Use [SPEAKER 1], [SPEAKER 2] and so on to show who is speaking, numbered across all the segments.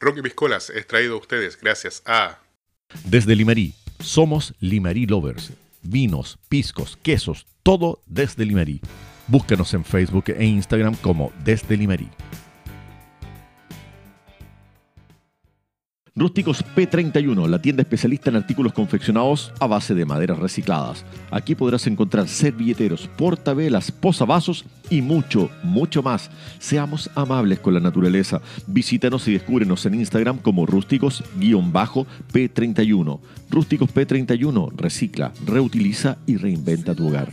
[SPEAKER 1] Rock y Piscolas es traído a ustedes gracias a
[SPEAKER 2] Desde Limarí, somos Limarí Lovers. Vinos, piscos, quesos, todo desde Limarí. Búscanos en Facebook e Instagram como Desde Limarí. Rústicos P31, la tienda especialista en artículos confeccionados a base de maderas recicladas. Aquí podrás encontrar servilleteros, portavelas, posavasos y mucho, mucho más. Seamos amables con la naturaleza. Visítanos y descúbrenos en Instagram como rústicos-p31. Rústicos P31 recicla, reutiliza y reinventa tu hogar.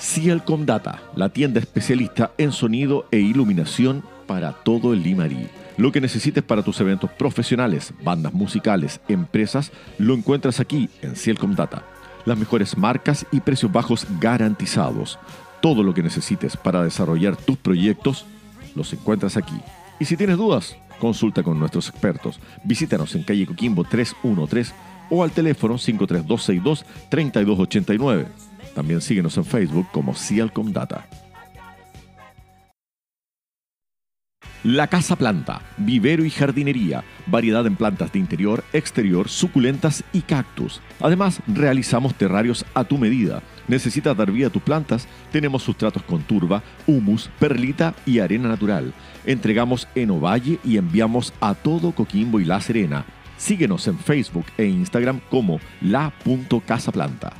[SPEAKER 2] Cielcom Data, la tienda especialista en sonido e iluminación para todo el Limarí. Lo que necesites para tus eventos profesionales, bandas musicales, empresas, lo encuentras aquí en Cielcom Data. Las mejores marcas y precios bajos garantizados. Todo lo que necesites para desarrollar tus proyectos, los encuentras aquí. Y si tienes dudas, consulta con nuestros expertos. Visítanos en calle Coquimbo 313 o al teléfono 53262-3289. También síguenos en Facebook como Cialcom Data. La Casa Planta, vivero y jardinería, variedad en plantas de interior, exterior, suculentas y cactus. Además, realizamos terrarios a tu medida. ¿Necesitas dar vida a tus plantas? Tenemos sustratos con turba, humus, perlita y arena natural. Entregamos en Ovalle y enviamos a todo Coquimbo y La Serena. Síguenos en Facebook e Instagram como la.casaplanta.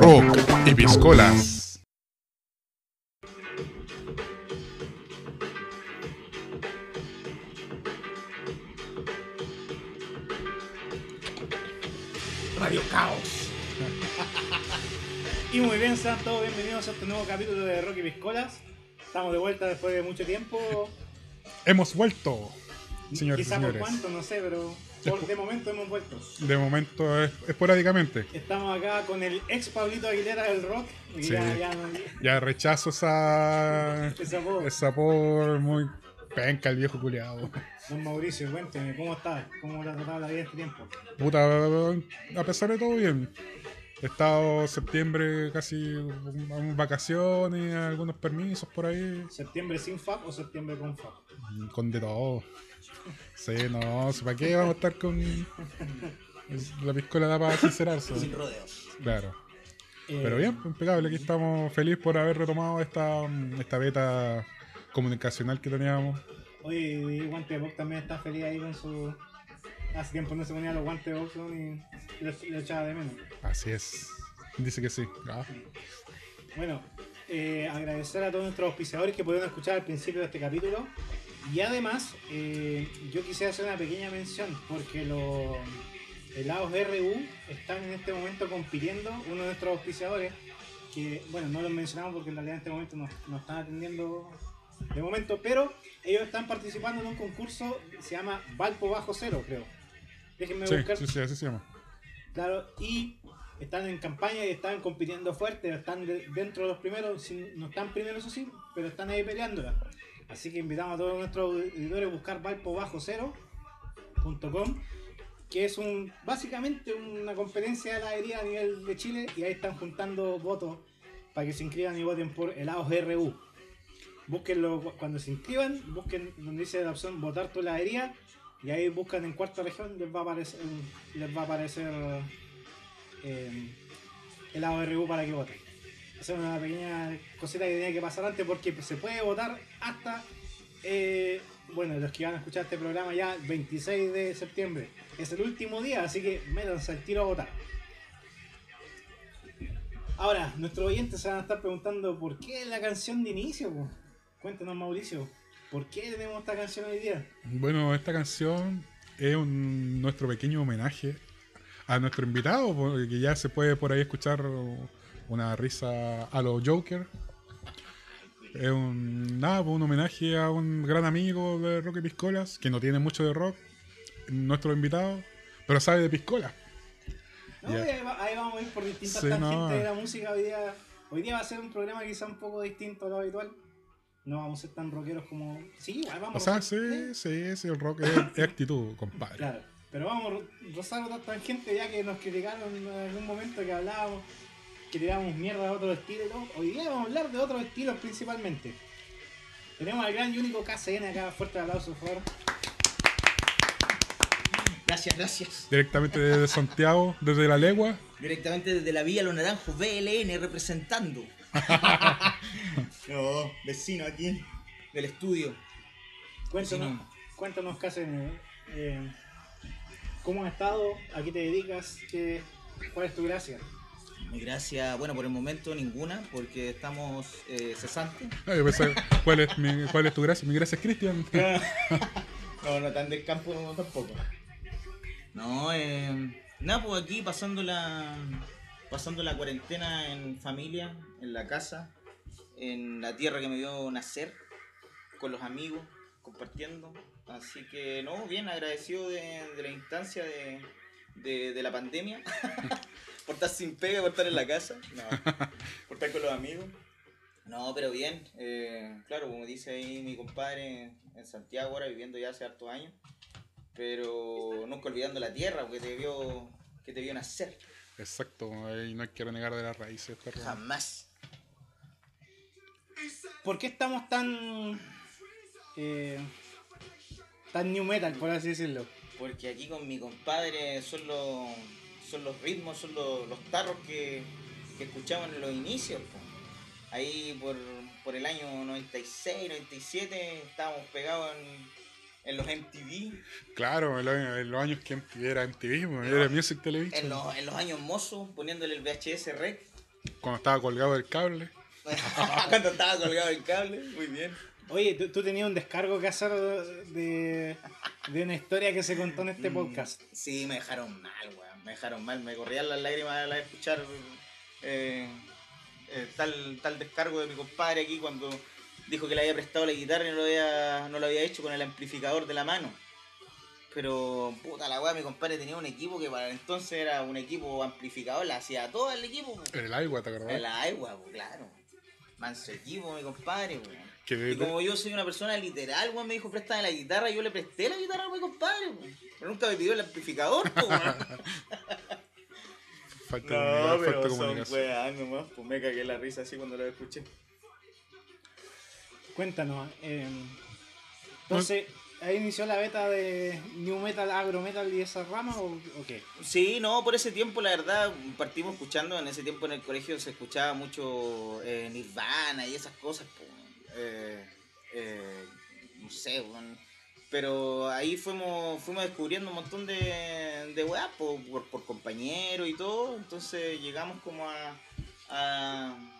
[SPEAKER 1] Rock y Piscolas.
[SPEAKER 3] Radio Caos.
[SPEAKER 4] Y muy bien, sean todos bienvenidos a este nuevo capítulo de Rocky Piscolas. Estamos de vuelta después de mucho tiempo.
[SPEAKER 3] Hemos vuelto, señores y
[SPEAKER 4] Quizá por
[SPEAKER 3] señores.
[SPEAKER 4] cuánto, no sé, pero por, de momento hemos vuelto.
[SPEAKER 3] De momento es- esporádicamente.
[SPEAKER 4] Estamos acá con el ex Pablito Aguilera del rock. Y
[SPEAKER 3] Sí. Ah,
[SPEAKER 4] ya, ya,
[SPEAKER 3] Ya rechazo esa.
[SPEAKER 4] ese apodo.
[SPEAKER 3] Esa por muy penca el viejo culiado.
[SPEAKER 4] Don Mauricio, cuénteme, ¿cómo estás? ¿Cómo la trataba la vida este tiempo?
[SPEAKER 3] Puta, a pesar de todo bien. He estado septiembre casi en vacaciones, algunos permisos por ahí,
[SPEAKER 4] ¿Septiembre sin FAP o septiembre con FAP?
[SPEAKER 3] Mm, con de todo. Sí, no, ¿para qué vamos a estar con la piscola da para sincerarse?
[SPEAKER 5] Sin rodeos.
[SPEAKER 3] Claro.
[SPEAKER 4] Eh,
[SPEAKER 3] Pero bien, pues, impecable, aquí estamos feliz por haber retomado esta, mm, esta beta comunicacional que teníamos.
[SPEAKER 4] Oye, y Guante de Box también está feliz ahí con su. Hace tiempo no se ponía los guantes de box ¿no? y le- le echaba de menos.
[SPEAKER 3] Así es. Dice que sí. Ah,
[SPEAKER 4] Bueno, eh, agradecer a todos nuestros auspiciadores que pudieron escuchar al principio de este capítulo. Y además, eh, yo quisiera hacer una pequeña mención porque los helados RU están en este momento compitiendo uno de nuestros auspiciadores. Que, bueno, no los mencionamos porque en realidad en este momento nos, nos están atendiendo de momento, pero ellos están participando en un concurso que se llama Valpo Bajo Cero, creo. Déjenme
[SPEAKER 3] Ah, sí,
[SPEAKER 4] buscar
[SPEAKER 3] sí, sí, así se llama.
[SPEAKER 4] Claro, y están en campaña y están compitiendo fuerte, están de- dentro de los primeros, si no están primeros eso sí, pero están ahí peleándola. Así que invitamos a todos nuestros auditores a buscar valpo bajo que es un básicamente una competencia de heladería a nivel de Chile y ahí están juntando votos para que se inscriban y voten por helados RU. Búsquenlo cu- cuando se inscriban, busquen donde dice la opción votar tu heladería y ahí buscan en cuarta región, les va a aparecer, les va a aparecer eh, el AORU para que voten. Esa es una pequeña cosita que tenía que pasar antes porque se puede votar hasta, eh, bueno, los que van a escuchar este programa ya el 26 de septiembre. Es el último día, así que métanse al tiro a votar. Ahora, nuestros oyentes se van a estar preguntando por qué la canción de inicio. po? Cuéntanos, Mauricio, ¿por qué tenemos esta canción hoy día?
[SPEAKER 3] Bueno, esta canción es un- nuestro pequeño homenaje a nuestro invitado, porque ya se puede por ahí escuchar una risa a los Joker. Es un, nada, pues, un homenaje a un gran amigo de Rock y Piscolas, que no tiene mucho de rock, nuestro invitado, pero sabe de Piscolas.
[SPEAKER 4] No,
[SPEAKER 3] Ya.
[SPEAKER 4] y ahí, va- ahí vamos a ir por distintas
[SPEAKER 3] Sí, no.
[SPEAKER 4] tangentes de la música hoy día. Hoy día va a ser un programa quizá un poco distinto a lo habitual. No vamos a ser tan rockeros como. Sí, igual vamos
[SPEAKER 3] O sea,
[SPEAKER 4] a
[SPEAKER 3] sí, sí, sí, el rock es, es actitud, compadre.
[SPEAKER 4] Claro, pero vamos a ro- rozar otra tangente ya que nos criticaron en algún momento que hablábamos, que tirábamos mierda a otros estilos. y todo. Hoy día vamos a hablar de otros estilos principalmente. Tenemos al gran y único KCN acá, fuerte aplauso, por favor.
[SPEAKER 5] Gracias, gracias.
[SPEAKER 3] Directamente desde Santiago, desde la legua.
[SPEAKER 5] Directamente desde la Villa Los Naranjos, BLN, representando. no, vecino aquí del estudio.
[SPEAKER 4] Cuéntanos,
[SPEAKER 5] Sí, no.
[SPEAKER 4] cuéntanos KCN, eh, ¿cómo has estado? ¿A qué te dedicas? ¿Qué- ¿Cuál es tu gracia?
[SPEAKER 5] Mi gracia, bueno, por el momento ninguna, porque estamos eh, cesantes.
[SPEAKER 3] Ay, pues, ¿Cuál es, mi- ¿Cuál es tu gracia? Mi gracia es Cristian.
[SPEAKER 5] No, no tan del campo tampoco. No, eh, nada, pues aquí pasando la, pasando la cuarentena en familia, en la casa, en la tierra que me vio nacer, con los amigos, compartiendo. Así que, no, bien agradecido de, de la instancia de, de- de la pandemia. por estar sin pega, por estar en la casa, no, por estar con los amigos. No, pero bien, eh, claro, como dice ahí mi compadre en Santiago, ahora viviendo ya hace hartos años, pero nunca olvidando la tierra, porque te vio, que te vio nacer,
[SPEAKER 3] Exacto, y no quiero negar de las raíces. Este rollo.
[SPEAKER 5] jamás.
[SPEAKER 4] ¿Por qué estamos tan. eh, tan new metal, por así decirlo?
[SPEAKER 5] Porque aquí con mi compadre son los, son los ritmos, son los, los tarros que, que escuchaban en los inicios. po. Ahí por, por el año 96, 97 estábamos pegados en, en los MTV,
[SPEAKER 3] Claro, en los, en los años que MTV era MTV, bueno, era Music
[SPEAKER 5] en
[SPEAKER 3] Television,
[SPEAKER 5] los, en los años mozos, poniéndole el VHS rec.
[SPEAKER 3] cuando estaba colgado del cable.
[SPEAKER 5] Cuando estaba colgado el cable, muy bien.
[SPEAKER 4] Oye, tú, tú tenías un descargo que hacer de, de una historia que se contó en este
[SPEAKER 5] Mm.
[SPEAKER 4] podcast.
[SPEAKER 5] Sí, me dejaron mal, weón. Me dejaron mal. Me corrían las lágrimas al escuchar eh, eh, tal, tal descargo de mi compadre aquí cuando dijo que le había prestado la guitarra y no lo había, no lo había hecho con el amplificador de la mano. Pero, puta la weá, mi compadre tenía un equipo que para entonces era un equipo amplificador, la hacía todo el equipo. po.
[SPEAKER 3] El agua, ¿te acordás?
[SPEAKER 5] La agua, po, claro. Manso equipo, mi compadre, weón.
[SPEAKER 3] Que de-
[SPEAKER 5] Y como yo soy una persona literal, weón, me dijo, préstame la guitarra, yo le presté la guitarra a mi compadre, weón. Pero nunca me pidió el amplificador, po, weón.
[SPEAKER 3] falta, comunicar- falta comunicación.
[SPEAKER 5] weas nomás, pues me cagué la risa así cuando lo escuché.
[SPEAKER 4] Cuéntanos. eh, entonces, ahí inició la beta de new metal, agro metal y esa rama o, o qué?
[SPEAKER 5] Sí, no, por ese tiempo la verdad partimos escuchando, en ese tiempo en el colegio se escuchaba mucho eh, Nirvana y esas cosas, po, eh, eh, no sé, weón. pero ahí fuimos fuimos descubriendo un montón de, de weá, po, por, por compañeros y todo, entonces llegamos como a, a,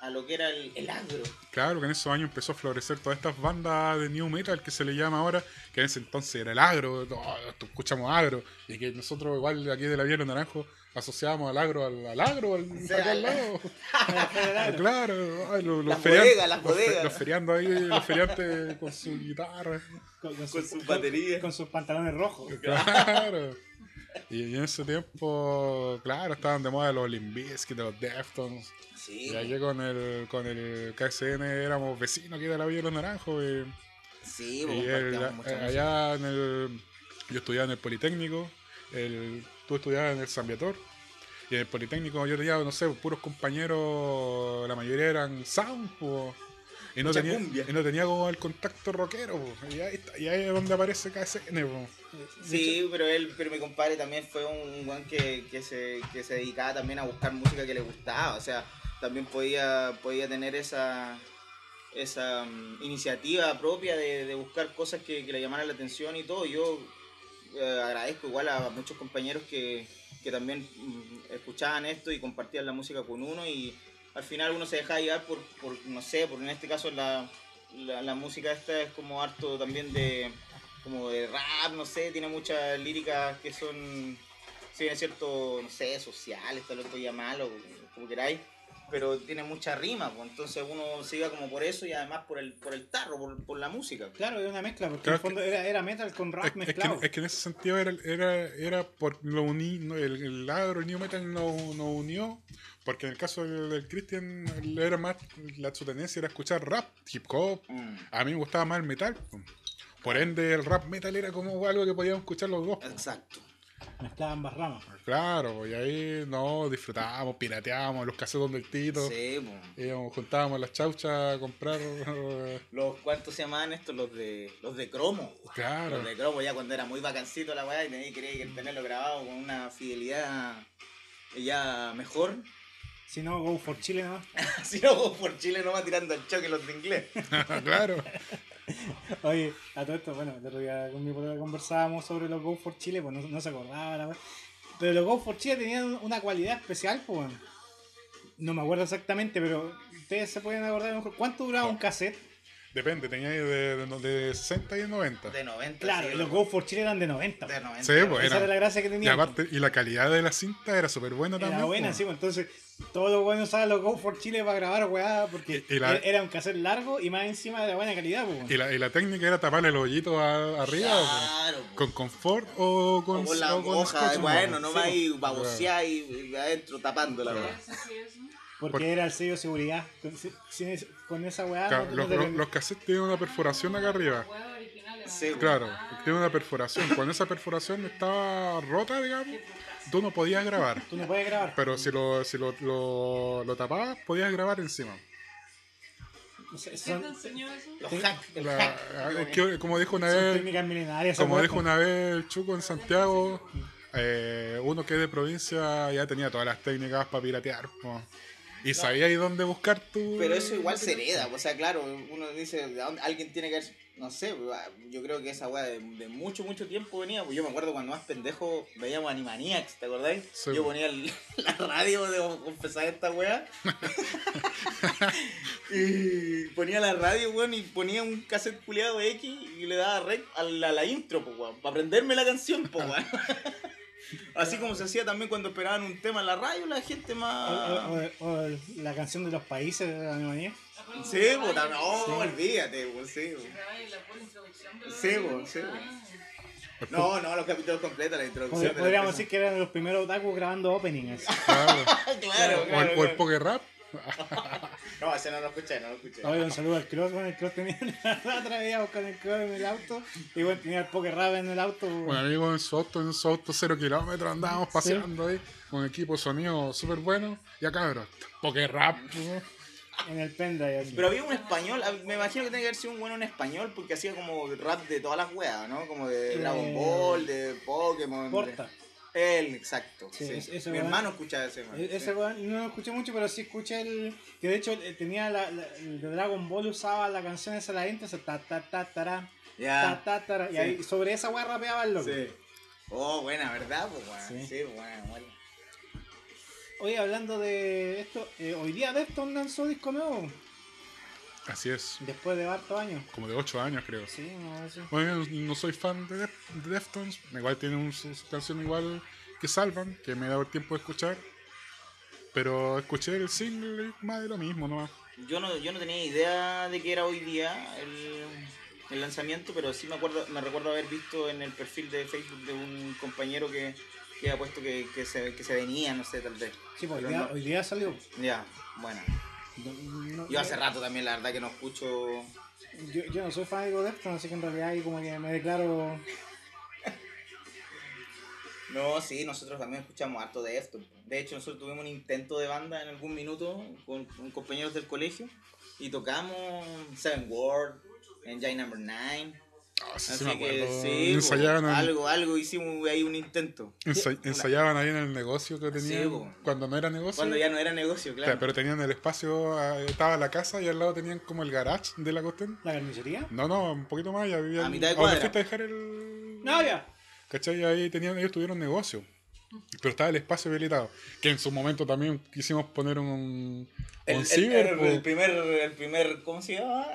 [SPEAKER 5] a lo que era el, el agro.
[SPEAKER 3] Claro, que en esos años empezó a florecer todas estas bandas de New Metal que se le llama ahora, que en ese entonces era el agro, oh, escuchamos agro, y que nosotros igual aquí de la Vía de los Naranjos asociábamos al agro, al, al agro, al,
[SPEAKER 5] sea,
[SPEAKER 3] acá al
[SPEAKER 5] al-
[SPEAKER 3] lado.
[SPEAKER 4] Claro.
[SPEAKER 3] Claro, ay, los, los
[SPEAKER 5] Las
[SPEAKER 3] ferian-
[SPEAKER 5] bodegas, las
[SPEAKER 3] los fe-
[SPEAKER 5] bodegas.
[SPEAKER 3] los feriando ahí, los feriantes con su guitarra.
[SPEAKER 4] Con,
[SPEAKER 5] Con sus baterías.
[SPEAKER 4] Con sus pantalones rojos.
[SPEAKER 3] Claro. Y en ese tiempo, claro, estaban de moda los Limbiskit, los Deftones.
[SPEAKER 5] Sí,
[SPEAKER 3] Y aquí con el, con el KCN éramos vecinos aquí de la Villa de los Naranjos. Y,
[SPEAKER 5] sí,
[SPEAKER 3] y
[SPEAKER 5] pues,
[SPEAKER 3] el-
[SPEAKER 5] compartíamos mucha música.
[SPEAKER 3] allá en el. Yo estudiaba en el Politécnico, el, tú estudiabas en el San Viator. Y en el Politécnico yo tenía, no sé, puros compañeros, la mayoría eran sound, po, y, no
[SPEAKER 5] Mucha
[SPEAKER 3] tenía,
[SPEAKER 5] cumbia.
[SPEAKER 3] y no tenía como el contacto rockero, po, y, ahí, está- y ahí es donde aparece KCN, po.
[SPEAKER 5] Sí, pero él, pero mi compadre también fue un guan que, que se, que se dedicaba también a buscar música que le gustaba. O sea, también podía, podía tener esa, esa mm, iniciativa propia de, de buscar cosas que, que le llamaran la atención y todo. Yo eh, agradezco igual a muchos compañeros que, que también mm, escuchaban esto y compartían la música con uno y al final uno se deja llevar por, por no sé, por en este caso la, la, la música esta es como harto también de como de rap, no sé, tiene muchas líricas que son, si bien es cierto, no sé, sociales, tal vez llamarlo, como queráis, pero tiene mucha rima, pues, entonces uno se iba como por eso y además por el, por el tarro, por, por la música.
[SPEAKER 4] Claro, era una mezcla, porque
[SPEAKER 3] Claro
[SPEAKER 4] en el fondo era, era metal con rap
[SPEAKER 3] Es, es que,
[SPEAKER 4] mezclado.
[SPEAKER 3] es que en ese sentido era, era, era por lo uní, no, el, el agro y New Metal nos no unió, porque en el caso del, del Christian él era más, la, su tendencia era escuchar rap, hip hop,
[SPEAKER 5] Mm.
[SPEAKER 3] a mí me gustaba más el metal. po. Por ende, el rap metal era como algo que podíamos escuchar los dos. po.
[SPEAKER 5] Exacto.
[SPEAKER 4] Mezclaba ambas ramas.
[SPEAKER 3] Claro, po, y ahí no, disfrutábamos, pirateábamos los casetos del Tito,
[SPEAKER 5] Sí, pues.
[SPEAKER 3] íbamos, juntábamos las chauchas a comprar. eh,
[SPEAKER 5] Los cuartos se llamaban estos, los de los de cromo.
[SPEAKER 3] claro, Mm.
[SPEAKER 5] Los de cromo ya cuando era muy vacancito la weá y tenía que quería tenerlo grabado con una fidelidad eh, ya mejor.
[SPEAKER 4] Si no, Go for Chile nomás.
[SPEAKER 5] Así no por Chile nomás tirando al choque los de inglés.
[SPEAKER 3] claro.
[SPEAKER 4] Oye, a todo esto, bueno, el otro día con mi colega conversábamos sobre los Go for Chile, pues no, no se acordaba la wea. Pero los Go for Chile tenían una cualidad especial, pues weón. No me acuerdo exactamente, pero ustedes se pueden acordar a lo mejor cuánto duraba un cassette.
[SPEAKER 3] Depende, tenía ahí de, de, de 60 y 90.
[SPEAKER 5] De 90.
[SPEAKER 4] Claro,
[SPEAKER 5] sí,
[SPEAKER 4] los Go for Chile eran de 90.
[SPEAKER 5] De
[SPEAKER 4] weón.
[SPEAKER 5] 90.
[SPEAKER 3] Sí, pues
[SPEAKER 4] Esa era la
[SPEAKER 3] era.
[SPEAKER 4] gracia que
[SPEAKER 3] Y
[SPEAKER 4] tenían.
[SPEAKER 3] aparte, y la calidad de la cinta era súper buena
[SPEAKER 4] Era
[SPEAKER 3] también.
[SPEAKER 4] buena,
[SPEAKER 3] po.
[SPEAKER 4] sí, pues entonces todos los buenos usaban los Go for Chile para grabar weá, porque
[SPEAKER 3] Y- y la-
[SPEAKER 4] era- era un cassette largo y más encima de la buena calidad, pues.
[SPEAKER 3] Y
[SPEAKER 4] weón.
[SPEAKER 3] la, y la técnica era tapar el hoyito a- arriba,
[SPEAKER 5] Claro,
[SPEAKER 3] po.
[SPEAKER 5] po.
[SPEAKER 3] con confort o pues. con,
[SPEAKER 5] O con la
[SPEAKER 3] o con
[SPEAKER 5] hoja
[SPEAKER 3] scotch,
[SPEAKER 5] de
[SPEAKER 3] po.
[SPEAKER 5] cuaderno, no
[SPEAKER 3] Sí, pues.
[SPEAKER 5] más
[SPEAKER 3] po.
[SPEAKER 5] y babosear y, y adentro tapando la weá.
[SPEAKER 4] Porque
[SPEAKER 3] por-
[SPEAKER 4] era el sello de seguridad. Con, si- sin es- con esa weá.
[SPEAKER 3] Claro,
[SPEAKER 4] no- no
[SPEAKER 3] los,
[SPEAKER 4] te-
[SPEAKER 3] los, los cassettes tienen una perforación acá arriba.
[SPEAKER 5] Sí, pues. po.
[SPEAKER 3] Claro, tiene una perforación. Cuando esa perforación estaba rota, digamos, tú no podías grabar.
[SPEAKER 4] Tú no puedes grabar.
[SPEAKER 3] Pero si lo, si lo, lo, lo tapabas, podías grabar encima.
[SPEAKER 4] O sea,
[SPEAKER 6] ¿Quién te
[SPEAKER 4] Son, son
[SPEAKER 6] enseñó eso?
[SPEAKER 5] Los hacks, el
[SPEAKER 3] La- es
[SPEAKER 5] hack.
[SPEAKER 3] que, como dijo una vez,
[SPEAKER 4] técnicas milenarias.
[SPEAKER 3] eh, como
[SPEAKER 4] esas
[SPEAKER 3] dijo
[SPEAKER 4] weas,
[SPEAKER 3] una vez el Chuco en Santiago, eh, uno que es de provincia ya tenía todas las técnicas para piratear. po. Y sabía ahí dónde buscar tu...
[SPEAKER 5] Pero eso igual se hereda, o sea, claro, uno dice, ¿de dónde? alguien tiene que haber, no sé, yo creo que esa weá de, de mucho, mucho tiempo venía, pues yo me acuerdo cuando más pendejo veíamos Animaniacs, ¿te acordáis?
[SPEAKER 3] Sí,
[SPEAKER 5] yo
[SPEAKER 3] po.
[SPEAKER 5] ponía el- la radio de confesar esta weá. y ponía la radio, weón, y ponía un cassette culiado de X y le daba rec a la, la intro, pues, weón, para aprenderme la canción, pues, weón. Así como se hacía también cuando esperaban un tema en la radio, la gente
[SPEAKER 4] po.
[SPEAKER 5] más...
[SPEAKER 4] O, o- o- o la canción de los países de la Animanía.
[SPEAKER 5] Sí, pues, tam- no, olvídate, pues, sí. po. Sí, po, sí, po. No, no, los capítulos completos, la introducción.
[SPEAKER 4] Pod-
[SPEAKER 5] de la
[SPEAKER 4] Podríamos
[SPEAKER 5] empresa.
[SPEAKER 4] decir que eran los primeros otakus grabando openings.
[SPEAKER 3] Claro.
[SPEAKER 5] Ah, claro,
[SPEAKER 3] O el,
[SPEAKER 5] claro.
[SPEAKER 3] o el
[SPEAKER 5] claro.
[SPEAKER 3] poker rap.
[SPEAKER 5] No, ese no lo escuché, no lo escuché.
[SPEAKER 4] Oye, un saludo al Cross, bueno, el Cross tenía una otra vez con el Cross en el auto. Y bueno, tenía el Poker Rap en el auto.
[SPEAKER 3] Un amigo en su auto, en su auto cero kilómetros, andábamos paseando ahí con equipo de sonido súper bueno. Y acá, bro, poker rap.
[SPEAKER 4] En el pendrive. así.
[SPEAKER 5] Pero había un español, ah, me imagino que tenía que haber sido un bueno en español porque hacía como rap de todas las weas, ¿no? Como de
[SPEAKER 4] Eh,
[SPEAKER 5] Dragon Ball, de Pokémon. de-
[SPEAKER 4] Porta.
[SPEAKER 5] Él, exacto.
[SPEAKER 4] Sí,
[SPEAKER 5] sí.
[SPEAKER 4] ese
[SPEAKER 5] Mi
[SPEAKER 4] weón-
[SPEAKER 5] hermano escuchaba ese man.
[SPEAKER 4] E-
[SPEAKER 5] sí.
[SPEAKER 4] Ese weón no lo escuché mucho, pero sí escuché el. Que de hecho eh, tenía la, la- el de Dragon Ball usaba la canción esa la intro, esa ta ta ta tará, ta
[SPEAKER 5] Ya.
[SPEAKER 4] ta tará, y
[SPEAKER 5] Ah, Sí.
[SPEAKER 4] ahí sobre esa weá rapeaba el loco.
[SPEAKER 5] Sí. Oh, buena, ¿verdad? Pues,
[SPEAKER 4] Sí.
[SPEAKER 5] weón? Sí, buena, buena.
[SPEAKER 4] Oye, hablando de esto, eh, hoy día Defton lanzó disco nuevo,
[SPEAKER 3] Así es,
[SPEAKER 4] después de hartos años.
[SPEAKER 3] como de 8 años creo.
[SPEAKER 4] Sí, no sé.
[SPEAKER 3] Bueno, yo no soy fan de, Def- de Deftones. Igual tienen un- su, su canción igual que salvan, que me he dado el tiempo de escuchar. Pero escuché el single y más de lo mismo Ah, nomás.
[SPEAKER 5] Yo no, yo no tenía idea de que era hoy día el, el lanzamiento, pero sí me acuerdo, me recuerdo haber visto en el perfil de Facebook de un compañero que, que había puesto que, que, se, que se venía, no sé, tal vez.
[SPEAKER 4] Sí, pues hoy
[SPEAKER 5] Pero
[SPEAKER 4] día,
[SPEAKER 5] no-
[SPEAKER 4] hoy día salió.
[SPEAKER 5] Ya, bueno.
[SPEAKER 4] No- no-
[SPEAKER 5] Yo hace rato también, la verdad, que no escucho.
[SPEAKER 4] Yo, yo no soy fanático de Defton, así que en realidad ahí como que me declaro.
[SPEAKER 5] No, sí, nosotros también escuchamos harto de esto. De hecho, nosotros tuvimos un intento de banda en algún minuto con, con compañeros del colegio y tocamos Seven World, Engine Number 9.
[SPEAKER 3] Ah, sí, sí
[SPEAKER 5] Así
[SPEAKER 3] me
[SPEAKER 5] que
[SPEAKER 3] acuerdo.
[SPEAKER 5] sí, po,
[SPEAKER 3] ensayaban, en-
[SPEAKER 5] algo, algo hicimos ahí un intento.
[SPEAKER 3] ensa- ensayaban ahí en el negocio que
[SPEAKER 5] Sí,
[SPEAKER 3] tenían
[SPEAKER 5] po.
[SPEAKER 3] cuando no era negocio.
[SPEAKER 5] Cuando ya no era negocio,
[SPEAKER 3] O sea,
[SPEAKER 5] claro.
[SPEAKER 3] pero tenían el espacio, ah, estaba la casa y al lado tenían como el garage de la cuestión.
[SPEAKER 4] ¿La carnicería?
[SPEAKER 3] No, no, un poquito más, ya vivían.
[SPEAKER 5] A mitad de
[SPEAKER 3] ¿A dónde
[SPEAKER 5] cuadra.
[SPEAKER 3] fuiste a dejar el.?
[SPEAKER 4] ¡No, ya!
[SPEAKER 3] ¿Cachai? Ahí tenían, ellos tuvieron negocio. Pero estaba el espacio habilitado. Que en su momento también quisimos poner un. un
[SPEAKER 5] El, el-
[SPEAKER 3] ciber, pues,
[SPEAKER 5] el-
[SPEAKER 3] po.
[SPEAKER 5] el primer, el primer, ¿cómo se llama?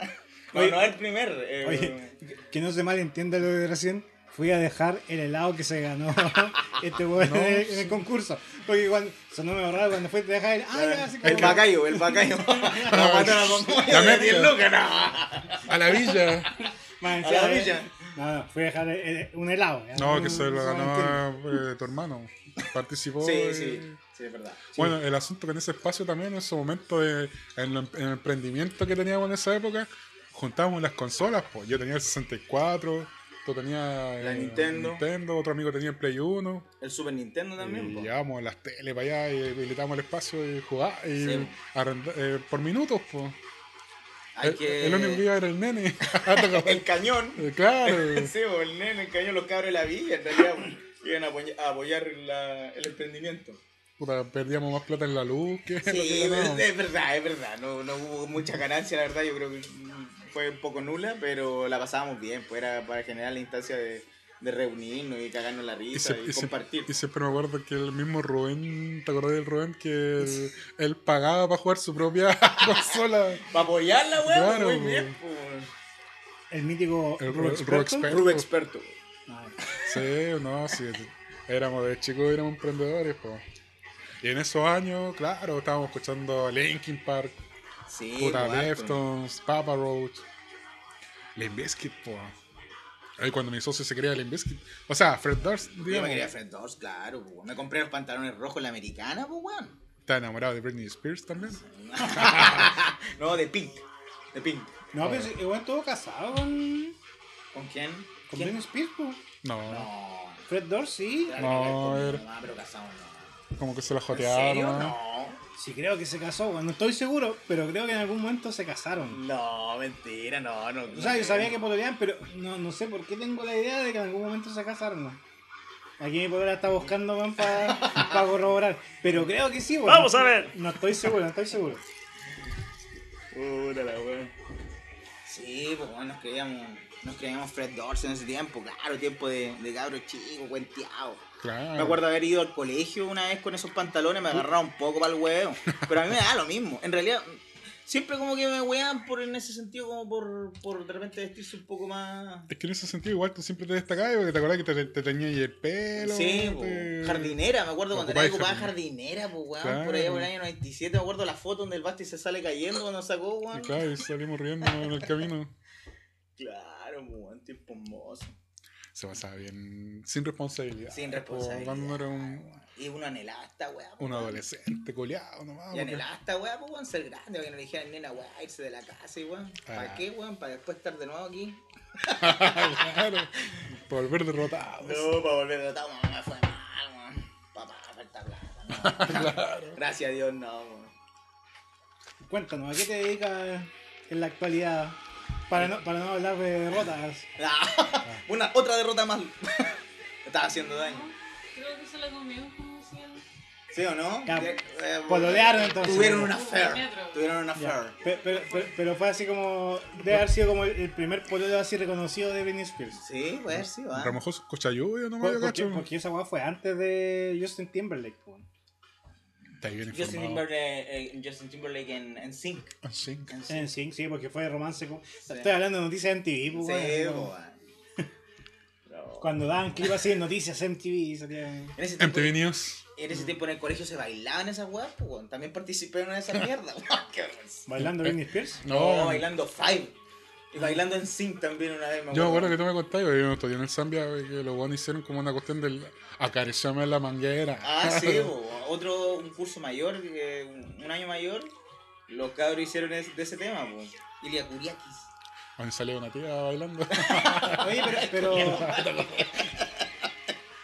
[SPEAKER 5] No,
[SPEAKER 4] Oye.
[SPEAKER 5] no el primer. eh,
[SPEAKER 4] Oye, que no se malentienda lo de recién. Fui a dejar el helado que se ganó este weón
[SPEAKER 3] No,
[SPEAKER 4] en, el- en
[SPEAKER 3] sí.
[SPEAKER 4] el concurso. Porque cuando sonó me raro cuando fue a dejar el. ¡Ah, ya se
[SPEAKER 5] el
[SPEAKER 4] cayó.
[SPEAKER 5] bacayo, el bacayo. la guatona con
[SPEAKER 3] La
[SPEAKER 5] de 10
[SPEAKER 3] mezcla.
[SPEAKER 5] lucas, no.
[SPEAKER 3] A la villa.
[SPEAKER 4] Más
[SPEAKER 5] A la
[SPEAKER 4] encima,
[SPEAKER 5] villa. Ah,
[SPEAKER 4] No, no, fui a dejar el- el- un helado. ya,
[SPEAKER 3] No, que se lo
[SPEAKER 4] malentienda.
[SPEAKER 3] ganó eh, tu hermano. Participó.
[SPEAKER 5] Sí,
[SPEAKER 3] eh.
[SPEAKER 5] sí, sí, es verdad.
[SPEAKER 3] Bueno, el asunto que en ese espacio también, en su momento, de, en, lo- en el emprendimiento que teníamos en esa época, juntábamos las consolas. Pues. Yo tenía el 64, tú tenías
[SPEAKER 5] La
[SPEAKER 3] eh,
[SPEAKER 5] Nintendo.
[SPEAKER 3] otro amigo tenía el Play 1.
[SPEAKER 5] El Super Nintendo también,
[SPEAKER 3] Y
[SPEAKER 5] po.
[SPEAKER 3] llevábamos Eh, las teles para allá y habilitábamos el espacio y jugábamos y
[SPEAKER 5] Sí.
[SPEAKER 3] arrenda- eh, por minutos. pues.
[SPEAKER 5] Hay
[SPEAKER 3] el,
[SPEAKER 5] que...
[SPEAKER 3] el único que iba era el nene. Ah,
[SPEAKER 5] El cañón.
[SPEAKER 3] Eh, claro.
[SPEAKER 5] Sí, po, el nene, el cañón, los cabros de la villa, en realidad, po, iban a apoy- a apoyar la- el emprendimiento.
[SPEAKER 3] Puta, perdíamos más plata en la luz que lo
[SPEAKER 5] Sí,
[SPEAKER 3] que
[SPEAKER 5] es,
[SPEAKER 3] ganábamos.
[SPEAKER 5] es verdad, es verdad. No, no hubo mucha ganancia, la verdad. Yo creo que fue un poco nula, pero la pasábamos bien. Pues era para generar la instancia de, de reunirnos y cagarnos la
[SPEAKER 3] Y,
[SPEAKER 5] risa
[SPEAKER 3] se-
[SPEAKER 5] y,
[SPEAKER 3] y se-
[SPEAKER 5] compartir.
[SPEAKER 3] y siempre me acuerdo que el mismo Rubén, ¿te acordás del Rubén? Que él, él pagaba para jugar su propia consola.
[SPEAKER 5] Para apoyarla, weón.
[SPEAKER 3] Claro,
[SPEAKER 5] muy
[SPEAKER 3] weón.
[SPEAKER 5] bien, pues.
[SPEAKER 4] El mítico.
[SPEAKER 3] El
[SPEAKER 4] Rubén
[SPEAKER 3] Ru-
[SPEAKER 4] Experto.
[SPEAKER 3] Ruexpert.
[SPEAKER 5] Rubén experto.
[SPEAKER 4] No,
[SPEAKER 3] Sí, no, sí. Éramos de chicos, éramos emprendedores, po. Y en esos años, claro, estábamos escuchando Linkin Park,
[SPEAKER 5] Sí,
[SPEAKER 3] Puta
[SPEAKER 5] po, harto.
[SPEAKER 3] Deftones, Papa Roach, Limbiskit, po. Ahí cuando mi socio se quería Limbiskit. O sea, Fred Durst,
[SPEAKER 5] Yo me
[SPEAKER 3] digamos.
[SPEAKER 5] quería Fred Durst, claro, po. Me compré los pantalones rojos, la americana, pues, weón.
[SPEAKER 3] Está enamorado de Britney Spears también.
[SPEAKER 5] No, de Pink. De Pink.
[SPEAKER 4] No, pero si- igual estuvo casado con.
[SPEAKER 5] ¿Con quién?
[SPEAKER 4] con
[SPEAKER 5] ¿Quién?
[SPEAKER 4] Ben Spears, po.
[SPEAKER 3] No,
[SPEAKER 5] No.
[SPEAKER 4] Fred Dorsey.
[SPEAKER 5] nada que
[SPEAKER 3] No,
[SPEAKER 5] ver con
[SPEAKER 3] era-
[SPEAKER 5] mi mamá, pero casado no.
[SPEAKER 3] como que se la
[SPEAKER 5] ¿En serio?
[SPEAKER 3] jotearon. ¿no?
[SPEAKER 5] No.
[SPEAKER 4] Sí, creo que se casó, bueno, no estoy seguro, pero creo que en algún momento se casaron.
[SPEAKER 5] No, mentira, no, no.
[SPEAKER 4] O sea, yo sabía que pololeaban, pero no, no sé por qué tengo la idea de que en algún momento se casaron. ¿no? Aquí mi polola está buscando para corroborar, pero creo que sí, bueno.
[SPEAKER 5] Vamos a ver.
[SPEAKER 4] No estoy seguro, no estoy seguro.
[SPEAKER 5] Puta la weón. Sí, pues bueno, nos creíamos, nos creíamos Fred Dorsen en ese tiempo, claro, tiempo de, de cabro chico, cuenteado.
[SPEAKER 3] Claro.
[SPEAKER 5] Me acuerdo haber ido al colegio una vez con esos pantalones, me agarraba un poco para el huevo. Pero a mí me da lo mismo. En realidad, siempre como que me wean por en ese sentido, como por, por de repente vestirse un poco más.
[SPEAKER 3] Es que en ese sentido igual tú siempre te destacabas porque te acordás que te, te teñías el pelo.
[SPEAKER 5] Sí, po.
[SPEAKER 3] te-
[SPEAKER 5] jardinera, me acuerdo cuando
[SPEAKER 3] Ocupáis
[SPEAKER 5] era ocupada
[SPEAKER 3] jardín.
[SPEAKER 5] jardinera, pues weón,
[SPEAKER 3] Claro.
[SPEAKER 5] por allá por el año 97, me acuerdo la foto donde el Basti se sale cayendo cuando sacó,
[SPEAKER 3] Y
[SPEAKER 5] weón. Claro,
[SPEAKER 3] claro, y salimos riendo en el camino.
[SPEAKER 5] po, pues, weón, tiempo hermoso.
[SPEAKER 3] Se pasaba bien, sin responsabilidad.
[SPEAKER 5] Sin responsabilidad.
[SPEAKER 3] Como Cuando era un,
[SPEAKER 5] Y uno anhelaba esta weá, po,
[SPEAKER 3] un
[SPEAKER 5] weón.
[SPEAKER 3] adolescente coleado nomás.
[SPEAKER 5] Y
[SPEAKER 3] porque-
[SPEAKER 5] anhelaba esta weá, pues weón, ser grande, que no le dijeran nena weá, irse de la casa y weón. ¿Para
[SPEAKER 3] Ah.
[SPEAKER 5] qué, weón? ¿Para después estar de nuevo aquí?
[SPEAKER 3] claro. Por volver derrotados.
[SPEAKER 5] para volver de todo, mamá, me fue mal, weón. Pues, Papá, falta plata, no. Gracias a Dios, no, weón.
[SPEAKER 4] Cuéntanos, ¿a qué te dedicas en la actualidad? Para no, para no hablar de derrotas.
[SPEAKER 5] Ah, Una, otra derrota más. Estaba haciendo daño.
[SPEAKER 6] Creo que se la comió como si
[SPEAKER 5] ¿Sí o no?
[SPEAKER 4] Ya,
[SPEAKER 5] Eh, eh,
[SPEAKER 4] pololearon, entonces.
[SPEAKER 5] Tuvieron una
[SPEAKER 6] Ya,
[SPEAKER 5] affair.
[SPEAKER 6] pero-
[SPEAKER 5] Tuvieron una
[SPEAKER 4] Ya,
[SPEAKER 5] affair.
[SPEAKER 4] pe- Pero, pero- pero fue así como. Debe haber sido como el, el primer pololo así reconocido de Britney Spears.
[SPEAKER 5] Sí, puede haber sido, ¿ah?
[SPEAKER 3] A lo mejor cochayuyo nomás,
[SPEAKER 4] Por-
[SPEAKER 3] yo
[SPEAKER 4] Porque,
[SPEAKER 3] cacho.
[SPEAKER 4] porque esa weá fue antes de Justin Timberlake. po.
[SPEAKER 3] Está bien
[SPEAKER 5] Justin
[SPEAKER 3] informado.
[SPEAKER 5] Timberlake, eh, Justin Timberlake en, en Sync.
[SPEAKER 3] Ah, sí.
[SPEAKER 5] En Sync.
[SPEAKER 4] En Sync, sí, porque fue romance. con- Estoy hablando de noticias de MTV. po,
[SPEAKER 5] Sí,
[SPEAKER 4] weón, así como-
[SPEAKER 5] boba. No.
[SPEAKER 4] Cuando daban clip así de noticias MTV. salía-
[SPEAKER 5] En ese, tiempo,
[SPEAKER 3] MTV News.
[SPEAKER 5] en ese tiempo en el colegio se bailaban esas weas, pues, weón. También participé en una de esas mierdas, weón. Qué vergüenza.
[SPEAKER 4] Bailando Britney Spears.
[SPEAKER 5] No,
[SPEAKER 3] No,
[SPEAKER 5] bailando Five. Y bailando en Sync también una vez,
[SPEAKER 3] Yo me acuerdo que tú me contaste, yo no estudié en el Zambia, que los guanes hicieron como una cuestión del acariciarme en la manguera.
[SPEAKER 5] Ah, sí, bo. otro un curso mayor, eh, un un año mayor, los cabros hicieron es- de ese tema, bo. Ilia Kuriakis.
[SPEAKER 3] Donde salía una tía bailando.
[SPEAKER 4] Oye, pero. pero-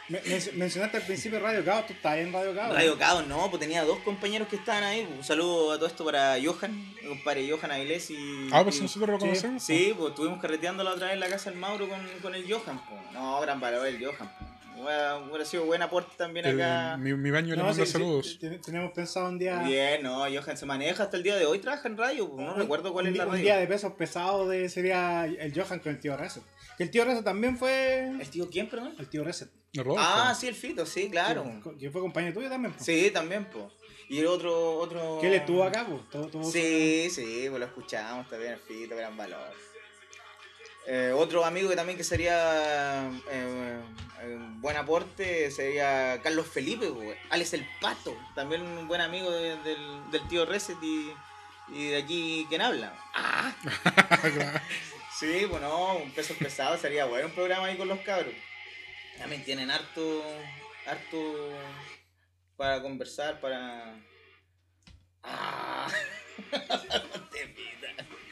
[SPEAKER 4] Me- men- mencionaste al principio Radio Cabo. Tú estás en Radio Cabo.
[SPEAKER 5] Radio Caos, no, pues tenía dos compañeros que estaban ahí. bo. Un saludo a todo esto para Johan, mi compadre Johan Avilés y.
[SPEAKER 3] Ah, pues
[SPEAKER 5] y-
[SPEAKER 3] si nosotros lo
[SPEAKER 4] Sí.
[SPEAKER 3] conocemos.
[SPEAKER 5] Sí, pues estuvimos carreteando la otra vez en la casa del Mauro con, con el Johan, po. No, gran valor el Johan, po. Hubiera, hubiera sido buen aporte también
[SPEAKER 3] Eh,
[SPEAKER 5] acá.
[SPEAKER 3] mi, mi baño le
[SPEAKER 4] No,
[SPEAKER 3] manda
[SPEAKER 4] sí, sí,
[SPEAKER 3] saludos.
[SPEAKER 4] ten- tenemos pensado un día.
[SPEAKER 5] Bien, no, Johan se maneja hasta el día de hoy, trabaja en radio, po. no
[SPEAKER 4] un-
[SPEAKER 5] recuerdo cuál
[SPEAKER 4] un
[SPEAKER 5] es
[SPEAKER 4] día-
[SPEAKER 5] la
[SPEAKER 4] Un día
[SPEAKER 5] radio.
[SPEAKER 4] de pesos pesados de, sería el Johan con el tío Reset. Que el tío Reset también fue.
[SPEAKER 5] Este- ¿El tío quién, perdón?
[SPEAKER 4] El tío Reset.
[SPEAKER 3] Rodolfo.
[SPEAKER 5] Ah, sí, el Fito, sí, claro.
[SPEAKER 4] Que- Que fue compañero tuyo también. po.
[SPEAKER 5] Sí, también, po. Y el otro, otro...
[SPEAKER 4] Que él estuvo acá, po. Todo, todo-
[SPEAKER 5] Sí, sí, pues lo escuchamos también, el Fito, gran valor. Eh, otro amigo que también que sería eh, eh, buen aporte sería Carlos Felipe, po, Alex el Pato, también un buen amigo de- del, del tío Reset y, y de aquí quien habla. Ah. sí, bueno, un peso pesado sería bueno un programa ahí con los cabros. También tienen harto, harto para conversar, para... Ah.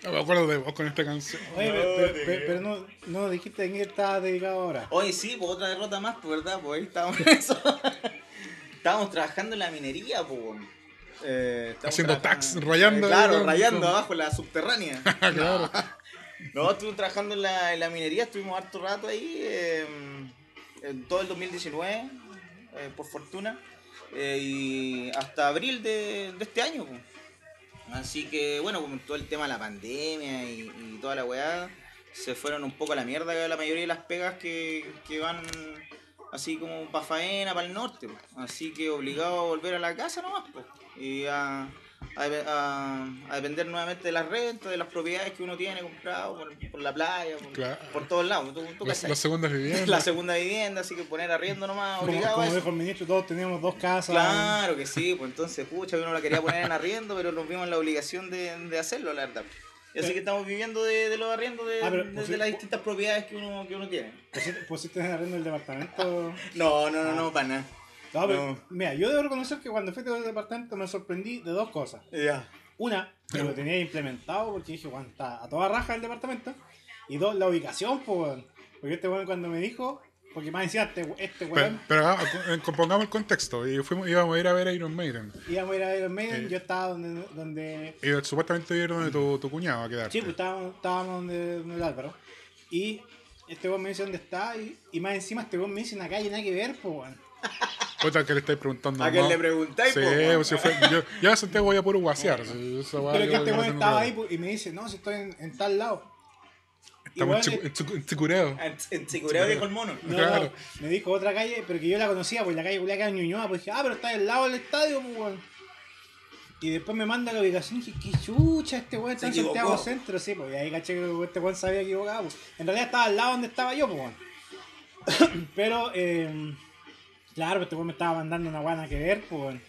[SPEAKER 3] No me acuerdo de vos con esta canción.
[SPEAKER 4] Oye,
[SPEAKER 5] No,
[SPEAKER 4] pero,
[SPEAKER 5] te
[SPEAKER 4] pero,
[SPEAKER 5] creo.
[SPEAKER 4] pero- pero no, no dijiste en qué estaba dedicado ahora.
[SPEAKER 5] Oye, sí, pues otra derrota más, pues verdad, pues ahí estábamos en eso. estábamos trabajando en la minería, pues. weón. Eh, estábamos
[SPEAKER 3] Haciendo
[SPEAKER 5] trabajando-
[SPEAKER 3] tax, rayando ahí,
[SPEAKER 5] claro,
[SPEAKER 3] weón.
[SPEAKER 5] rayando abajo la subterránea.
[SPEAKER 3] Ah, claro.
[SPEAKER 5] No, estuvimos trabajando en la, en la minería, estuvimos harto rato ahí, eh, en todo el 2019, eh, por fortuna, eh, y hasta abril de, de este año. po. Así que, bueno, con todo el tema de la pandemia y, y toda la weá, se fueron un poco a la mierda la mayoría de las pegas que, que van así como para faena, para el norte. po. Así que obligado a volver a la casa nomás, po, y a a, a- a depender nuevamente de las rentas, de las propiedades que uno tiene comprado por, por la playa, por,
[SPEAKER 3] Claro.
[SPEAKER 5] por todos lados. Tú- tú qué
[SPEAKER 3] Las,
[SPEAKER 5] sabes.
[SPEAKER 3] las segundas
[SPEAKER 5] la
[SPEAKER 3] viviendas.
[SPEAKER 5] segunda vivienda, así que poner arriendo nomás,
[SPEAKER 4] Como,
[SPEAKER 5] obligado a
[SPEAKER 4] como
[SPEAKER 5] eso.
[SPEAKER 4] dijo el ministro, todos teníamos dos casas.
[SPEAKER 5] Claro que sí, pues entonces, pucha, yo no la quería poner en arriendo, pero nos vimos en la obligación de, de hacerlo, la verdad. Y así que estamos viviendo de, de los arriendos de,
[SPEAKER 4] Eh. Ah, pero,
[SPEAKER 5] de-
[SPEAKER 4] pues,
[SPEAKER 5] de
[SPEAKER 4] sí.
[SPEAKER 5] las distintas propiedades que uno, que uno tiene.
[SPEAKER 4] Pusiste, pusiste en arriendo el departamento.
[SPEAKER 5] No, no, no, no, para nada.
[SPEAKER 4] No, pero,
[SPEAKER 5] No.
[SPEAKER 4] mira, yo debo reconocer que cuando fui al departamento me sorprendí de dos cosas.
[SPEAKER 5] Ya.
[SPEAKER 4] Una, que lo tenía implementado porque dije, weón, está a toda raja el departamento. Y dos, la ubicación, pues, weón. Porque este weón cuando me dijo, porque más decía, este, este
[SPEAKER 3] Pero,
[SPEAKER 4] weón,
[SPEAKER 3] pero ah, eh, compongamos el contexto. Y fuimos, íbamos a ir a ver a Iron Maiden.
[SPEAKER 4] íbamos a ir a Iron Maiden,
[SPEAKER 3] Sí.
[SPEAKER 4] yo estaba donde, donde
[SPEAKER 3] Y eh, supuestamente iba a ir donde tu, tu cuñado a quedar.
[SPEAKER 4] Sí, pues estábamos, estábamos donde, donde el Álvaro. Y este weón me dice dónde está. Y, y más encima este weón me dice en la calle, nada que ver, pues weón.
[SPEAKER 3] Ah, Otra que le estáis preguntando.
[SPEAKER 5] ¿A quién
[SPEAKER 3] ¿no?
[SPEAKER 5] le preguntáis?
[SPEAKER 3] Sí,
[SPEAKER 5] po, weón?
[SPEAKER 3] pues, si fue- yo, yo a Santiago voy a puro guasear. si esa weá
[SPEAKER 4] Pero es que
[SPEAKER 3] yo-
[SPEAKER 4] este
[SPEAKER 3] yo no
[SPEAKER 4] weón
[SPEAKER 3] tengo
[SPEAKER 4] estaba ahí
[SPEAKER 3] problema.
[SPEAKER 4] pues, y me dice, no, si estoy en, en tal lado. Y
[SPEAKER 3] Estamos en
[SPEAKER 4] weón,
[SPEAKER 3] Chicu- en Chicu- en Chicureo.
[SPEAKER 5] En- En Chicureo dijo el mono.
[SPEAKER 4] No,
[SPEAKER 3] Claro.
[SPEAKER 4] no, me dijo otra calle, pero que yo la conocía, pues la calle culiá que era en Ñuñoa, pues dije, ah, pero está al lado del estadio, pues weón. Y después me manda la ubicación y dije, qué chucha, este weón está
[SPEAKER 5] Se
[SPEAKER 4] en Santiago
[SPEAKER 5] equivocó.
[SPEAKER 4] Centro, sí, pues y ahí caché que este weón se había equivocado, pues. En realidad estaba al lado donde estaba yo, pues weón. Pero, eh, claro, este weón me estaba mandando una guana que ver, pues weón.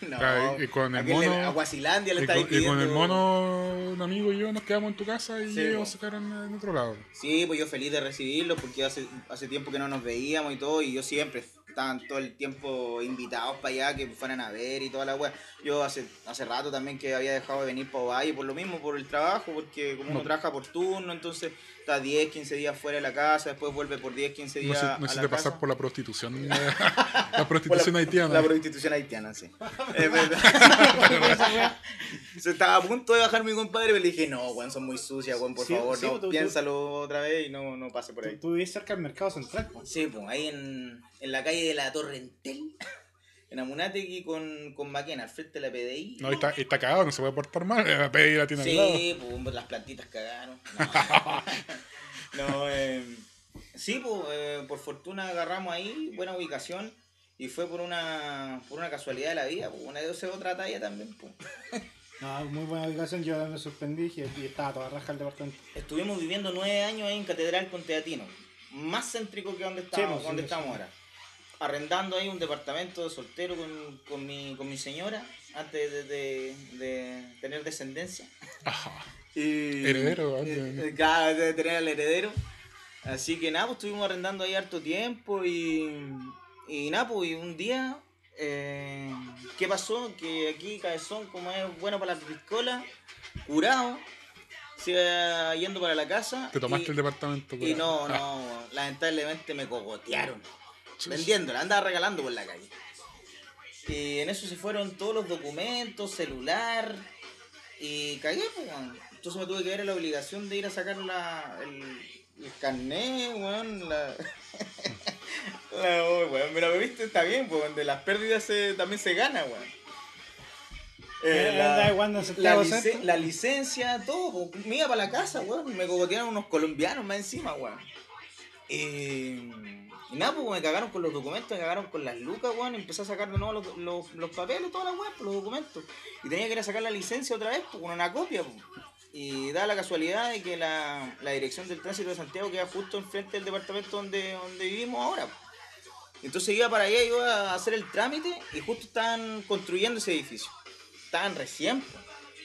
[SPEAKER 5] No.
[SPEAKER 3] Claro, y- y con el
[SPEAKER 5] ¿A quién le-
[SPEAKER 3] mono-
[SPEAKER 5] A Guasilandia le
[SPEAKER 3] Y
[SPEAKER 5] estáis
[SPEAKER 3] con, y
[SPEAKER 5] pidiendo.
[SPEAKER 3] con el mono, un amigo y yo nos quedamos en tu casa y
[SPEAKER 5] Sí, pues. po.
[SPEAKER 3] ellos se quedaron en otro lado.
[SPEAKER 5] Sí, pues yo feliz de recibirlos porque hace, hace tiempo que no nos veíamos y todo, y yo siempre estaban todo el tiempo invitados para allá que fueran a ver y toda la wea. Yo hace, hace rato también que había dejado de venir para Ovalle por lo mismo, por el trabajo, porque como uno trabaja por turno, entonces está 10, 15 días fuera de la casa, después vuelve por 10, 15
[SPEAKER 3] No
[SPEAKER 5] días.
[SPEAKER 3] se,
[SPEAKER 5] a
[SPEAKER 3] no
[SPEAKER 5] la
[SPEAKER 3] hiciste pasar
[SPEAKER 5] casa.
[SPEAKER 3] por la prostitución. la prostitución
[SPEAKER 5] Por la-
[SPEAKER 3] haitiana.
[SPEAKER 5] La prostitución haitiana, sí. Es verdad. Se estaba a punto de bajar mi compadre, pero le dije, no, weón, son muy sucias, weón, por
[SPEAKER 4] Sí,
[SPEAKER 5] favor,
[SPEAKER 4] sí,
[SPEAKER 5] no,
[SPEAKER 3] pues,
[SPEAKER 4] tú- tú-
[SPEAKER 5] piénsalo otra vez y no, no pase por
[SPEAKER 4] Tú,
[SPEAKER 5] ahí.
[SPEAKER 4] tú vivís cerca del mercado central, pues.
[SPEAKER 5] Sí, pues ahí en, en la calle de la Torrentel, en Amunategui con, con Maquena, al frente de la PDI.
[SPEAKER 3] No, y está, y está cagado, no se puede portar mal. eh, La peli la tiene al lado.
[SPEAKER 5] Sí, pues las plantitas cagaron. No, No, eh, sí, pues eh, por fortuna agarramos ahí, buena ubicación. Y fue por una, por una casualidad de la vida, pues una de dos es otra talla también. pues.
[SPEAKER 4] No, muy buena ubicación, yo me sorprendí dije, y estaba toda raja el departamento.
[SPEAKER 5] Estuvimos viviendo nueve años ahí en Catedral con Teatino, más céntrico que donde estamos,
[SPEAKER 4] pues, sí,
[SPEAKER 5] donde
[SPEAKER 4] sí.
[SPEAKER 5] estamos ahora. Arrendando ahí un departamento de soltero con, con mi, con mi señora antes de, de- de tener descendencia.
[SPEAKER 3] Ajá.
[SPEAKER 5] Y-
[SPEAKER 3] Heredero, ¿no?
[SPEAKER 5] eh, eh, Claro, de tener al heredero. Así que nada, pues estuvimos arrendando ahí harto tiempo y. Y nada, pues y un día. eh, ¿Qué pasó? Que aquí Cabezón, como es bueno para las piscolas, curado, se iba yendo para la casa.
[SPEAKER 3] Te tomaste
[SPEAKER 5] y,
[SPEAKER 3] el departamento. Ah,
[SPEAKER 5] Y
[SPEAKER 3] cuidado.
[SPEAKER 5] no, no, lamentablemente me cogotearon. Vendiéndola, andaba regalando por la calle. Y en eso se fueron todos los documentos, celular. Y cagué, pues, weón. Entonces me tuve que ver en la obligación de ir a sacar la, el, el carnet, weón. La... la, oh, weón, Mira, me viste, está bien, pues, de las pérdidas se- también se gana, weón. Eh,
[SPEAKER 4] Él
[SPEAKER 5] la-
[SPEAKER 4] andaba jugando en
[SPEAKER 5] la,
[SPEAKER 4] Santiago
[SPEAKER 5] lice-
[SPEAKER 4] Centro.
[SPEAKER 5] la licencia, todo, po, me iba para la casa, weón. Me cogotearon unos colombianos más encima, weón. Eh, y nada, pues me cagaron con los documentos, me cagaron con las lucas, weón. Empecé a sacar de nuevo los, los, los papeles, todas las weas, pues, los documentos. Y tenía que ir a sacar la licencia otra vez, pues, con una copia, pues. Y da la casualidad de que la, la dirección del tránsito de Santiago queda justo enfrente del departamento donde, donde vivimos ahora. pues. Entonces iba para allá, iba a hacer el trámite y justo estaban construyendo ese edificio. Estaban recién. pues.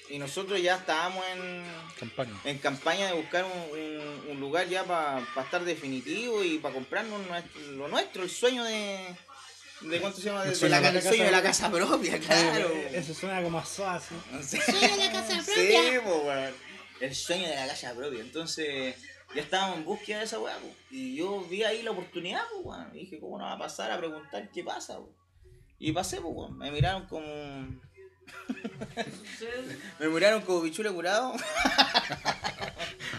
[SPEAKER 5] Y nosotros ya estábamos en,
[SPEAKER 3] Campaña.
[SPEAKER 5] en campaña de buscar un, un- un lugar ya para estar definitivo y para comprarnos nuestro- lo nuestro, el sueño de. ¿De cuánto se llama? De,
[SPEAKER 3] sueño
[SPEAKER 5] la,
[SPEAKER 3] de
[SPEAKER 5] el sueño de la casa propia, claro.
[SPEAKER 4] Eso suena como a soa, así.
[SPEAKER 5] No sé.
[SPEAKER 6] Sueño de la casa
[SPEAKER 5] Sí,
[SPEAKER 6] propia.
[SPEAKER 5] po, weón. El sueño de la casa propia. Entonces, ya estábamos en búsqueda de esa weá, po. Y yo vi ahí la oportunidad, po, weón. Y dije, ¿cómo no va a pasar a preguntar qué pasa, po? Y pasé, po, weón. Me miraron como. Me miraron como bichule curado.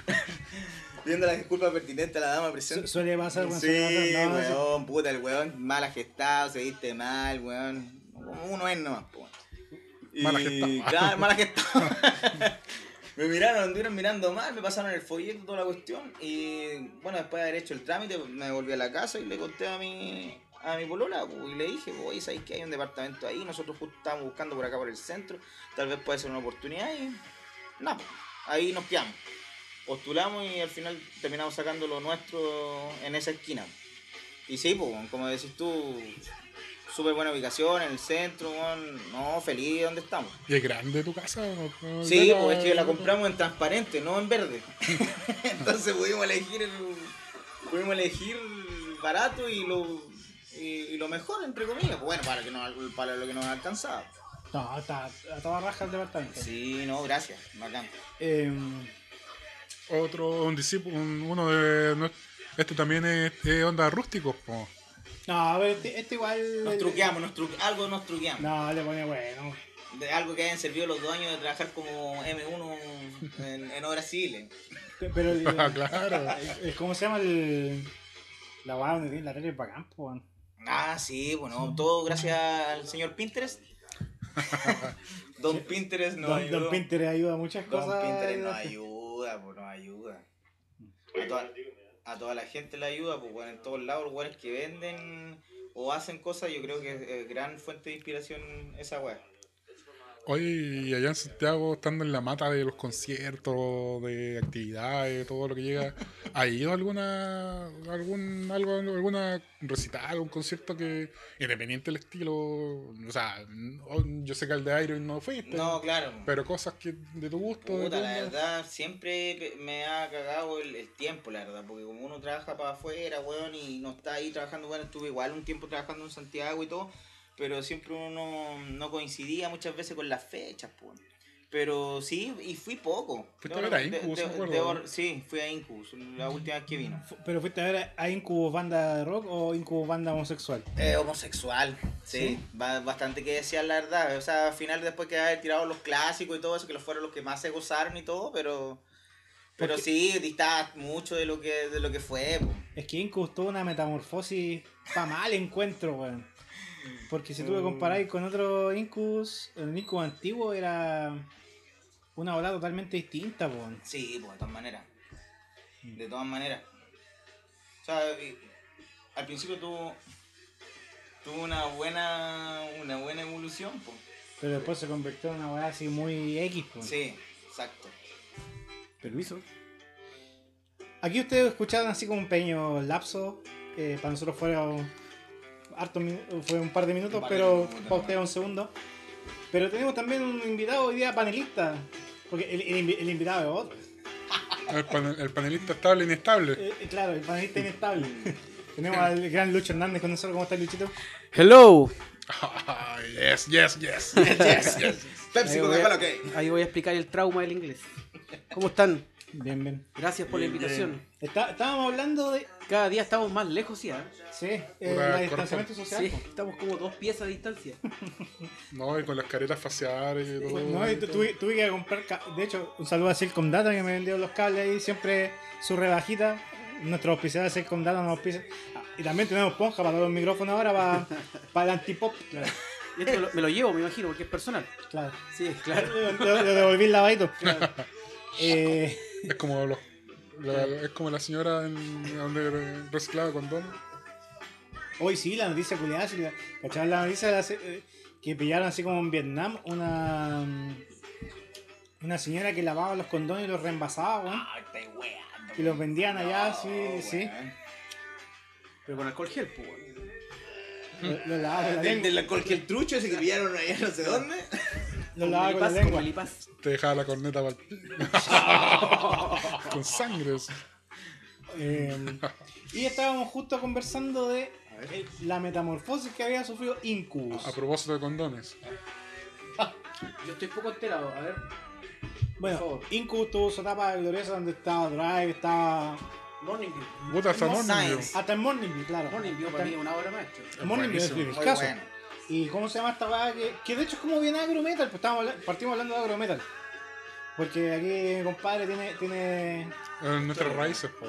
[SPEAKER 5] Viendo las disculpas pertinentes a la dama
[SPEAKER 4] Su-
[SPEAKER 5] presente.
[SPEAKER 4] Suele pasar cuando
[SPEAKER 5] Sí, oh.
[SPEAKER 4] se no, eso-
[SPEAKER 5] weón, puta, el weón mal gestado, se viste mal, weón. Como Uno es nomás, po. Y,
[SPEAKER 3] Mal agestado.
[SPEAKER 5] Claro, mal agestado. me miraron, anduvieron mirando mal, me pasaron el folleto, toda la cuestión. Y bueno, después de haber hecho el trámite, me volví a la casa y le conté a mi, a mi polola, po, y le dije, po, oye, ¿sabéis que hay un departamento ahí? Nosotros justo estábamos buscando por acá, por el centro. Tal vez puede ser una oportunidad y... Nada, po, ahí nos quedamos. Postulamos y al final terminamos sacando lo nuestro en esa esquina. Y sí, po, weón, como decís tú, súper buena ubicación en el centro, weón. no, feliz donde estamos.
[SPEAKER 3] ¿Y es grande tu casa? ¿O no?
[SPEAKER 5] Sí,
[SPEAKER 3] Bueno,
[SPEAKER 5] pues es que la
[SPEAKER 3] eh,
[SPEAKER 5] compramos en transparente, no en verde. Entonces pudimos elegir, pudimos elegir barato y lo, y, y lo mejor, entre comillas. Pues Bueno, para, que nos, para lo que nos alcanzaba.
[SPEAKER 4] No, está a toda raja el departamento.
[SPEAKER 5] Sí, no, gracias, bacán.
[SPEAKER 4] Em,
[SPEAKER 3] Otro, un discípulo, un- uno de. nues- Este también es, es onda rústicos, po.
[SPEAKER 4] no, a ver, este, este igual.
[SPEAKER 5] Nos truqueamos, nos truque- algo nos truqueamos.
[SPEAKER 4] No, le pone bueno.
[SPEAKER 5] De algo que hayan servido los dos años de trabajar como M1 en, en obras civiles.
[SPEAKER 4] Pe- Pero el,
[SPEAKER 3] Ah, claro.
[SPEAKER 4] el- el- ¿Cómo se llama el. La guada donde tiene la tele para campo, weón?
[SPEAKER 5] Ah, sí, bueno, todo gracias al señor Pinterest. Don Pinterest nos
[SPEAKER 4] Don,
[SPEAKER 5] ayudó.
[SPEAKER 4] Don Pinterest ayuda a muchas
[SPEAKER 5] Don
[SPEAKER 4] cosas.
[SPEAKER 5] Pinterest nos ayuda, pues nos ayuda. A toda, a toda la gente le ayuda, pues bueno, en todos lados, los weones que venden o hacen cosas, yo creo que es gran fuente de inspiración esa weá.
[SPEAKER 3] Hoy allá en Santiago, estando en la mata de los conciertos, de actividades, todo lo que llega, ¿ha ido alguna, algún, algo, alguna recital, algún concierto que, independiente del estilo, o sea, no- yo sé que al de Iron no fuiste,
[SPEAKER 5] No, claro.
[SPEAKER 3] pero cosas que de tu gusto, de
[SPEAKER 5] Puta,
[SPEAKER 3] tu
[SPEAKER 5] la
[SPEAKER 3] onda.
[SPEAKER 5] verdad, siempre pe- me ha cagado el, el tiempo, la verdad, porque como uno trabaja para afuera, weón, y no está ahí trabajando, bueno, estuve igual un tiempo trabajando en Santiago y todo, pero siempre uno no, no coincidía muchas veces con las fechas, pues. Pero sí, y fui poco.
[SPEAKER 3] Fuiste
[SPEAKER 5] Debo-
[SPEAKER 3] a ver a
[SPEAKER 5] de-
[SPEAKER 3] Incubus,
[SPEAKER 5] de-
[SPEAKER 3] me acuerdo. Mm.
[SPEAKER 5] debo- sí, fui a Incubus, la última vez que vino.
[SPEAKER 4] Fu- ¿Pero fuiste a ver a Incubus banda de rock o Incubus banda homosexual?
[SPEAKER 5] Eh, homosexual, sí, ba- bastante que decía la verdad. O sea, al final después que haber tirado los clásicos y todo eso, que los fueron los que más se gozaron y todo, pero pero sí, distaba mucho de lo que de lo que fue. po.
[SPEAKER 4] Es que Incubus tuvo una metamorfosis para mal encuentro, weón. Porque si tú lo comparás con otro Incubus, el Incubus antiguo era una ola totalmente distinta, weón.
[SPEAKER 5] Sí, pues, de todas maneras. De todas maneras. O sea, y- al principio tuvo tuvo una buena una buena evolución, pues.
[SPEAKER 4] Pero después se convirtió en una weá así muy X, weón.
[SPEAKER 5] Sí, exacto.
[SPEAKER 4] Permiso. Aquí ustedes escucharon así como un pequeño lapso. eh, para nosotros fue, harto, minu- fue un par de minutos,
[SPEAKER 5] Un par de
[SPEAKER 4] pero
[SPEAKER 5] minutos,
[SPEAKER 4] para ustedes un segundo. Pero tenemos también un invitado hoy día panelista. Porque el, el invi- el invitado es otro.
[SPEAKER 3] El, panel- el panelista estable, inestable.
[SPEAKER 4] Eh, eh, claro, el panelista inestable. tenemos al gran Lucho Hernández con nosotros. ¿Cómo está Luchito?
[SPEAKER 7] Hello.
[SPEAKER 3] Ah, yes, yes, yes, yes, yes, yes.
[SPEAKER 5] Pepsi,
[SPEAKER 7] Ahí voy,
[SPEAKER 5] Coca-Cola,
[SPEAKER 7] a,
[SPEAKER 5] ok.
[SPEAKER 7] ahí voy a explicar el trauma del inglés. ¿Cómo están?
[SPEAKER 4] Bien, bien.
[SPEAKER 7] Gracias por la invitación.
[SPEAKER 4] Está- estábamos hablando de.
[SPEAKER 7] Cada día estamos más lejos ya.
[SPEAKER 4] Sí, eh,
[SPEAKER 3] Una
[SPEAKER 4] la distanciamiento social.
[SPEAKER 7] Sí,
[SPEAKER 4] po.
[SPEAKER 7] estamos como dos piezas a distancia.
[SPEAKER 3] No, y con las caretas faciales y todo.
[SPEAKER 4] Pues, No, y tu- tuve, tuve que comprar. ca- De hecho, un saludo a Silcom Data que me vendió los cables y siempre su rebajita. Nuestro auspiciador Silcom Data nos auspicia. Ah, Y también tenemos ponja para los micrófonos ahora para, para el antipop. Claro.
[SPEAKER 7] Y esto lo- me lo llevo, me imagino, porque es personal.
[SPEAKER 4] claro.
[SPEAKER 7] Sí, claro.
[SPEAKER 4] Lo, lo- lo devolví el lavadito. Eh,
[SPEAKER 3] Es como los La- es como la señora en, donde re- reciclaba condones.
[SPEAKER 4] Hoy sí, la noticia culiada, sí, la- ¿cachaban la noticia de hace- eh, que pillaron así como en Vietnam una mm, una señora que lavaba los condones y los reembasaba, weón.
[SPEAKER 5] Ay, te weando.
[SPEAKER 4] Y los vendían allá,
[SPEAKER 5] No,
[SPEAKER 4] sí,
[SPEAKER 5] weón.
[SPEAKER 4] sí.
[SPEAKER 7] Pero con alcohol gel, pues. weón.
[SPEAKER 4] Lo, lo lavaba con Ah, la
[SPEAKER 5] Del,
[SPEAKER 4] lengua.
[SPEAKER 5] del alcohol que el trucho ese que pillaron allá no sé dónde.
[SPEAKER 4] Lo
[SPEAKER 7] Con
[SPEAKER 4] lavaba con la
[SPEAKER 7] melipaz, con
[SPEAKER 4] lengua.
[SPEAKER 7] melipaz.
[SPEAKER 3] Te dejaba la corneta para el Con sangre. eso.
[SPEAKER 4] Eh, y estábamos justo conversando de
[SPEAKER 5] A ver.
[SPEAKER 4] el- la metamorfosis que había sufrido Incubus.
[SPEAKER 3] A propósito de condones.
[SPEAKER 7] Yo estoy poco enterado, a ver. por
[SPEAKER 4] Bueno,
[SPEAKER 7] favor.
[SPEAKER 4] Incubus tuvo su etapa gloriosa donde estaba Drive, estaba.
[SPEAKER 7] Morning View.
[SPEAKER 3] Puta, hasta no,
[SPEAKER 5] No science.
[SPEAKER 4] Hasta el Morning, claro.
[SPEAKER 7] Morning View para mí es una obra maestra.
[SPEAKER 4] El Morning View es
[SPEAKER 3] Buenísimo.
[SPEAKER 4] el
[SPEAKER 5] Muy
[SPEAKER 4] caso.
[SPEAKER 5] bueno.
[SPEAKER 4] ¿Y cómo se llama esta weá? Que, que de hecho es como bien agrometal, pues estábamos habla- partimos hablando de agrometal. Porque aquí, compadre, tiene, tiene
[SPEAKER 3] En nuestras raíces, po.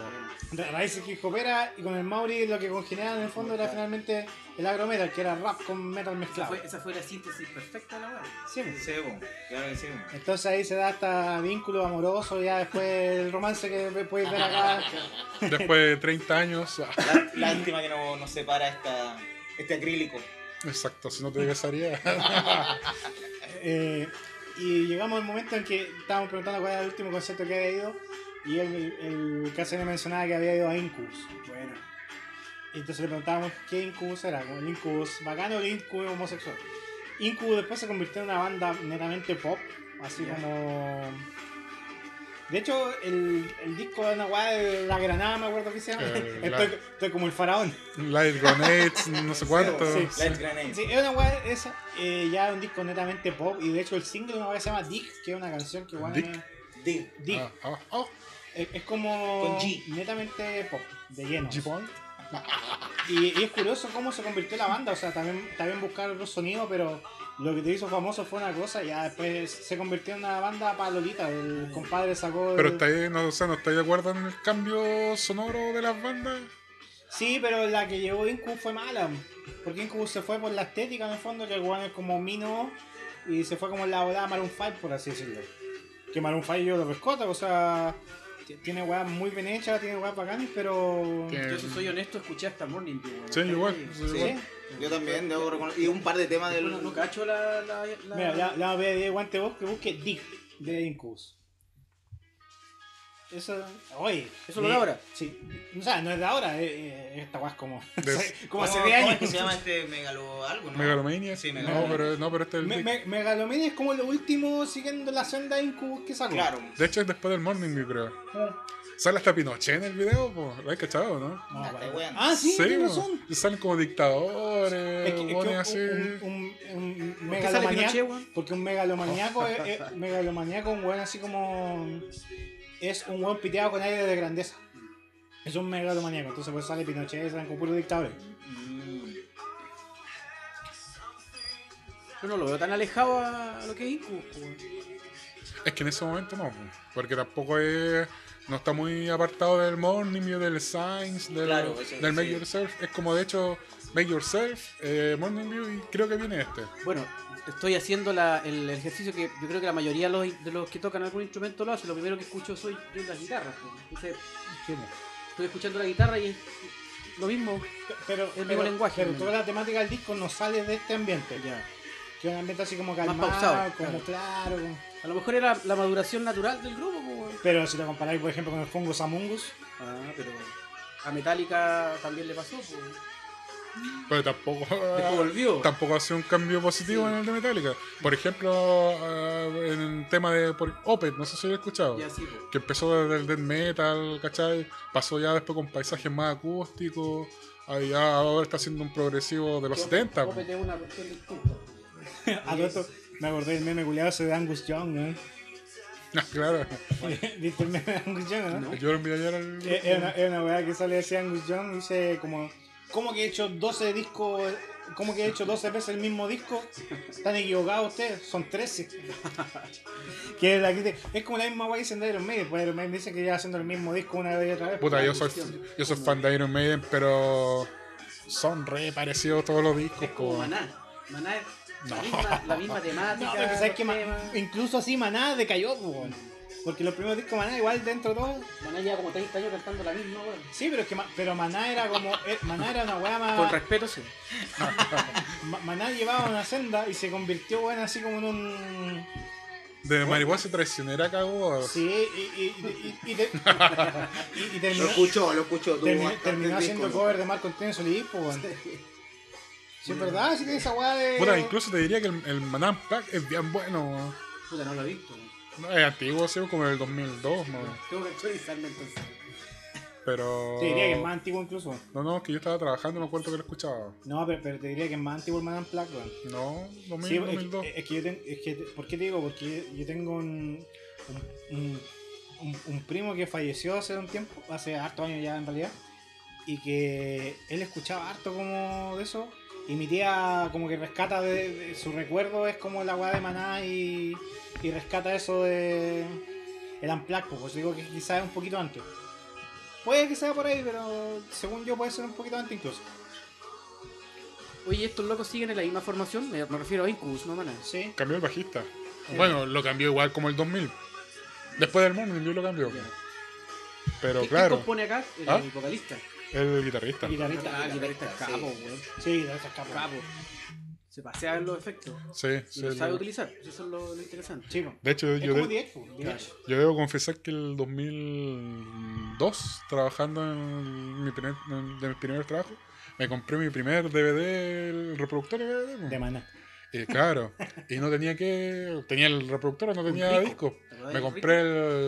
[SPEAKER 4] ra- raíces que coopera y con el Mauri lo que congeniaban en el fondo era finalmente el agrometal, que era rap con metal
[SPEAKER 7] Esa
[SPEAKER 4] mezclado.
[SPEAKER 7] fue, esa fue la síntesis perfecta de la obra.
[SPEAKER 4] Sí, pues.
[SPEAKER 5] Sebo, claro que sí. weón.
[SPEAKER 4] entonces ahí se da hasta vínculo amoroso, ya después el romance que ve- puedes ver acá.
[SPEAKER 3] Después de 30 años. ah,
[SPEAKER 5] La última que no- nos separa esta, este acrílico.
[SPEAKER 3] Exacto, si no te besaría.
[SPEAKER 4] Eh, y llegamos al momento en que estábamos preguntando cuál era el último concierto que había ido. Y el, el Cassiano mencionaba que había ido a Incubus. Bueno. Y entonces le preguntábamos qué Incubus era, como el Incubus bacano o el Incubus homosexual. Incubus después se convirtió en una banda netamente pop, así
[SPEAKER 7] Ya.
[SPEAKER 4] como. De hecho, el, el disco de una weá de La Granada, me acuerdo que se llama.
[SPEAKER 3] Eh, la-
[SPEAKER 4] estoy, estoy como el faraón.
[SPEAKER 3] Light grenades, no sé cuánto.
[SPEAKER 4] Sí,
[SPEAKER 5] Light Grenade.
[SPEAKER 4] Sí, es una weá esa, eh, ya un disco netamente pop, y de hecho el single de una weá se llama Dick, que es una canción que weón,
[SPEAKER 3] Dick.
[SPEAKER 4] es-
[SPEAKER 5] Dick.
[SPEAKER 4] Dick.
[SPEAKER 3] Ah, ah, oh,
[SPEAKER 4] eh, Es, es como
[SPEAKER 5] Con G.
[SPEAKER 4] netamente pop, de lleno.
[SPEAKER 3] G-Point.
[SPEAKER 4] Y, y es curioso cómo se convirtió la banda, o sea, también, también buscar otro sonido, pero lo que te hizo famoso fue una cosa, ya después se convirtió en una banda palolita, el compadre sacó... el-
[SPEAKER 3] Pero está ahí, no, o sea, ¿no estáis de acuerdo en el cambio sonoro de las bandas?
[SPEAKER 4] Sí, pero la que llevó Incubus fue mala, porque Incubus se fue por la estética en el fondo, que el weón es como mino, y se fue como la volada Maroon 5, por así decirlo. Que Maroon 5 yo lo rescoto, o sea, t- tiene weas muy bien hechas, tiene weas bacanas, pero...
[SPEAKER 3] Que-
[SPEAKER 7] Yo si soy honesto, escuché hasta Morning View. weón.
[SPEAKER 3] Sí, igual.
[SPEAKER 7] Ahí-
[SPEAKER 3] sí, igual.
[SPEAKER 5] Yo también, debo reconocer. Y un par de temas del.
[SPEAKER 7] Bueno, no cacho la. la, la-
[SPEAKER 4] Mira, la, la voy a pedir guante vos que busque Dick de Incubus. Eso. Oye.
[SPEAKER 7] ¿Eso lo de ahora?
[SPEAKER 4] Sí. O sea, no es de ahora, eh, eh, esta guas como.
[SPEAKER 3] De-
[SPEAKER 4] como hace
[SPEAKER 5] ¿Cómo-
[SPEAKER 4] 10
[SPEAKER 5] cómo
[SPEAKER 4] años.
[SPEAKER 5] es que se llama este megalo algo, no?
[SPEAKER 3] Megalomania.
[SPEAKER 5] Sí,
[SPEAKER 3] no,
[SPEAKER 5] Megalomania.
[SPEAKER 3] pero, no, pero este es el
[SPEAKER 4] Me-
[SPEAKER 3] Dick.
[SPEAKER 4] me- Megalomania es como lo último siguiendo la senda de Incubus que sacó.
[SPEAKER 5] Claro.
[SPEAKER 3] De hecho, es después del Morning View, creo.
[SPEAKER 4] Ah.
[SPEAKER 3] Sale hasta Pinochet en el video, pues. ¿Lo has cachado, no?
[SPEAKER 4] No,
[SPEAKER 5] Ah,
[SPEAKER 4] bueno.
[SPEAKER 5] está bueno.
[SPEAKER 4] ah, sí, tienes
[SPEAKER 3] po.
[SPEAKER 7] Eh,
[SPEAKER 4] razón.
[SPEAKER 3] Y Salen como dictadores,
[SPEAKER 4] Es que, es que
[SPEAKER 3] hueones así.
[SPEAKER 4] un, un, un, un
[SPEAKER 7] ¿Por qué sale
[SPEAKER 4] megalomaniaco-
[SPEAKER 7] Pinochet, weón?
[SPEAKER 4] Porque un megalomaniaco es, es- un megalomaniaco, un weón así como. Es un weón piteado con aire de grandeza. Es un megalomaniaco. Entonces, pues sale Pinochet, salen con puros dictadores.
[SPEAKER 5] Mm.
[SPEAKER 7] Yo no lo veo tan alejado a a lo que es pues. Incubus, weón.
[SPEAKER 3] Es que en ese momento no, po. porque tampoco es. No está muy apartado del Morning View, del Science, del,
[SPEAKER 5] Claro, eso,
[SPEAKER 3] del Make
[SPEAKER 5] sí.
[SPEAKER 3] Yourself. Es como, de hecho, Make Yourself, eh, Morning View y creo que viene este.
[SPEAKER 7] Bueno, estoy haciendo la- el ejercicio que yo creo que la mayoría de los, de los que tocan algún instrumento lo hace. Lo primero que escucho soy yo las guitarras. pues. Entonces,
[SPEAKER 3] Sí, po.
[SPEAKER 7] estoy escuchando la guitarra y es lo mismo.
[SPEAKER 4] Pero,
[SPEAKER 7] El mismo
[SPEAKER 4] pero-
[SPEAKER 7] lenguaje,
[SPEAKER 4] pero
[SPEAKER 7] ¿no?
[SPEAKER 4] toda la temática del disco no sale de este ambiente.
[SPEAKER 7] Ya.
[SPEAKER 4] Que es un ambiente así como calmado,
[SPEAKER 7] pausado,
[SPEAKER 4] como claro. como-
[SPEAKER 7] A lo mejor era la maduración natural del grupo. pues, weón.
[SPEAKER 4] Pero si lo comparáis, por ejemplo, con el Fungus Amungus,
[SPEAKER 7] Ah, pero a Metallica también le pasó. pues.
[SPEAKER 3] Pero tampoco.
[SPEAKER 7] Después volvió.
[SPEAKER 3] Ah, Tampoco ha sido un cambio positivo
[SPEAKER 7] Sí.
[SPEAKER 3] en el de Metallica. Por ejemplo, ah, en el tema de por, Opeth, no sé si lo he escuchado.
[SPEAKER 7] Ya sí, pues.
[SPEAKER 3] Que empezó desde el death metal, ¿cachai? Pasó ya después con paisajes más acústicos. Ahí ya ahora está haciendo un progresivo de los pues. 70.
[SPEAKER 7] Opeth
[SPEAKER 3] po.
[SPEAKER 7] es una cuestión distinta.
[SPEAKER 4] a todo esto me acordé del meme culiado ese de Angus Young, ¿eh?
[SPEAKER 3] Ah, claro.
[SPEAKER 4] ¿Viste el meme de Angus Young, no?
[SPEAKER 3] Yo lo envié ayer al-
[SPEAKER 4] Es es una, es una weá que sale ese Angus Young y dice como, ¿cómo que he hecho 12 discos, cómo que he hecho 12 veces el mismo disco? Están equivocados ustedes, son 13. que la crítica- es como la misma weá que dicen de Iron Maiden, pues Iron Maiden dice que lleva haciendo el mismo disco una vez y otra vez.
[SPEAKER 3] Puta, yo soy, yo soy fan de Iron Maiden, pero son re parecidos todos los discos.
[SPEAKER 7] Es como
[SPEAKER 3] po.
[SPEAKER 7] Maná. Maná es la, misma, la misma temática.
[SPEAKER 4] No, pero pues, ¿sabes qué?
[SPEAKER 7] los
[SPEAKER 4] Ma-
[SPEAKER 7] temas.
[SPEAKER 4] Incluso así Maná decayó, pues. Porque los primeros discos de Maná, igual dentro de todo.
[SPEAKER 7] Maná lleva como 30 años cantando la misma, weón.
[SPEAKER 4] Sí, pero es que Ma- pero Maná era como. eh, Maná era una weá
[SPEAKER 7] Con
[SPEAKER 4] más.
[SPEAKER 7] respeto, sí.
[SPEAKER 4] Ma- Maná llevaba una senda y se convirtió, weón, así como en un.
[SPEAKER 3] De marihuana traicionera cagó.
[SPEAKER 4] Sí, y, y, y, y, y, te- y- y
[SPEAKER 8] Lo
[SPEAKER 4] terminó,
[SPEAKER 8] escuchó, lo escuchó. tuvo
[SPEAKER 4] terminó,
[SPEAKER 8] bastante
[SPEAKER 4] terminó haciendo
[SPEAKER 8] disco.
[SPEAKER 4] cover de Marco Antonio Solís, po, weón. Sí, es verdad, sí tiene esa weá de.
[SPEAKER 3] Puta, incluso te diría que el, el Maná Pack es bien bueno. weón.
[SPEAKER 7] Puta, no lo he visto, weón.
[SPEAKER 3] No, es antiguo, sí, como el 2002, más o menos.
[SPEAKER 7] Tengo que actualizarme entonces.
[SPEAKER 3] Pero.
[SPEAKER 4] Te diría que es más antiguo incluso.
[SPEAKER 3] No, no, que yo estaba trabajando, no acuerdo que lo escuchaba.
[SPEAKER 4] No, pero, pero te diría que es más antiguo el Maná Black, weón.
[SPEAKER 3] No, 2000,
[SPEAKER 4] Sí, eh, es,
[SPEAKER 3] 2002.
[SPEAKER 4] es que yo ten- es que, ¿Por qué te digo? Porque yo tengo un, un, un- un- un primo que falleció hace un tiempo, hace harto años ya en realidad, y que él escuchaba harto como de eso, y mi tía como que rescata de, de- su recuerdo, es como la weá de Maná y, y rescata eso de el Amplac, pues digo que quizás es un poquito antes. Puede que sea por ahí, pero según yo puede ser un poquito antes incluso.
[SPEAKER 7] Oye, estos locos siguen en la misma formación. Me, me refiero a Incubus, no Maná.
[SPEAKER 4] Sí.
[SPEAKER 3] Cambió el bajista. Bueno, lo cambió igual como el 2000. Después del Morning View lo cambió.
[SPEAKER 7] Ya.
[SPEAKER 3] Pero
[SPEAKER 7] ¿Qui- ¿Quién
[SPEAKER 3] claro,
[SPEAKER 7] compone acá? El,
[SPEAKER 3] ¿Ah?
[SPEAKER 7] el vocalista.
[SPEAKER 3] el guitarrista.
[SPEAKER 4] Guitarrista.
[SPEAKER 7] Ah, guitarrista es capo, weón.
[SPEAKER 4] Sí, guitarrista capo.
[SPEAKER 7] Capo. Se pasea en los efectos.
[SPEAKER 3] Sí,
[SPEAKER 7] Y
[SPEAKER 3] sí.
[SPEAKER 7] lo sabe
[SPEAKER 3] lo-
[SPEAKER 7] utilizar. Eso es lo, lo interesante.
[SPEAKER 4] Sí, po.
[SPEAKER 3] De hecho,
[SPEAKER 4] Es
[SPEAKER 3] yo,
[SPEAKER 4] como
[SPEAKER 3] de-
[SPEAKER 4] DX, po, DX.
[SPEAKER 3] yo debo confesar que el 2002, trabajando en mi primer, en- de mis primeros trabajos, me compré mi primer DVD, el reproductor de DVD. po.
[SPEAKER 4] De maná.
[SPEAKER 3] Y claro, y no tenía que. Tenía el reproductor, no tenía disco.
[SPEAKER 7] ¿Te acordás
[SPEAKER 3] Me
[SPEAKER 7] del
[SPEAKER 3] compré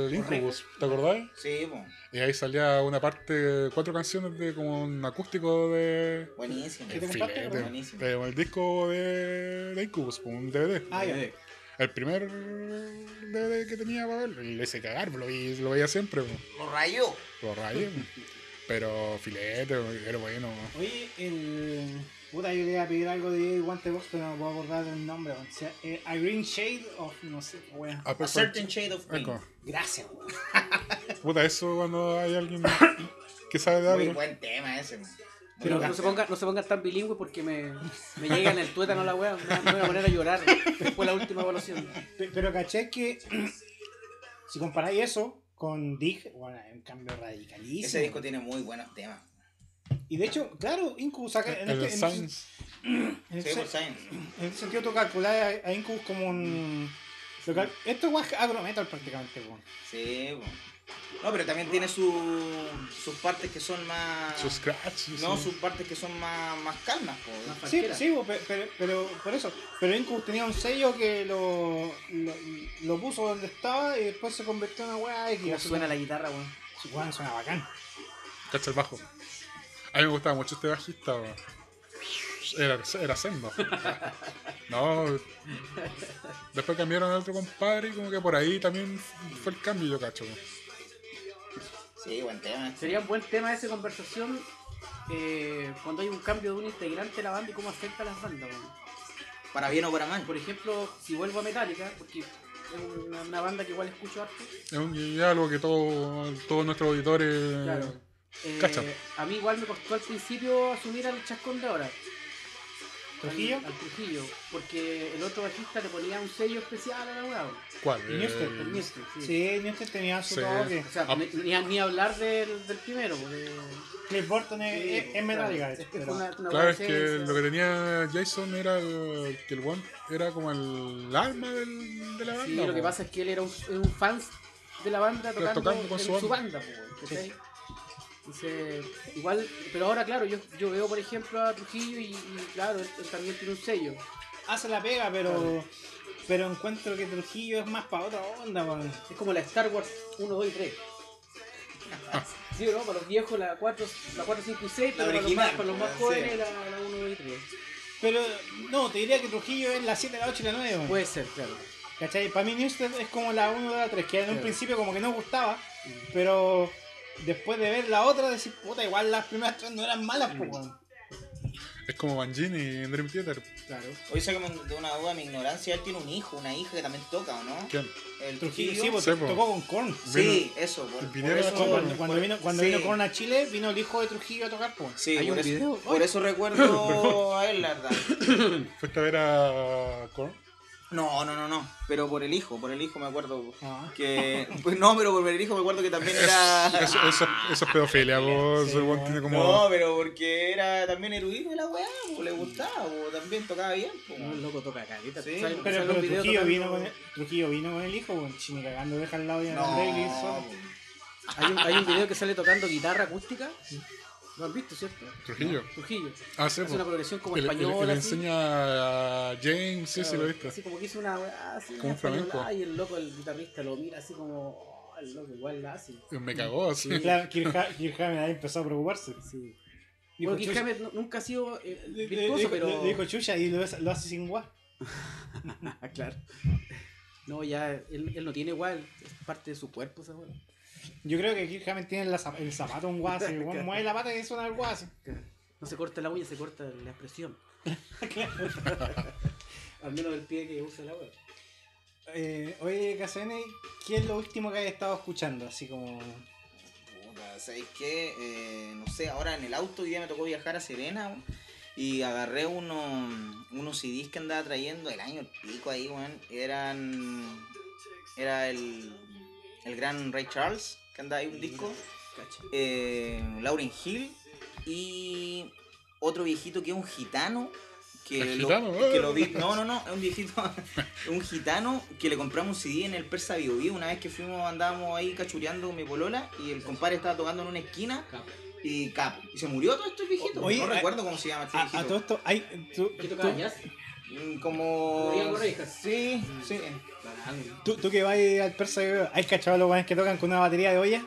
[SPEAKER 3] el Incubus, ¿te acordás?
[SPEAKER 5] Sí, po.
[SPEAKER 3] Y ahí salía una parte, cuatro canciones de como un acústico de.
[SPEAKER 5] Buenísimo.
[SPEAKER 4] ¿Qué te
[SPEAKER 3] Sí,
[SPEAKER 4] compraste?
[SPEAKER 3] de-
[SPEAKER 4] cabrón?
[SPEAKER 5] buenísimo.
[SPEAKER 3] de- el disco de, de Incubus, como un DVD.
[SPEAKER 4] Ah, ya.
[SPEAKER 3] El primer DVD que tenía para verlo. Y le hice cagar, pues, lo, vi- lo veía siempre. pues, po.
[SPEAKER 5] Lo rayó.
[SPEAKER 3] Lo rayé. po. pues. Pero filete, pues, era bueno. po.
[SPEAKER 4] Oye, el. Puta, yo le iba a pedir algo de Guante Box, pero no me puedo acordar de un nombre, weón. O sea, eh, A Green Shade of. No sé, weón.
[SPEAKER 3] A
[SPEAKER 5] A
[SPEAKER 3] Perfect-
[SPEAKER 5] Certain Shade of Green.
[SPEAKER 3] Pues Eco.
[SPEAKER 4] Gracias, weón.
[SPEAKER 3] Puta, eso cuando hay alguien que sabe de
[SPEAKER 5] Muy
[SPEAKER 3] algo.
[SPEAKER 5] buen tema ese, po. Muy
[SPEAKER 7] Pero
[SPEAKER 5] buen
[SPEAKER 7] no se,
[SPEAKER 5] tema.
[SPEAKER 7] ponga, no se pongan tan bilingües porque me, me llegan el tuétano la weá. Me, me voy a poner a llorar después de la última evaluación.
[SPEAKER 4] Pe- Pero caché que. si comparáis eso con Dig, bueno, hay un cambio radicalísimo.
[SPEAKER 5] Ese disco tiene muy buenos temas.
[SPEAKER 4] Y de hecho, claro, Incubus acá. En,
[SPEAKER 3] El
[SPEAKER 4] este, en este-
[SPEAKER 3] Science.
[SPEAKER 4] en
[SPEAKER 5] Sí, pues,
[SPEAKER 4] este-
[SPEAKER 5] por Science.
[SPEAKER 4] en este sentido, tú calculas a, a Incubus como un. lo cal- Esto es guas agrometal prácticamente, weón.
[SPEAKER 5] Sí, po. No, pero también tiene su, sus partes que son más.
[SPEAKER 3] Sus scratch.
[SPEAKER 5] no,
[SPEAKER 3] sí.
[SPEAKER 5] sus partes que son más, más calmas, po.
[SPEAKER 7] Más
[SPEAKER 4] Sí,
[SPEAKER 7] Cualquiera.
[SPEAKER 4] sí, bo, pe- pero, pero por eso. Pero Incubus tenía un sello que lo, lo, lo puso donde estaba y después se convirtió en una weá X.
[SPEAKER 7] ¿Cómo
[SPEAKER 4] así
[SPEAKER 7] suena
[SPEAKER 4] como-
[SPEAKER 7] la guitarra, weón?
[SPEAKER 4] Sí, weón, suena bacán.
[SPEAKER 3] Cacha el bajo. A mí me gustaba mucho este bajista. weón. Era, era sendo. No. Después cambiaron al otro compadre y como que por ahí también fue el cambio, yo cacho. weón.
[SPEAKER 5] Sí, buen tema.
[SPEAKER 7] Sería un buen tema esa conversación eh, cuando hay un cambio de un integrante de la banda y cómo afecta a las bandas, weón.
[SPEAKER 5] Para bien o para mal.
[SPEAKER 7] Por ejemplo, si vuelvo a Metallica, porque es una, una banda que igual escucho harto.
[SPEAKER 3] Es un- y algo que todo, todos nuestros auditores.
[SPEAKER 7] Claro. Eh,
[SPEAKER 3] Cacha.
[SPEAKER 7] a mí igual me costó al principio asumir al chascón de ahora.
[SPEAKER 4] ¿Trujillo?
[SPEAKER 7] Al, al Trujillo. Porque el otro bajista le ponía un sello especial a la weá. weón.
[SPEAKER 3] ¿Cuál?
[SPEAKER 4] Y Newstead,
[SPEAKER 7] El
[SPEAKER 3] Eh,
[SPEAKER 7] Newstead, sí.
[SPEAKER 4] Sí, Newton tenía su
[SPEAKER 3] Sí.
[SPEAKER 4] toque.
[SPEAKER 7] O sea,
[SPEAKER 3] Ah.
[SPEAKER 7] ni, ni- ni hablar del, del primero. pues, Porque,
[SPEAKER 4] Cliff Burton es, es- es metálica.
[SPEAKER 7] Eh, Es
[SPEAKER 4] pero-
[SPEAKER 7] una- una
[SPEAKER 3] claro,
[SPEAKER 7] buena
[SPEAKER 3] es que
[SPEAKER 7] esencia.
[SPEAKER 3] lo que tenía Jason era el- que el one era como el alma del- de la banda.
[SPEAKER 7] Sí, lo que
[SPEAKER 3] weón.
[SPEAKER 7] pasa es que él era un, era un fan de la banda
[SPEAKER 3] Claro,
[SPEAKER 7] tocando,
[SPEAKER 3] tocando con
[SPEAKER 7] en
[SPEAKER 3] su banda.
[SPEAKER 7] su banda. po, weón, ¿cachai? Entonces, igual, pero ahora claro, yo, yo veo por ejemplo a Trujillo y, y, claro, él, él también tiene un sello.
[SPEAKER 4] Hace la pega, pero.
[SPEAKER 7] Claro.
[SPEAKER 4] Pero encuentro que Trujillo es más para otra onda, weón.
[SPEAKER 7] Es como la Star Wars 1, 2 y 3. Sí, ¿no? Para los viejos la 4, la 4 5 y 6,
[SPEAKER 5] La
[SPEAKER 7] pero para los,
[SPEAKER 5] original,
[SPEAKER 7] más, para los más
[SPEAKER 5] sí.
[SPEAKER 7] jóvenes la, la 1, 2 y 3.
[SPEAKER 4] Pero no, te diría que Trujillo es la 7, la 8 y la 9, weón.
[SPEAKER 7] Puede ser, claro.
[SPEAKER 4] ¿Cachai? Para mí Newstead es como la 1 de la 3, que en un
[SPEAKER 7] Claro.
[SPEAKER 4] principio como que no gustaba,
[SPEAKER 7] Mm.
[SPEAKER 4] pero después de ver la otra decís, puta, igual las primeras tres no eran malas, po,
[SPEAKER 7] Mm.
[SPEAKER 4] weón.
[SPEAKER 3] Es como Mangini en Dream Theater.
[SPEAKER 7] Claro.
[SPEAKER 5] Hoy sácame de una duda mi ignorancia. Él tiene un hijo, una hija que también toca, ¿o no?
[SPEAKER 3] ¿Quién?
[SPEAKER 5] El
[SPEAKER 4] Trujillo sí, pues. po,
[SPEAKER 3] Sí, po.
[SPEAKER 4] tocó con Korn.
[SPEAKER 5] Sí, eso, por, por
[SPEAKER 3] Vinieron
[SPEAKER 5] eso-
[SPEAKER 3] a
[SPEAKER 4] Cuando- Cuando, cuando
[SPEAKER 5] por-
[SPEAKER 4] vino, cuando
[SPEAKER 5] sí.
[SPEAKER 4] vino Korn a Chile, vino el hijo de Trujillo a tocar, po.
[SPEAKER 5] Sí,
[SPEAKER 7] Hay
[SPEAKER 5] por
[SPEAKER 7] un
[SPEAKER 5] eso,
[SPEAKER 7] video.
[SPEAKER 5] por eso recuerdo a él, la verdad.
[SPEAKER 3] Fuiste a ver a Korn.
[SPEAKER 5] No, no, no, no. Pero por el hijo, por el hijo me acuerdo
[SPEAKER 4] Ah.
[SPEAKER 5] que. Pues no, pero por el hijo me acuerdo que también era.
[SPEAKER 3] Eso, eso, eso es pedofilia, vos. el weón tiene como.
[SPEAKER 5] No, pero porque era también erudito de la weá, po, le gustaba, po, también tocaba bien. po.
[SPEAKER 7] No, el loco toca caleta.
[SPEAKER 5] Sí,
[SPEAKER 7] sale-
[SPEAKER 4] Pero,
[SPEAKER 7] sale un
[SPEAKER 4] pero
[SPEAKER 7] video
[SPEAKER 4] Trujillo,
[SPEAKER 7] tocando-
[SPEAKER 4] vino con el, Trujillo vino con el hijo, weón. Chini cagando, deja al lado ya
[SPEAKER 5] No,
[SPEAKER 4] a Davis solo.
[SPEAKER 7] Hay un, hay un video que sale tocando guitarra acústica. ¿Lo han visto, cierto?
[SPEAKER 3] Trujillo.
[SPEAKER 7] Trujillo.
[SPEAKER 3] Ah, sí,
[SPEAKER 7] Hace
[SPEAKER 3] po.
[SPEAKER 7] una progresión como
[SPEAKER 3] Y le- y le- y
[SPEAKER 7] española.
[SPEAKER 3] le
[SPEAKER 7] así.
[SPEAKER 3] enseña a James, sí, sí, lo viste.
[SPEAKER 7] Así como que hizo una weá así.
[SPEAKER 3] Como un
[SPEAKER 7] española,
[SPEAKER 3] flamenco.
[SPEAKER 7] Y el loco, el guitarrista, lo mira así como. "Oh, el loco igual la hace.
[SPEAKER 3] Me cagó así.
[SPEAKER 4] Claro, Kirkha- Kirkhamen ahí empezó a preocuparse.
[SPEAKER 7] Sí.
[SPEAKER 4] Dijo,
[SPEAKER 7] Bueno, Kirk
[SPEAKER 4] "Chucha".
[SPEAKER 7] Hammett nu- nunca ha sido eh,
[SPEAKER 4] Le- le-
[SPEAKER 7] virtuoso,
[SPEAKER 4] dijo-
[SPEAKER 7] pero.
[SPEAKER 4] le dijo chucha y lo, lo hace sin guas.
[SPEAKER 7] Ah, claro. No, ya, él, él no tiene igual, es parte de su cuerpo esa weá.
[SPEAKER 4] Yo creo que Kirk Hammett tiene la zap- el zapato un guas, el weón mueve la pata y suena el guas.
[SPEAKER 7] No se corta la uña, se corta la expresión. Al menos el pie que usa la weá.
[SPEAKER 4] Eh, oye, Casene, ¿qué es lo último que has estado escuchando? Así como.
[SPEAKER 5] Puta, ¿sabéis qué? Eh, no sé, ahora en el auto hoy día me tocó viajar a Serena weón, y agarré uno, unos CDs que andaba trayendo el año pico ahí, weón. Eran. Era el, el gran Ray Charles que andaba ahí un disco,
[SPEAKER 7] Cacha.
[SPEAKER 5] eh, Lauren Hill y otro viejito que es un gitano. Que
[SPEAKER 3] El
[SPEAKER 5] lo,
[SPEAKER 3] gitano,
[SPEAKER 5] que
[SPEAKER 3] eh.
[SPEAKER 5] lo vi, no, no, no, es un viejito, un gitano que le compramos un CD en el Persa Bio Bio. Una vez que fuimos, andábamos ahí cachureando con mi polola y el compadre estaba tocando en una esquina
[SPEAKER 7] Capo.
[SPEAKER 5] y capo. Y se murió todo este viejito.
[SPEAKER 4] Oye,
[SPEAKER 5] no
[SPEAKER 4] a-
[SPEAKER 5] recuerdo cómo se llama este
[SPEAKER 4] A,
[SPEAKER 5] viejito.
[SPEAKER 4] a todo esto, hay. Tú,
[SPEAKER 7] ¿Qué
[SPEAKER 4] tú-
[SPEAKER 7] tocaba jazz?
[SPEAKER 5] Mm, Como.
[SPEAKER 7] Rodrigo Reijas.
[SPEAKER 5] Sí, sí.
[SPEAKER 7] Banano.
[SPEAKER 4] tú- tú que vas al persa, hay cachado los weones que tocan con una batería de olla.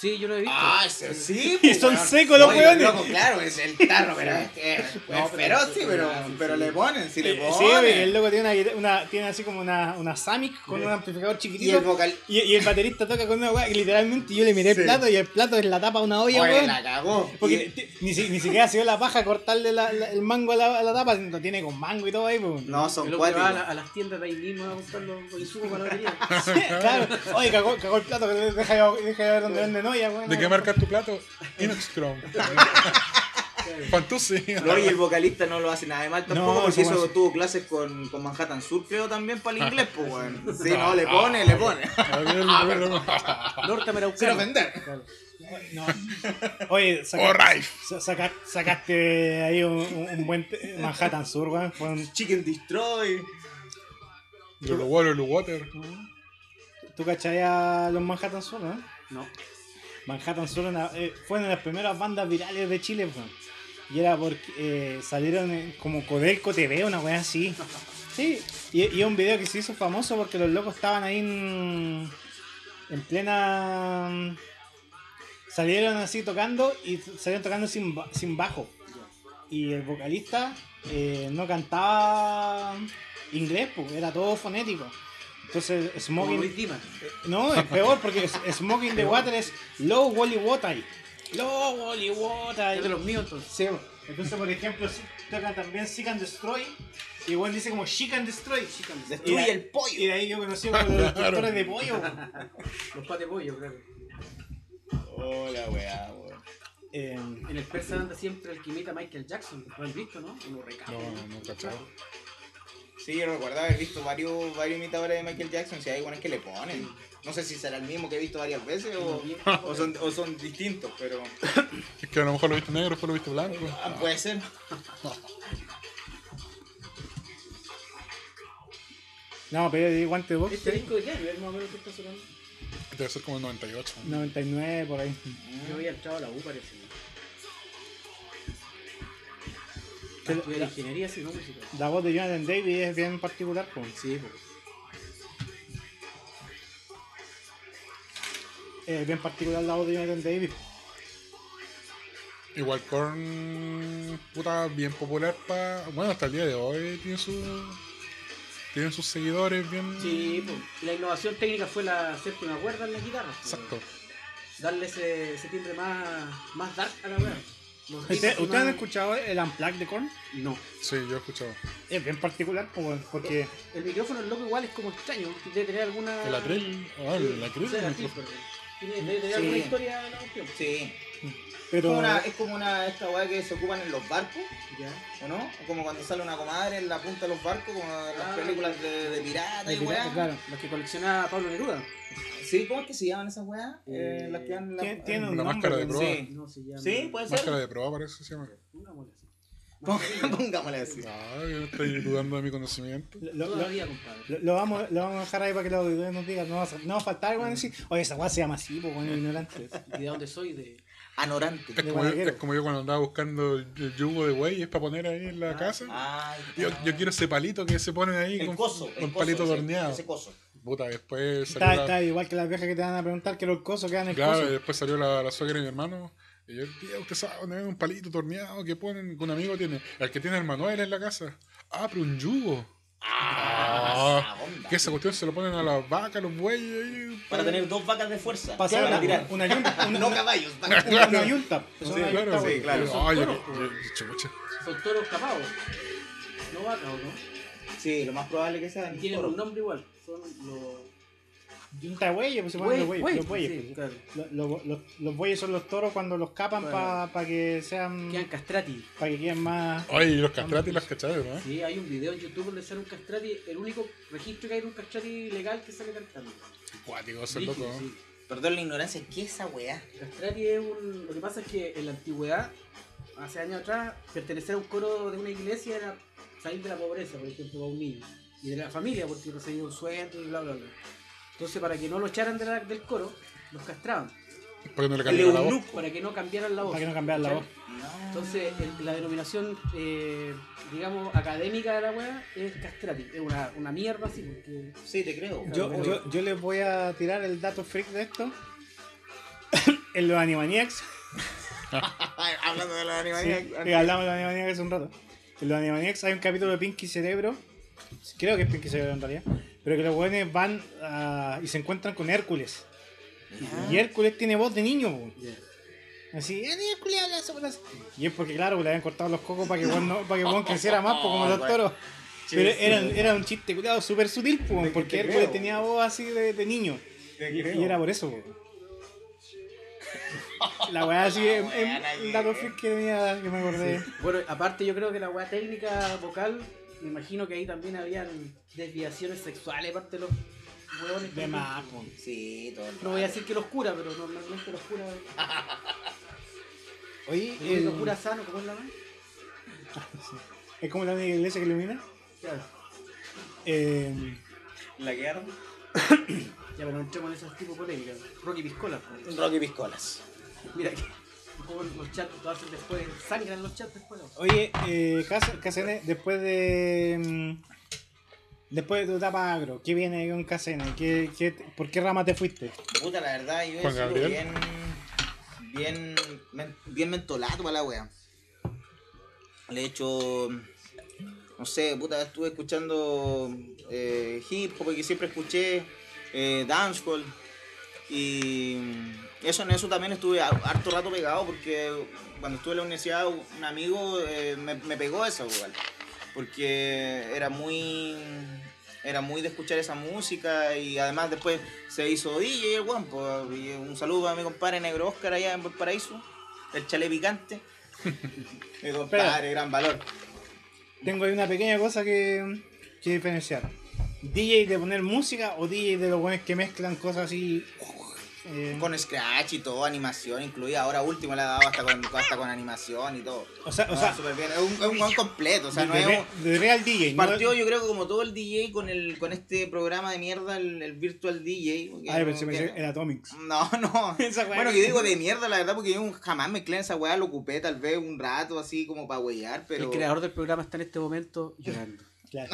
[SPEAKER 7] Sí, yo lo he visto.
[SPEAKER 5] Ah, ese sí.
[SPEAKER 4] Y
[SPEAKER 5] pues,
[SPEAKER 4] son
[SPEAKER 5] weón.
[SPEAKER 4] secos los
[SPEAKER 5] Oye,
[SPEAKER 4] hueones.
[SPEAKER 5] loco, claro, es el tarro, pero es, es- es
[SPEAKER 7] No, pero-
[SPEAKER 5] feroz, sí, pero,
[SPEAKER 7] sí,
[SPEAKER 5] pero
[SPEAKER 7] sí.
[SPEAKER 5] le ponen, sí le
[SPEAKER 4] Eh,
[SPEAKER 5] ponen.
[SPEAKER 4] ah, sí, oye, el loco tiene, una, guita- una- tiene así como una, una Samic con un amplificador
[SPEAKER 5] y el
[SPEAKER 4] chiquitito.
[SPEAKER 5] vocal.
[SPEAKER 4] Y, y el baterista toca con una weá. Y literalmente yo le miré
[SPEAKER 5] Sí.
[SPEAKER 4] el plato y el plato es la tapa de una olla,
[SPEAKER 5] Oye,
[SPEAKER 4] weón.
[SPEAKER 5] la cagó.
[SPEAKER 4] Porque
[SPEAKER 5] Y-
[SPEAKER 4] ti- ni, si- ni siquiera ha sido la paja cortarle la- la- el mango a la, a la tapa, sino lo tiene con mango y todo ahí, pues.
[SPEAKER 5] No,
[SPEAKER 7] Yo
[SPEAKER 5] son
[SPEAKER 7] lo que
[SPEAKER 5] cuatro.
[SPEAKER 7] va a, la- a las tiendas de ahí mismo a buscar los los insumos para la batería.
[SPEAKER 4] claro. Oye, cagó, cagó el plato, pero deja, deja de ver dónde venden olla, weón.
[SPEAKER 3] ¿De qué marca es tu plato? Inoxtrom. Fantusi.
[SPEAKER 5] No, y el vocalista no lo hace nada de mal tampoco
[SPEAKER 4] No,
[SPEAKER 5] porque
[SPEAKER 4] ¿cómo
[SPEAKER 5] eso
[SPEAKER 4] hace?
[SPEAKER 5] tuvo clases con, con Manhattan Sur, creo, también para el inglés, pues, weón. Sí, no, le pone, le pone.
[SPEAKER 3] A ver, a ver, a ver.
[SPEAKER 5] Sin
[SPEAKER 7] Norteamericano.
[SPEAKER 5] ofender.
[SPEAKER 4] No. Oye, saca- sa- saca- sacaste ahí un, un- un buen te- Manhattan Sur, weón. Fue un-
[SPEAKER 5] Chicken Destroy.
[SPEAKER 3] Lulu Water, Lulu Water.
[SPEAKER 4] ¿Tú cachai a los Manhattan Sur, no?
[SPEAKER 7] No.
[SPEAKER 4] Manhattan Sur una- eh, fue una de las primeras bandas virales de Chile, weón. Y era porque eh, salieron en- como Codelco TV, una weá así. Sí, y, y un video que se hizo famoso porque los locos estaban ahí en, en plena. mm, Salieron así tocando y t- salieron tocando sin, ba- sin bajo. Y el vocalista eh, no cantaba inglés, pues, era todo fonético. Entonces,
[SPEAKER 7] Como
[SPEAKER 4] Smoking.
[SPEAKER 7] Luis Dimas.
[SPEAKER 4] No, es peor porque es- Smoking the Water es Low Wally Water. Low Wally
[SPEAKER 7] Es de
[SPEAKER 4] Water.
[SPEAKER 7] los míos entonces.
[SPEAKER 4] Sí, entonces, por ejemplo, si tocan también Seek and Destroy. Y igual dice como She Can Destroy. She Can Destroy.
[SPEAKER 5] Destruye
[SPEAKER 4] Y de-
[SPEAKER 5] el pollo.
[SPEAKER 4] Y de ahí yo conocí a los destructores de pollo.
[SPEAKER 7] Los patepollos, claro.
[SPEAKER 5] Hola, weá, weón.
[SPEAKER 4] Eh,
[SPEAKER 7] En el persa anda siempre el que imita a Michael Jackson. Lo han visto, ¿no? Uno recado.
[SPEAKER 3] No, no, no, cachado.
[SPEAKER 5] Sí, yo recuerdo haber visto varios, varios imitadores de Michael Jackson, si hay buenos que le ponen. No sé si será el mismo que he visto varias veces o, o son, o son distintos, pero
[SPEAKER 3] Es que a lo mejor lo viste negro, después lo viste blanco.
[SPEAKER 5] ah, puede ser.
[SPEAKER 4] no, pero de guante de box.
[SPEAKER 7] ¿Este disco de qué año es más o menos que está sonando?
[SPEAKER 3] Debe ser como el 98.
[SPEAKER 4] 99 por ahí.
[SPEAKER 7] Yo había entrado a la U, parece.
[SPEAKER 4] Que la-
[SPEAKER 7] Estudié la ingeniería, sí, no música.
[SPEAKER 4] La voz de Jonathan Davis es bien particular. po.
[SPEAKER 7] Sí, pues.
[SPEAKER 4] Eh, bien particular la voz de Jonathan Davis.
[SPEAKER 3] Igual Korn, puta, bien popular para... Bueno, hasta el día de hoy tiene su... Tienen sus seguidores bien...
[SPEAKER 7] Sí, pues. Y la innovación técnica fue la séptima cuerda en la guitarra. pues.
[SPEAKER 3] Exacto.
[SPEAKER 7] Darle ese, ese timbre más, más dark a la weá.
[SPEAKER 4] ¿Usted-
[SPEAKER 7] Los riffs
[SPEAKER 4] ¿Ustedes
[SPEAKER 7] más-
[SPEAKER 4] han escuchado el Unplugged de Korn?
[SPEAKER 7] No.
[SPEAKER 3] Sí, yo he escuchado.
[SPEAKER 4] Es bien particular po, porque.
[SPEAKER 7] El micrófono, el loco, igual es como extraño. Debe tener alguna.
[SPEAKER 3] El atril... Ah, el atril.
[SPEAKER 7] Sí, el atril,
[SPEAKER 3] incluso.
[SPEAKER 7] perdón.
[SPEAKER 5] ¿Tiene- ¿Tiene tiene
[SPEAKER 7] Sí.
[SPEAKER 5] alguna historia de la cuestión? Sí.
[SPEAKER 4] Pero.
[SPEAKER 5] Es como una- es como una esta weá que se ocupan en los barcos,
[SPEAKER 7] Ya.
[SPEAKER 5] ¿o no? Como cuando sale una comadre en la punta de los barcos, como en las
[SPEAKER 7] Ah.
[SPEAKER 5] películas de, de pirata y
[SPEAKER 7] Ahí,
[SPEAKER 5] weá.
[SPEAKER 7] Claro, los que coleccionaba Pablo Neruda.
[SPEAKER 5] Sí, ¿cómo es que se llaman esas weas? Eh,
[SPEAKER 7] Eh,
[SPEAKER 5] las que dan la... Ah,
[SPEAKER 4] Tien- Tiene un
[SPEAKER 3] la
[SPEAKER 4] nombre.
[SPEAKER 3] máscara de
[SPEAKER 4] weón.
[SPEAKER 3] prueba.
[SPEAKER 5] Sí.
[SPEAKER 7] No se llama.
[SPEAKER 5] Sí, puede ser.
[SPEAKER 3] Máscara de prueba parece que se llama.
[SPEAKER 7] Una bola así.
[SPEAKER 5] Pongámosle así.
[SPEAKER 3] No, Ah, yo estoy dudando de mi conocimiento.
[SPEAKER 4] Lo- lo-
[SPEAKER 7] Todavía, compadre.
[SPEAKER 4] lo- lo vamos, lo vamos a dejar ahí para que los auditores nos digan. No va a, no va a faltar, weón, decir, oye, esa weá se llama así, pues, weón, ignorante.
[SPEAKER 7] ¿Y de dónde soy? De...
[SPEAKER 5] Anorante.
[SPEAKER 3] Es
[SPEAKER 4] De
[SPEAKER 3] como, yo,
[SPEAKER 4] Balaguero.
[SPEAKER 3] es como yo cuando andaba buscando el, el yugo de buey, es para poner ahí en la casa.
[SPEAKER 5] Ay,
[SPEAKER 3] Yo,
[SPEAKER 5] no.
[SPEAKER 3] yo quiero ese palito que se ponen ahí
[SPEAKER 5] ah. El
[SPEAKER 3] con,
[SPEAKER 5] coso.
[SPEAKER 3] con
[SPEAKER 5] el coso,
[SPEAKER 3] palito
[SPEAKER 5] ese-
[SPEAKER 3] torneado.
[SPEAKER 5] Ese coso.
[SPEAKER 3] Puta, después salió
[SPEAKER 4] Está,
[SPEAKER 3] la-
[SPEAKER 4] está igual que las viejas que te van a preguntar que los cosos quedan en el
[SPEAKER 3] Claro, eh. y
[SPEAKER 4] coso.
[SPEAKER 3] después salió la, la suegra de mi hermano. Y yo, tío, usted sabe dónde venden un palito torneado que ponen, que un amigo tiene. El que tiene el manual en la casa. Ah, pero un yugo. Ah,
[SPEAKER 5] esa onda.
[SPEAKER 3] que esa cuestión se lo ponen a las vacas, a los bueyes. ahí,
[SPEAKER 5] Para tener dos vacas de fuerza.
[SPEAKER 4] Pasar
[SPEAKER 5] para
[SPEAKER 4] una-
[SPEAKER 5] tirar.
[SPEAKER 4] una yunta. Una,
[SPEAKER 5] No caballos, vacas.
[SPEAKER 4] una- una yunta. Son
[SPEAKER 3] Sí,
[SPEAKER 4] una
[SPEAKER 3] claro.
[SPEAKER 4] yunta,
[SPEAKER 5] sí,
[SPEAKER 4] weón.
[SPEAKER 5] claro.
[SPEAKER 3] Ay, yo-
[SPEAKER 7] toros,
[SPEAKER 3] yo- chucha.
[SPEAKER 7] Son toros capados. No vaca, ¿o no?
[SPEAKER 5] Sí, lo más probable que sea.
[SPEAKER 7] Y
[SPEAKER 5] en
[SPEAKER 7] tienen
[SPEAKER 5] toro.
[SPEAKER 7] un nombre igual. Son los...
[SPEAKER 4] Yunta de bueyes, pues se ponen los
[SPEAKER 7] Buey-
[SPEAKER 4] bueyes. Los
[SPEAKER 7] buey,
[SPEAKER 4] bueyes.
[SPEAKER 3] pues.
[SPEAKER 7] sí, claro.
[SPEAKER 4] Lo- lo- los, los bueyes son los toros cuando los capan para
[SPEAKER 7] Claro.
[SPEAKER 4] que sean.
[SPEAKER 7] Quedan castrati.
[SPEAKER 4] para que queden más.
[SPEAKER 3] Ay, los castrates y las cachadas, ¿no?
[SPEAKER 7] Sí, hay un video en YouTube donde sale un castrati, el único registro que hay de un castrati legal que sale cantando.
[SPEAKER 3] Cuático, ese loco.
[SPEAKER 7] Brígido,
[SPEAKER 3] ¿no?
[SPEAKER 7] sí.
[SPEAKER 5] Perdón la ignorancia, ¿qué es esa weá?
[SPEAKER 7] Castrati es un... Lo que pasa es que en la antigüedad, hace años atrás, pertenecer a un coro de una iglesia era salir de la pobreza, por ejemplo, para un niño. Y de la familia, porque recibía un sueldo y bla, bla, bla. Entonces, para que no lo echaran de la- del coro, los castraban.
[SPEAKER 3] Porque no le
[SPEAKER 5] El
[SPEAKER 3] cambiaron la voz.
[SPEAKER 5] eunuco.
[SPEAKER 7] Para que no cambiaran la voz.
[SPEAKER 4] Para que no cambiaran la voz.
[SPEAKER 5] No.
[SPEAKER 7] Entonces, el- la denominación, eh, digamos, académica de la weá es castrati. Es una, una mierda así, porque...
[SPEAKER 5] Sí, te creo.
[SPEAKER 4] Yo,
[SPEAKER 7] Claro,
[SPEAKER 4] yo, yo les voy a tirar el dato freak de esto. en los Animaniacs.
[SPEAKER 5] Hablando de la
[SPEAKER 4] Sí,
[SPEAKER 5] animalidad.
[SPEAKER 4] eh, hablamos de los Animaniacs hace un rato. En los Animaniacs hay un capítulo de Pinky Cerebro. Creo que es Pinky Cerebro en realidad. Pero que los jóvenes van ah, y se encuentran con Hércules. Y Hércules tiene voz de niño, po. Así, "Ah, Hércules habla sobre las-". Y es porque, claro, le habían cortado los cocos para que Juan, no, para que Juan creciera más, po, como los toros. Pero era, era un chiste, cuidado, súper sutil, po,
[SPEAKER 5] que
[SPEAKER 4] porque
[SPEAKER 5] te
[SPEAKER 4] Hércules
[SPEAKER 5] creo.
[SPEAKER 4] tenía voz así de, de niño.
[SPEAKER 5] Te
[SPEAKER 4] Y,
[SPEAKER 5] creo.
[SPEAKER 4] y era por eso, po. La weá así es
[SPEAKER 5] weá, la
[SPEAKER 4] es un dato
[SPEAKER 5] que-
[SPEAKER 4] freak que tenía que me acordé.
[SPEAKER 7] Bueno, aparte yo creo que la weá técnica vocal, me imagino que ahí también habían desviaciones sexuales, aparte de los huevones.
[SPEAKER 4] De más, po.
[SPEAKER 5] Sí, todo. el
[SPEAKER 7] No voy a
[SPEAKER 5] rato.
[SPEAKER 7] decir que los cura, pero normalmente los cura...
[SPEAKER 4] Ah, Oye,
[SPEAKER 7] El
[SPEAKER 4] el-
[SPEAKER 7] único cura sano, ¿cómo es la weá?
[SPEAKER 4] es como la única iglesia que ilumina.
[SPEAKER 7] Claro.
[SPEAKER 4] Eh,
[SPEAKER 5] La que arma.
[SPEAKER 7] Ya, pero no entremos en esos tipos de polémicas. Rocky Piscola. po.
[SPEAKER 5] Rocky Piscolas.
[SPEAKER 7] Mira que... Como los chats lo hacen después, sangran los chats después. ¿no?
[SPEAKER 4] oye, eh, Cas- Casene, después de. mm, Después de tu etapa agro, ¿qué viene con Casene? ¿Qué, qué, por qué rama te fuiste?
[SPEAKER 5] Puta, la verdad, yo he
[SPEAKER 3] Juan
[SPEAKER 5] sido
[SPEAKER 3] Gabriel.
[SPEAKER 5] bien. Bien. men- Bien mentolado para la wea. Le he hecho. No sé, puta, estuve escuchando eh, hip hop que siempre escuché, eh, dancehall. Y mm, eso en eso también estuve ha- harto rato pegado porque cuando estuve en la universidad un amigo eh, me, me pegó eso igual. Porque era muy era muy de escuchar esa música y además después se hizo DJ el weón, po, y un saludo para mi compadre Negro Oscar allá en Valparaíso, el chale picante. mi compadre, gran valor.
[SPEAKER 4] Tengo ahí una pequeña cosa que, que diferenciar. DJ de poner música o DJ de los buenos que mezclan cosas así. eh,
[SPEAKER 5] Con scratch y todo, animación incluida. Ahora último le ha dado hasta con, hasta con animación y todo.
[SPEAKER 4] o sea, o
[SPEAKER 5] No,
[SPEAKER 4] sea
[SPEAKER 5] súper bien. Es un, es un weón completo, Ah, o sea, no
[SPEAKER 4] de,
[SPEAKER 5] es un-
[SPEAKER 4] re- de real DJ. no-
[SPEAKER 5] Partió yo creo que como todo el DJ con el con este programa de mierda, el, el Virtual DJ. porque
[SPEAKER 4] Ay,
[SPEAKER 5] no-
[SPEAKER 4] pero se me
[SPEAKER 5] que-
[SPEAKER 4] decía el Atomics.
[SPEAKER 5] No, no.
[SPEAKER 4] Esa weá
[SPEAKER 5] bueno,
[SPEAKER 4] que-
[SPEAKER 5] yo digo de mierda, la verdad, porque yo jamás mezclé en esa weá, lo ocupé tal vez un rato así como para huellar, pero...
[SPEAKER 7] El creador del programa está en este momento llorando.
[SPEAKER 4] Claro.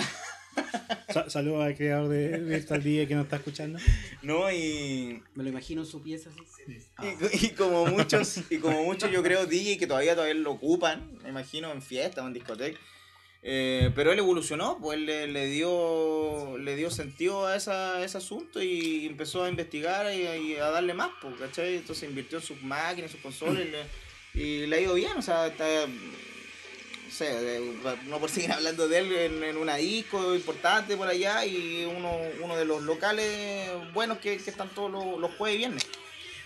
[SPEAKER 4] Sa- Saludos al creador de, de esta DJ que nos está escuchando.
[SPEAKER 5] No, y...
[SPEAKER 7] Me lo imagino en su pieza así.
[SPEAKER 5] Y, co- y como muchos, y como muchos yo creo DJ que todavía todavía lo ocupan, me imagino en fiestas o en discotecas. Eh, pero él evolucionó, pues él le, le dio le dio sentido a, esa, a ese asunto y empezó a investigar y, y a darle más, pues, ¿cachai? Entonces invirtió en sus máquinas, sus consolas y le, y le ha ido bien, o sea, está, no sé, eh, pa- no por seguir hablando de él en, en una disco importante por allá y uno, uno de los locales buenos que, que están todos los, los jueves y viernes.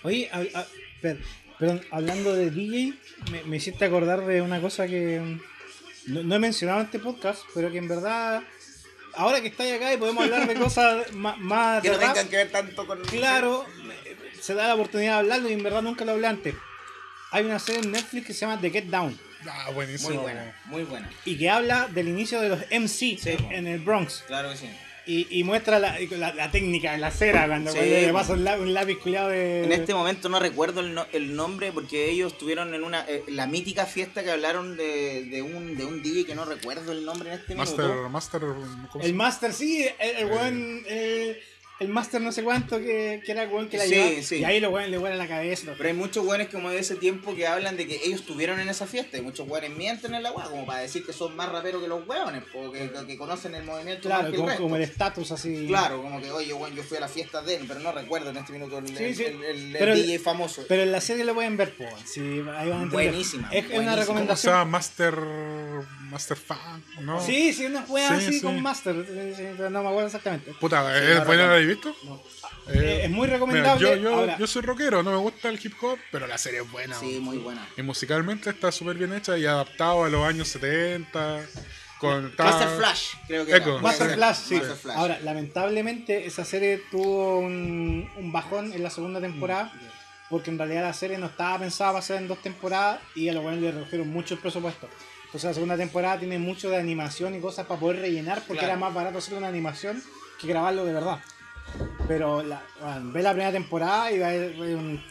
[SPEAKER 4] Oye, hab- hab- per- perdón, hablando de DJ, me, me hiciste acordar de una cosa que mm, no, no he mencionado en este podcast, pero que en verdad, ahora que estáis acá y podemos hablar de cosas ma- más
[SPEAKER 5] Que
[SPEAKER 4] de
[SPEAKER 5] no
[SPEAKER 4] rap,
[SPEAKER 5] tengan que ver tanto con.
[SPEAKER 4] claro, me- se da la oportunidad de hablarlo y en verdad nunca lo hablé antes. Hay una serie en Netflix que se llama The Get Down
[SPEAKER 3] Ah,
[SPEAKER 5] Muy
[SPEAKER 3] buenísimo.
[SPEAKER 5] buena, muy buena.
[SPEAKER 4] y que habla del inicio de los MC
[SPEAKER 5] Sí,
[SPEAKER 4] en,
[SPEAKER 5] po.
[SPEAKER 4] en el Bronx.
[SPEAKER 5] Claro que sí.
[SPEAKER 4] Y, y muestra la, la- la técnica de la cera cuando,
[SPEAKER 5] Sí,
[SPEAKER 4] cuando le
[SPEAKER 5] po.
[SPEAKER 4] pasa un, la- un lápiz culiado de...
[SPEAKER 5] En este momento no recuerdo el, no- el nombre porque ellos estuvieron en una eh, la mítica fiesta que hablaron de, de un de un DJ que no recuerdo el nombre en este minuto.
[SPEAKER 3] Master, Master.
[SPEAKER 5] Pues,
[SPEAKER 3] ¿cómo se
[SPEAKER 4] El
[SPEAKER 3] llama?
[SPEAKER 4] Master, sí, el,
[SPEAKER 5] eh.
[SPEAKER 4] el weón, el, el Master no sé cuánto que, que era el weón que la
[SPEAKER 5] Sí,
[SPEAKER 4] llevaba.
[SPEAKER 5] sí.
[SPEAKER 4] Y ahí los weón le vuelan la cabeza.
[SPEAKER 5] Pero hay muchos güeyes como de ese tiempo que hablan de que ellos estuvieron en esa fiesta y muchos güeyes mienten en la agua como para decir que son más raperos que los hueones o que, que- que conocen el movimiento más
[SPEAKER 4] Claro,
[SPEAKER 5] que
[SPEAKER 4] como,
[SPEAKER 5] el
[SPEAKER 4] como el
[SPEAKER 5] resto.
[SPEAKER 4] estatus así.
[SPEAKER 5] Claro, como que oye, güey, yo fui a la fiesta de él, pero no recuerdo en este minuto el,
[SPEAKER 4] Sí,
[SPEAKER 5] el-
[SPEAKER 4] sí.
[SPEAKER 5] el- el- el
[SPEAKER 4] Pero-
[SPEAKER 5] DJ famoso.
[SPEAKER 4] Pero en la serie lo pueden ver, po, sí, ahí van a entender.
[SPEAKER 5] Buenísima,
[SPEAKER 4] Es
[SPEAKER 5] buenísima.
[SPEAKER 4] una
[SPEAKER 3] O sea,
[SPEAKER 4] recomendación.
[SPEAKER 3] Master. Master Fan, ¿no?
[SPEAKER 4] Sí, sí, una wea
[SPEAKER 3] Sí,
[SPEAKER 4] así
[SPEAKER 3] sí. Pues,
[SPEAKER 4] con Master, eh, sí, pero no me acuerdo exactamente.
[SPEAKER 3] Puta, ¿es
[SPEAKER 5] Sí, la
[SPEAKER 3] buena
[SPEAKER 5] recuerdo.
[SPEAKER 3] la habéis visto?
[SPEAKER 4] Eh, es muy
[SPEAKER 3] Mira,
[SPEAKER 4] recomendable.
[SPEAKER 3] yo, yo,
[SPEAKER 4] Ahora,
[SPEAKER 3] yo soy rockero, no me gusta el hip hop, pero la serie es buena.
[SPEAKER 5] sí,
[SPEAKER 3] weón.
[SPEAKER 5] muy buena.
[SPEAKER 3] Y musicalmente está súper bien hecha y adaptado a los años 70. Con
[SPEAKER 5] Master
[SPEAKER 3] ta-
[SPEAKER 5] Flash, creo que
[SPEAKER 3] Echo.
[SPEAKER 5] era.
[SPEAKER 4] Master
[SPEAKER 3] Sí,
[SPEAKER 4] Flash, sí.
[SPEAKER 5] Master Flash.
[SPEAKER 4] Ahora, lamentablemente, esa serie tuvo un, un bajón en la segunda temporada. Porque en realidad la serie no estaba pensada para ser en dos temporadas y a los buenos le redujeron mucho el presupuesto. Entonces la segunda temporada tiene mucho de animación y cosas para poder rellenar porque
[SPEAKER 5] Claro.
[SPEAKER 4] era más barato hacer una animación que grabarlo de verdad. Pero la, bueno, ve la primera temporada y va a haber un-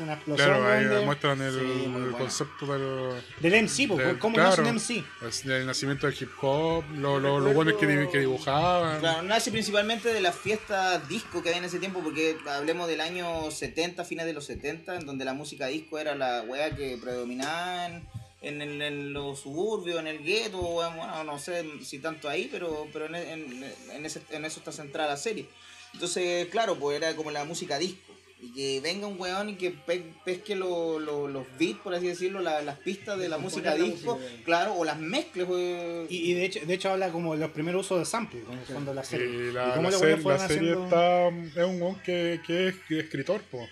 [SPEAKER 4] una explosión
[SPEAKER 3] Claro, ahí
[SPEAKER 4] weón, de-
[SPEAKER 3] muestran el,
[SPEAKER 5] Sí, muy
[SPEAKER 3] el
[SPEAKER 5] buena.
[SPEAKER 3] concepto del,
[SPEAKER 4] del MC, po,
[SPEAKER 3] del-
[SPEAKER 4] cómo
[SPEAKER 3] claro,
[SPEAKER 4] nace un MC.
[SPEAKER 3] es El nacimiento del hip hop, lo, lo, lo bueno es que, di- que dibujaban.
[SPEAKER 5] Claro, nace principalmente de las fiestas disco que había en ese tiempo, porque hablemos del año 70, fines de los 70, en donde la música disco era la wea que predominaba en, en el- en los suburbios, en el gueto, weón, bueno, no sé si tanto ahí, pero, pero en, en- en ese- en eso está centrada la serie. Entonces, claro, pues era como la música disco. Y que venga un weón y que pe- pesque lo- lo- los beats, por así decirlo, la- las pistas de la música
[SPEAKER 7] Componer la
[SPEAKER 5] disco,
[SPEAKER 7] música, weón.
[SPEAKER 5] claro, o las mezclas. weón.
[SPEAKER 4] Y, y de, hecho, de hecho habla como de los primeros usos de sample, como cuando la serie.
[SPEAKER 3] Y
[SPEAKER 4] y
[SPEAKER 3] la,
[SPEAKER 4] cómo
[SPEAKER 3] la
[SPEAKER 4] los
[SPEAKER 3] ser-
[SPEAKER 4] buenos fueron
[SPEAKER 3] la serie
[SPEAKER 4] haciendo-
[SPEAKER 3] está. Es un weón que, que es escritor, po.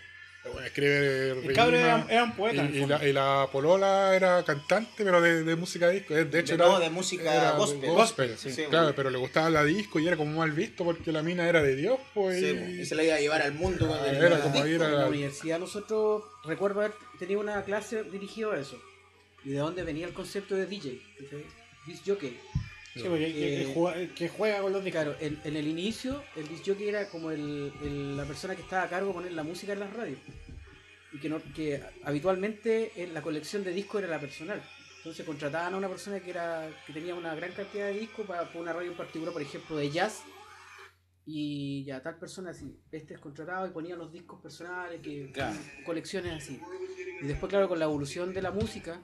[SPEAKER 3] El weón escribe.
[SPEAKER 4] El cabro era,
[SPEAKER 3] rimas.
[SPEAKER 4] era un poeta. en el
[SPEAKER 3] Y, y
[SPEAKER 4] fondo.
[SPEAKER 3] la, y la Polola era cantante, pero de, de música disco. Eh, De hecho,
[SPEAKER 5] De-
[SPEAKER 3] era,
[SPEAKER 5] no, de música
[SPEAKER 3] era
[SPEAKER 5] gospel.
[SPEAKER 3] gospel,
[SPEAKER 5] Sí,
[SPEAKER 3] claro,
[SPEAKER 5] bueno.
[SPEAKER 3] pero le gustaba la disco y era como mal visto porque la mina era de Dios. Pues,
[SPEAKER 5] Sí,
[SPEAKER 3] y-
[SPEAKER 5] pues, y se la iba a llevar al mundo.
[SPEAKER 3] Ah,
[SPEAKER 5] del-
[SPEAKER 3] era
[SPEAKER 5] del
[SPEAKER 3] como
[SPEAKER 5] disco.
[SPEAKER 3] ir a-
[SPEAKER 7] En la universidad nosotros, recuerdo haber tenido una clase dirigida a eso. ¿Y de dónde venía el concepto de DJ? ¿cachai? Disc jockey.
[SPEAKER 4] Sí, porque que, que juega, que juega con los discos.
[SPEAKER 7] Claro, en, en el inicio, el disc jockey era como el, el- la persona que estaba a cargo de poner la música en las radios. Y que, no, que habitualmente en la colección de discos era la personal. Entonces contrataban a una persona que, era, que tenía una gran cantidad de discos para, para una radio en particular, por ejemplo, de jazz. Y ya tal persona así, este es contratado y ponía los discos personales, que
[SPEAKER 5] Claro.
[SPEAKER 7] colecciones así. Y después, claro, con la evolución de la música,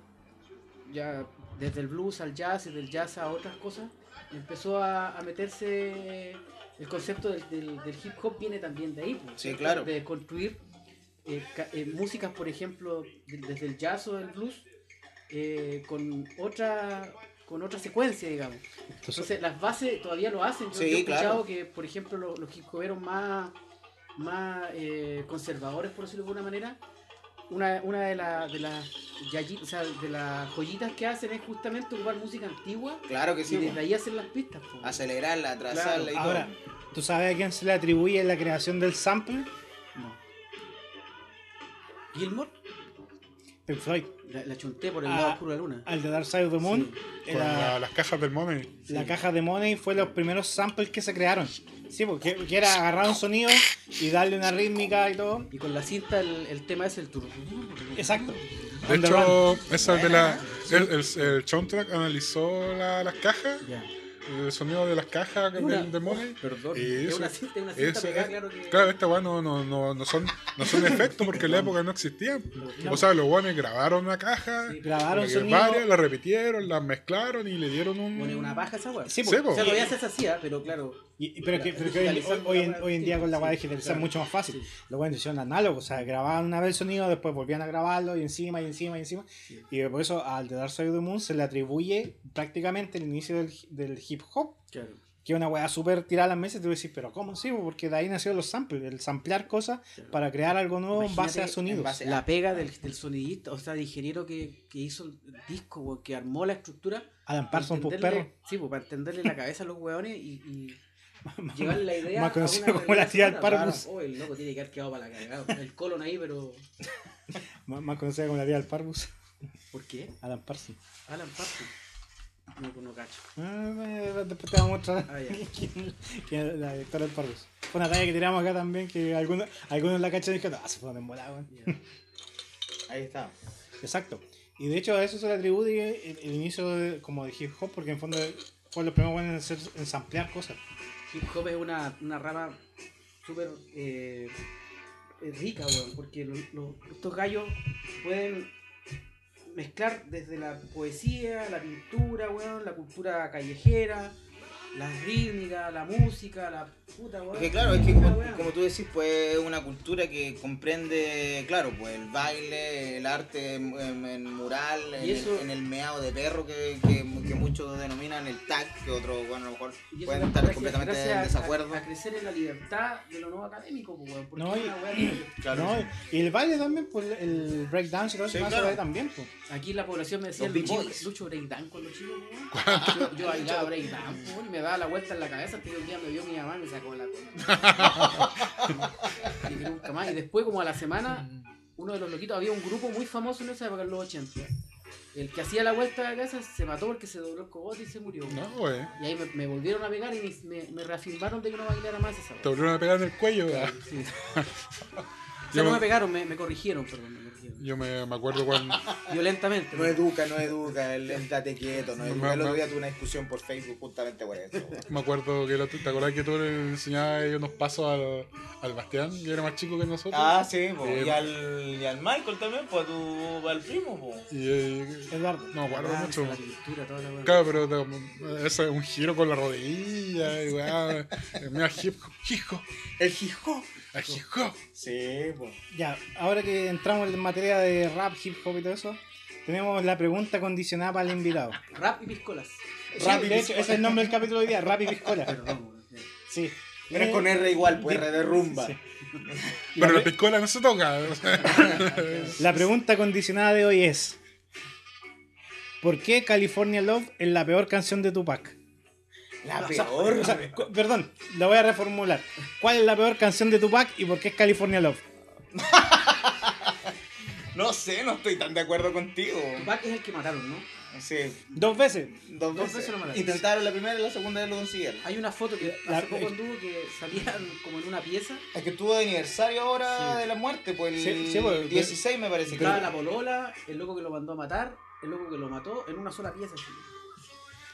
[SPEAKER 7] ya desde el blues al jazz y del jazz a otras cosas, empezó a, a meterse el concepto del, del- del hip hop viene también de ahí, pues,
[SPEAKER 5] Sí,
[SPEAKER 7] ¿cierto?
[SPEAKER 5] claro.
[SPEAKER 7] de construir eh, ca- eh, músicas, por ejemplo, de- desde el jazz o el blues, eh, con otra con otra secuencia, digamos. Entonces, las bases todavía lo hacen. Yo,
[SPEAKER 5] Sí,
[SPEAKER 7] yo he
[SPEAKER 5] claro.
[SPEAKER 7] escuchado que, por ejemplo, los, los hip hoperos más, más eh, conservadores, por decirlo de alguna manera, una, una de, la- de las yayi- o sea, de las joyitas que hacen es justamente ocupar música antigua
[SPEAKER 5] Claro que
[SPEAKER 7] y
[SPEAKER 5] sí.
[SPEAKER 7] desde
[SPEAKER 5] pues.
[SPEAKER 7] ahí hacen las pistas. po.
[SPEAKER 5] Acelerarla, atrasarla y todo.
[SPEAKER 4] Ahora, ¿tú sabes a quién se le atribuye la creación del sample?
[SPEAKER 7] No. Gilmore
[SPEAKER 4] Pink Floyd.
[SPEAKER 7] la, la chunté por el
[SPEAKER 4] Ah,
[SPEAKER 7] lado oscuro de la luna.
[SPEAKER 4] Al de Dark Side of the Moon,
[SPEAKER 3] con la-
[SPEAKER 4] la,
[SPEAKER 3] las cajas del Money.
[SPEAKER 4] la caja de Money fue los primeros samples que se crearon. Sí, porque que era agarrar un sonido y darle una rítmica y todo.
[SPEAKER 7] Y con la cinta el, el tema es el turno.
[SPEAKER 4] Exacto.
[SPEAKER 3] De
[SPEAKER 4] On the run.
[SPEAKER 3] hecho, esa de la, el, el- el soundtrack analizó la- las cajas,
[SPEAKER 7] Ya.
[SPEAKER 3] el sonido de las cajas
[SPEAKER 7] Una-
[SPEAKER 3] del, del Money.
[SPEAKER 7] Perdón.
[SPEAKER 3] Y
[SPEAKER 7] es
[SPEAKER 3] Eh, eso-
[SPEAKER 7] una cinta, es una cinta
[SPEAKER 3] Eso,
[SPEAKER 7] pegada,
[SPEAKER 3] eh,
[SPEAKER 7] claro que.
[SPEAKER 3] claro, esta weá no, no, no, no son, no son efectos porque en la época no existían. O sea, los guanes grabaron una caja,
[SPEAKER 7] Sí,
[SPEAKER 4] Grabaron
[SPEAKER 3] la-
[SPEAKER 4] sonido.
[SPEAKER 3] varias, la repitieron, la mezclaron y le dieron un.
[SPEAKER 7] Pone una paja esa weá.
[SPEAKER 4] Sí,
[SPEAKER 3] Sí,
[SPEAKER 4] pues.
[SPEAKER 3] po.
[SPEAKER 7] O sea, todavía se hacía, pero claro.
[SPEAKER 4] Y- y- pero que, pero que hoy, en- hoy- hoy en, hoy en día con la guay digitalizada es mucho más fácil.
[SPEAKER 7] Sí.
[SPEAKER 4] Los buenos hicieron análogo, o sea, grababan una vez el sonido, después volvían a grabarlo y encima y encima y encima. Y por eso al The Dark Side of the Moon se le atribuye prácticamente el inicio del, del hip hop.
[SPEAKER 7] Claro.
[SPEAKER 4] Que es una weá súper tirada a las mesas, te voy a decir, pero ¿cómo? Sí, porque de ahí nacieron los samples, el samplear cosas para crear algo nuevo en base a
[SPEAKER 7] Imagínate,
[SPEAKER 4] sonidos.
[SPEAKER 5] en base-
[SPEAKER 7] La pega del, del sonidista, o sea, del ingeniero que, que hizo el disco, weón, que armó la estructura.
[SPEAKER 4] Adam
[SPEAKER 7] para
[SPEAKER 4] Parsons, pues
[SPEAKER 7] entenderle-
[SPEAKER 4] perro.
[SPEAKER 7] Sí, pues para entenderle la cabeza a los weones y, y llevarle la idea.
[SPEAKER 4] más
[SPEAKER 7] a
[SPEAKER 4] conocido
[SPEAKER 7] una
[SPEAKER 4] como la tía del
[SPEAKER 7] realidad sonora,
[SPEAKER 4] Parvus.
[SPEAKER 7] claro. Oh, el loco tiene que haber quedado para la cagada. El colon ahí, pero.
[SPEAKER 4] Más, más conocida como la tía del Parvus.
[SPEAKER 7] ¿Por qué?
[SPEAKER 4] Adam Parsons.
[SPEAKER 7] Alan Parsons. No, pues, no cacho.
[SPEAKER 4] Ah, eh, Después te vamos a mostrar
[SPEAKER 7] Ah, ya.
[SPEAKER 4] quién quién es la directora del Parvus. Fue una talla que tiramos acá también, que algunos, algunos la cachan y dijeron, ah, se fue una temporada, weón".
[SPEAKER 7] Ya.
[SPEAKER 5] Ahí está.
[SPEAKER 4] Exacto. Y de hecho a eso se le atribuye el, el inicio de- como de hip hop, porque en fondo fue los primeros buenos en, hacer, en samplear cosas.
[SPEAKER 7] Hip hop es una, una rama súper eh, eh, rica, weón, porque lo- lo- estos gallos pueden mezclar desde la poesía, la pintura, weón, la cultura callejera, las rítmicas, la música, la puta, weón.
[SPEAKER 5] Porque claro, es que como,
[SPEAKER 7] Weón.
[SPEAKER 5] como tú decís, pues es una cultura que comprende, claro, pues el baile, el arte en, en- en mural, en,
[SPEAKER 7] Y eso-
[SPEAKER 5] el, en el meado de perro que, que- que muchos denominan el tag, que otros, bueno, a lo mejor
[SPEAKER 7] Y eso
[SPEAKER 5] pueden
[SPEAKER 7] es
[SPEAKER 5] estar
[SPEAKER 7] gracias-
[SPEAKER 5] completamente
[SPEAKER 7] gracias
[SPEAKER 5] en
[SPEAKER 7] a-
[SPEAKER 5] desacuerdo.
[SPEAKER 7] A, a crecer en la libertad de lo no académico, pues, weón. Porque
[SPEAKER 4] No,
[SPEAKER 7] es
[SPEAKER 4] y-
[SPEAKER 7] una weá que-
[SPEAKER 5] Claro,
[SPEAKER 4] ¿no? Y el baile también, pues el breakdance y todo eso,
[SPEAKER 5] Sí,
[SPEAKER 4] más
[SPEAKER 5] claro.
[SPEAKER 4] se ve también. Pues.
[SPEAKER 7] Aquí la población me decía
[SPEAKER 5] Los Beach
[SPEAKER 7] Lucho,
[SPEAKER 5] Boys.
[SPEAKER 7] Lucho breakdown con los chicos, weón. Yo, yo bailaba breakdown, weón, y me daba la vuelta en la cabeza hasta que un día me vio mi mamá y me sacó la cola. y que nunca más. Y después, como a la semana, uno de los loquitos, había un grupo muy famoso en esa época, en los 80. El que hacía la vuelta de la cabeza se mató porque se dobló el cogote y se murió. weón.
[SPEAKER 3] No, güey.
[SPEAKER 7] Y ahí me, me volvieron a pegar y me, me- me reafirmaron de que no bailara más esa
[SPEAKER 3] Te
[SPEAKER 7] weón.
[SPEAKER 3] volvieron a pegar en el cuello. güey.
[SPEAKER 7] Sí. O sea, no me pegaron, me, me corrigieron, perdón, me corrigieron.
[SPEAKER 3] Yo me, me acuerdo cuando.
[SPEAKER 7] Violentamente.
[SPEAKER 5] No educa, no educa, el, el date quieto, no
[SPEAKER 3] No,
[SPEAKER 5] educa. El
[SPEAKER 3] no,
[SPEAKER 5] otro
[SPEAKER 3] no.
[SPEAKER 5] día tuve una discusión por Facebook justamente por eso. güey.
[SPEAKER 3] Me acuerdo que lo- te acordás que tú le enseñabas ahí unos pasos al, al Bastián, que era más chico que nosotros.
[SPEAKER 5] Ah, sí, po.
[SPEAKER 3] Eh,
[SPEAKER 5] y, al, y al Michael también, pues a tu, al primo, pues.
[SPEAKER 3] Y, eh,
[SPEAKER 4] Eduardo.
[SPEAKER 3] no me acuerdo
[SPEAKER 7] Ah,
[SPEAKER 3] mucho.
[SPEAKER 7] la pintura, toda la weá.
[SPEAKER 3] Claro, pero te- ese es un giro con la rodilla, y weá. Mira, hip hop, hip hop,
[SPEAKER 5] El hijo.
[SPEAKER 3] ah, hip hop.
[SPEAKER 5] Sí, pues.
[SPEAKER 4] Ya, ahora que entramos en materia de rap, hip hop y todo eso, tenemos la pregunta condicionada para el invitado.
[SPEAKER 7] Rap y piscolas.
[SPEAKER 4] Rap, de hecho, ese es el nombre del capítulo de hoy día, Rap y Piscola.
[SPEAKER 7] Perdón, weón.
[SPEAKER 4] Sí.
[SPEAKER 5] Pero es con R igual, pues R de rumba.
[SPEAKER 4] Eh, Sí. Y
[SPEAKER 3] Pero la
[SPEAKER 4] la, pre-
[SPEAKER 3] piscola no se toca.
[SPEAKER 4] la pregunta condicionada de hoy es: ¿Por qué California Love es la peor canción de Tupac?
[SPEAKER 5] La
[SPEAKER 4] O sea,
[SPEAKER 5] peor.
[SPEAKER 4] o sea, eh, cu- perdón, la voy a reformular. ¿Cuál es la peor canción de Tupac y por qué es California Love?
[SPEAKER 5] No sé, no estoy tan de acuerdo contigo.
[SPEAKER 7] Tupac es el que mataron, ¿no?
[SPEAKER 5] Sí,
[SPEAKER 4] Dos veces.
[SPEAKER 5] dos veces.
[SPEAKER 7] veces lo mataron.
[SPEAKER 5] Intentaron la primera y la segunda vez lo consiguieron.
[SPEAKER 7] Hay una foto que
[SPEAKER 4] La-
[SPEAKER 7] hace poco anduvo que salían como en una pieza.
[SPEAKER 5] Es que estuvo de aniversario ahora
[SPEAKER 7] Sí.
[SPEAKER 5] de la muerte, pues el
[SPEAKER 4] Sí, sí, pues,
[SPEAKER 5] 16 me parece. que
[SPEAKER 7] Estaba
[SPEAKER 5] era.
[SPEAKER 7] la polola, el loco que lo mandó a matar, el loco que lo mató, en una sola pieza. así.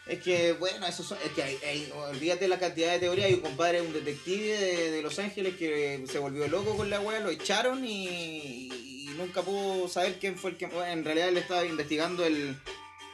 [SPEAKER 5] Es que, bueno, eso son- es que hay, hay- olvídate la cantidad de teorías. Hay un compadre, un detective de, de Los Ángeles que se volvió loco con la wea, lo echaron y, y nunca pudo saber quién fue el que. bueno, en realidad él estaba investigando el,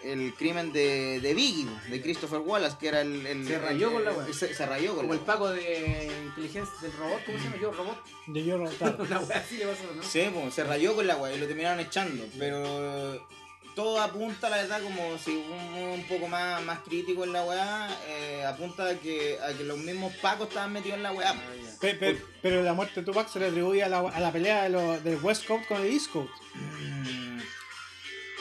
[SPEAKER 5] el crimen de, de Biggie, de Christopher Wallace, que era el. el-
[SPEAKER 7] Se rayó con la wea.
[SPEAKER 5] Se, se rayó con la
[SPEAKER 7] Como
[SPEAKER 5] wea.
[SPEAKER 7] el paco de inteligencia del robot, ¿cómo se llama? Yo, robot.
[SPEAKER 4] De yo no, claro.
[SPEAKER 7] Una wea así le pasó, ¿no?
[SPEAKER 5] Sí, po, se rayó con la wea y lo terminaron echando. Pero todo apunta, la verdad, como si un, un poco más, más crítico en la weá, eh, apunta a que, a que los mismos pacos estaban metidos en la weá.
[SPEAKER 4] Pe- pe- pero la muerte de Tupac se le atribuye a la, a la pelea de los- del West Coast con el East Coast.
[SPEAKER 5] Mm,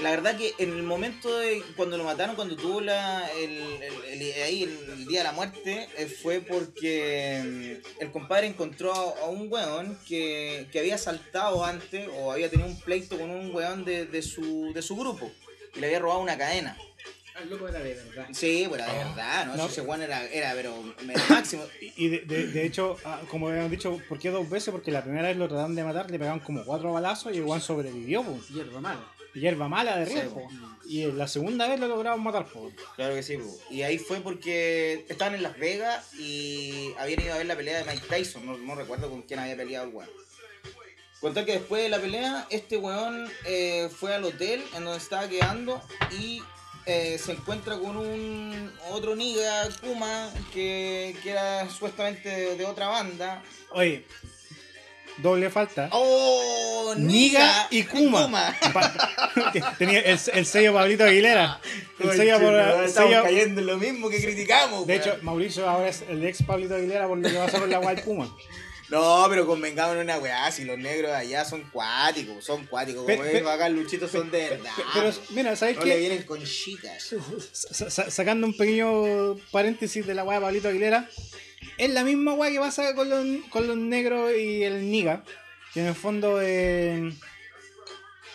[SPEAKER 5] La verdad que en el momento de cuando lo mataron, cuando tuvo la, el, el- el- ahí el, el día de la muerte, eh, fue porque mm, el compadre encontró a un weón que, que había saltado antes o había tenido un pleito con un weón de, de su, de su grupo y le había robado una cadena.
[SPEAKER 7] El loco era de verdad.
[SPEAKER 5] Sí, pero de verdad, ¿no?
[SPEAKER 4] No.
[SPEAKER 5] Ese weón era, era pero el máximo.
[SPEAKER 4] Y de, de- de hecho, ah, como habían dicho, ¿por qué dos veces? Porque la primera vez lo trataron de matar, le pegaron como cuatro balazos y el Juan sobrevivió, po.
[SPEAKER 7] Hierba mala.
[SPEAKER 4] Y Hierba mala de
[SPEAKER 5] Sí,
[SPEAKER 4] riesgo. Y en la segunda vez lo lograron matar, po.
[SPEAKER 5] Claro que sí, po. y ahí fue porque estaban en Las Vegas y habían ido a ver la pelea de Mike Tyson, no, no recuerdo con quién había peleado el weón. Contar que después de la pelea, este weón eh, fue al hotel en donde estaba quedando y eh, se encuentra con un otro niga, Kuma, que, que era supuestamente de, de otra banda.
[SPEAKER 4] Oye, Doble falta.
[SPEAKER 5] ¡Oh!
[SPEAKER 4] Niga y Kuma. Pa- Tenía el, el sello Pablito Aguilera. El sello por- el
[SPEAKER 5] Estamos
[SPEAKER 4] sello-
[SPEAKER 5] cayendo en lo mismo que criticamos.
[SPEAKER 4] De
[SPEAKER 5] weón.
[SPEAKER 4] hecho, Mauricio ahora es el ex Pablito Aguilera por lo que pasa con la White Puma.
[SPEAKER 5] No, pero convengamos en una weá, si los negros de allá son cuáticos, son cuáticos. Como
[SPEAKER 4] Pero-
[SPEAKER 5] digo acá, Luchito son de verdad.
[SPEAKER 4] Pero
[SPEAKER 5] po.
[SPEAKER 4] mira, ¿sabes
[SPEAKER 5] no le
[SPEAKER 4] qué?
[SPEAKER 5] vienen con chicas.
[SPEAKER 4] Sa- sa- Sacando un pequeño paréntesis de la weá de Pablito Aguilera, es la misma weá que pasa con los, con los negros y el niga. Que en el fondo, eh,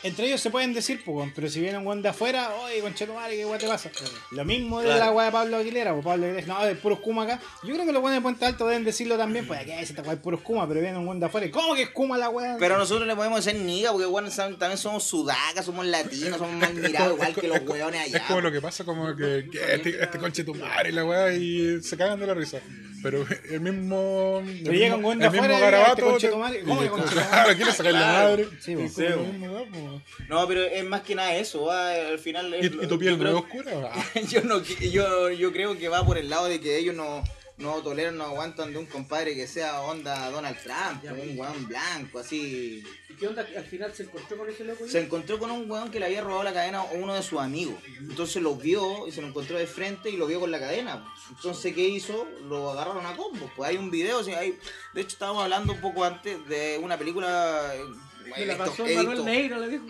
[SPEAKER 4] entre ellos se pueden decir, pues, weón, pero si viene un weón de afuera, oye, conchetumare, ¿qué weá te pasa? Lo mismo de
[SPEAKER 5] Claro.
[SPEAKER 4] la weá de Pablo Aguilera, pues Pablo Aguilera, no, es puro Kuma acá. Yo creo que los weones de Puente Alto deben decirlo también, pues, aquí esta weá es puro Kuma, pero viene un weón de afuera, y, ¿cómo que es Kuma la weá?
[SPEAKER 5] Pero nosotros le podemos decir niga, porque bueno, saben, también somos sudacas, somos latinos, somos mal mirados, igual que los weones allá.
[SPEAKER 3] Es como lo
[SPEAKER 5] po.
[SPEAKER 3] que pasa, como que, que este, este conche tu madre, la weá, y se cagan de la risa. Pero el mismo. El
[SPEAKER 4] Pero
[SPEAKER 3] mismo-
[SPEAKER 4] llega un buen de
[SPEAKER 3] el mismo
[SPEAKER 4] afuera y diga,
[SPEAKER 3] garabato
[SPEAKER 4] este conche tu
[SPEAKER 3] te-
[SPEAKER 4] madre, ¿cómo
[SPEAKER 3] y-
[SPEAKER 4] que conche tu madre?
[SPEAKER 3] Claro, quiere sacar la
[SPEAKER 5] Claro.
[SPEAKER 3] madre.
[SPEAKER 4] Sí, pues. po.
[SPEAKER 3] Es como lo mismo, weá, po.
[SPEAKER 5] No, pero es más que nada eso, va, al final. es
[SPEAKER 3] ¿Y,
[SPEAKER 5] lo-
[SPEAKER 3] y tu piel
[SPEAKER 5] yo
[SPEAKER 3] muy
[SPEAKER 5] creo-
[SPEAKER 3] oscura? Ah,
[SPEAKER 5] yo, no, yo, yo creo que va por el lado de que ellos no, no toleran, no aguantan de un compadre que sea onda Donald Trump,
[SPEAKER 7] Ya,
[SPEAKER 5] un
[SPEAKER 7] pues.
[SPEAKER 5] weón blanco, así.
[SPEAKER 7] ¿Y qué onda? Al final se encontró con ese loco. ahí?
[SPEAKER 5] Se encontró con un weón que le había robado la cadena a uno de sus amigos. Entonces lo vio y se lo encontró de frente y lo vio con la cadena. Entonces, ¿qué hizo? Lo agarraron a combos. Pues hay un video, sí, hay- de hecho estábamos hablando un poco antes de una película... eh,
[SPEAKER 7] Me la
[SPEAKER 5] esto-
[SPEAKER 7] pasó
[SPEAKER 5] edito.
[SPEAKER 7] Manuel Neiro, le dijo.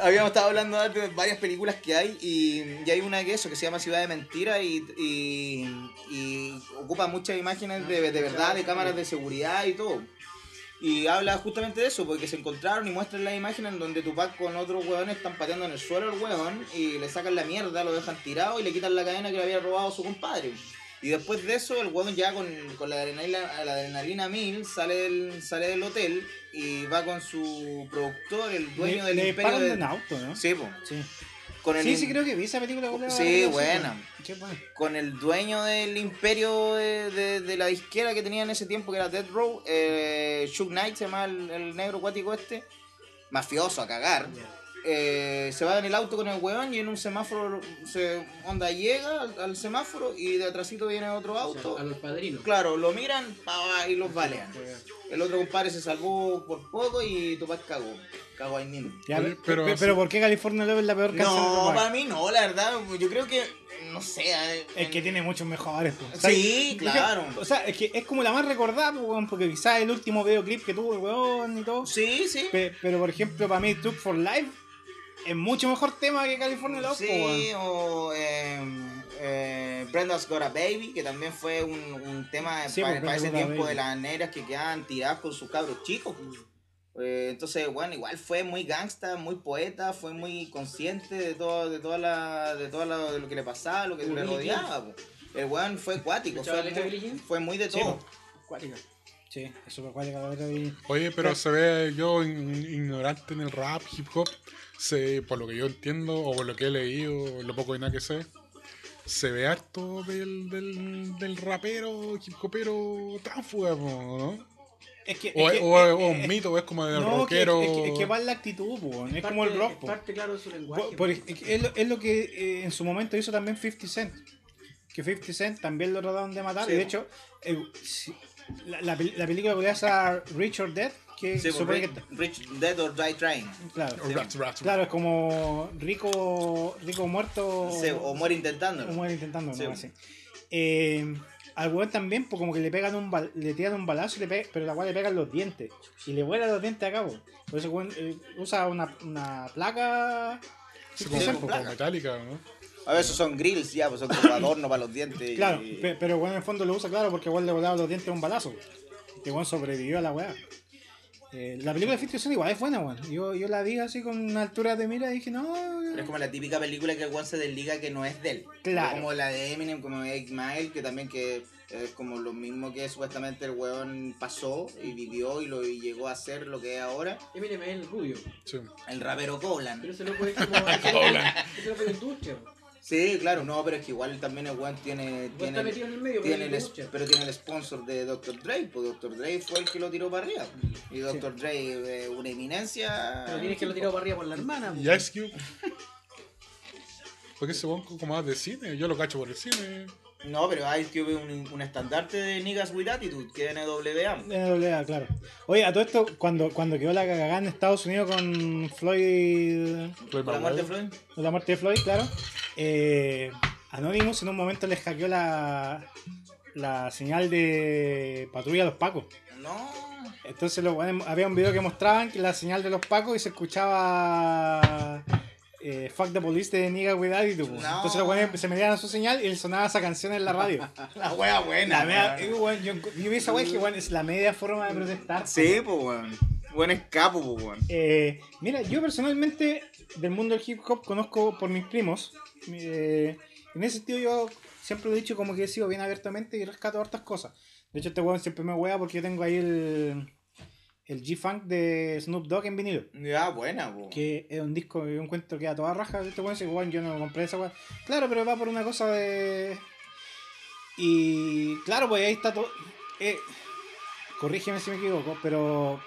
[SPEAKER 5] Habíamos estado hablando antes de varias películas que hay y, y hay una que eso, que se llama Ciudad de Mentira y, y- y ocupa muchas imágenes de, de verdad, de cámaras de seguridad y todo. Y habla justamente de eso, porque se encontraron y muestran las imágenes en donde Tupac con otros hueones están pateando en el suelo al hueón y le sacan la mierda, lo dejan tirado y le quitan la cadena que le había robado su compadre. Y después de eso, el hueón ya con, con la, adrenalina, la adrenalina mil sale del, sale del hotel y va con su productor, el dueño
[SPEAKER 4] le,
[SPEAKER 5] del
[SPEAKER 4] le
[SPEAKER 5] imperio
[SPEAKER 4] disparan de
[SPEAKER 5] de...
[SPEAKER 4] un auto, ¿no?
[SPEAKER 5] Sí, po.
[SPEAKER 4] Sí.
[SPEAKER 5] Con el,
[SPEAKER 4] Sí, sí, creo que vi esa película.
[SPEAKER 5] Sí,
[SPEAKER 4] weón.
[SPEAKER 5] buena.
[SPEAKER 4] Qué buena.
[SPEAKER 5] con el dueño del imperio de, de- de la disquera que tenía en ese tiempo, que era Dead Row, eh, Shook Knight, se llama el, el negro cuático este, mafioso a cagar. eh, se va en el auto con el huevón y en un semáforo, se, onda llega al, al semáforo y de atrásito viene otro auto.
[SPEAKER 7] A los padrinos.
[SPEAKER 5] Claro, lo miran pa, y los balean.
[SPEAKER 7] Weón.
[SPEAKER 5] El otro compadre se salvó por poco y Tupac cagó. Cagó ahí mismo.
[SPEAKER 4] Ya,
[SPEAKER 3] Oye,
[SPEAKER 4] pe- pe-
[SPEAKER 3] pero
[SPEAKER 4] pero,
[SPEAKER 3] así-
[SPEAKER 4] ¿por qué California Love es la peor canción de
[SPEAKER 5] No,
[SPEAKER 4] Tupac?
[SPEAKER 5] para mí no, la verdad. Yo creo que, no sé. eh,
[SPEAKER 4] Es que tiene muchos mejores. po. O sea,
[SPEAKER 5] Sí,
[SPEAKER 4] yo-
[SPEAKER 5] claro.
[SPEAKER 4] O sea, es que es como la más recordada, po, weón, porque quizás el último videoclip que tuvo el weón y todo.
[SPEAKER 5] Sí, sí.
[SPEAKER 4] Pe- pero por ejemplo, para mí, Took for Life es mucho mejor tema que California Love. po,
[SPEAKER 5] Sí,
[SPEAKER 4] weón.
[SPEAKER 5] o em, eh, Brenda's Got a Baby, que también fue un, un tema
[SPEAKER 4] Sí,
[SPEAKER 5] para,
[SPEAKER 4] pues,
[SPEAKER 5] para
[SPEAKER 4] Brenda's
[SPEAKER 5] ese
[SPEAKER 4] Got a
[SPEAKER 5] tiempo de
[SPEAKER 4] Baby.
[SPEAKER 5] las negras que quedaban tiradas con sus cabros chicos. pues. Eh, entonces, bueno, igual fue muy gangsta, muy poeta, fue muy consciente de todo, de toda la, de todo lo, de lo que le pasaba, lo que
[SPEAKER 7] Como
[SPEAKER 5] le
[SPEAKER 7] Billie Jean.
[SPEAKER 5] rodeaba. pues. El weón fue acuático,
[SPEAKER 7] ¿Escuchaba la
[SPEAKER 5] fue
[SPEAKER 7] letra de
[SPEAKER 5] muy,
[SPEAKER 7] Billie Jean?
[SPEAKER 5] fue muy de
[SPEAKER 4] Sí,
[SPEAKER 5] todo.
[SPEAKER 4] po. Sí, es súper cuática la otra y-
[SPEAKER 3] Oye, pero se ve yo in- ignorante en el rap, hip hop. Se, por lo que yo entiendo, o por lo que he leído, lo poco y nada que sé, se ve harto del, del, del rapero, hip hopero tránsfuga, po, ¿no?
[SPEAKER 4] Es que.
[SPEAKER 3] O,
[SPEAKER 4] es
[SPEAKER 3] es-
[SPEAKER 4] que-
[SPEAKER 3] o, es-
[SPEAKER 4] eh,
[SPEAKER 3] o es
[SPEAKER 4] eh,
[SPEAKER 3] un mito, o es como del
[SPEAKER 4] No, que- es
[SPEAKER 3] rockero.
[SPEAKER 4] que, es que va en la actitud, po, weón, es como el
[SPEAKER 7] Parte-
[SPEAKER 4] rock. po.
[SPEAKER 7] Parte, claro, de su lenguaje.
[SPEAKER 4] Por- por-
[SPEAKER 7] weón.
[SPEAKER 4] es, lo, es lo que eh, en su momento hizo también 50 Cent. Que 50 Cent también lo trataron de matar.
[SPEAKER 5] Sí,
[SPEAKER 4] y de
[SPEAKER 5] po.
[SPEAKER 4] hecho, eh, si- la, la pel- la película que le hace a Richard Dead, que
[SPEAKER 5] Sí, pues,
[SPEAKER 4] supone que
[SPEAKER 5] Rich, Rich Dead or Die Trying.
[SPEAKER 4] está- Claro,
[SPEAKER 3] O rats, rats,
[SPEAKER 4] claro, es como rico rico muerto
[SPEAKER 5] Sí, o
[SPEAKER 4] Oh.
[SPEAKER 5] muere
[SPEAKER 4] o
[SPEAKER 5] intentándolo.
[SPEAKER 4] muere intentando.
[SPEAKER 5] Sí,
[SPEAKER 4] no,
[SPEAKER 5] po.
[SPEAKER 4] así. Eh, al weón también, pues como que le pegan un bal- le tiran un balazo, y le pe- pero la cual le pegan los dientes. Y le vuelan los dientes a cabo. Por eso weón, eh, usa una, una placa.
[SPEAKER 3] Sí, como,
[SPEAKER 5] Sí,
[SPEAKER 3] como
[SPEAKER 5] placa.
[SPEAKER 3] metálica, ¿no?
[SPEAKER 5] A veces son grills ya, pues son como adorno para los dientes. y-
[SPEAKER 4] Claro, pe- pero bueno, en el fondo lo usa claro porque igual le volaba los dientes a un balazo. Que bueno sobrevivió a la weá. Eh, la película de ficción igual es buena, weón. Yo, yo la vi así con una altura de mira y dije, no. no".
[SPEAKER 5] Pero es como la típica película que el weón se desliga que no es de él.
[SPEAKER 4] Claro.
[SPEAKER 5] Como la de Eminem, como de 8 Mile, que también que es como lo mismo que supuestamente el weón pasó y vivió y lo y llegó a ser lo que es ahora.
[SPEAKER 7] Eminem es el rubio.
[SPEAKER 3] Sí.
[SPEAKER 5] El rapero
[SPEAKER 7] Pero
[SPEAKER 5] Colan.
[SPEAKER 7] ese loco es como. ese loco- ese loco es la industria. weón.
[SPEAKER 5] Sí, claro, no, pero es que igual también el weón tiene.
[SPEAKER 7] Igual
[SPEAKER 5] tiene
[SPEAKER 7] Está metido en el medio, pero
[SPEAKER 5] tiene
[SPEAKER 7] es
[SPEAKER 5] el
[SPEAKER 7] la
[SPEAKER 5] es-
[SPEAKER 7] industria.
[SPEAKER 5] pero tiene el sponsor de Dr. Dre, pues Dr. Dre fue el que lo tiró para arriba. Y Dr. Dre, eh, una eminencia.
[SPEAKER 7] Pero tienes que lo tirado para arriba por la hermana.
[SPEAKER 3] Y Ice Cube. Porque ese weón como más de cine, yo lo cacho por el cine.
[SPEAKER 5] No, pero hay que ver un, un estandarte de Niggas with Attitude, que es NWA.
[SPEAKER 4] NWA, claro. Oye, a todo esto, cuando, cuando quedó la cagada en Estados Unidos con Floyd,
[SPEAKER 5] Por la muerte de Floyd.
[SPEAKER 4] la muerte de Floyd, claro, eh, Anonymous en un momento les hackeó la, la señal de patrulla a los pacos.
[SPEAKER 5] No.
[SPEAKER 4] Entonces los guanes- había un video que mostraban que la señal de los pacos y se escuchaba eh, Fuck the Police de Nigga with Attitude.
[SPEAKER 5] No.
[SPEAKER 4] Entonces los guanes se metían a su señal y sonaba esa canción en la radio.
[SPEAKER 5] La wea buena.
[SPEAKER 4] La media-
[SPEAKER 5] weón.
[SPEAKER 4] eh, weón, yo, yo vi esa wea y dije, weón, es la media forma de protestar.
[SPEAKER 5] Sí, pues weón. Buen escapo, pues weón.
[SPEAKER 4] Eh, mira, yo personalmente del mundo del hip hop conozco por mis primos. Eh, en ese sentido yo siempre lo he dicho como que he sido bien abiertamente y rescato hartas cosas. De hecho este weón siempre me wea porque yo tengo ahí el, el G-Funk de Snoop Dogg en vinilo.
[SPEAKER 5] Ya, buena, pues.
[SPEAKER 4] Que es un disco que yo encuentro que a toda raja. Este weón dice, weón, yo no compré esa weón. Claro, pero va por una cosa de. Y claro, pues ahí está todo. eh, corrígeme si me equivoco, pero.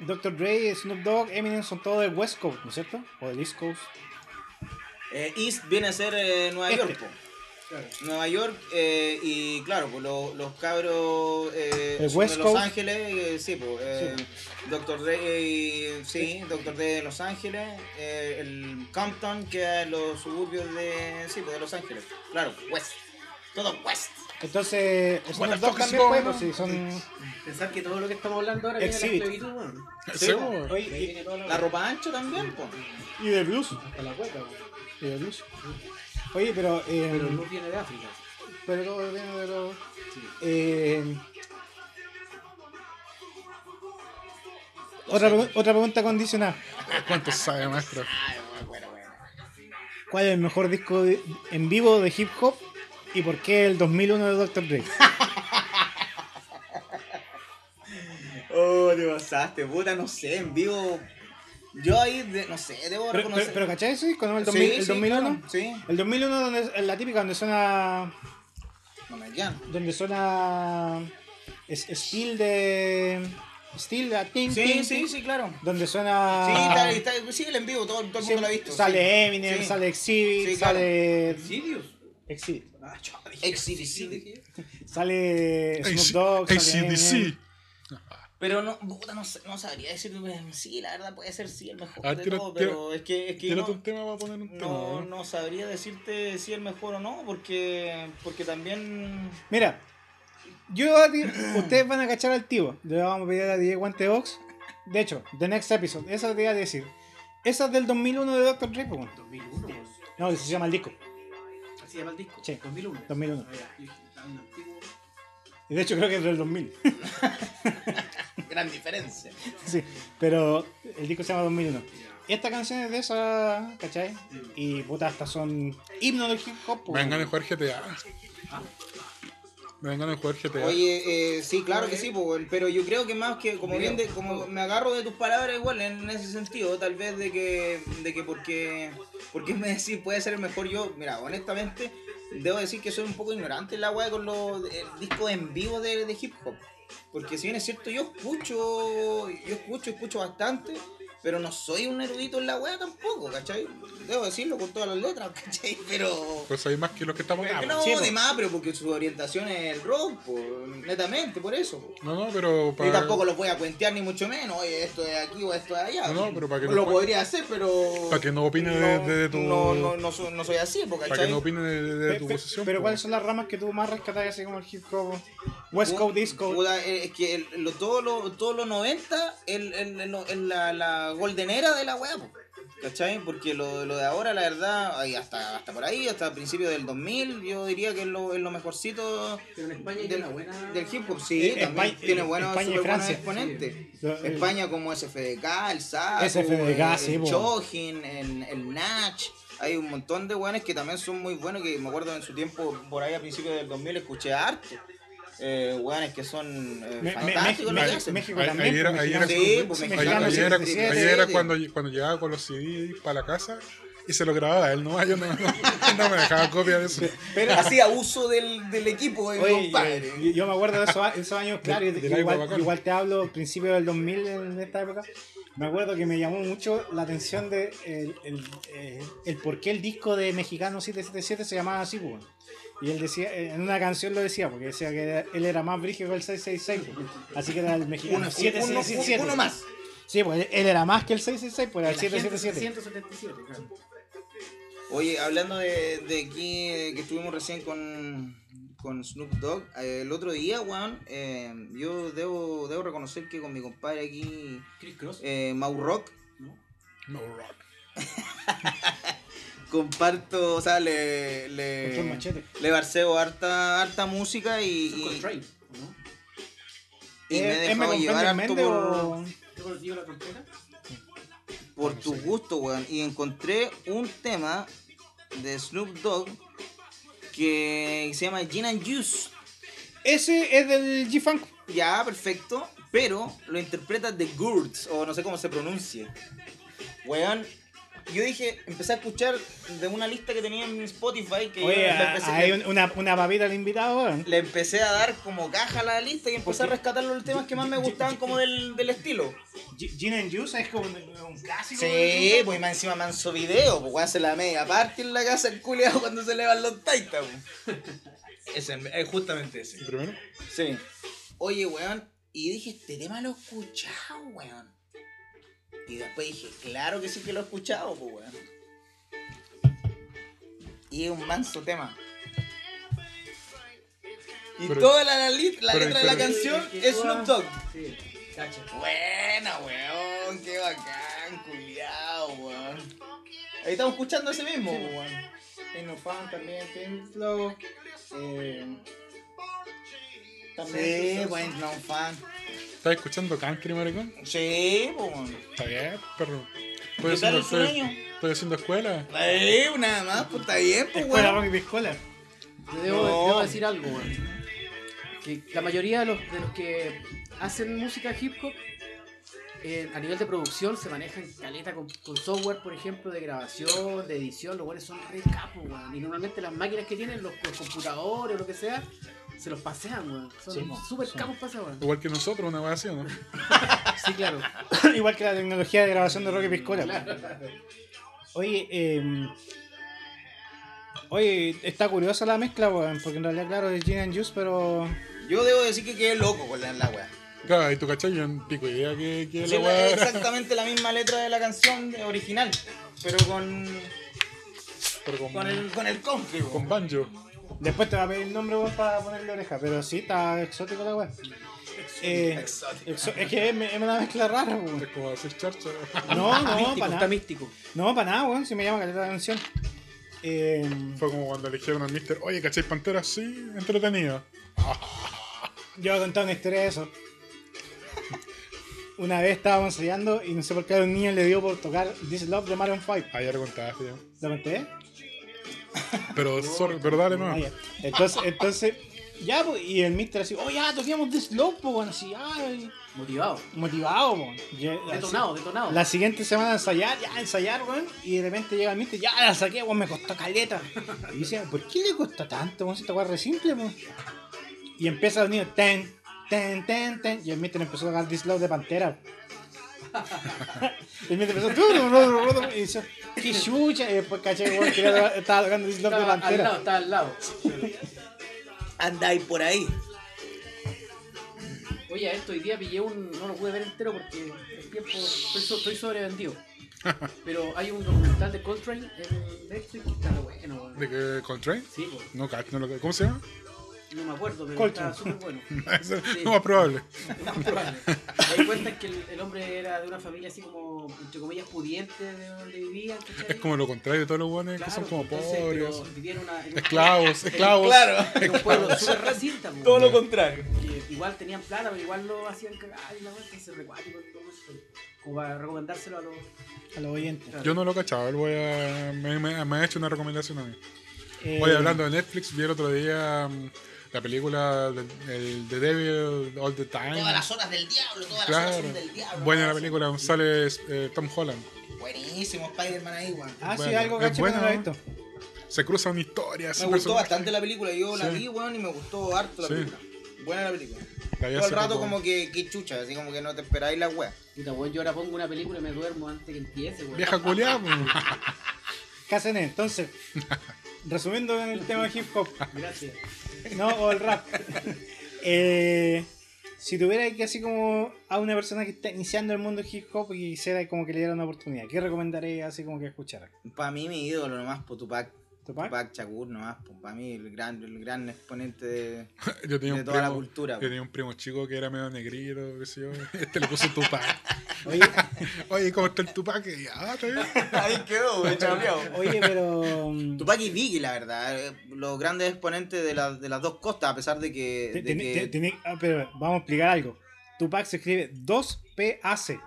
[SPEAKER 4] Dr. Dre, Snoop Dogg, Eminem son todos del West Coast, ¿no es cierto? O del East Coast.
[SPEAKER 5] Eh, East viene a ser eh, Nueva
[SPEAKER 4] Este.
[SPEAKER 5] York, po. Nueva York, eh, y claro, pues lo- los cabros eh,
[SPEAKER 4] El
[SPEAKER 5] son
[SPEAKER 4] West
[SPEAKER 5] de Los
[SPEAKER 4] Coast.
[SPEAKER 5] Ángeles, eh, sí, pues. eh, Dr. Dre, eh, sí, Dr. Dre de Los Ángeles, eh, el Compton, que es los suburbios de, sí, pues, de Los Ángeles. Claro, West. Todo West.
[SPEAKER 4] Entonces, Snoop Dogg también, pues, pues, sí, son.
[SPEAKER 7] Pensar que todo lo que estamos hablando ahora viene de la
[SPEAKER 4] Exhibit.
[SPEAKER 7] esclavitud, weón.
[SPEAKER 3] Sí, weón.
[SPEAKER 4] pues, Oye,
[SPEAKER 7] De ahí viene toda
[SPEAKER 5] La ropa ancha también, pues.
[SPEAKER 4] y, y del blues.
[SPEAKER 7] Hasta la cueca, weón.
[SPEAKER 4] Y del blues. Oye, pero. eh,
[SPEAKER 7] Pero no viene de África.
[SPEAKER 4] Pero todo viene de los.
[SPEAKER 7] Sí.
[SPEAKER 4] Eh, otra, pregu- otra pregunta condicional.
[SPEAKER 3] ¿Cuánto sabe, maestro?
[SPEAKER 4] ¿Cuál es el mejor disco de- en vivo de hip hop y por qué el 2001 de Dr. Dre?
[SPEAKER 5] Oh, te pasaste, puta, no sé, en vivo. Yo ahí, de- no sé,
[SPEAKER 4] Pero,
[SPEAKER 5] debo
[SPEAKER 4] pero,
[SPEAKER 5] reconocer.
[SPEAKER 4] pero ¿cachai ese disco? ¿no? El,
[SPEAKER 5] Sí,
[SPEAKER 4] 2000 el
[SPEAKER 5] sí,
[SPEAKER 4] 2001.
[SPEAKER 5] claro, sí.
[SPEAKER 4] El 2001 donde es la típica donde suena
[SPEAKER 5] No me llaman.
[SPEAKER 4] donde suena es, Steel de Steel de Ting,
[SPEAKER 5] Sí,
[SPEAKER 4] Ting,
[SPEAKER 5] sí,
[SPEAKER 4] Ting,
[SPEAKER 5] sí, claro.
[SPEAKER 4] donde suena
[SPEAKER 5] Sí, está, está- sí, el en vivo, todo, todo el mundo lo ha visto.
[SPEAKER 4] Ah. sale
[SPEAKER 5] sí.
[SPEAKER 4] Eminem,
[SPEAKER 5] Sí.
[SPEAKER 4] sale Exhibit,
[SPEAKER 5] Sí, claro.
[SPEAKER 4] sale
[SPEAKER 7] ¿Sirius?
[SPEAKER 4] Exhibit.
[SPEAKER 7] Ah, chaval.
[SPEAKER 5] Exhibit.
[SPEAKER 4] Sale Snoop Dogg, sale
[SPEAKER 3] ACDC.
[SPEAKER 4] Eminem.
[SPEAKER 5] Pero no, puta, no, sé- no sabría decir, pues, sí, la verdad puede ser sí el mejor
[SPEAKER 3] A ver,
[SPEAKER 5] de
[SPEAKER 3] tira-
[SPEAKER 5] todo,
[SPEAKER 3] tira-
[SPEAKER 5] pero es que, es que
[SPEAKER 3] Tírate un
[SPEAKER 5] no,
[SPEAKER 3] tema para poner un tema. eh.
[SPEAKER 5] no,
[SPEAKER 3] ¿no?
[SPEAKER 5] no sabría decirte si el mejor o no, porque, porque también...
[SPEAKER 4] Mira, yo a ti- ustedes van a cachar al tío. Le vamos a pedir a DJ Guante Box. De hecho, The Next Episode, esa te iba a decir. Esa es del 2001 de Dr. Dre, po, weón.
[SPEAKER 7] 2001, weón.
[SPEAKER 4] No, ese se llama el disco.
[SPEAKER 7] Así se llama el disco.
[SPEAKER 4] Sí,
[SPEAKER 7] 2001.
[SPEAKER 4] 2001.
[SPEAKER 7] Ah, ya. Y está un antiguo.
[SPEAKER 4] Y de hecho creo que es del 2000.
[SPEAKER 5] Gran diferencia.
[SPEAKER 4] Sí, pero el disco se llama 2001. Y esta canción es de esa, ¿cachai? Y puta, estas son himnos del hip hop. pues, po,
[SPEAKER 3] Me dan ganas de
[SPEAKER 4] weón.
[SPEAKER 3] jugar GTA. Me dan ganas de jugar GTA.
[SPEAKER 5] Oye, eh, sí, claro que sí, po, weón, pero yo creo que más que, como bien, de- como me agarro de tus palabras igual en ese sentido, tal vez de que, de que porque, porque me decís puede ser el mejor yo, mira, honestamente, debo decir que soy un poco ignorante en la weá con los eh, discos en vivo de, de hip hop, porque si bien es cierto, yo escucho, yo escucho, escucho bastante, pero no soy un erudito en la weá tampoco, ¿cachai? Debo decirlo con todas las letras, ¿cachai? Pero...
[SPEAKER 3] Pues hay más que los que estamos acá.
[SPEAKER 5] No,
[SPEAKER 4] sí, po.
[SPEAKER 5] de más, pero porque su orientación es el rock, po, netamente, por eso. po.
[SPEAKER 3] No, no, pero
[SPEAKER 5] Yo
[SPEAKER 3] para.
[SPEAKER 5] tampoco los voy a cuentear ni mucho menos, oye, esto es aquí o esto es allá.
[SPEAKER 3] No, no, pero para que
[SPEAKER 5] lo
[SPEAKER 3] no-
[SPEAKER 5] podría hacer, pero...
[SPEAKER 3] para que no opine de- de- de tu-
[SPEAKER 5] No, no, no, so- no soy así, porque
[SPEAKER 3] Para que no opine de, de- de
[SPEAKER 4] Pe-
[SPEAKER 3] tu
[SPEAKER 4] pe-
[SPEAKER 3] posición. pues,
[SPEAKER 4] pero
[SPEAKER 3] po.
[SPEAKER 4] ¿cuáles son las ramas que tú más rescatas así como el hip hop? West Coast Disco.
[SPEAKER 5] Es que el- lo- todos los todos los 90 el, el- el- el- la, la golden era de la weá, po, ¿cachai? Porque lo, lo de ahora, la verdad, ahí hasta, hasta por ahí, hasta principios del 2000, yo diría que es lo, es lo mejorcito
[SPEAKER 7] Pero en España hay
[SPEAKER 5] del,
[SPEAKER 7] una buena.
[SPEAKER 5] del hip hop, sí,
[SPEAKER 4] Eh,
[SPEAKER 5] también
[SPEAKER 4] España-
[SPEAKER 5] tiene
[SPEAKER 4] eh,
[SPEAKER 5] buenos,
[SPEAKER 4] España y
[SPEAKER 5] superbuenos
[SPEAKER 4] Francia.
[SPEAKER 5] exponentes.
[SPEAKER 4] Lo- el-
[SPEAKER 5] España como SFDK, el Saco,
[SPEAKER 4] SFDK,
[SPEAKER 5] el,
[SPEAKER 4] sí,
[SPEAKER 5] el
[SPEAKER 4] po.
[SPEAKER 5] Chojin, el, el Nach. Hay un montón de weones que también son muy buenos, que me acuerdo en su tiempo, por ahí a principios del 2000, escuché harto. Eh, weones que son eh,
[SPEAKER 4] Me- me-
[SPEAKER 5] fantásticos
[SPEAKER 4] me-
[SPEAKER 5] lo que
[SPEAKER 4] me-
[SPEAKER 5] hacen.
[SPEAKER 4] México
[SPEAKER 3] Ahí-
[SPEAKER 4] también.
[SPEAKER 3] ahí era-
[SPEAKER 4] pues,
[SPEAKER 3] ahí
[SPEAKER 4] mexicano.
[SPEAKER 3] era-
[SPEAKER 5] Sí, pues,
[SPEAKER 4] Sí,
[SPEAKER 3] Ayer,
[SPEAKER 5] mexicano,
[SPEAKER 3] ayer era,
[SPEAKER 5] sí, sí,
[SPEAKER 3] ayer
[SPEAKER 5] sí,
[SPEAKER 3] era
[SPEAKER 5] sí.
[SPEAKER 3] cuando, cuando llegaba con los CD para la casa y se lo grababa él, ¿no? Yo no, no, no me dejaba copia de eso.
[SPEAKER 5] Pero hacía uso del, del equipo de mi
[SPEAKER 4] Oye, eh,
[SPEAKER 5] compadre.
[SPEAKER 4] yo, yo me acuerdo de esos, a- esos años, claro, y-
[SPEAKER 3] de
[SPEAKER 4] y
[SPEAKER 3] la
[SPEAKER 4] igual,
[SPEAKER 3] época,
[SPEAKER 4] igual te hablo, principio del 2000, en esta época, me acuerdo que me llamó mucho la atención de el, el, eh, el por qué el disco de Mexicano 777 se llamaba así, pues. Y él decía, en una canción lo decía, porque decía que era- él era más brígido que el 666. pues. Así que era el mexicano.
[SPEAKER 5] Uno, uno- uno-
[SPEAKER 4] 777.
[SPEAKER 5] uno más.
[SPEAKER 4] Sí, pues él era más que el 666, pues era el
[SPEAKER 7] La gente
[SPEAKER 4] 777.
[SPEAKER 7] 777, claro.
[SPEAKER 5] Oye, hablando de, de aquí eh, que estuvimos recién con, con Snoop Dogg, eh, el otro día, weón, eh, yo debo, debo reconocer que con mi compadre aquí,
[SPEAKER 7] Chris Cross,
[SPEAKER 5] eh, Mau Rock,
[SPEAKER 7] ¿no?
[SPEAKER 3] No rock.
[SPEAKER 5] comparto, o sea, le, le,
[SPEAKER 4] Control machete.
[SPEAKER 5] le barceo harta, harta música y,
[SPEAKER 7] Son con
[SPEAKER 5] y,
[SPEAKER 7] Train, ¿o ¿no?
[SPEAKER 5] y me he
[SPEAKER 4] ¿Él
[SPEAKER 5] dejado
[SPEAKER 4] comprende
[SPEAKER 5] llevar
[SPEAKER 4] el
[SPEAKER 5] harto
[SPEAKER 4] Mende
[SPEAKER 5] por,
[SPEAKER 4] o-
[SPEAKER 7] Yo con- digo la trompeta.
[SPEAKER 5] por
[SPEAKER 3] No
[SPEAKER 5] tu
[SPEAKER 3] sé.
[SPEAKER 5] gusto, weón. Y encontré un tema de Snoop Dogg que se llama Gin and Juice.
[SPEAKER 4] Ese es del G-Funk.
[SPEAKER 5] Ya, perfecto. Pero lo interpreta The Gurds, o no sé cómo se pronuncie. Weón, yo dije, empecé a escuchar de una lista que tenía en Spotify que yo
[SPEAKER 4] Oye,
[SPEAKER 5] le
[SPEAKER 4] a-
[SPEAKER 5] empecé,
[SPEAKER 4] hay un- una, una babita al invitado, weón.
[SPEAKER 5] le empecé a dar como caja a la lista y empecé a rescatar los temas que más me gustaban como del, del estilo.
[SPEAKER 4] G- Gin and Juice es como un, un clásico.
[SPEAKER 5] Sí, pues y más encima manso video, pues weón se la media parte en la casa el culiao cuando se le van los taitas, pues. Ese, es justamente ese.
[SPEAKER 3] ¿El primero?
[SPEAKER 5] Sí. Oye, weón. Y dije, este tema lo he escuchado, weón. Y después dije, claro que sí que lo he escuchado, pues, weón. Y es un manso tema. Y
[SPEAKER 3] Pero-
[SPEAKER 5] toda la, la lit- la
[SPEAKER 3] pero-
[SPEAKER 5] letra de la
[SPEAKER 3] pero-
[SPEAKER 5] canción
[SPEAKER 7] Que- que
[SPEAKER 5] es Snoop
[SPEAKER 7] toda-
[SPEAKER 5] Dogg.
[SPEAKER 7] Sí, cacha.
[SPEAKER 5] Buena, weón. Qué bacán, culiao, weón. Ahí estamos escuchando ese mismo,
[SPEAKER 4] Sí,
[SPEAKER 5] weón.
[SPEAKER 4] Tengo fan también, Tim Flow. Eh,
[SPEAKER 5] Sí, buen no fan.
[SPEAKER 3] ¿Estás escuchando country, maricón?
[SPEAKER 5] Sí, pues, weón.
[SPEAKER 3] Está bien, perro.
[SPEAKER 5] ¿Qué
[SPEAKER 3] Estoy haciendo,
[SPEAKER 5] tal el
[SPEAKER 3] estoy,
[SPEAKER 5] sueño?
[SPEAKER 3] estoy haciendo escuela.
[SPEAKER 5] Eh, nada más, pues está bien, pues,
[SPEAKER 4] Escuela
[SPEAKER 5] weón.
[SPEAKER 4] Rock y Piscola.
[SPEAKER 7] Yo debo,
[SPEAKER 5] No.
[SPEAKER 7] debo decir algo, weón. Que la mayoría de los, de los que hacen música hip hop eh, a nivel de producción se manejan caleta con, con software, por ejemplo, de grabación, de edición. Los buenos son re capos, weón. Y normalmente las máquinas que tienen, los, los computadores o lo que sea, se los pasean, weón.
[SPEAKER 4] Sí,
[SPEAKER 7] Son
[SPEAKER 4] mo,
[SPEAKER 7] súper
[SPEAKER 4] son.
[SPEAKER 7] capos paseados, weón.
[SPEAKER 3] Igual que nosotros, una vez así, ¿o ¿no?
[SPEAKER 7] Sí, claro.
[SPEAKER 4] Igual que la tecnología de grabación de Rock y Piscola. Oye, eh, oye, está curiosa la mezcla, weón, porque en realidad, claro, es gin and juice, pero
[SPEAKER 5] Yo debo decir que quedé loco con la, la weá.
[SPEAKER 3] Claro, y tú cachai, yo no pico idea que, que
[SPEAKER 5] Sí,
[SPEAKER 3] la weá
[SPEAKER 5] es
[SPEAKER 3] era.
[SPEAKER 5] exactamente la misma letra de la canción de- original, pero con,
[SPEAKER 3] Pero con,
[SPEAKER 5] con el, con el country, po.
[SPEAKER 3] con banjo.
[SPEAKER 4] después te va a pedir el nombre, weón, para ponerle oreja. Pero sí, está exótico la weón. Eh,
[SPEAKER 5] Exótico.
[SPEAKER 4] exo- es que es, es una mezcla rara, weón.
[SPEAKER 3] Es como hacer charcha.
[SPEAKER 4] No, no,
[SPEAKER 7] Ah, místico,
[SPEAKER 4] para
[SPEAKER 7] está
[SPEAKER 4] nada.
[SPEAKER 7] místico.
[SPEAKER 4] No, para nada, weón, si me llama caleta la canción. Eh,
[SPEAKER 3] Fue como cuando eligieron al mister, oye, ¿cachai Pantera? Sí, entretenida.
[SPEAKER 4] Yo voy a contar una historia de eso. Una vez estábamos ensayando y no sé por qué a un niño le dio por tocar This Love de Maroon 5.
[SPEAKER 3] Ah, ya lo contaste ya.
[SPEAKER 4] ¿Lo conté?
[SPEAKER 3] Pero, sorry, pero dale no.
[SPEAKER 4] Ah, ya. Entonces, entonces, ya, pues, y el mister así, oh, ya, toquemos This Love, pues, bueno, así, ah, y
[SPEAKER 7] Motivado.
[SPEAKER 4] motivado, pues. Y- así,
[SPEAKER 7] Detonado, detonado.
[SPEAKER 4] La siguiente semana ensayar, ya, ensayar, weón, y de repente llega el mister, ya, la saqué, weón, me costó caleta. Y dice, ¿por qué le costó tanto, weón, si esta weá es re simple, weón? Y empieza el niño, ten, ten, ten, ten, y el mister empezó a tocar This Love de Pantera. y el mister empezó, "Ru, ru, ru, ru", y dice, qué chucha, y después caché, weón, que era- estaba tocando This Love de
[SPEAKER 7] Estaba al lado,
[SPEAKER 4] Pantera.
[SPEAKER 7] está al lado.
[SPEAKER 5] Andáis por ahí.
[SPEAKER 7] Oye, a esto hoy día pillé un. No lo pude ver entero porque el tiempo. Estoy, so- estoy sobrevendido. Pero hay un documental de Coltrane en Netflix que está re bueno, weón.
[SPEAKER 3] ¿De qué? ¿Contrain?
[SPEAKER 7] Sí, weón.
[SPEAKER 3] No, cach- no lo- ¿cómo se llama?
[SPEAKER 7] no me acuerdo, pero
[SPEAKER 4] Coltrane.
[SPEAKER 7] está súper bueno.
[SPEAKER 3] Ese es Lo más probable.
[SPEAKER 7] Es más probable. Me di cuenta que el, el hombre era de una familia así como, entre comillas, pudiente de donde vivía. ¿cachai?
[SPEAKER 3] Es como lo contrario de todos los guanes que son
[SPEAKER 7] Claro,
[SPEAKER 3] como
[SPEAKER 7] entonces,
[SPEAKER 3] pobres.
[SPEAKER 7] pero vivían en una- en un-
[SPEAKER 3] Esclavos, esclavos.
[SPEAKER 5] Claro.
[SPEAKER 7] En un pueblo súper racista, weón.
[SPEAKER 5] Todo lo contrario.
[SPEAKER 7] que igual tenían plata, pero igual lo hacían cagar y la weá, entonces recuático y todo eso. Como para recomendárselo a los.
[SPEAKER 4] A los oyentes.
[SPEAKER 3] Yo no lo cachaba, él voy a, me, me- me ha hecho una recomendación a mí.
[SPEAKER 4] Eh,
[SPEAKER 3] Oye, hablando de Netflix, vi el otro día mm, la película de, el, The Devil All the Time.
[SPEAKER 5] Todas las horas del diablo, todas las horas
[SPEAKER 3] Claro.
[SPEAKER 5] son del diablo.
[SPEAKER 3] Buena la
[SPEAKER 5] ¿no?
[SPEAKER 3] película, sale eh, Tom Holland.
[SPEAKER 5] Buenísimo, Spider-Man ahí, weón.
[SPEAKER 4] Ah, sí,
[SPEAKER 3] bueno,
[SPEAKER 4] algo
[SPEAKER 3] es
[SPEAKER 4] caché, pero no lo he
[SPEAKER 3] bueno.
[SPEAKER 4] visto.
[SPEAKER 3] Se cruzan historias. así,
[SPEAKER 5] Me gustó
[SPEAKER 3] personajes.
[SPEAKER 5] bastante la película, yo la
[SPEAKER 3] Sí.
[SPEAKER 5] vi, weón, y me gustó harto la
[SPEAKER 3] Sí.
[SPEAKER 5] película. Buena la película.
[SPEAKER 3] La vi
[SPEAKER 5] Todo el
[SPEAKER 3] hace
[SPEAKER 5] rato
[SPEAKER 3] poco.
[SPEAKER 5] como que, que chucha, así como que no te esperáis la weá.
[SPEAKER 7] Puta, weón, yo ahora pongo una película y
[SPEAKER 3] pues.
[SPEAKER 7] me duermo antes que empiece, weón.
[SPEAKER 3] Vieja culiada.
[SPEAKER 4] Cáceres, entonces. resumiendo en el tema de hip hop,
[SPEAKER 7] Gracias.
[SPEAKER 4] no, o el rap. Eh, si tuviera que así como a una persona que está iniciando el mundo del hip hop y quisiera como que le diera una oportunidad, ¿qué recomendaría así como que escuchara?
[SPEAKER 5] Para mí mi ídolo nomás, po, Tupac.
[SPEAKER 4] ¿Tupac?
[SPEAKER 5] Tupac Shakur nomás, pues, para mí el gran, el gran exponente de...
[SPEAKER 3] Yo tenía,
[SPEAKER 5] De
[SPEAKER 3] un
[SPEAKER 5] toda la
[SPEAKER 3] primo,
[SPEAKER 5] cultura, pues.
[SPEAKER 3] yo
[SPEAKER 5] po.
[SPEAKER 3] tenía un primo chico que era medio negrito, qué sé yo. Este le puso Tupac.
[SPEAKER 4] Oye,
[SPEAKER 3] Oye, ¿cómo está el Tupac? Y, ah, está bien.
[SPEAKER 5] Ahí quedó, güey, chambreado.
[SPEAKER 4] oye, pero. mm,
[SPEAKER 5] Tupac y Biggie, la verdad, eh, los grandes exponentes de, la- de las dos costas, a pesar de que...
[SPEAKER 4] te-
[SPEAKER 5] de
[SPEAKER 4] te-
[SPEAKER 5] que-
[SPEAKER 4] te- tiene- ah, pero vamos a explicar algo. Tupac se escribe 2PAC.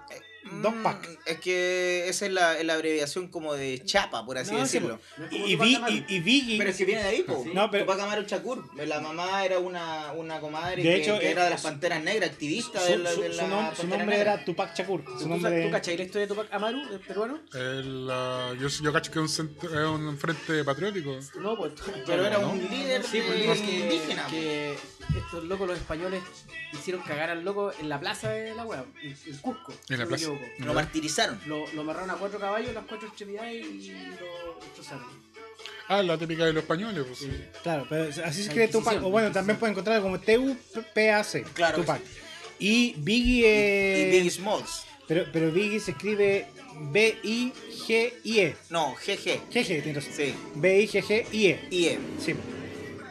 [SPEAKER 4] Dos
[SPEAKER 5] Mm,
[SPEAKER 4] Pac.
[SPEAKER 5] Es que esa es la, es la abreviación como de chapa, por así
[SPEAKER 4] No, sí, pues.
[SPEAKER 5] decirlo.
[SPEAKER 7] No es como
[SPEAKER 4] Y, y,
[SPEAKER 7] Tupac
[SPEAKER 4] Vi-
[SPEAKER 7] Amaru.
[SPEAKER 4] y, y Biggie.
[SPEAKER 5] Pero es que viene de ahí, po.
[SPEAKER 7] Sí.
[SPEAKER 4] No, pero-
[SPEAKER 5] Tupac Amaru Shakur. pues, La mamá era una, una comadre
[SPEAKER 4] De
[SPEAKER 5] que,
[SPEAKER 4] hecho,
[SPEAKER 5] que
[SPEAKER 4] eh,
[SPEAKER 5] era de las
[SPEAKER 4] su-
[SPEAKER 5] Panteras Negras, activista
[SPEAKER 4] su,
[SPEAKER 5] de la,
[SPEAKER 4] su-
[SPEAKER 5] de
[SPEAKER 4] su
[SPEAKER 5] la
[SPEAKER 4] nom- su
[SPEAKER 5] Pantera
[SPEAKER 4] nombre
[SPEAKER 5] Negra.
[SPEAKER 4] era Tupac Shakur. Su
[SPEAKER 7] ¿Tú,
[SPEAKER 4] nombre
[SPEAKER 7] sabes- ¿Tú cachai la historia de Tupac Amaru, el peruano?
[SPEAKER 3] El, ah, yo, yo cacho que es un, centro- es un frente patriótico.
[SPEAKER 7] No, pues.
[SPEAKER 5] Pero era
[SPEAKER 3] ¿no?
[SPEAKER 5] un líder
[SPEAKER 7] Sí, pues,
[SPEAKER 5] de-
[SPEAKER 7] dice que- pues.
[SPEAKER 5] indígena. po.
[SPEAKER 7] Que estos locos, los españoles, hicieron cagar al loco en la plaza de la wea, en, en Cusco. si
[SPEAKER 3] la
[SPEAKER 7] no me
[SPEAKER 3] plaza.
[SPEAKER 7] equivoco.
[SPEAKER 5] Lo martirizaron.
[SPEAKER 7] Lo, lo amarraron a cuatro caballos, las cuatro extremidades y lo destrozaron.
[SPEAKER 3] Ah, la típica de los españoles. Pues, sí.
[SPEAKER 4] Claro, pero así se
[SPEAKER 7] La
[SPEAKER 4] escribe
[SPEAKER 7] Inquisición,
[SPEAKER 4] Tupac. O bueno, también pueden encontrarlo como T-U-P-A-C.
[SPEAKER 5] Claro que
[SPEAKER 4] Tupac. Y Biggie.
[SPEAKER 5] Y
[SPEAKER 4] eh,
[SPEAKER 5] Biggie Smalls.
[SPEAKER 4] Pero, pero Biggie se escribe B-I-G-I-E.
[SPEAKER 5] No, GG.
[SPEAKER 4] GG, tienes razón.
[SPEAKER 5] Sí.
[SPEAKER 4] B-I-G-G-I-E.
[SPEAKER 5] Y eh,
[SPEAKER 4] E. Sí.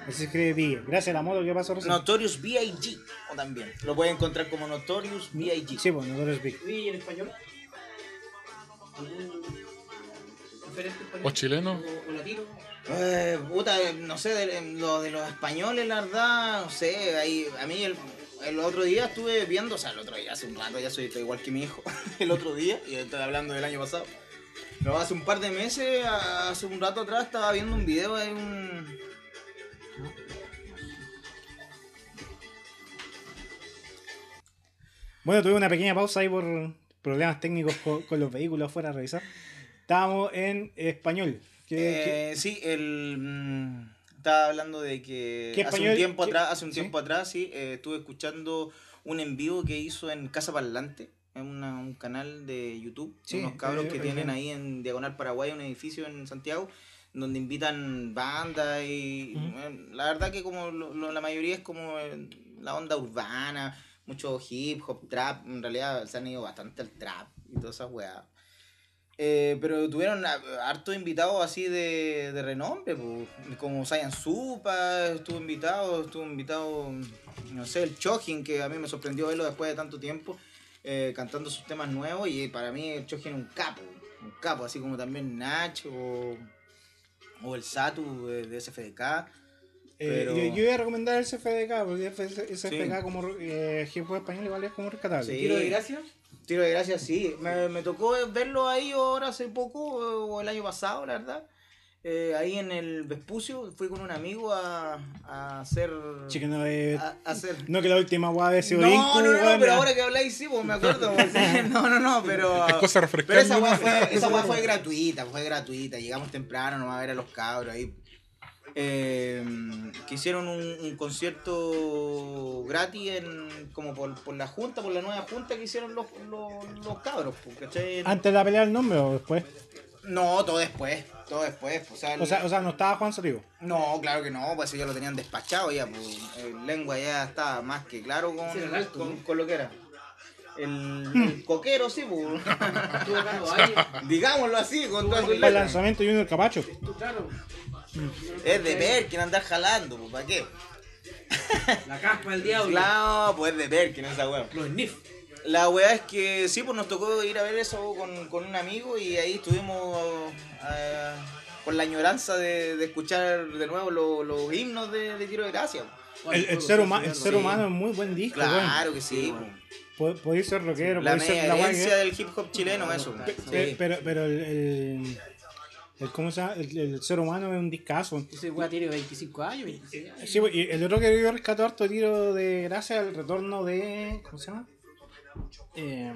[SPEAKER 4] Así se escribe Biggie. Gracias a la moto que pasó recién.
[SPEAKER 5] Notorious B.I.G. O también. Lo pueden encontrar como Notorious B.I.G.
[SPEAKER 4] Sí, bueno, no eres Big.
[SPEAKER 7] ¿Y en español? ¿Algún referente español?
[SPEAKER 3] ¿O chileno?
[SPEAKER 7] ¿O, o latino?
[SPEAKER 5] Eh, puta, eh, no sé, de, de- lo de los españoles, la verdad, no sé, ahí, a mí el, el otro día estuve viendo, o sea, el otro día, hace un rato, ya soy estoy igual que mi hijo, el otro día, y estoy hablando del año pasado. No, hace un par de meses, a- hace un rato atrás, estaba viendo un video de un...
[SPEAKER 4] Bueno, tuve una pequeña pausa ahí por problemas técnicos co- con, los vehículos afuera a revisar. Estábamos en español. ¿Qué-
[SPEAKER 5] eh, sí, el... mm, estaba hablando de que
[SPEAKER 4] ¿Qué
[SPEAKER 5] hace
[SPEAKER 4] español?
[SPEAKER 5] un tiempo
[SPEAKER 4] ¿Qué?
[SPEAKER 5] atrás, hace un
[SPEAKER 4] ¿Sí?
[SPEAKER 5] tiempo atrás, sí, eh, estuve escuchando un en vivo que hizo en Casa Parlante, en una- un canal de YouTube,
[SPEAKER 4] Sí,
[SPEAKER 5] unos cabros
[SPEAKER 4] eh,
[SPEAKER 5] que
[SPEAKER 4] eh,
[SPEAKER 5] tienen
[SPEAKER 4] eh.
[SPEAKER 5] ahí en Diagonal Paraguay, un edificio en Santiago, donde invitan bandas y
[SPEAKER 4] Ujú.
[SPEAKER 5] eh, la verdad que como lo- lo- la mayoría es como eh, la onda urbana, mucho hip hop, trap, en realidad se han ido bastante al trap y todas esas weas. Eh, pero tuvieron a- hartos invitados así de, de renombre, po. como Saiyan Supa estuvo invitado, estuvo invitado, no sé, el Chojin, que a mí me sorprendió verlo después de tanto tiempo, eh, cantando sus temas nuevos, y eh, para mí el Chojin es un capo, un capo, así como también Nacho o, o el Satu de, de SFDK.
[SPEAKER 4] qué- eh,
[SPEAKER 5] pero-
[SPEAKER 4] yo, yo voy a recomendar el CFDK, porque el CFDK
[SPEAKER 5] Sí.
[SPEAKER 4] como eh, hip hop español igual es como rescatable.
[SPEAKER 5] Sí.
[SPEAKER 7] ¿Tiro de gracia?
[SPEAKER 5] Tiro de gracia, sí. Me, me tocó verlo ahí ahora hace poco, eh, o el año pasado, la verdad. Eh, ahí en el Vespucio, fui con un amigo a, a hacer.
[SPEAKER 4] Chica, no, eh,
[SPEAKER 5] a, a hacer.
[SPEAKER 4] no que la última guay había
[SPEAKER 5] Ah. No,
[SPEAKER 4] sido
[SPEAKER 5] no, no,
[SPEAKER 4] weón,
[SPEAKER 5] pero
[SPEAKER 4] ya.
[SPEAKER 5] ahora que habláis, sí, pues me acuerdo. pues, sí. No, no, no, pero.
[SPEAKER 3] Es cosa
[SPEAKER 5] Ah, Pero
[SPEAKER 3] refrescante.
[SPEAKER 5] esa weá
[SPEAKER 3] ¿no?
[SPEAKER 5] fue, esa weá fue gratuita, fue gratuita. Llegamos temprano, nos va a ver a los cabros ahí. Eh, que hicieron un, un concierto gratis en, como por, por la junta, por la nueva junta que hicieron los, los, los cabros, pues, ¿cachai?
[SPEAKER 4] ¿Antes de la pelea del nombre o después?
[SPEAKER 5] No, todo después, todo después. pues, o sea,
[SPEAKER 4] O sea, o sea no estaba Juan Solivo.
[SPEAKER 5] no, claro que no, pues ellos lo tenían despachado ya, pues el lengua ya estaba más que claro con,
[SPEAKER 7] Ese era el alto,
[SPEAKER 5] con,
[SPEAKER 7] ¿no?
[SPEAKER 5] con lo que era. El,
[SPEAKER 4] Hmm.
[SPEAKER 5] el coquero, sí, pues.
[SPEAKER 7] ¿Estuvo a cargo de alguien?
[SPEAKER 5] digámoslo así, con todas
[SPEAKER 4] Para
[SPEAKER 5] sus
[SPEAKER 4] el
[SPEAKER 5] letras.
[SPEAKER 4] lanzamiento y uno el capacho.
[SPEAKER 7] ¿Tú, claro?
[SPEAKER 5] Es de Perkin andar jalando, pues, ¿para qué?
[SPEAKER 7] La caspa del diablo.
[SPEAKER 5] Claro, pues es de Perkin esa weá.
[SPEAKER 7] Los NIF.
[SPEAKER 5] La weá es que sí, pues nos tocó ir a ver eso con, con un amigo y ahí estuvimos eh, con la añoranza de, de escuchar de nuevo lo- los himnos de, de Tiro de Gracia. pues.
[SPEAKER 4] El, el ser, huma- el ser humano es muy buen disco,
[SPEAKER 5] Claro que sí,
[SPEAKER 4] weón. Po- Podéis ser rockero,
[SPEAKER 5] pues. La
[SPEAKER 4] podéis ser
[SPEAKER 5] media
[SPEAKER 4] la guay
[SPEAKER 5] herencia del hip hop chileno, eso. pues.
[SPEAKER 4] Pe-
[SPEAKER 5] Sí.
[SPEAKER 4] Pero, pero el, el, el- ¿Cómo se llama? El, el ser humano es un discazo.
[SPEAKER 7] Ese weá tiene 25 años, 26 años.
[SPEAKER 4] Sí, pues, y el otro que yo rescató harto tiro de gracia al retorno de. ¿Cómo se llama? Eh,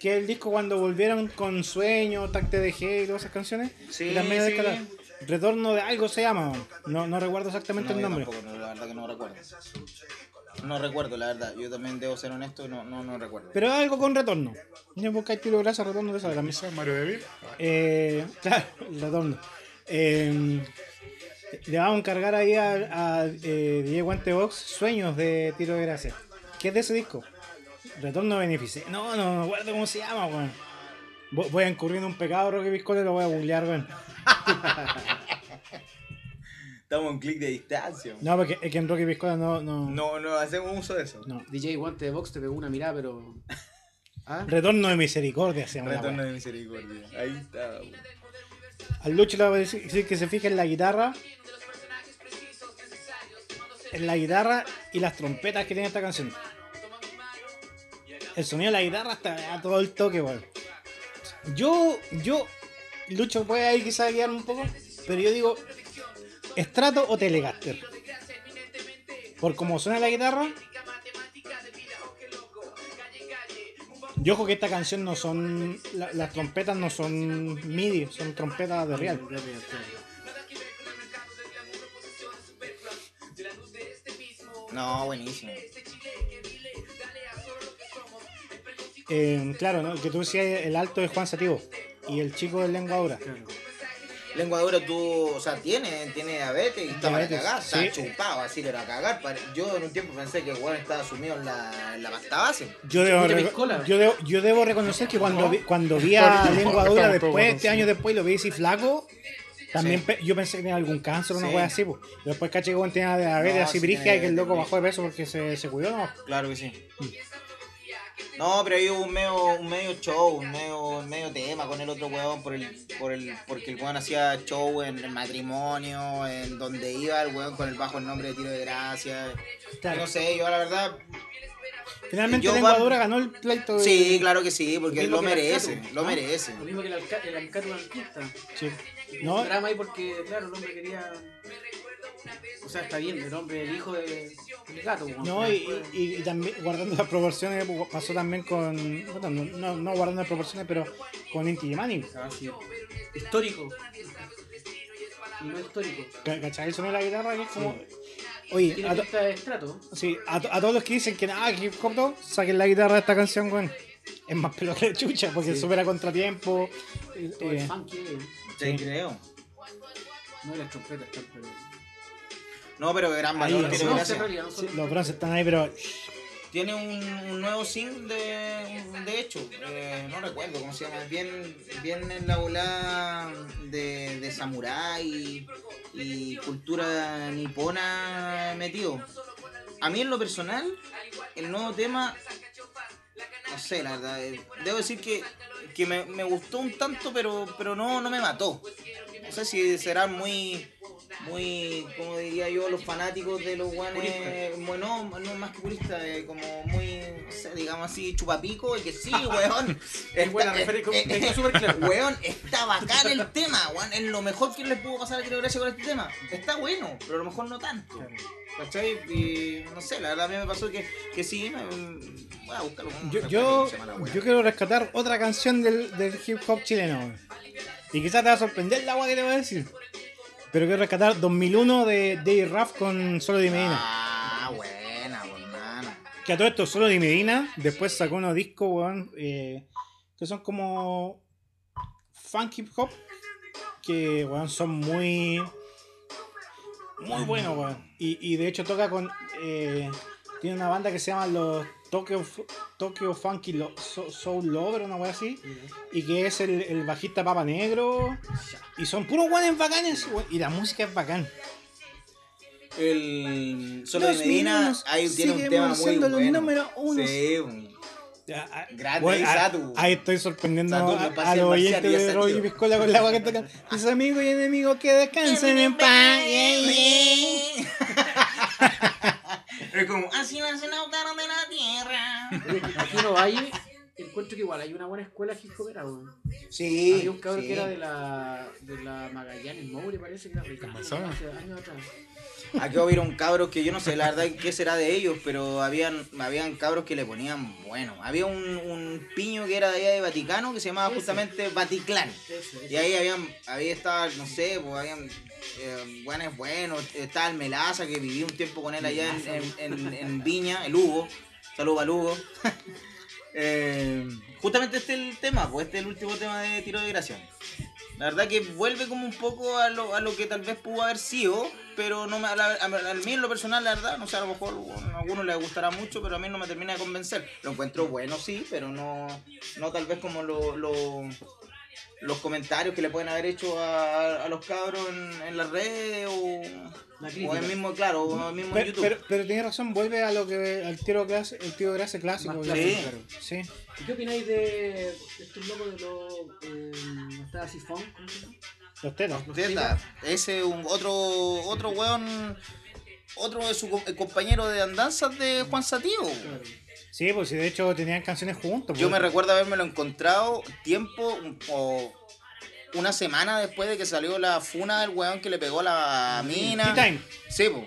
[SPEAKER 4] que el disco cuando volvieron con Sueño, Tac TDG y todas esas canciones.
[SPEAKER 5] Sí,
[SPEAKER 4] y las medias
[SPEAKER 5] sí.
[SPEAKER 4] descaladas. Retorno de algo se llama, weón. no, no recuerdo exactamente
[SPEAKER 5] No,
[SPEAKER 4] el
[SPEAKER 5] yo
[SPEAKER 4] nombre.
[SPEAKER 5] tampoco, no, la verdad que no recuerdo. No recuerdo, la verdad. Yo también debo ser honesto, no, no, no recuerdo.
[SPEAKER 4] Pero algo con retorno.
[SPEAKER 3] pues.
[SPEAKER 4] Yo busqué tiro de gracia, retorno de esa de la mesa.
[SPEAKER 3] Mario David.
[SPEAKER 4] Eh, claro, el retorno. Eh, le vamos a encargar ahí a, a eh, Diego Guante Box Sueños de Tiro de Gracia. ¿Qué es de ese disco? Retorno de Beneficio. No, no, no guardo cómo se llama, weón. Vo- Voy a incurrir en un pecado, Roque Piscola, lo voy a googlear, weón.
[SPEAKER 5] Estamos a un clic de distancia.
[SPEAKER 4] No, porque es que en Roque Piscola no, no.
[SPEAKER 5] No, no hacemos uso de eso.
[SPEAKER 4] no.
[SPEAKER 7] DJ Guante de Box te pegó una mirada, pero. ¿Ah?
[SPEAKER 4] Retorno de Misericordia se llama. la
[SPEAKER 5] Retorno
[SPEAKER 4] weá.
[SPEAKER 5] de misericordia. Ahí está. güey.
[SPEAKER 4] Al Lucho le voy a decir que se fije en la guitarra. En la guitarra y las trompetas que tiene esta canción. El sonido de la guitarra está a todo el toque, weón. Yo, yo, Lucho puede ahí quizás guiarme un poco, pero yo digo, ¿estrato o Telecaster? Por como suena la guitarra. Yo ojo que esta canción no son. la- las trompetas no son MIDI, son trompetas de real.
[SPEAKER 5] No, buenísimo.
[SPEAKER 4] Eh, claro, ¿no? que tú decías el alto de Juan Sativo y el chico de lengua dura.
[SPEAKER 5] Lengua dura tú, o sea, tiene, tiene diabetes y estaba
[SPEAKER 4] Diabetes,
[SPEAKER 5] a cagar, estaba
[SPEAKER 4] sí.
[SPEAKER 5] chupado así, pero a cagar. Pare- Yo en un tiempo pensé que el weón estaba sumido en la, en la pasta base.
[SPEAKER 4] Yo debo,
[SPEAKER 7] Escucha
[SPEAKER 4] reco-
[SPEAKER 7] mis colas.
[SPEAKER 4] yo debo, yo debo reconocer que cuando vi, cuando vi a
[SPEAKER 1] Estamos
[SPEAKER 4] lengua dura
[SPEAKER 1] todos,
[SPEAKER 4] después, este
[SPEAKER 1] sí.
[SPEAKER 4] año después, y lo vi así flaco. También
[SPEAKER 5] Sí.
[SPEAKER 4] pe- yo pensé que tenía algún cáncer o una
[SPEAKER 5] Sí.
[SPEAKER 4] wea así, pues. Después caché que bueno, tenía diabetes
[SPEAKER 5] No,
[SPEAKER 4] así
[SPEAKER 5] sí,
[SPEAKER 4] brígida y que el loco
[SPEAKER 5] diabetes,
[SPEAKER 4] bajó de peso porque se, se cuidó, ¿no?
[SPEAKER 5] Claro que sí. No, pero hay un medio, un medio show, un medio, un medio tema con el otro weón por el, por el, porque el weón hacía show en el matrimonio, en donde iba el weón con el bajo el nombre de tiro de gracia.
[SPEAKER 4] Claro.
[SPEAKER 5] No sé, yo la verdad,
[SPEAKER 4] Finalmente
[SPEAKER 5] Yo
[SPEAKER 4] lengua
[SPEAKER 5] va-
[SPEAKER 4] dura ganó el pleito. de-
[SPEAKER 5] sí, claro que sí, porque
[SPEAKER 7] Mismo
[SPEAKER 5] lo
[SPEAKER 7] que el
[SPEAKER 5] merece,
[SPEAKER 7] Alcatu,
[SPEAKER 5] lo
[SPEAKER 7] ¿ah?
[SPEAKER 5] merece.
[SPEAKER 7] Lo mismo que el alcalde, el alcalde de Anquista.
[SPEAKER 4] Sí.
[SPEAKER 7] No.
[SPEAKER 4] No,
[SPEAKER 7] Un drama ahí porque, claro, el hombre quería. O sea, está bien, el hombre, el hijo de. El gato, weón.
[SPEAKER 4] No, y, y- y también guardando las proporciones, pasó también con. bueno, no, no, no guardando las proporciones, pero con Inti Gimani.
[SPEAKER 7] Ah, sí. Histórico. Y no histórico.
[SPEAKER 4] Ca- ¿Cachai? El sonido de la guitarra que es como. Oye,
[SPEAKER 5] Ah,
[SPEAKER 7] Tiene
[SPEAKER 4] a, to-
[SPEAKER 7] pinta de estrato.
[SPEAKER 4] sí, a, to- a todos los que dicen que nada, que hip hop no, saquen la guitarra de esta canción, weón. Es más pelo que la chucha, porque
[SPEAKER 7] Sí.
[SPEAKER 4] supera contratiempo. eh,
[SPEAKER 7] Todo el
[SPEAKER 4] eh,
[SPEAKER 7] funky, eh.
[SPEAKER 5] Te creo.
[SPEAKER 7] No, y las trompetas están, pero.
[SPEAKER 5] No, pero gran
[SPEAKER 4] Ahí,
[SPEAKER 5] valor,
[SPEAKER 4] no,
[SPEAKER 5] Tiro de
[SPEAKER 4] no,
[SPEAKER 7] No, se
[SPEAKER 5] Gracia.
[SPEAKER 7] realidad, no
[SPEAKER 4] sí,
[SPEAKER 7] son-
[SPEAKER 4] los bronces están ahí, pero.
[SPEAKER 5] Tiene un, un nuevo single de, un- de hecho, eh, no recuerdo cómo se llama, es bien, bien en la volada de, de samurái y cultura nipona metido. A mí en lo personal, el nuevo tema, no sé, la verdad, eh, debo decir que, que me, me gustó un tanto, pero, pero no, no me mató. No sé si serán muy, muy, como diría yo, los fanáticos de los guanes, bueno, no, no más que puristas, eh, como muy, no sé, digamos así, chupapico, y que sí, weón.
[SPEAKER 7] Es buena
[SPEAKER 5] está-
[SPEAKER 7] referencia,
[SPEAKER 5] eh,
[SPEAKER 7] tengo
[SPEAKER 5] eh,
[SPEAKER 7] súper claro.
[SPEAKER 5] Weón, está bacán el tema, weón. Es lo mejor que les pudo pasar a Tiro de Gracia con este tema. Está bueno, pero a lo mejor no tanto. ¿Cachai? Y no sé, la verdad a mí me pasó que, que sí, me, voy a buscarlo.
[SPEAKER 4] Yo, yo, yo quiero rescatar otra canción del, del hip hop chileno. weón. Y quizás te va a sorprender la agua que te voy a decir. Pero quiero rescatar 2001 de Dave Raff con Solo de Medina.
[SPEAKER 5] Ah, buena, weón, mano.
[SPEAKER 4] Que a todo esto, Solo de Medina después sacó unos discos, weón, eh, que son como funk hip hop. Que, weón, son muy. Muy buenos, weón. Y, y de hecho toca con. eh, tiene una banda que se llama los Tokyo, Fu- Tokyo Funky Lo- So- Soul Lover, una wea así y que es el, el bajista Papa Negro. Y son puros guanes bacanes, weón, y la música es bacán.
[SPEAKER 5] El solo
[SPEAKER 4] Los
[SPEAKER 5] de Medina
[SPEAKER 4] mismos
[SPEAKER 5] ahí tiene un
[SPEAKER 4] siguen
[SPEAKER 5] tema muy
[SPEAKER 4] siendo
[SPEAKER 5] bueno.
[SPEAKER 4] los número uno.
[SPEAKER 5] Sí, weón.
[SPEAKER 4] Ya, ah,
[SPEAKER 5] Grande
[SPEAKER 4] weón, ah,
[SPEAKER 5] Satu.
[SPEAKER 4] Ahí estoy sorprendiendo
[SPEAKER 5] Satu,
[SPEAKER 4] a,
[SPEAKER 5] no pase
[SPEAKER 4] a los
[SPEAKER 5] el marcial,
[SPEAKER 4] oyentes
[SPEAKER 5] ya
[SPEAKER 4] de
[SPEAKER 5] salió.
[SPEAKER 4] Roy y Piscola con la agua que tocan. Mis amigos y enemigos que descansen en paz. yeah, yeah.
[SPEAKER 5] es como, así nace Lautaro de la Tierra.
[SPEAKER 7] Aquí en Ovalle encuentro que igual hay una buena escuela hip hopera, weón.
[SPEAKER 5] Sí.
[SPEAKER 7] Había un cabrón
[SPEAKER 5] sí.
[SPEAKER 7] que era de la, de la Magallanes Moure, parece que era rico.
[SPEAKER 3] Mazada.
[SPEAKER 7] Hace años atrás.
[SPEAKER 5] Aquí hubo un cabros que yo no sé la verdad qué será de ellos, pero habían, habían cabros que le ponían bueno. Había un, un piño que era de allá de Vaticano que se llamaba
[SPEAKER 7] Ese.
[SPEAKER 5] justamente Vaticlán.
[SPEAKER 7] Ese,
[SPEAKER 5] Y
[SPEAKER 7] ese.
[SPEAKER 5] ahí habían, ahí estaba, no sé, pues habían eh, buenos buenos, estaba el Melaza que viví un tiempo con él allá en, en- en- en Viña, el Hugo, saludo al Hugo. Eh, justamente este es el tema, pues este es el último tema de Tiro de Gracia. La verdad que vuelve como un poco a lo, a lo que tal vez pudo haber sido, pero no me, a la- a- a- al mí en lo personal, la verdad, no sé, a lo mejor a algunos les gustará mucho, pero a mí no me termina de convencer. Lo encuentro bueno, sí, pero no, no tal vez como lo, lo- los comentarios que le pueden haber hecho a, a los cabros en, en las redes o,
[SPEAKER 7] La
[SPEAKER 5] o
[SPEAKER 7] crítica.
[SPEAKER 5] el mismo, claro, o el mismo en
[SPEAKER 4] Pero,
[SPEAKER 5] YouTube.
[SPEAKER 4] pero, pero tenés razón, vuelve a lo que al tiro clase, el tiro clase clásico.
[SPEAKER 7] Más
[SPEAKER 4] ya,
[SPEAKER 5] clásico.
[SPEAKER 4] claro. Sí.
[SPEAKER 7] ¿Y qué opináis de estos locos de los. Eh, ¿no estaba Sifón? ¿Cómo se llama?
[SPEAKER 4] Los tetas.
[SPEAKER 7] Los
[SPEAKER 5] Teta,
[SPEAKER 7] tipos.
[SPEAKER 5] ese es un otro otro weón, otro de su co- el compañero de andanzas de Juan Sativo.
[SPEAKER 7] Claro.
[SPEAKER 4] Sí, pues sí, de hecho tenían canciones juntos.
[SPEAKER 5] Yo
[SPEAKER 4] pues.
[SPEAKER 5] me recuerdo habérmelo encontrado tiempo un- o una semana después de que salió la funa del weón que le pegó la mina.
[SPEAKER 4] Tea Time.
[SPEAKER 5] Sí, po.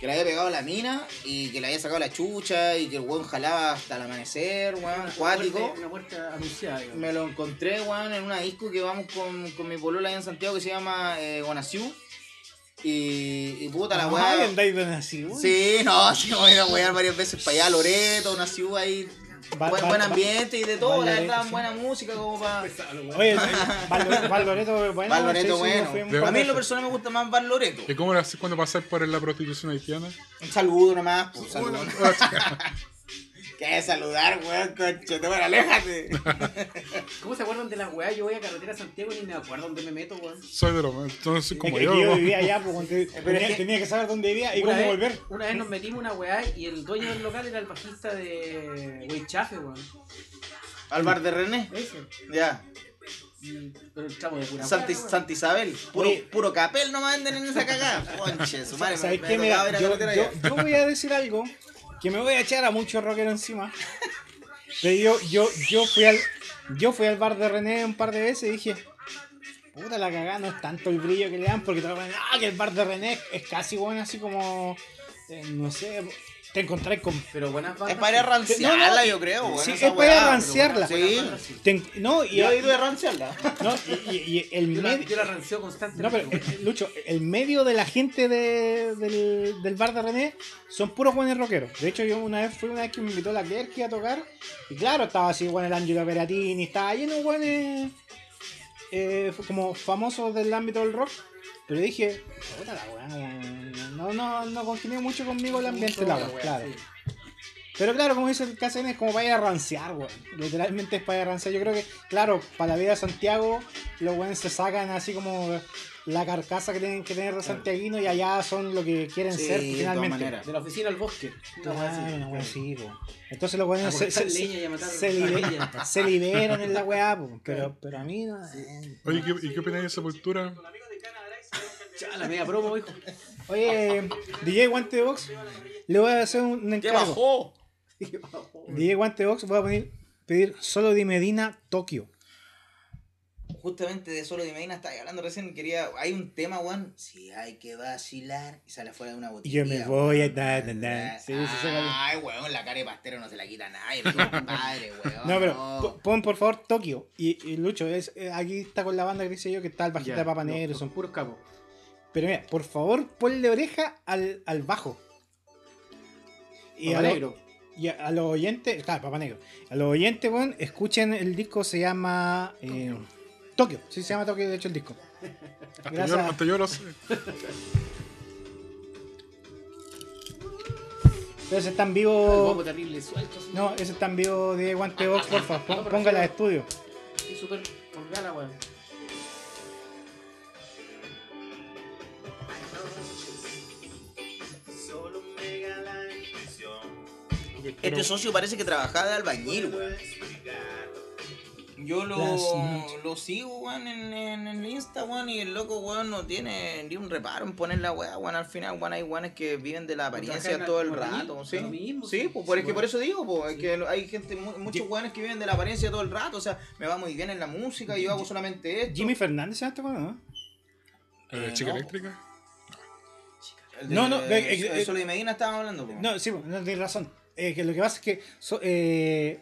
[SPEAKER 5] Que le había pegado la mina y que le había sacado la chucha y que el weón jalaba hasta el amanecer, weón,
[SPEAKER 7] Una
[SPEAKER 5] acuático.
[SPEAKER 7] muerte- Una muerte anunciada. digamos.
[SPEAKER 5] Me lo encontré, weón, en una disco que vamos con, con mi polola allá en Santiago que se llama eh, Guanaciú. Y, y puta la weá.
[SPEAKER 4] Ay, andáis de nací, Ah, uy.
[SPEAKER 5] Sí, no, sí, me he ido a wear varias veces para allá, Loreto, Guanaciú, ahí.
[SPEAKER 4] Va-
[SPEAKER 5] buen,
[SPEAKER 4] va-
[SPEAKER 5] buen
[SPEAKER 4] va-
[SPEAKER 5] ambiente y de todo, la
[SPEAKER 4] Valloreto,
[SPEAKER 5] verdad,
[SPEAKER 4] sí.
[SPEAKER 5] buena música como para.
[SPEAKER 4] Oye, Valdoreto, bueno.
[SPEAKER 5] Val Loreto,
[SPEAKER 4] sí, sí,
[SPEAKER 5] bueno.
[SPEAKER 4] yo fui un
[SPEAKER 3] De-
[SPEAKER 4] par
[SPEAKER 5] A mí
[SPEAKER 4] de
[SPEAKER 5] en lo
[SPEAKER 4] veces.
[SPEAKER 5] personal me gusta más Bar Loreto.
[SPEAKER 3] ¿Y cómo lo haces cuando pasas por la prostitución haitiana?
[SPEAKER 5] Un saludo nomás, pues, saludo.
[SPEAKER 3] Hola, hola.
[SPEAKER 5] ¿Qué saludar, weón, conche? Te aléjate.
[SPEAKER 7] ¿Cómo se acuerdan de las weas? Yo voy a carretera a Santiago y ni me acuerdo dónde me meto, weón.
[SPEAKER 3] soy de los. Entonces soy
[SPEAKER 4] Es
[SPEAKER 3] como
[SPEAKER 4] que
[SPEAKER 3] yo.
[SPEAKER 4] yo,
[SPEAKER 3] ¿no?
[SPEAKER 4] vivía allá, pues, cuando- tenía,
[SPEAKER 5] que- E.
[SPEAKER 4] tenía que saber dónde vivía y
[SPEAKER 7] Una
[SPEAKER 4] cómo
[SPEAKER 7] vez-
[SPEAKER 4] volver.
[SPEAKER 7] Una vez nos metimos una weá y el dueño del local era el bajista de Wey Chafe, weón.
[SPEAKER 5] Al bar de René,
[SPEAKER 7] Ese.
[SPEAKER 5] ya.
[SPEAKER 7] Y- Pero el chamo de pura
[SPEAKER 5] Santa,
[SPEAKER 7] weá, weón.
[SPEAKER 5] Santa Isabel, puro,
[SPEAKER 4] Oye.
[SPEAKER 5] puro capel nomás anden en esa cagada. Conche, su madre, me,
[SPEAKER 4] ¿Sabes
[SPEAKER 5] me
[SPEAKER 4] qué?
[SPEAKER 5] ha
[SPEAKER 4] Mira,
[SPEAKER 5] tocado ir a
[SPEAKER 4] yo,
[SPEAKER 5] carretera
[SPEAKER 4] yo-
[SPEAKER 5] allá.
[SPEAKER 4] yo voy a decir algo que me voy a echar a muchos rockeros encima. Pero yo, yo, yo, fui al, yo fui al bar de René un par de veces y dije, puta la cagada, no es tanto el brillo que le dan porque todos van, ah, que el bar de René es- es casi bueno, así como, eh, no sé, te encontrás con...
[SPEAKER 7] Pero buenas bandas.
[SPEAKER 5] Es para ir a
[SPEAKER 7] sí.
[SPEAKER 5] ranciarla,
[SPEAKER 4] No, no.
[SPEAKER 5] yo creo, weón.
[SPEAKER 4] Sí,
[SPEAKER 5] esa
[SPEAKER 4] es para ir a
[SPEAKER 5] weá, pero-
[SPEAKER 4] ranciarla.
[SPEAKER 7] Buenas
[SPEAKER 5] Sí.
[SPEAKER 7] bandas, sí.
[SPEAKER 4] te en- no, y,
[SPEAKER 5] Yo he ido de ranciarla.
[SPEAKER 4] no, y- y- y el
[SPEAKER 7] Yo la, yo
[SPEAKER 4] medio...
[SPEAKER 7] la ranceo
[SPEAKER 4] No,
[SPEAKER 7] constantemente.
[SPEAKER 4] pero,
[SPEAKER 7] weón.
[SPEAKER 4] eh, Lucho, el medio de la gente de- del, del bar de René son puros buenos rockeros. De hecho, yo una vez fui una vez que me invitó la Kerky a tocar. Y claro, estaba así, bueno, el Angelo Peratini, estaba lleno de buenos eh, como famosos del ámbito del rock. Pero dije, puta la weá, no, no, no congenió mucho conmigo el ambiente, la weá,
[SPEAKER 7] Mucho,
[SPEAKER 4] claro.
[SPEAKER 7] sí.
[SPEAKER 4] Pero claro, como dice el Casen, es como para ir a rancear, weón. Literalmente es para ir a rancear. Yo creo que, claro, para la vida de Santiago, los weones se sacan así como la carcasa que tienen que tener de santiaguino y allá son lo que quieren
[SPEAKER 5] Sí,
[SPEAKER 4] ser
[SPEAKER 5] de todas
[SPEAKER 4] finalmente.
[SPEAKER 5] maneras.
[SPEAKER 7] De la oficina al bosque. Una
[SPEAKER 4] Claro,
[SPEAKER 7] weá así.
[SPEAKER 4] Ah, una weá así, po. Entonces los weones
[SPEAKER 7] A
[SPEAKER 4] se,
[SPEAKER 7] cortar
[SPEAKER 4] se- se-
[SPEAKER 7] Ah, leña y a matar
[SPEAKER 4] se libe-
[SPEAKER 7] parrilla.
[SPEAKER 4] se liberan en la weá, po. Pero, pero a mí no.
[SPEAKER 3] Oye, ¿qué- ¿y qué opináis de Sepultura?
[SPEAKER 7] Ya, la media promo, hijo.
[SPEAKER 4] Oye, DJ Guante de Box, le voy a hacer un, un
[SPEAKER 5] ¿Qué
[SPEAKER 4] encargo.
[SPEAKER 5] bajó?
[SPEAKER 4] DJ Guante de Box, voy a pedir, pedir solo de Medina, Tokio.
[SPEAKER 5] Justamente de Solo de Medina estaba hablando recién. Quería. Hay un tema, weón. Si hay que vacilar. Y sale afuera de una botella.
[SPEAKER 4] Yo me voy a- na, na, na. Sí, sí, sácalo.
[SPEAKER 5] Ay, weón, la cara de pastero no se la quita a nadie. compadre, weón.
[SPEAKER 7] Ah.
[SPEAKER 4] No, pero po-
[SPEAKER 5] no.
[SPEAKER 4] pon por favor Tokio. Y, y Lucho, es, eh, aquí está con la banda que dice yo que está el bajista
[SPEAKER 7] Ya,
[SPEAKER 4] de Papa
[SPEAKER 7] no,
[SPEAKER 4] Negro.
[SPEAKER 7] no,
[SPEAKER 4] son-
[SPEAKER 7] puros capos.
[SPEAKER 4] Pero mira, por favor ponle oreja al, al bajo. Y a,
[SPEAKER 7] Papa
[SPEAKER 4] lo-
[SPEAKER 7] Negro.
[SPEAKER 4] y a, a los oyentes, claro, Papa Negro. A los oyentes, weón, escuchen el disco, se llama eh, Tokio. Sí, se llama Tokio, de hecho, el disco.
[SPEAKER 3] Hasta yo,
[SPEAKER 4] Gracias.
[SPEAKER 3] hasta yo lo sé.
[SPEAKER 7] Eh,
[SPEAKER 4] Pero ese está en
[SPEAKER 7] El bobo
[SPEAKER 4] vivo.
[SPEAKER 7] terrible, suelto. así.
[SPEAKER 4] No, ese está en vivo de Guante Box, por favor.
[SPEAKER 7] No,
[SPEAKER 4] pon-
[SPEAKER 7] por
[SPEAKER 4] Póngala de
[SPEAKER 7] favor.
[SPEAKER 4] estudio.
[SPEAKER 7] Y súper con gala, weón.
[SPEAKER 5] Este socio parece que trabajaba de albañil, weón. Yo
[SPEAKER 4] Las
[SPEAKER 5] lo,
[SPEAKER 4] noches.
[SPEAKER 5] lo sigo, weón, en, en el Insta, weón, y el loco, weón, no tiene ni un reparo en poner la weá, weón. Al final, weón, hay weones que viven de la apariencia
[SPEAKER 7] Trabajan
[SPEAKER 5] todo el
[SPEAKER 7] como
[SPEAKER 5] rato,
[SPEAKER 7] lo
[SPEAKER 5] ¿sí?
[SPEAKER 7] mismo,
[SPEAKER 5] sí,
[SPEAKER 7] sí.
[SPEAKER 5] pues por, es que
[SPEAKER 7] Sí,
[SPEAKER 5] por eso digo, pues,
[SPEAKER 7] Sí.
[SPEAKER 5] que lo- hay gente, mu- muchos weones que viven de la apariencia todo el rato, o sea, me va muy bien en la música, yo hago solamente esto.
[SPEAKER 4] Jimmy Fernández, ¿se llama este weón, no?
[SPEAKER 3] Eh,
[SPEAKER 5] Eh,
[SPEAKER 3] Chica
[SPEAKER 5] no.
[SPEAKER 3] eléctrica.
[SPEAKER 5] El de-
[SPEAKER 4] No, no, ve-
[SPEAKER 5] el-
[SPEAKER 4] eh,
[SPEAKER 5] el
[SPEAKER 4] eh,
[SPEAKER 5] Solo de Medina estábamos hablando, pues.
[SPEAKER 4] No, sí, no tienes razón. Eh, que lo que pasa es que so- eh,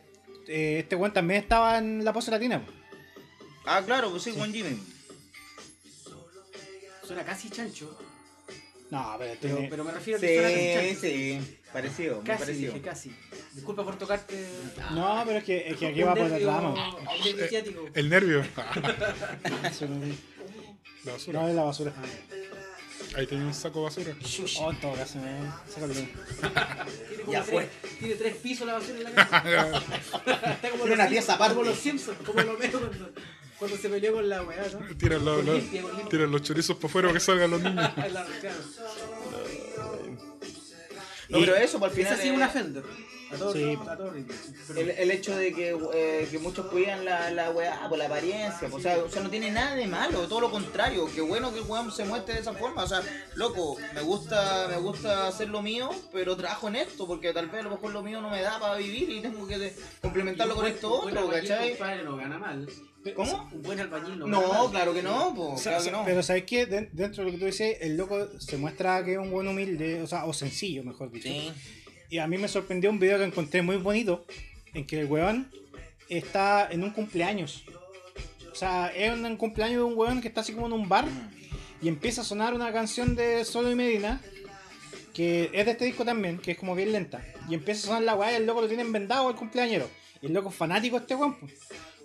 [SPEAKER 4] eh, este weón también estaba en la pose latina. po.
[SPEAKER 5] Ah, claro, pues sí, con Jimmy.
[SPEAKER 7] Suena casi chancho.
[SPEAKER 4] No, pero,
[SPEAKER 7] Pero,
[SPEAKER 4] tiene-
[SPEAKER 7] pero me refiero a que suena
[SPEAKER 5] Sí,
[SPEAKER 7] chanchante.
[SPEAKER 5] sí, parecido, muy
[SPEAKER 7] Casi,
[SPEAKER 5] parecido.
[SPEAKER 7] dije casi. Disculpa por tocarte.
[SPEAKER 4] No, pero es que, es que aquí
[SPEAKER 7] Un
[SPEAKER 4] va por
[SPEAKER 7] nervio-
[SPEAKER 4] la trama.
[SPEAKER 7] un nervio asiático.
[SPEAKER 5] Eh,
[SPEAKER 3] El nervio.
[SPEAKER 4] Eso no-
[SPEAKER 3] La basura.
[SPEAKER 4] No es la basura.
[SPEAKER 3] Ahí tenía un saco de basura.
[SPEAKER 4] Oh, en todo caso, eh, sácalo bien.
[SPEAKER 7] Tiene como
[SPEAKER 5] Ya
[SPEAKER 7] tres-
[SPEAKER 5] fue.
[SPEAKER 7] Tiene tres pisos la basura en la casa. Está como
[SPEAKER 5] Tiene una pieza
[SPEAKER 7] los Simpsons,
[SPEAKER 5] aparte.
[SPEAKER 7] Como los Simpsons, como lo veo cuando, cuando se peleó con la weá, ¿no?
[SPEAKER 3] Tiran los,
[SPEAKER 7] Con
[SPEAKER 3] los-
[SPEAKER 7] limpia, con limpia.
[SPEAKER 3] tiran los chorizos para afuera para que salgan los niños.
[SPEAKER 7] La- claro.
[SPEAKER 5] No, pero eso, por el final.
[SPEAKER 7] Esa sí es
[SPEAKER 5] eh,
[SPEAKER 7] una Fender. A todo,
[SPEAKER 4] Sí.
[SPEAKER 7] a todo ritmo. Pero-
[SPEAKER 5] el, el hecho de que, eh, que muchos cuidan la, la weá ah, por la apariencia, pues, o, sea, o sea, no tiene nada de malo, todo lo contrario, qué bueno que el weón se muestre de esa forma, o sea, loco, me gusta, me gusta hacer lo mío, pero trabajo en esto, porque tal vez a lo mejor lo mío no me da para vivir y tengo que de- complementarlo con esto
[SPEAKER 7] Un buen
[SPEAKER 5] otro,
[SPEAKER 7] albañil,
[SPEAKER 5] ¿cachai?
[SPEAKER 7] compadre, no gana mal.
[SPEAKER 5] ¿Cómo?
[SPEAKER 7] Un buen albañil no gana
[SPEAKER 5] No,
[SPEAKER 7] mal.
[SPEAKER 5] claro que no, po,
[SPEAKER 4] O sea,
[SPEAKER 5] claro que no.
[SPEAKER 4] Pero ¿sabes qué? Den- Dentro de lo que tú dices, el loco se muestra que es un buen humilde, o sea, o sencillo, mejor dicho.
[SPEAKER 5] Sí.
[SPEAKER 4] Y a mí me sorprendió un video que encontré muy bonito, en que el weón está en un cumpleaños. O sea, es un, un cumpleaños de un weón que está así como en un bar y empieza a sonar una canción de Solo y Medina, que es de este disco también, que es como bien lenta. Y empieza a sonar la weá y el loco lo tienen vendado al cumpleañero. Y el loco es fanático de este weón. pues.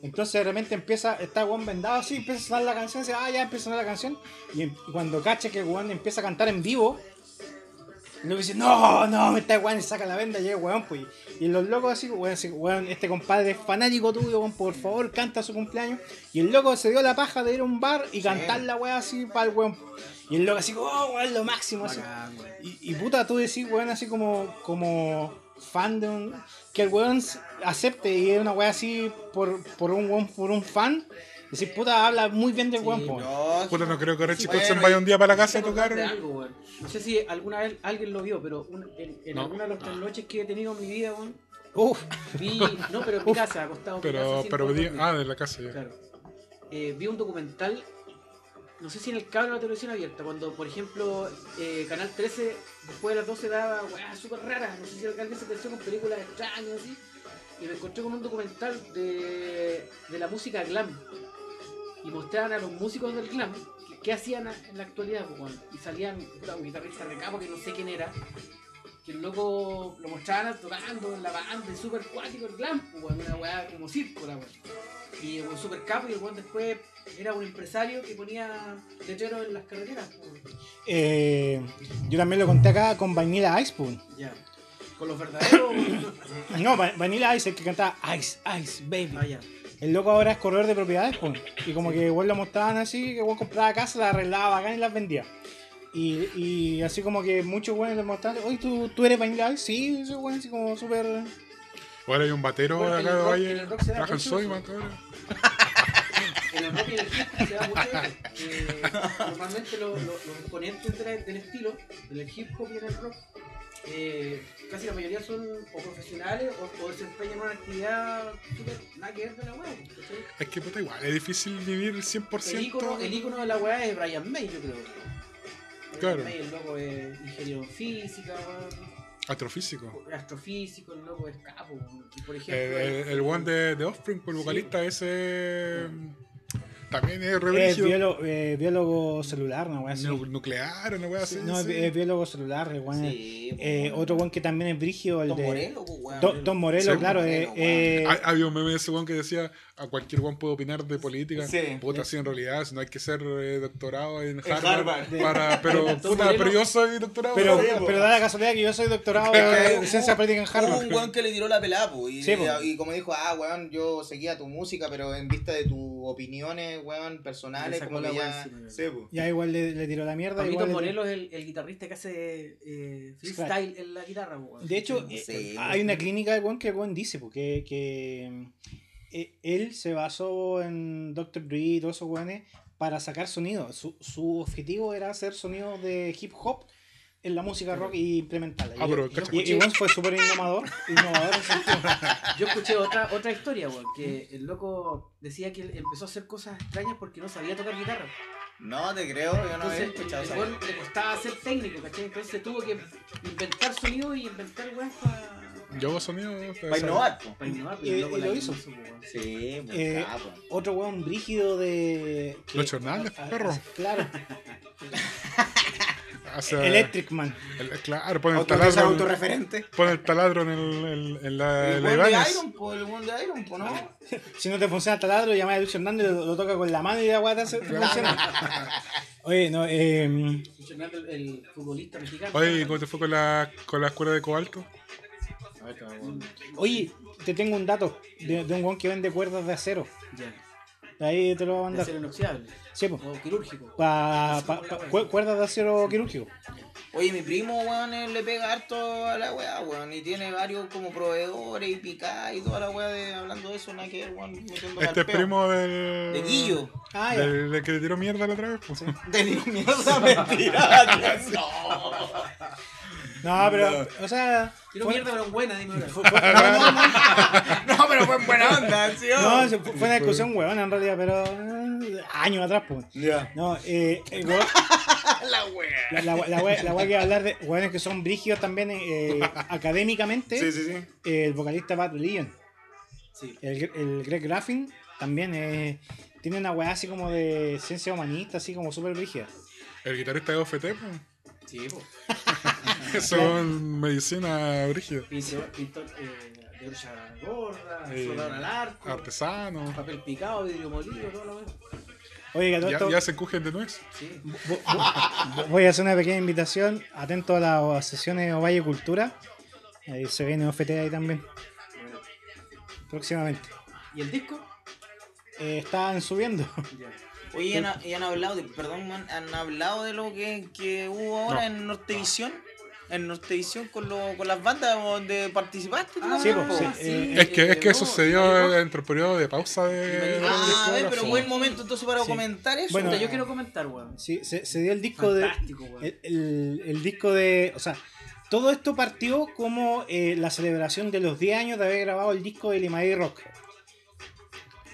[SPEAKER 4] Entonces de repente empieza, está el weón vendado así, empieza a sonar la canción, dice, ah, ya empieza a sonar la canción. Y em- y cuando cacha que el weón empieza a cantar en vivo, el loco dice, no, no, me está weón y saca la venda y llega el weón, pues. Y los locos así, weón, así, weón, este compadre es fanático tuyo, weón, por favor, canta su cumpleaños. Y el loco se dio la paja de ir a un bar y cantar la weá así para el weón. Y el loco así, oh, weón, lo máximo. así.
[SPEAKER 7] Bacán, güey.
[SPEAKER 4] Y, y puta, tú decís, weón, así como, como fan de un. Que el weón s- acepte y es una weá así por, por un weón, por un fan. Decís, puta, habla muy bien del
[SPEAKER 7] Sí,
[SPEAKER 4] weón, po.
[SPEAKER 5] No,
[SPEAKER 3] Puta, no creo que ahora
[SPEAKER 7] Sí,
[SPEAKER 3] chicos se
[SPEAKER 5] bueno,
[SPEAKER 3] vaya
[SPEAKER 5] y-
[SPEAKER 3] un día para la
[SPEAKER 7] Me
[SPEAKER 3] casa a
[SPEAKER 7] acordé
[SPEAKER 3] tocar.
[SPEAKER 7] de algo, weón. No sé si alguna vez alguien lo vio, pero un- en, en
[SPEAKER 3] No.
[SPEAKER 7] alguna de las tres noches que he tenido en mi vida, weón,
[SPEAKER 4] Uf,
[SPEAKER 7] vi. No, pero en mi casa, acostado. en mi casa,
[SPEAKER 3] Pero,
[SPEAKER 7] sin
[SPEAKER 3] pero
[SPEAKER 7] poder
[SPEAKER 3] pedí-
[SPEAKER 7] dormir.
[SPEAKER 3] Ah, de la casa ya.
[SPEAKER 7] Claro. Eh, vi un documental, no sé si en el cable o la televisión abierta, cuando, por ejemplo, eh, Canal 13, después de las 12 daba weas súper raras, no sé si alguien se atención con películas extrañas así, y me encontré con un documental de, de la música glam, y mostraban a los músicos del glam, que- qué hacían a- en la actualidad, pues, weón. y salían puta, un guitarrista de capo que no sé quién era, que el loco lo mostraban tocando en la banda, y súper cuático el glam, pues, weón, una weá como circo la weá. Y el weón super capo y el weón después era un empresario que ponía letrero en las carreteras. pues.
[SPEAKER 4] eh, yo también lo conté acá con Vanilla Ice, po.
[SPEAKER 7] Ya. Con los verdaderos.
[SPEAKER 4] No, Va- Vanilla Ice, el que cantaba Ice, Ice, baby.
[SPEAKER 7] ah, ya.
[SPEAKER 4] El loco ahora es corredor de propiedades, po. Y como que igual lo mostraban así, que igual compraba casa, la arreglaba acá y las vendía. Y, y así como que muchos güeyes le mostraban, oye, ¿tú, tú eres Vanilla Ice? Sí, ese güey así como súper...
[SPEAKER 3] Ahora hay un batero
[SPEAKER 7] Porque
[SPEAKER 3] acá
[SPEAKER 7] en
[SPEAKER 3] de
[SPEAKER 7] el rock-
[SPEAKER 3] Valle.
[SPEAKER 7] en el rock se da
[SPEAKER 3] Trabaja en
[SPEAKER 7] mucho eso.
[SPEAKER 3] Soyman, cabrón.
[SPEAKER 7] En el rock y en el hip se da mucho eso. Eh, normalmente lo- lo- los exponentes de la- del estilo, del hip hop y del rock, eh, casi la mayoría son o profesionales o, o desempeñan una actividad súper nada que ver de la web.
[SPEAKER 3] Es que puta igual, es difícil vivir el 100%.
[SPEAKER 7] El icono, el ícono de la weá es Brian May, yo creo.
[SPEAKER 3] Claro.
[SPEAKER 7] Brian May, el loco es ingeniero en física, weón,
[SPEAKER 3] Astrofísico.
[SPEAKER 7] astrofísico, el loco es capo. weón. Y por
[SPEAKER 3] El,
[SPEAKER 7] ejemplo,
[SPEAKER 3] el, el one de, de Offspring, pues, el
[SPEAKER 7] Sí.
[SPEAKER 3] vocalista ese. mm, También es
[SPEAKER 4] Es
[SPEAKER 3] rebrígido.
[SPEAKER 4] biólogo, eh, biólogo celular, una wea así.
[SPEAKER 3] Nu- Nuclear, una wea así.
[SPEAKER 4] no, es
[SPEAKER 3] sí.
[SPEAKER 4] bi- es biólogo celular, el güey.
[SPEAKER 5] Sí,
[SPEAKER 4] Eh,
[SPEAKER 5] po,
[SPEAKER 4] otro güey que también es brígido, el
[SPEAKER 5] Don
[SPEAKER 4] de...
[SPEAKER 5] Morello, po, weón.
[SPEAKER 4] Don, Don Morello,
[SPEAKER 3] Sí, Ah,
[SPEAKER 4] claro. eh,
[SPEAKER 5] Morello, weón.
[SPEAKER 4] eh,
[SPEAKER 3] Ha- Había un meme de ese weón que decía: a cualquier weón puede opinar de política.
[SPEAKER 5] Sí.
[SPEAKER 3] Puta, sí, en realidad, no hay que ser eh, doctorado en
[SPEAKER 5] En
[SPEAKER 3] Harvard.
[SPEAKER 5] Harvard.
[SPEAKER 3] Para, pero,
[SPEAKER 7] Entonces,
[SPEAKER 3] puta,
[SPEAKER 7] Moreno-
[SPEAKER 3] pero yo soy doctorado.
[SPEAKER 4] pero,
[SPEAKER 3] ¿no?
[SPEAKER 4] pero da la casualidad que yo soy doctorado
[SPEAKER 5] Porque
[SPEAKER 4] de,
[SPEAKER 5] hubo-
[SPEAKER 4] ciencia política en Harvard.
[SPEAKER 5] Hubo un weón que le tiró la pelada, po, y,
[SPEAKER 4] Sí, po.
[SPEAKER 5] y como dijo, ah, weón, yo seguía tu música, pero en vista de tus opiniones, weón,
[SPEAKER 7] Le
[SPEAKER 5] personales,
[SPEAKER 7] sacó
[SPEAKER 5] como
[SPEAKER 7] la
[SPEAKER 5] que
[SPEAKER 7] weá
[SPEAKER 5] ya...
[SPEAKER 7] encima,
[SPEAKER 5] Sí, po.
[SPEAKER 4] Ya igual le, le tiró la mierda.
[SPEAKER 7] Pablito
[SPEAKER 4] igual le-
[SPEAKER 7] Morelos es el, el guitarrista que hace eh, freestyle en la guitarra. weón.
[SPEAKER 4] De hecho,
[SPEAKER 5] Sí,
[SPEAKER 4] eh,
[SPEAKER 5] sí.
[SPEAKER 4] hay una clínica de Juan que Juan dice porque que eh, él se basó en Dr. Dre y todos esos weones para sacar sonido. Su, su objetivo era hacer sonidos de hip hop en la música rock y implementarla.
[SPEAKER 3] Ah,
[SPEAKER 4] Y-
[SPEAKER 3] pero,
[SPEAKER 4] y-
[SPEAKER 3] cacha.
[SPEAKER 4] y, Juan fue súper innovador, innovador en ese sentido.
[SPEAKER 7] Yo escuché otra, otra historia, weón, que el loco decía que él empezó a hacer cosas extrañas porque no sabía tocar guitarra.
[SPEAKER 5] No te creo, yo no había
[SPEAKER 7] Entonces,
[SPEAKER 5] escuchado
[SPEAKER 7] el
[SPEAKER 5] esa
[SPEAKER 7] weón le costaba ser técnico, ¿cachai? Entonces tuvo que inventar sonido y inventar weas para
[SPEAKER 3] Yo hago sonido.
[SPEAKER 5] Para innovar, po.
[SPEAKER 7] innovar.
[SPEAKER 4] Y-
[SPEAKER 7] pero el loco
[SPEAKER 4] y
[SPEAKER 7] la
[SPEAKER 4] lo hizo.
[SPEAKER 7] weón.
[SPEAKER 5] Sí, po,
[SPEAKER 4] Eh,
[SPEAKER 5] capo.
[SPEAKER 4] Otro weón brígido de... que-
[SPEAKER 3] Los Chornales, perro.
[SPEAKER 4] Claro.
[SPEAKER 3] hace-
[SPEAKER 4] Electric Man.
[SPEAKER 3] el- claro, pone el
[SPEAKER 8] Auto- que es
[SPEAKER 3] taladro. en-
[SPEAKER 8] autorreferente.
[SPEAKER 3] Pone el taladro en, el, en- en la,
[SPEAKER 5] El
[SPEAKER 3] la
[SPEAKER 5] weón de
[SPEAKER 3] Ibanez.
[SPEAKER 5] Iron, po, el weón de Iron, po, ¿no?
[SPEAKER 4] Si no te funciona el taladro, llamas a Luis Hernández, lo, lo toca con la mano y la guata se te funciona. Oye, no, eh,
[SPEAKER 7] Fernando, el, el futbolista mexicano.
[SPEAKER 3] Oye, ¿cómo te fue con la, con la escuela de cobalto?
[SPEAKER 4] oye, te tengo un dato de, de un guan que vende cuerdas de acero.
[SPEAKER 7] Ya.
[SPEAKER 4] De ahí te lo voy a
[SPEAKER 7] De
[SPEAKER 4] mandar.
[SPEAKER 7] acero inoxidable.
[SPEAKER 4] Sí, po.
[SPEAKER 7] O quirúrgico.
[SPEAKER 4] Pa- pa- pa- cu- cuerdas de acero quirúrgico.
[SPEAKER 5] Oye, mi primo, weón, él le pega harto a la weá, weón, y tiene varios como proveedores y picadas y toda la weá de hablando de eso, nada que ver, weón, metiendo
[SPEAKER 3] Este es
[SPEAKER 5] carpeo.
[SPEAKER 3] primo del.
[SPEAKER 5] De Guillo.
[SPEAKER 4] Ah, ya.
[SPEAKER 3] Del, del que le tiró mierda la otra vez. pues.
[SPEAKER 5] De mi mierda, mentira, tío, no.
[SPEAKER 4] No, pero, o sea.
[SPEAKER 7] Quiero
[SPEAKER 4] fue-
[SPEAKER 7] mierda, pero buena, dime ahora.
[SPEAKER 4] fue- fue- no, no, no.
[SPEAKER 5] No, pero fue en buena onda, ¿sí?
[SPEAKER 4] No, se- fue fue una discusión huevona en realidad, pero eh, años atrás, pues.
[SPEAKER 8] Ya.
[SPEAKER 4] No, eh, el hueón-
[SPEAKER 5] La wea.
[SPEAKER 4] la, la, la wea- la wea que iba a hablar de hueones que son brígidos también eh, académicamente.
[SPEAKER 8] Sí, sí, sí.
[SPEAKER 4] eh, el vocalista Bad Religion,
[SPEAKER 7] Sí.
[SPEAKER 4] el, el Greg Graffin, también eh, tiene una weá así como de ciencia humanista, así como súper brígida.
[SPEAKER 3] El guitarrista de OFT, pues.
[SPEAKER 7] Sí, po.
[SPEAKER 3] Que son medicina brígida.
[SPEAKER 7] Pintor, pintor eh, de orilla gorda,
[SPEAKER 3] Eh,
[SPEAKER 7] soldador al arco,
[SPEAKER 3] pues. Artesano.
[SPEAKER 7] papel picado, vidrio molido, todo lo demás.
[SPEAKER 4] Oye, que a todo
[SPEAKER 3] Ya,
[SPEAKER 4] esto,
[SPEAKER 3] ya se encujen de nuez.
[SPEAKER 4] Eh,
[SPEAKER 7] Sí.
[SPEAKER 4] vo- vo- voy a hacer una pequeña invitación, atento a las sesiones Ovalle Cultura, ahí se viene OFT ahí también,
[SPEAKER 7] Bueno.
[SPEAKER 4] próximamente.
[SPEAKER 7] ¿Y el disco?
[SPEAKER 4] Eh, están subiendo.
[SPEAKER 7] Ya.
[SPEAKER 5] Oye, ¿y han, y han hablado de, perdón, man, han hablado de lo que, que hubo ahora en Nortevisión, en Nortevisión con, lo, con las bandas donde participaste. tú
[SPEAKER 7] Ah,
[SPEAKER 5] también,
[SPEAKER 4] sí, po,
[SPEAKER 5] po.
[SPEAKER 4] sí. eh,
[SPEAKER 3] Es que, es que
[SPEAKER 7] llegó,
[SPEAKER 3] eso
[SPEAKER 7] sí,
[SPEAKER 3] se
[SPEAKER 7] llegó.
[SPEAKER 3] dio eh, entre el periodo de pausa de.
[SPEAKER 5] Ah,
[SPEAKER 3] de-
[SPEAKER 5] ay,
[SPEAKER 3] de-
[SPEAKER 5] pero
[SPEAKER 3] sí.
[SPEAKER 5] buen momento entonces para
[SPEAKER 4] Sí.
[SPEAKER 5] comentar eso.
[SPEAKER 4] Bueno,
[SPEAKER 7] Puta, yo quiero comentar, weón.
[SPEAKER 4] Sí, se, se dio el disco de,
[SPEAKER 7] Fantástico, weón.
[SPEAKER 4] El, el- el disco de. O sea, todo esto partió como eh, la celebración de los 10 años de haber grabado el disco de Limarí Rock.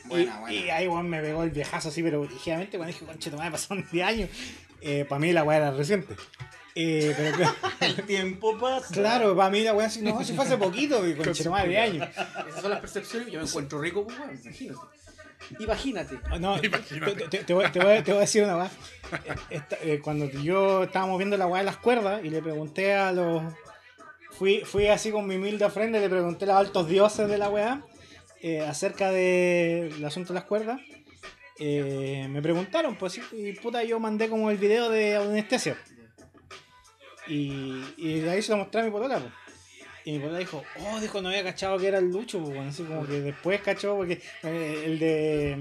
[SPEAKER 5] Buena,
[SPEAKER 4] y,
[SPEAKER 5] buena.
[SPEAKER 4] y ahí, weón, me pegó el viejazo así, pero ligeramente cuando dije, conche, tomada, pasaron 10 años. para mí la weá era reciente. Eh, pero claro,
[SPEAKER 5] El tiempo pasa.
[SPEAKER 4] claro, para mí la weá así, no, si fue hace poquito, y conche, tomada, 10 años.
[SPEAKER 7] Esas son las percepciones. Yo me encuentro rico, pues, weón. Imagínate. Imagínate.
[SPEAKER 4] Ah, No, te, te- te voy, te voy- te voy a decir una weá. Eh, esta- eh, cuando yo estábamos viendo la weá de las cuerdas y le pregunté a los. Fui, fui así con mi humilde ofrenda y le pregunté a los altos dioses de la weá eh, acerca del asunto de las cuerdas. Eh, me preguntaron, pues, y puta, yo mandé como el video de anestesia. Y, y de ahí se lo mostré a mi polola, pues. Y mi polola dijo, oh, dijo, no había cachado que era el Lucho, pues, bueno, así como que después cachó, porque eh, el de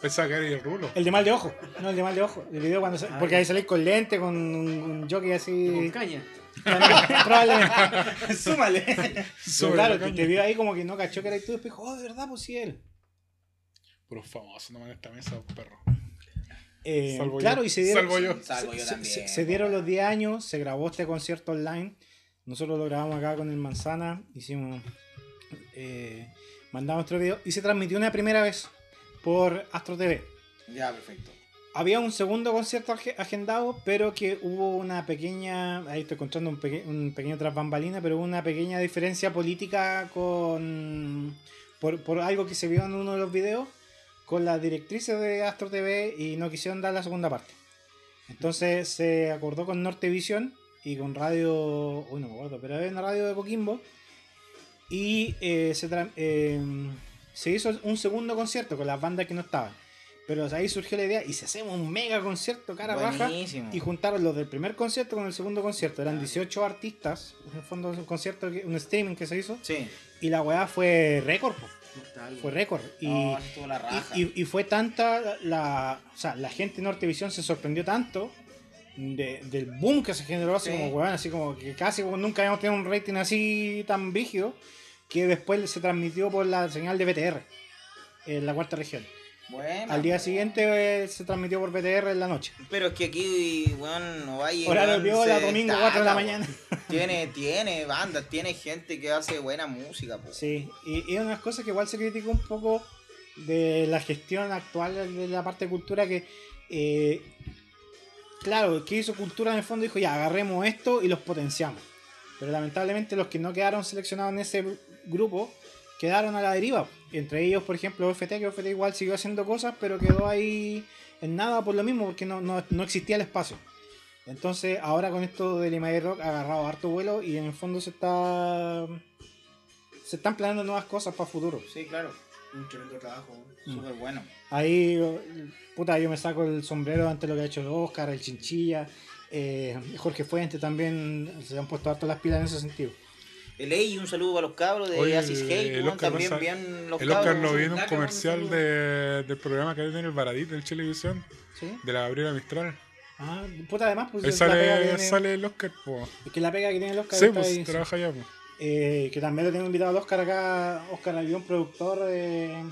[SPEAKER 3] Pensaba que era el rulo.
[SPEAKER 4] el de mal de ojo. No, el de mal de ojo. El video cuando sa-
[SPEAKER 7] Ah,
[SPEAKER 4] Porque
[SPEAKER 7] ya.
[SPEAKER 4] ahí salís con lente, con un, un jockey
[SPEAKER 7] Con
[SPEAKER 4] así.
[SPEAKER 7] caña.
[SPEAKER 4] Probablemente.
[SPEAKER 5] Súmale.
[SPEAKER 4] Pero
[SPEAKER 3] Sobre
[SPEAKER 4] claro,
[SPEAKER 3] la
[SPEAKER 4] te,
[SPEAKER 3] caña.
[SPEAKER 4] te vio ahí como que no cachó que era tú. Y después dijo, oh, de verdad, pues sí él.
[SPEAKER 3] Puros famosos nomás en esta mesa, perro.
[SPEAKER 4] Eh,
[SPEAKER 3] Salvo
[SPEAKER 4] claro,
[SPEAKER 3] yo.
[SPEAKER 4] y se dieron.
[SPEAKER 3] Salvo yo.
[SPEAKER 5] Salgo yo
[SPEAKER 4] se-
[SPEAKER 5] también.
[SPEAKER 4] se- se dieron los 10 años, se grabó este concierto online. Nosotros lo grabamos acá con el Manzana. Hicimos. eh, mandamos nuestro video. Y se transmitió una primera vez por Astro TV.
[SPEAKER 5] Ya, perfecto.
[SPEAKER 4] Había un segundo concierto ag- agendado, pero que hubo una pequeña. Ahí estoy encontrando un, peque- un pequeño tras bambalina, pero hubo una pequeña diferencia política con. Por, por algo que se vio en uno de los videos, con las directrices de Astro TV y no quisieron dar la segunda parte. Entonces se acordó con Nortevisión y con Radio. Uy, no me acuerdo, pero era una radio de Coquimbo. Y eh, se, tra- eh, se hizo un segundo concierto con las bandas que no estaban. Pero ahí surgió la idea y se hacemos un mega concierto cara baja.
[SPEAKER 5] Buenísimo.
[SPEAKER 4] Y juntaron los del primer concierto con el segundo concierto. Eran 18 artistas. En el fondo es un concierto, que- un streaming que se hizo.
[SPEAKER 5] Sí.
[SPEAKER 4] Y la weá fue récord. po.
[SPEAKER 7] Mortal,
[SPEAKER 4] Fue récord. Y,
[SPEAKER 5] No, estuvo la raja.
[SPEAKER 4] y, y- y fue tanta la, o sea, la gente de Nortevisión se sorprendió tanto de- del boom que se generó así
[SPEAKER 5] Sí.
[SPEAKER 4] como weón, así como que casi como nunca habíamos tenido un rating así tan vigio que después se transmitió por la señal de BTR en la cuarta región.
[SPEAKER 5] Bueno.
[SPEAKER 4] Al día siguiente eh, se transmitió por BTR en la noche.
[SPEAKER 5] Pero es que aquí, weón, no vaya.
[SPEAKER 4] Horario viola, domingo, 4 de la mañana.
[SPEAKER 5] Tiene, tiene bandas, tiene gente que hace buena música, po.
[SPEAKER 4] Sí, y, y unas cosas que igual se criticó un poco de la gestión actual de la parte de cultura que, eh, claro, que hizo cultura en el fondo dijo, ya, agarremos esto y los potenciamos. Pero lamentablemente los que no quedaron seleccionados en ese grupo quedaron a la deriva. Entre ellos, por ejemplo, OFT, que OFT igual siguió haciendo cosas, pero quedó ahí en nada por lo mismo, porque no, no, no existía el espacio. Entonces, ahora con esto del Imai Rock ha agarrado harto vuelo y en el fondo se está. Se están planeando nuevas cosas para futuro.
[SPEAKER 5] Sí, claro. Un tremendo trabajo,
[SPEAKER 4] Mm.
[SPEAKER 5] súper bueno.
[SPEAKER 4] Ahí, puta, yo me saco el sombrero ante lo que ha hecho el Oscar, el Chinchilla, eh, Jorge Fuente también se han puesto harto las pilas en ese sentido.
[SPEAKER 5] El Ey, un saludo a los cabros de
[SPEAKER 3] Oye,
[SPEAKER 5] Asis Hate,
[SPEAKER 3] el
[SPEAKER 5] weón,
[SPEAKER 3] Oscar
[SPEAKER 5] también
[SPEAKER 3] Massa-
[SPEAKER 5] bien los
[SPEAKER 3] El Oscar
[SPEAKER 5] cabros.
[SPEAKER 3] lo vi en un
[SPEAKER 7] Daca,
[SPEAKER 3] comercial
[SPEAKER 7] un saludo.
[SPEAKER 3] de- del programa que hay en el Baradit, del Chilevisión,
[SPEAKER 4] ¿Sí?
[SPEAKER 3] de la Gabriela Mistral.
[SPEAKER 4] Ah, puta, además, pues.
[SPEAKER 3] Ahí
[SPEAKER 4] es la pega que
[SPEAKER 3] sale,
[SPEAKER 4] tiene-
[SPEAKER 3] sale el Oscar, po.
[SPEAKER 4] Es que la pega que tiene el Oscar
[SPEAKER 3] Sí,
[SPEAKER 4] está
[SPEAKER 3] pues,
[SPEAKER 4] ahí, sí.
[SPEAKER 3] trabaja allá, po.
[SPEAKER 4] Eh, que también lo tengo invitado al Oscar acá, Oscar Avión, productor, eh,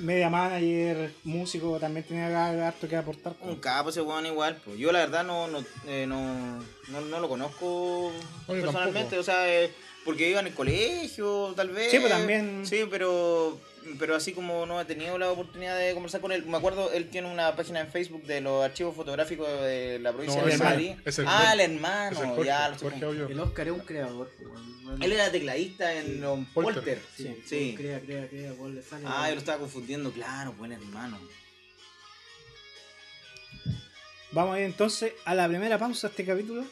[SPEAKER 4] media manager, músico, también tiene acá harto que aportar. pues.
[SPEAKER 5] Un capo ese weón igual. Pues. Yo la verdad no, no, eh, no, no, no lo conozco
[SPEAKER 3] Oye,
[SPEAKER 5] personalmente,
[SPEAKER 3] tampoco.
[SPEAKER 5] o sea, eh, porque iba en el colegio, tal vez.
[SPEAKER 4] Sí, pues, también.
[SPEAKER 5] Sí, pero, pero así como no he tenido la oportunidad de conversar con él, me acuerdo, él tiene una página en Facebook de los archivos fotográficos de la provincia
[SPEAKER 3] No,
[SPEAKER 5] de
[SPEAKER 4] es
[SPEAKER 5] Madrid.
[SPEAKER 3] el- es el
[SPEAKER 5] ah, el
[SPEAKER 3] Jorge.
[SPEAKER 5] hermano,
[SPEAKER 3] Es el Jorge,
[SPEAKER 5] ya lo sé.
[SPEAKER 3] Jorge Aullo.
[SPEAKER 7] El Oscar es un creador, po, weón.
[SPEAKER 5] Él era tecladista en los
[SPEAKER 3] Polter.
[SPEAKER 5] Polter.
[SPEAKER 7] Sí, pues,
[SPEAKER 5] Sí.
[SPEAKER 7] Crea, crea, crea, weón, le sale.
[SPEAKER 5] Ah, yo lo estaba confundiendo, claro, buen hermano.
[SPEAKER 4] Vamos a ir entonces a la primera pausa de este capítulo.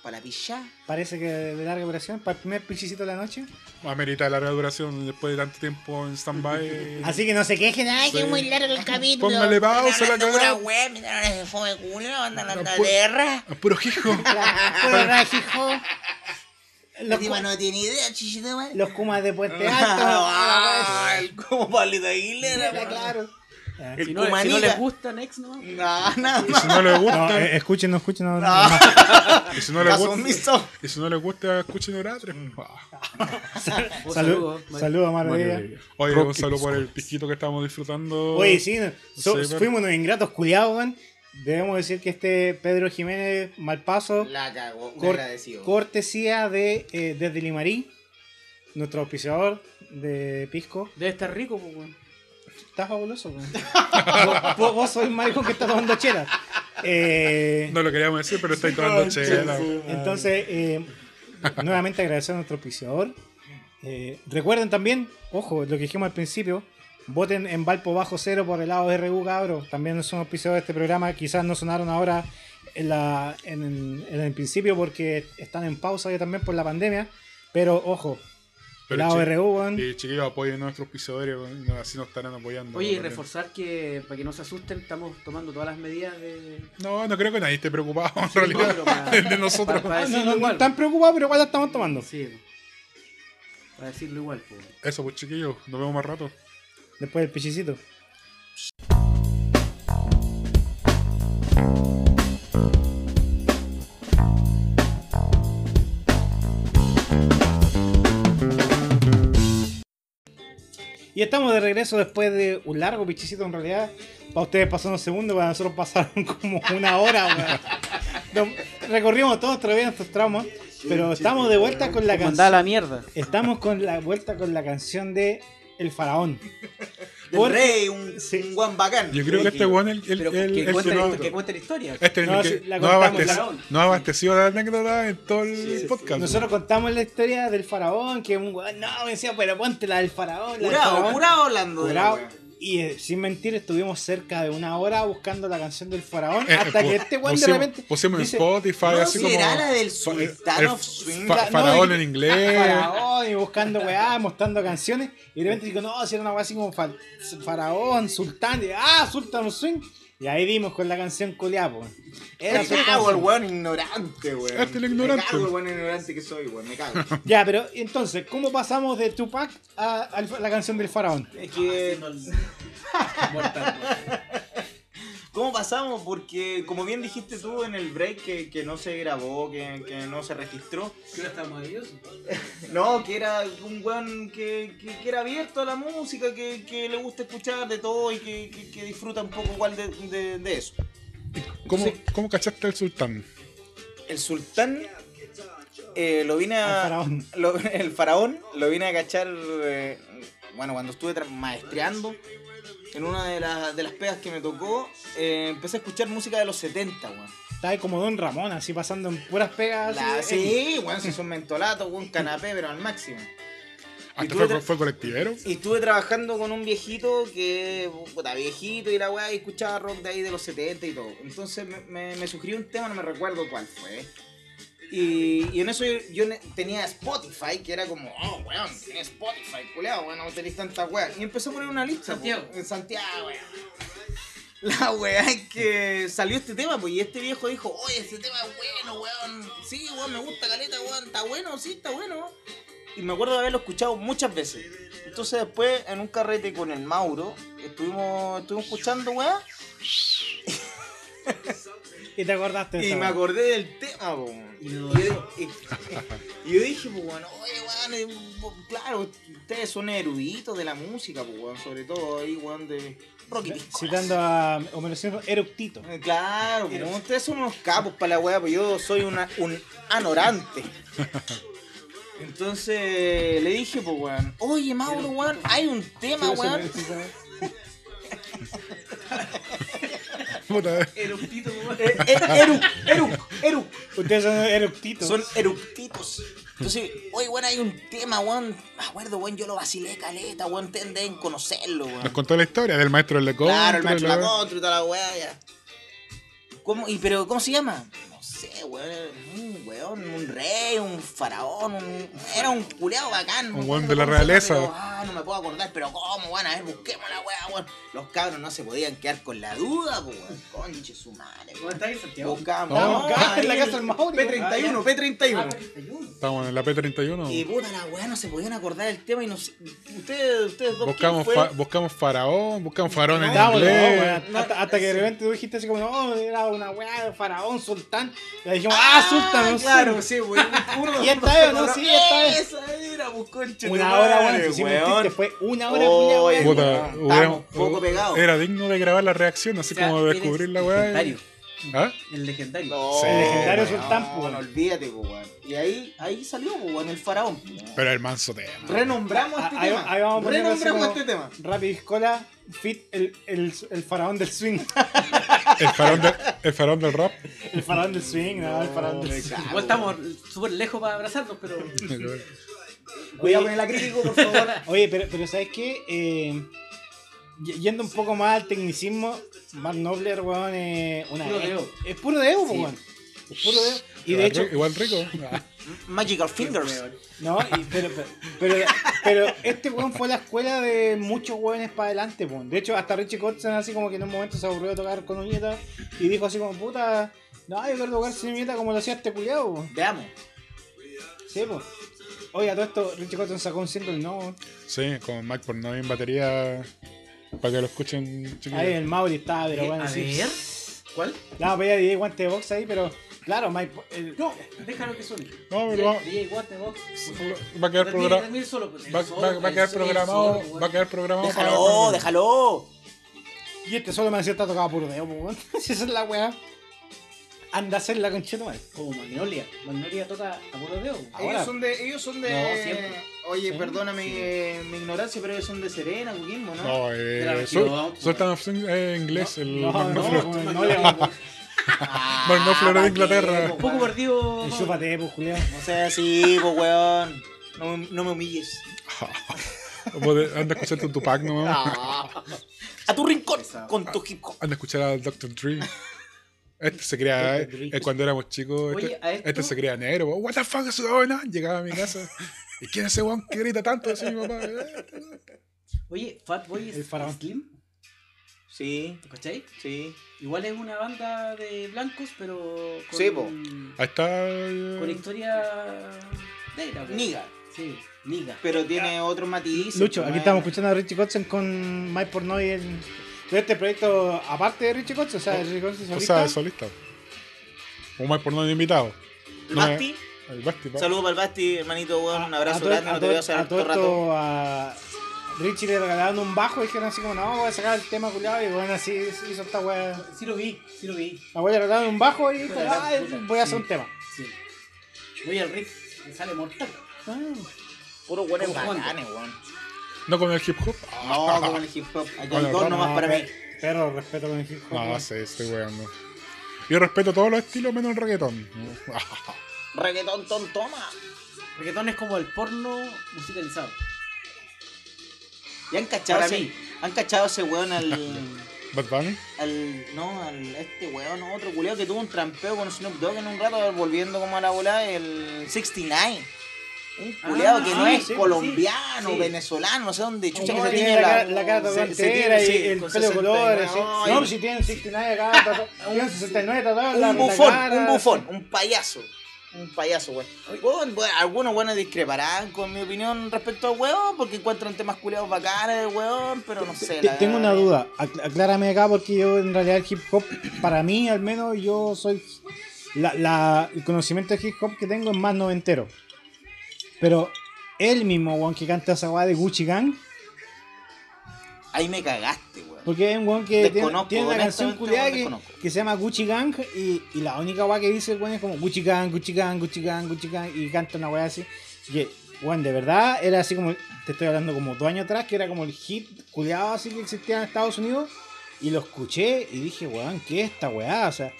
[SPEAKER 5] Para pillar.
[SPEAKER 4] Parece que de larga duración, para el primer pichicito de la noche.
[SPEAKER 3] Amerita larga duración después de tanto tiempo en stand-by.
[SPEAKER 4] Así que no se quejen, ay,
[SPEAKER 3] Sí.
[SPEAKER 4] que muy largo.
[SPEAKER 3] Póngale pausa la pues, cagada.
[SPEAKER 5] web, me de fome culo, andan
[SPEAKER 3] La pu- A Ah, puro hijo.
[SPEAKER 4] Los, cu-
[SPEAKER 5] no tiene idea, chichito, mal.
[SPEAKER 4] los Kumas de Puente Alto.
[SPEAKER 5] Ah, como Pablito Aguilera,
[SPEAKER 4] Está claro.
[SPEAKER 5] El
[SPEAKER 7] Si no, si no
[SPEAKER 5] Cumanita.
[SPEAKER 7] les gusta Next, ¿no?
[SPEAKER 5] No, nada más.
[SPEAKER 3] Si no le
[SPEAKER 4] No,
[SPEAKER 3] gusta,
[SPEAKER 4] eh, escuchen, no escuchen. No, no,
[SPEAKER 5] Ah.
[SPEAKER 4] no.
[SPEAKER 3] y si no le
[SPEAKER 5] Caso
[SPEAKER 3] gusta,
[SPEAKER 5] omiso.
[SPEAKER 3] y si no le gusta, escuchen Ah, Oratres.
[SPEAKER 7] Mm. Un
[SPEAKER 4] Salud,
[SPEAKER 7] Mario.
[SPEAKER 4] saludos, Mario Vega.
[SPEAKER 3] Oye, un saludo por el piquito que estábamos disfrutando.
[SPEAKER 4] Oye, sí, no, so-
[SPEAKER 3] Sí, pero-
[SPEAKER 4] fuimos unos ingratos culiados, weón. Debemos decir que este Pedro Jiménez Malpaso,
[SPEAKER 5] La cagó, un
[SPEAKER 4] Cor-
[SPEAKER 5] agradecido.
[SPEAKER 4] cortesía de eh, desde Limarí, nuestro auspiciador de Pisco.
[SPEAKER 7] Debe estar rico, po, weón.
[SPEAKER 4] Está fabuloso, weón. vos, vos- vos sois el maricón que está tomando chela. Eh,
[SPEAKER 3] No lo queríamos decir, pero estáis tomando chela.
[SPEAKER 4] entonces, eh, nuevamente agradecer a nuestro auspiciador. Eh, recuerden también, ojo, lo que dijimos al principio, voten en Valpo Bajo Cero por el lado de RU, cabro. También son auspiciadores de este programa. Quizás no sonaron ahora en, la- en- en el principio porque están en pausa ya también por la pandemia. Pero ojo, el
[SPEAKER 3] Pero
[SPEAKER 4] lado
[SPEAKER 3] chi-
[SPEAKER 4] de RU, weón.
[SPEAKER 3] Y chiquillos, apoyen a nuestros pisadores, así nos estarán apoyando.
[SPEAKER 7] Oye, y reforzar que para que no se asusten, estamos tomando todas las medidas de.
[SPEAKER 3] No, no creo que nadie esté preocupado en
[SPEAKER 7] Sí, no,
[SPEAKER 3] realidad.
[SPEAKER 7] pero para-
[SPEAKER 3] De nosotros.
[SPEAKER 7] para- para
[SPEAKER 4] Ah, no,
[SPEAKER 7] decirlo
[SPEAKER 4] no, no
[SPEAKER 7] igual.
[SPEAKER 4] están preocupados, pero igual la estamos tomando.
[SPEAKER 7] Sí. Para decirlo igual, po.
[SPEAKER 3] Eso, pues chiquillos, nos vemos más rato.
[SPEAKER 4] Después del pichicito. Y estamos de regreso después de un largo pichicito en realidad. Para ustedes pasó unos segundos, para nosotros pasaron como una hora. weón. Nos- Recorrimos todos todavía nuestros traumas. Pero estamos de vuelta con la
[SPEAKER 7] Mandá a
[SPEAKER 4] canción.
[SPEAKER 7] la mierda.
[SPEAKER 4] Estamos con la vuelta con la canción de El Faraón.
[SPEAKER 5] Del
[SPEAKER 4] Por-
[SPEAKER 5] rey, un,
[SPEAKER 4] Sí.
[SPEAKER 5] un guan bacán.
[SPEAKER 3] Yo creo que este weón, el, el,
[SPEAKER 7] Pero
[SPEAKER 3] el,
[SPEAKER 7] que,
[SPEAKER 3] el
[SPEAKER 7] cuente,
[SPEAKER 3] que no-
[SPEAKER 7] que cuente la historia.
[SPEAKER 3] Este es el
[SPEAKER 4] No,
[SPEAKER 3] que
[SPEAKER 4] sí, la
[SPEAKER 3] no,
[SPEAKER 4] contamos,
[SPEAKER 3] abastec-
[SPEAKER 7] Faraón.
[SPEAKER 3] no ha abastecido la anécdota en todo el
[SPEAKER 7] Sí, sí,
[SPEAKER 3] podcast.
[SPEAKER 4] Nosotros contamos la historia del faraón, que un weón, no, me decía, pero ponte la del faraón. La del
[SPEAKER 5] Curado,
[SPEAKER 4] faraón".
[SPEAKER 5] curado hablando de la
[SPEAKER 4] Curado.
[SPEAKER 5] wea.
[SPEAKER 4] Y eh, sin mentir, estuvimos cerca de una hora buscando la canción del faraón,
[SPEAKER 3] Eh, eh,
[SPEAKER 4] hasta
[SPEAKER 3] pu-
[SPEAKER 4] que este weón de
[SPEAKER 3] pusimos-
[SPEAKER 4] repente.
[SPEAKER 3] Pusimos en
[SPEAKER 4] dice,
[SPEAKER 3] Spotify,
[SPEAKER 5] "No
[SPEAKER 3] así como.
[SPEAKER 5] será la del
[SPEAKER 3] fa-
[SPEAKER 5] Sultán
[SPEAKER 3] el
[SPEAKER 5] of Swing".
[SPEAKER 3] fa-
[SPEAKER 4] La- no,
[SPEAKER 3] faraón
[SPEAKER 4] y-
[SPEAKER 3] en inglés.
[SPEAKER 4] Faraón, y buscando weá, mostrando canciones. Y de repente digo, no, si era una weá así como fa- faraón, sultán. Y, ah, sultán swing. Y ahí dimos con la canción coleapo.
[SPEAKER 5] Era me cago el weón ignorante, weón.
[SPEAKER 3] Este es el ignorante.
[SPEAKER 5] Me cago el weón ignorante que soy, weón. Me cago.
[SPEAKER 4] Ya, pero entonces, ¿cómo pasamos de Tupac a, a la canción del faraón?
[SPEAKER 5] es que. ¿Cómo pasamos? Porque, como bien dijiste tú en el break, que, que no se grabó, que, que no se registró.
[SPEAKER 7] Creo está maravilloso.
[SPEAKER 5] No, que era un weón que, que, que era abierto a la música, que, que le gusta escuchar de todo y que, que- que disfruta un poco igual de, de- de eso.
[SPEAKER 3] ¿Cómo, ¿Cómo cachaste al sultán?
[SPEAKER 5] El sultán eh, lo vine a.
[SPEAKER 4] Al faraón.
[SPEAKER 5] lo- el faraón lo vine a cachar. eh, bueno, cuando estuve tra- maestreando, en una de, las- de las pegas que me tocó, eh, empecé a escuchar música de los 70, weón.
[SPEAKER 4] Estaba ahí como Don Ramón, así
[SPEAKER 5] Ah,
[SPEAKER 4] pasando en puras pegas.
[SPEAKER 5] La-
[SPEAKER 4] así,
[SPEAKER 5] sí, weón, si son mentolatos, un canapé, pero al máximo. Y
[SPEAKER 3] Hasta Ah,
[SPEAKER 5] tú
[SPEAKER 3] fue,
[SPEAKER 5] otra-
[SPEAKER 3] fue colectivero.
[SPEAKER 5] Y estuve trabajando con un viejito que, puta, viejito y la weá, y escuchaba rock de ahí de los 70 y todo. Entonces me, me, me sugirió un tema, no me recuerdo cuál fue. Y, y en eso yo, yo ne- tenía Spotify, que era como, oh, weón, tiene Spotify, culeado, weón, no tenéis tanta weá. Y empecé a poner una lista. po,
[SPEAKER 7] Santiago.
[SPEAKER 5] en Santiago, weón. La weá es que salió este tema, pues, y este viejo dijo, oye, este tema es bueno, weón. Sí, weón, me gusta caleta, weón, está bueno, sí, está bueno. Y me acuerdo de haberlo escuchado muchas veces. Entonces después, en un carrete con el Mauro, estuvimos, estuvimos escuchando, weá,
[SPEAKER 4] Y te acordaste de
[SPEAKER 5] y
[SPEAKER 4] esa
[SPEAKER 5] me
[SPEAKER 4] weá.
[SPEAKER 5] acordé del tema, po, weón.
[SPEAKER 7] Y
[SPEAKER 5] Y,
[SPEAKER 7] lo-
[SPEAKER 5] yo- y- y yo dije, pues, weón, oye, weón, eh, po, claro, ustedes son eruditos de la música, pues, weón, sobre todo ahí, weón, de rock y piscolas.
[SPEAKER 4] Citando a Homero Simpson, Eructito.
[SPEAKER 5] Eh, Claro, pues, ustedes son unos capos para la weá, pues yo soy una, un anorante. Entonces le dije, pues weón, oye Mauro, weón, hay un tema, Ah, weón.
[SPEAKER 3] Puta,
[SPEAKER 7] Eructito, weón.
[SPEAKER 5] Eh, eh, Eruc, eruc, eruc.
[SPEAKER 4] Ustedes son eructitos.
[SPEAKER 5] Son eructitos. Entonces, oye, weón, hay un tema, weón. Me acuerdo, weón, yo lo vacilé caleta, weón, ustedes deben conocerlo,
[SPEAKER 3] nos
[SPEAKER 5] weón.
[SPEAKER 3] contó la historia del maestro del Lecontro.
[SPEAKER 5] Claro, el maestro
[SPEAKER 3] la-
[SPEAKER 5] la contra y toda la weá, ya. ¿Cómo? ¿Y pero cómo se llama? No sé, weón. Un weón, un rey, un faraón, un- era un culeado bacán. no
[SPEAKER 3] Un weón
[SPEAKER 5] acuerdo
[SPEAKER 3] de la
[SPEAKER 5] cómo se llama,
[SPEAKER 3] realeza.
[SPEAKER 5] pero, ah, no me puedo acordar, pero cómo, weón, a ver, busquemos la weá, weón. Los cabros no se podían quedar con la duda, po, weón. Conche su madre,
[SPEAKER 7] ¿Cómo
[SPEAKER 5] weón.
[SPEAKER 7] estás en Santiago?
[SPEAKER 5] Buscamos.
[SPEAKER 3] No,
[SPEAKER 5] buscamos
[SPEAKER 4] en la
[SPEAKER 5] ahí
[SPEAKER 4] casa del Mauro.
[SPEAKER 5] P31,
[SPEAKER 7] Ah,
[SPEAKER 5] P31.
[SPEAKER 7] 31.
[SPEAKER 3] Estamos en la
[SPEAKER 5] Y
[SPEAKER 3] P31.
[SPEAKER 5] puta la weá, no se podían acordar el tema y no sé. Ustedes, ustedes dos. ¿quién
[SPEAKER 3] Buscamos,
[SPEAKER 5] fue? Ah,
[SPEAKER 3] fa- buscamos faraón, buscamos faraón en
[SPEAKER 4] Estábamos los dos,
[SPEAKER 3] inglés.
[SPEAKER 4] weón. Hasta, hasta que de repente tú dijiste así como, no, era una weá de faraón, sultán. Y ahí dijimos, ah, sultán, no sé.
[SPEAKER 5] claro, sí, güey. Uno,
[SPEAKER 4] Y esta vez, no, sí, esta vez.
[SPEAKER 5] Esa era, pues, concha.
[SPEAKER 4] Una
[SPEAKER 5] tu
[SPEAKER 4] hora,
[SPEAKER 5] madre,
[SPEAKER 4] weón. Si hicimos un chiste, fue una hora,
[SPEAKER 5] Oh,
[SPEAKER 4] culiao, weón.
[SPEAKER 5] weón.
[SPEAKER 3] Puta,
[SPEAKER 5] Estábamos
[SPEAKER 3] hubiéramos-
[SPEAKER 5] poco pegados.
[SPEAKER 3] Era digno de grabar la reacción, así
[SPEAKER 7] O sea,
[SPEAKER 3] como
[SPEAKER 7] eres
[SPEAKER 3] descubrir la
[SPEAKER 7] el
[SPEAKER 3] weá. eh. y-
[SPEAKER 7] legendario,
[SPEAKER 3] ¿Ah?
[SPEAKER 7] El legendario.
[SPEAKER 5] No,
[SPEAKER 3] Sí,
[SPEAKER 4] legendario
[SPEAKER 5] weón,
[SPEAKER 4] sultán, pues,
[SPEAKER 5] No,
[SPEAKER 4] weón.
[SPEAKER 5] no olvídate, pues, weón. Y ahí, ahí salió, pues, weón, el faraón. pues, weón.
[SPEAKER 3] Pero el manso tema.
[SPEAKER 5] Renombramos este
[SPEAKER 4] Ah, ahí-
[SPEAKER 5] tema.
[SPEAKER 4] ahí vamos a poner así
[SPEAKER 5] Renombramos
[SPEAKER 4] como-
[SPEAKER 5] este tema.
[SPEAKER 4] Rapidiscola, fit, el, el, el faraón del swing.
[SPEAKER 3] El faraón, del- el faraón del rap.
[SPEAKER 4] El faraón del swing, no, el faraón del swing.
[SPEAKER 7] Igual estamos súper lejos para abrazarnos, pero.
[SPEAKER 5] Voy a poner la crítico, por favor.
[SPEAKER 4] Oye, pero, pero ¿sabes qué? Eh, y- yendo un poco más al tecnicismo, Mark Knopfler, weón, es una.
[SPEAKER 7] Puro
[SPEAKER 4] es-
[SPEAKER 7] deo.
[SPEAKER 4] Es, puro deo, po,
[SPEAKER 5] Sí.
[SPEAKER 4] weón. Es puro deo. Y de hecho,
[SPEAKER 3] Igual rico. Ah,
[SPEAKER 5] Magical Fingers.
[SPEAKER 4] no, y- pero, pero, pero, pero este weón fue la escuela de muchos weones para adelante, po. De hecho, hasta Richie Kotzen, así como que en un momento se aburrió de tocar con Uñeta y dijo así como, puta, no, yo quiero tocar sin Uñeta como lo hacía este culiado, po.
[SPEAKER 5] Veamos.
[SPEAKER 4] Sí, po. Oye, a todo esto, Richie Kotzen sacó un single, no, weón.
[SPEAKER 3] Sí, con Mac por no en batería. Para que lo escuchen, chiquillos.
[SPEAKER 4] Ahí el Mauri estaba, pero
[SPEAKER 7] Eh,
[SPEAKER 4] bueno,
[SPEAKER 7] a
[SPEAKER 4] sí.
[SPEAKER 7] ver. ¿Cuál?
[SPEAKER 4] No, pedía DJ guante de box ahí, pero claro, eh, Mike. el-
[SPEAKER 7] No, déjalo que suene.
[SPEAKER 3] No, pero va,
[SPEAKER 7] DJ Guate Box.
[SPEAKER 3] va a quedar
[SPEAKER 7] Daniel-
[SPEAKER 3] programado.
[SPEAKER 7] Daniel solo, pues, el
[SPEAKER 3] Va,
[SPEAKER 7] solo,
[SPEAKER 3] va- va a
[SPEAKER 7] el
[SPEAKER 3] quedar
[SPEAKER 7] solo, el
[SPEAKER 3] programado.
[SPEAKER 7] solo,
[SPEAKER 3] Va a quedar programado para.
[SPEAKER 5] Déjalo, déjalo.
[SPEAKER 4] Y este solo me decía está tocado por dedo, po, weón. Si esa es la weá. Anda a hacer la concheta, weón.
[SPEAKER 7] Como Magnolia. Magnolia toca a puro dedo.
[SPEAKER 4] Ahora.
[SPEAKER 5] Ellos
[SPEAKER 3] este-
[SPEAKER 5] son de. Ellos son de...
[SPEAKER 7] No, siempre.
[SPEAKER 5] Oye,
[SPEAKER 4] Sí,
[SPEAKER 5] perdóname
[SPEAKER 7] sí.
[SPEAKER 5] eh, mi ignorancia, pero ellos son de Serena, Coquimbo, ¿no?
[SPEAKER 3] No,
[SPEAKER 7] Era
[SPEAKER 3] eh.
[SPEAKER 7] el
[SPEAKER 3] Sur-
[SPEAKER 7] Kilo,
[SPEAKER 3] Sultan of Swing eh, inglés.
[SPEAKER 5] Mm.
[SPEAKER 3] El
[SPEAKER 4] No,
[SPEAKER 3] Mac
[SPEAKER 4] no,
[SPEAKER 3] Knopfler.
[SPEAKER 4] weón, no, le vamos.
[SPEAKER 5] Ah,
[SPEAKER 3] Bueno, no, Flora de
[SPEAKER 5] ¿pa' qué,
[SPEAKER 3] Inglaterra.
[SPEAKER 5] po,
[SPEAKER 7] Un poco
[SPEAKER 5] weón?
[SPEAKER 7] perdido.
[SPEAKER 4] a-
[SPEAKER 7] Mauro.
[SPEAKER 4] Chúpate, pues, culiao.
[SPEAKER 5] No sea así, po, weón. No, me- no me humilles.
[SPEAKER 3] Vos de- Anda a escuchar tu Tupac, no mames.
[SPEAKER 5] Ah. A tu rincón con tu hip hop.
[SPEAKER 3] Anda a escuchar al Dr. Dre. Este se creía,
[SPEAKER 4] Dr. Dre.
[SPEAKER 3] eh, cuando éramos chicos,
[SPEAKER 7] Oye,
[SPEAKER 3] este,
[SPEAKER 7] a esto-
[SPEAKER 3] este se creía negro. What the fuck is going on? Llegaba a mi casa. ¿Y quién es ese weón que grita tanto? Decía mi papá. eh.
[SPEAKER 7] Oye, Fatboy
[SPEAKER 4] El faraón.
[SPEAKER 7] Slim.
[SPEAKER 5] Sí,
[SPEAKER 7] ¿Te cachai?
[SPEAKER 5] sí.
[SPEAKER 7] Igual es una banda de blancos, pero. Con,
[SPEAKER 5] Sí, po.
[SPEAKER 3] Ahí está. eh,
[SPEAKER 7] Con historia. negra, po.
[SPEAKER 5] Niga.
[SPEAKER 7] Sí, Niga.
[SPEAKER 5] Pero tiene otro matiz.
[SPEAKER 4] Lucho, aquí estamos escuchando a Richie Kotzen con Mike Pornoy en. De este proyecto, aparte de Richie Kotzen, o sea, de Richie Kotzen
[SPEAKER 3] O
[SPEAKER 4] solista.
[SPEAKER 3] sea, solista. Un mal por no de invitado.
[SPEAKER 5] El
[SPEAKER 3] No, eh.
[SPEAKER 5] Basti.
[SPEAKER 3] El Basti. pa.
[SPEAKER 5] Saludos para el Basti, hermanito, weón. Un
[SPEAKER 4] A- a
[SPEAKER 5] abrazo
[SPEAKER 4] todo-
[SPEAKER 5] grande,
[SPEAKER 4] a
[SPEAKER 5] no te
[SPEAKER 4] todo-
[SPEAKER 5] veo hace
[SPEAKER 4] a todo
[SPEAKER 5] harto rato.
[SPEAKER 4] esto, a Richie le regalaron un bajo y dijeron así como, no, voy a sacar el tema culiado. Y bueno, así hizo esta weá.
[SPEAKER 7] Sí lo vi, sí lo vi.
[SPEAKER 4] La weá le regalaron un bajo y dijo,
[SPEAKER 7] Puta la
[SPEAKER 4] ah,
[SPEAKER 7] puta,
[SPEAKER 4] voy a hacer
[SPEAKER 7] sí. Ah,
[SPEAKER 4] un tema.
[SPEAKER 7] Sí. Voy al riff, me sale mortal.
[SPEAKER 5] Puro weones
[SPEAKER 7] Como Juan.
[SPEAKER 5] bacanes, weón.
[SPEAKER 3] No con el hip hop.
[SPEAKER 5] No, como el hip hop. Aquí
[SPEAKER 3] Bueno,
[SPEAKER 5] hay dos nomás para mí.
[SPEAKER 4] pe- Pero respeto con el hip hop.
[SPEAKER 3] No,
[SPEAKER 4] weón.
[SPEAKER 3] Ah, sí, estoy weando. Yo respeto todos los estilos menos el reggaetón.
[SPEAKER 5] Reggaetón, ton, toma.
[SPEAKER 7] Reggaetón es como el porno musicalizado.
[SPEAKER 5] ¿Y han cachado,
[SPEAKER 7] Para
[SPEAKER 5] ese-
[SPEAKER 7] mí.
[SPEAKER 5] ¿Han cachado ese weón al.
[SPEAKER 3] Bad Bunny.
[SPEAKER 5] al no al este weón no, otro culeado que tuvo un trampeo con Snoop Dogg en un rato volviendo como a la bola el 69 un culeado
[SPEAKER 7] Ah,
[SPEAKER 5] que no
[SPEAKER 7] sí,
[SPEAKER 5] es
[SPEAKER 7] sí,
[SPEAKER 5] colombiano,
[SPEAKER 7] sí, sí.
[SPEAKER 5] venezolano, no sé dónde chucha que
[SPEAKER 4] No,
[SPEAKER 5] se
[SPEAKER 4] tiene
[SPEAKER 5] tiene
[SPEAKER 4] la cara- la cara
[SPEAKER 5] se-
[SPEAKER 4] toda
[SPEAKER 5] se tiene,
[SPEAKER 4] entera y
[SPEAKER 5] sí,
[SPEAKER 4] el
[SPEAKER 5] con
[SPEAKER 4] pelo
[SPEAKER 5] 69,
[SPEAKER 4] color. así.
[SPEAKER 5] ay,
[SPEAKER 4] No, pues, si tienen 69 acá, tatuado- tienen 69 tatuados en la-
[SPEAKER 5] un
[SPEAKER 4] en la
[SPEAKER 5] bufón,
[SPEAKER 4] cara,
[SPEAKER 5] un bufón, un payaso. Un payaso, weón. Weón, weón, Algunos weones discreparán con mi opinión respecto al weón, porque encuentran temas culeados bacanes, weón, pero no sé.
[SPEAKER 4] Te-
[SPEAKER 5] la-
[SPEAKER 4] Tengo una duda, ac- aclárame acá porque yo en realidad el hip hop, para mí al menos yo soy, la, la- el conocimiento de hip hop que tengo es más noventero. Pero el mismo weón que canta esa weá de Gucci Gang,
[SPEAKER 5] Ahí me cagaste, weón.
[SPEAKER 4] porque es un weón que tiene,
[SPEAKER 5] Desconozco,
[SPEAKER 4] tiene una canción
[SPEAKER 5] honestamente,
[SPEAKER 4] culiada que,
[SPEAKER 5] desconozco.
[SPEAKER 4] que se llama Gucci Gang y, y la única weá que dice el weón es como Gucci Gang, Gucci Gang, Gucci Gang, Gucci Gang y canta una weá así. Y que, weón, de verdad era así como, te estoy hablando como dos años atrás, que era como el hit culiado así que existía en Estados Unidos. Y lo escuché y dije, weón, ¿qué es esta weá? O sea,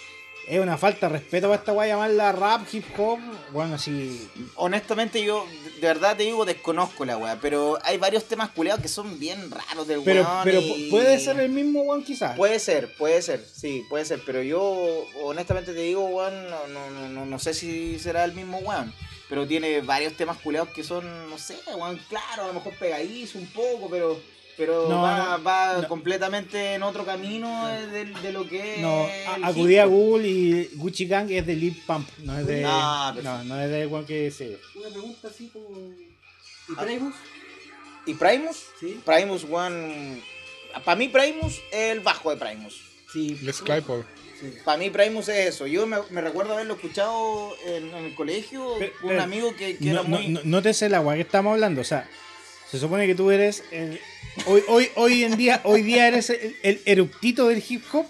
[SPEAKER 4] es una falta de respeto para esta weá llamarla rap, hip hop, weón, así.
[SPEAKER 5] Honestamente, yo de- de verdad te digo, desconozco la weá, pero hay varios temas culeados que son bien raros del
[SPEAKER 4] Pero,
[SPEAKER 5] weón.
[SPEAKER 4] pero
[SPEAKER 5] y-
[SPEAKER 4] puede ser el mismo weón quizás.
[SPEAKER 5] Puede ser, puede ser, sí, puede ser, pero yo honestamente te digo, weón, no, no, no, no, no sé si será el mismo weón, pero tiene varios temas culeados que son, no sé, weón, claro, a lo mejor pegadizo un poco, pero pero
[SPEAKER 4] No,
[SPEAKER 5] va,
[SPEAKER 4] no,
[SPEAKER 5] va
[SPEAKER 4] no.
[SPEAKER 5] completamente en otro camino eh, de, de lo que
[SPEAKER 4] No,
[SPEAKER 5] es el
[SPEAKER 4] a-
[SPEAKER 5] hip
[SPEAKER 4] acudí a
[SPEAKER 5] hop.
[SPEAKER 4] Google y Gucci Gang es de Lip Pump, no es de.
[SPEAKER 5] Ah,
[SPEAKER 4] no,
[SPEAKER 5] perfecto.
[SPEAKER 4] no es de weón que se.
[SPEAKER 7] Una pregunta así como. ¿Y Primus?
[SPEAKER 5] ¿Y Primus?
[SPEAKER 7] Ah. ¿Sí?
[SPEAKER 5] Primus, weón, para mí Primus es el bajo de Primus.
[SPEAKER 7] Sí.
[SPEAKER 3] Les Claypool.
[SPEAKER 7] Sí.
[SPEAKER 5] Para mí Primus es eso. Yo me, me recuerdo haberlo escuchado en, en el colegio,
[SPEAKER 4] Pe-
[SPEAKER 5] un
[SPEAKER 4] pero-
[SPEAKER 5] amigo que, que era
[SPEAKER 4] No, no,
[SPEAKER 5] muy...
[SPEAKER 4] no, no te sé la weá que estamos hablando, o sea, se supone que tú eres el. Hoy, hoy, hoy en día, hoy día eres el, el eruptito del hip hop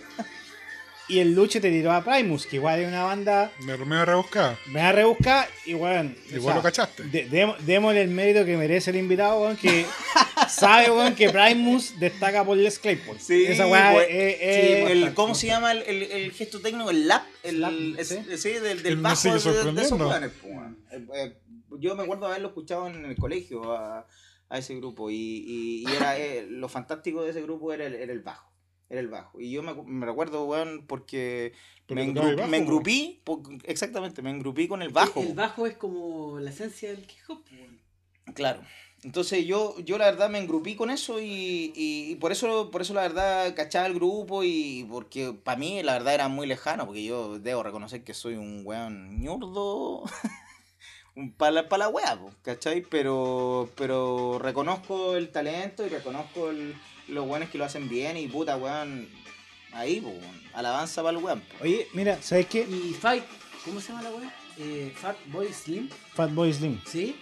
[SPEAKER 4] y el Luche te tiró a Primus, que igual es una banda.
[SPEAKER 3] Me me rebuscada.
[SPEAKER 4] Me da rebusca y weón.
[SPEAKER 3] Igual lo cachaste.
[SPEAKER 4] de- demo- démosle el mérito que merece el invitado, weón, que sabe, weón, que Primus destaca por Les Claypool.
[SPEAKER 5] Sí,
[SPEAKER 4] Esa weá
[SPEAKER 5] pues,
[SPEAKER 4] es- es-
[SPEAKER 5] sí,
[SPEAKER 4] es-
[SPEAKER 5] el, ¿Cómo se llama el, el- el gesto técnico? El lap, el,
[SPEAKER 4] Lap,
[SPEAKER 5] es-
[SPEAKER 4] sí.
[SPEAKER 5] sí, del,
[SPEAKER 3] Que
[SPEAKER 5] del
[SPEAKER 3] me
[SPEAKER 5] bajo
[SPEAKER 3] sigue
[SPEAKER 5] de- de, esos
[SPEAKER 3] sorprendiendo.
[SPEAKER 5] jugadores. po, weón. Eh, eh, Yo me acuerdo haberlo escuchado en el colegio a, a ese grupo y, y- y era eh, lo fantástico de ese grupo era el, era el bajo. Era el bajo. Y yo me, acu- me recuerdo, weón, porque,
[SPEAKER 3] Porque
[SPEAKER 5] me,
[SPEAKER 3] tocaba el
[SPEAKER 5] engru-
[SPEAKER 3] bajo,
[SPEAKER 5] me
[SPEAKER 3] weón.
[SPEAKER 5] engrupí, por- exactamente, me engrupí con el bajo.
[SPEAKER 7] El
[SPEAKER 5] weón.
[SPEAKER 7] bajo es como la esencia del hip hop, weón.
[SPEAKER 5] Claro. Entonces yo, yo la verdad me engrupí con eso y, y- y por eso por eso la verdad cachaba el grupo y porque para mí la verdad era muy lejano, porque yo debo reconocer que soy un weón ñurdo, un pala para la wea, po, ¿cachai? Pero, pero reconozco el talento y reconozco el- los weones que lo hacen bien y puta weón, ahí, po, weón. alabanza para el weón. po.
[SPEAKER 4] Oye, mira, ¿sabes qué?
[SPEAKER 7] Y Fight, ¿cómo se llama la weá? Eh, Fat Boy Slim,
[SPEAKER 4] Fatboy Slim,
[SPEAKER 7] ¿sí?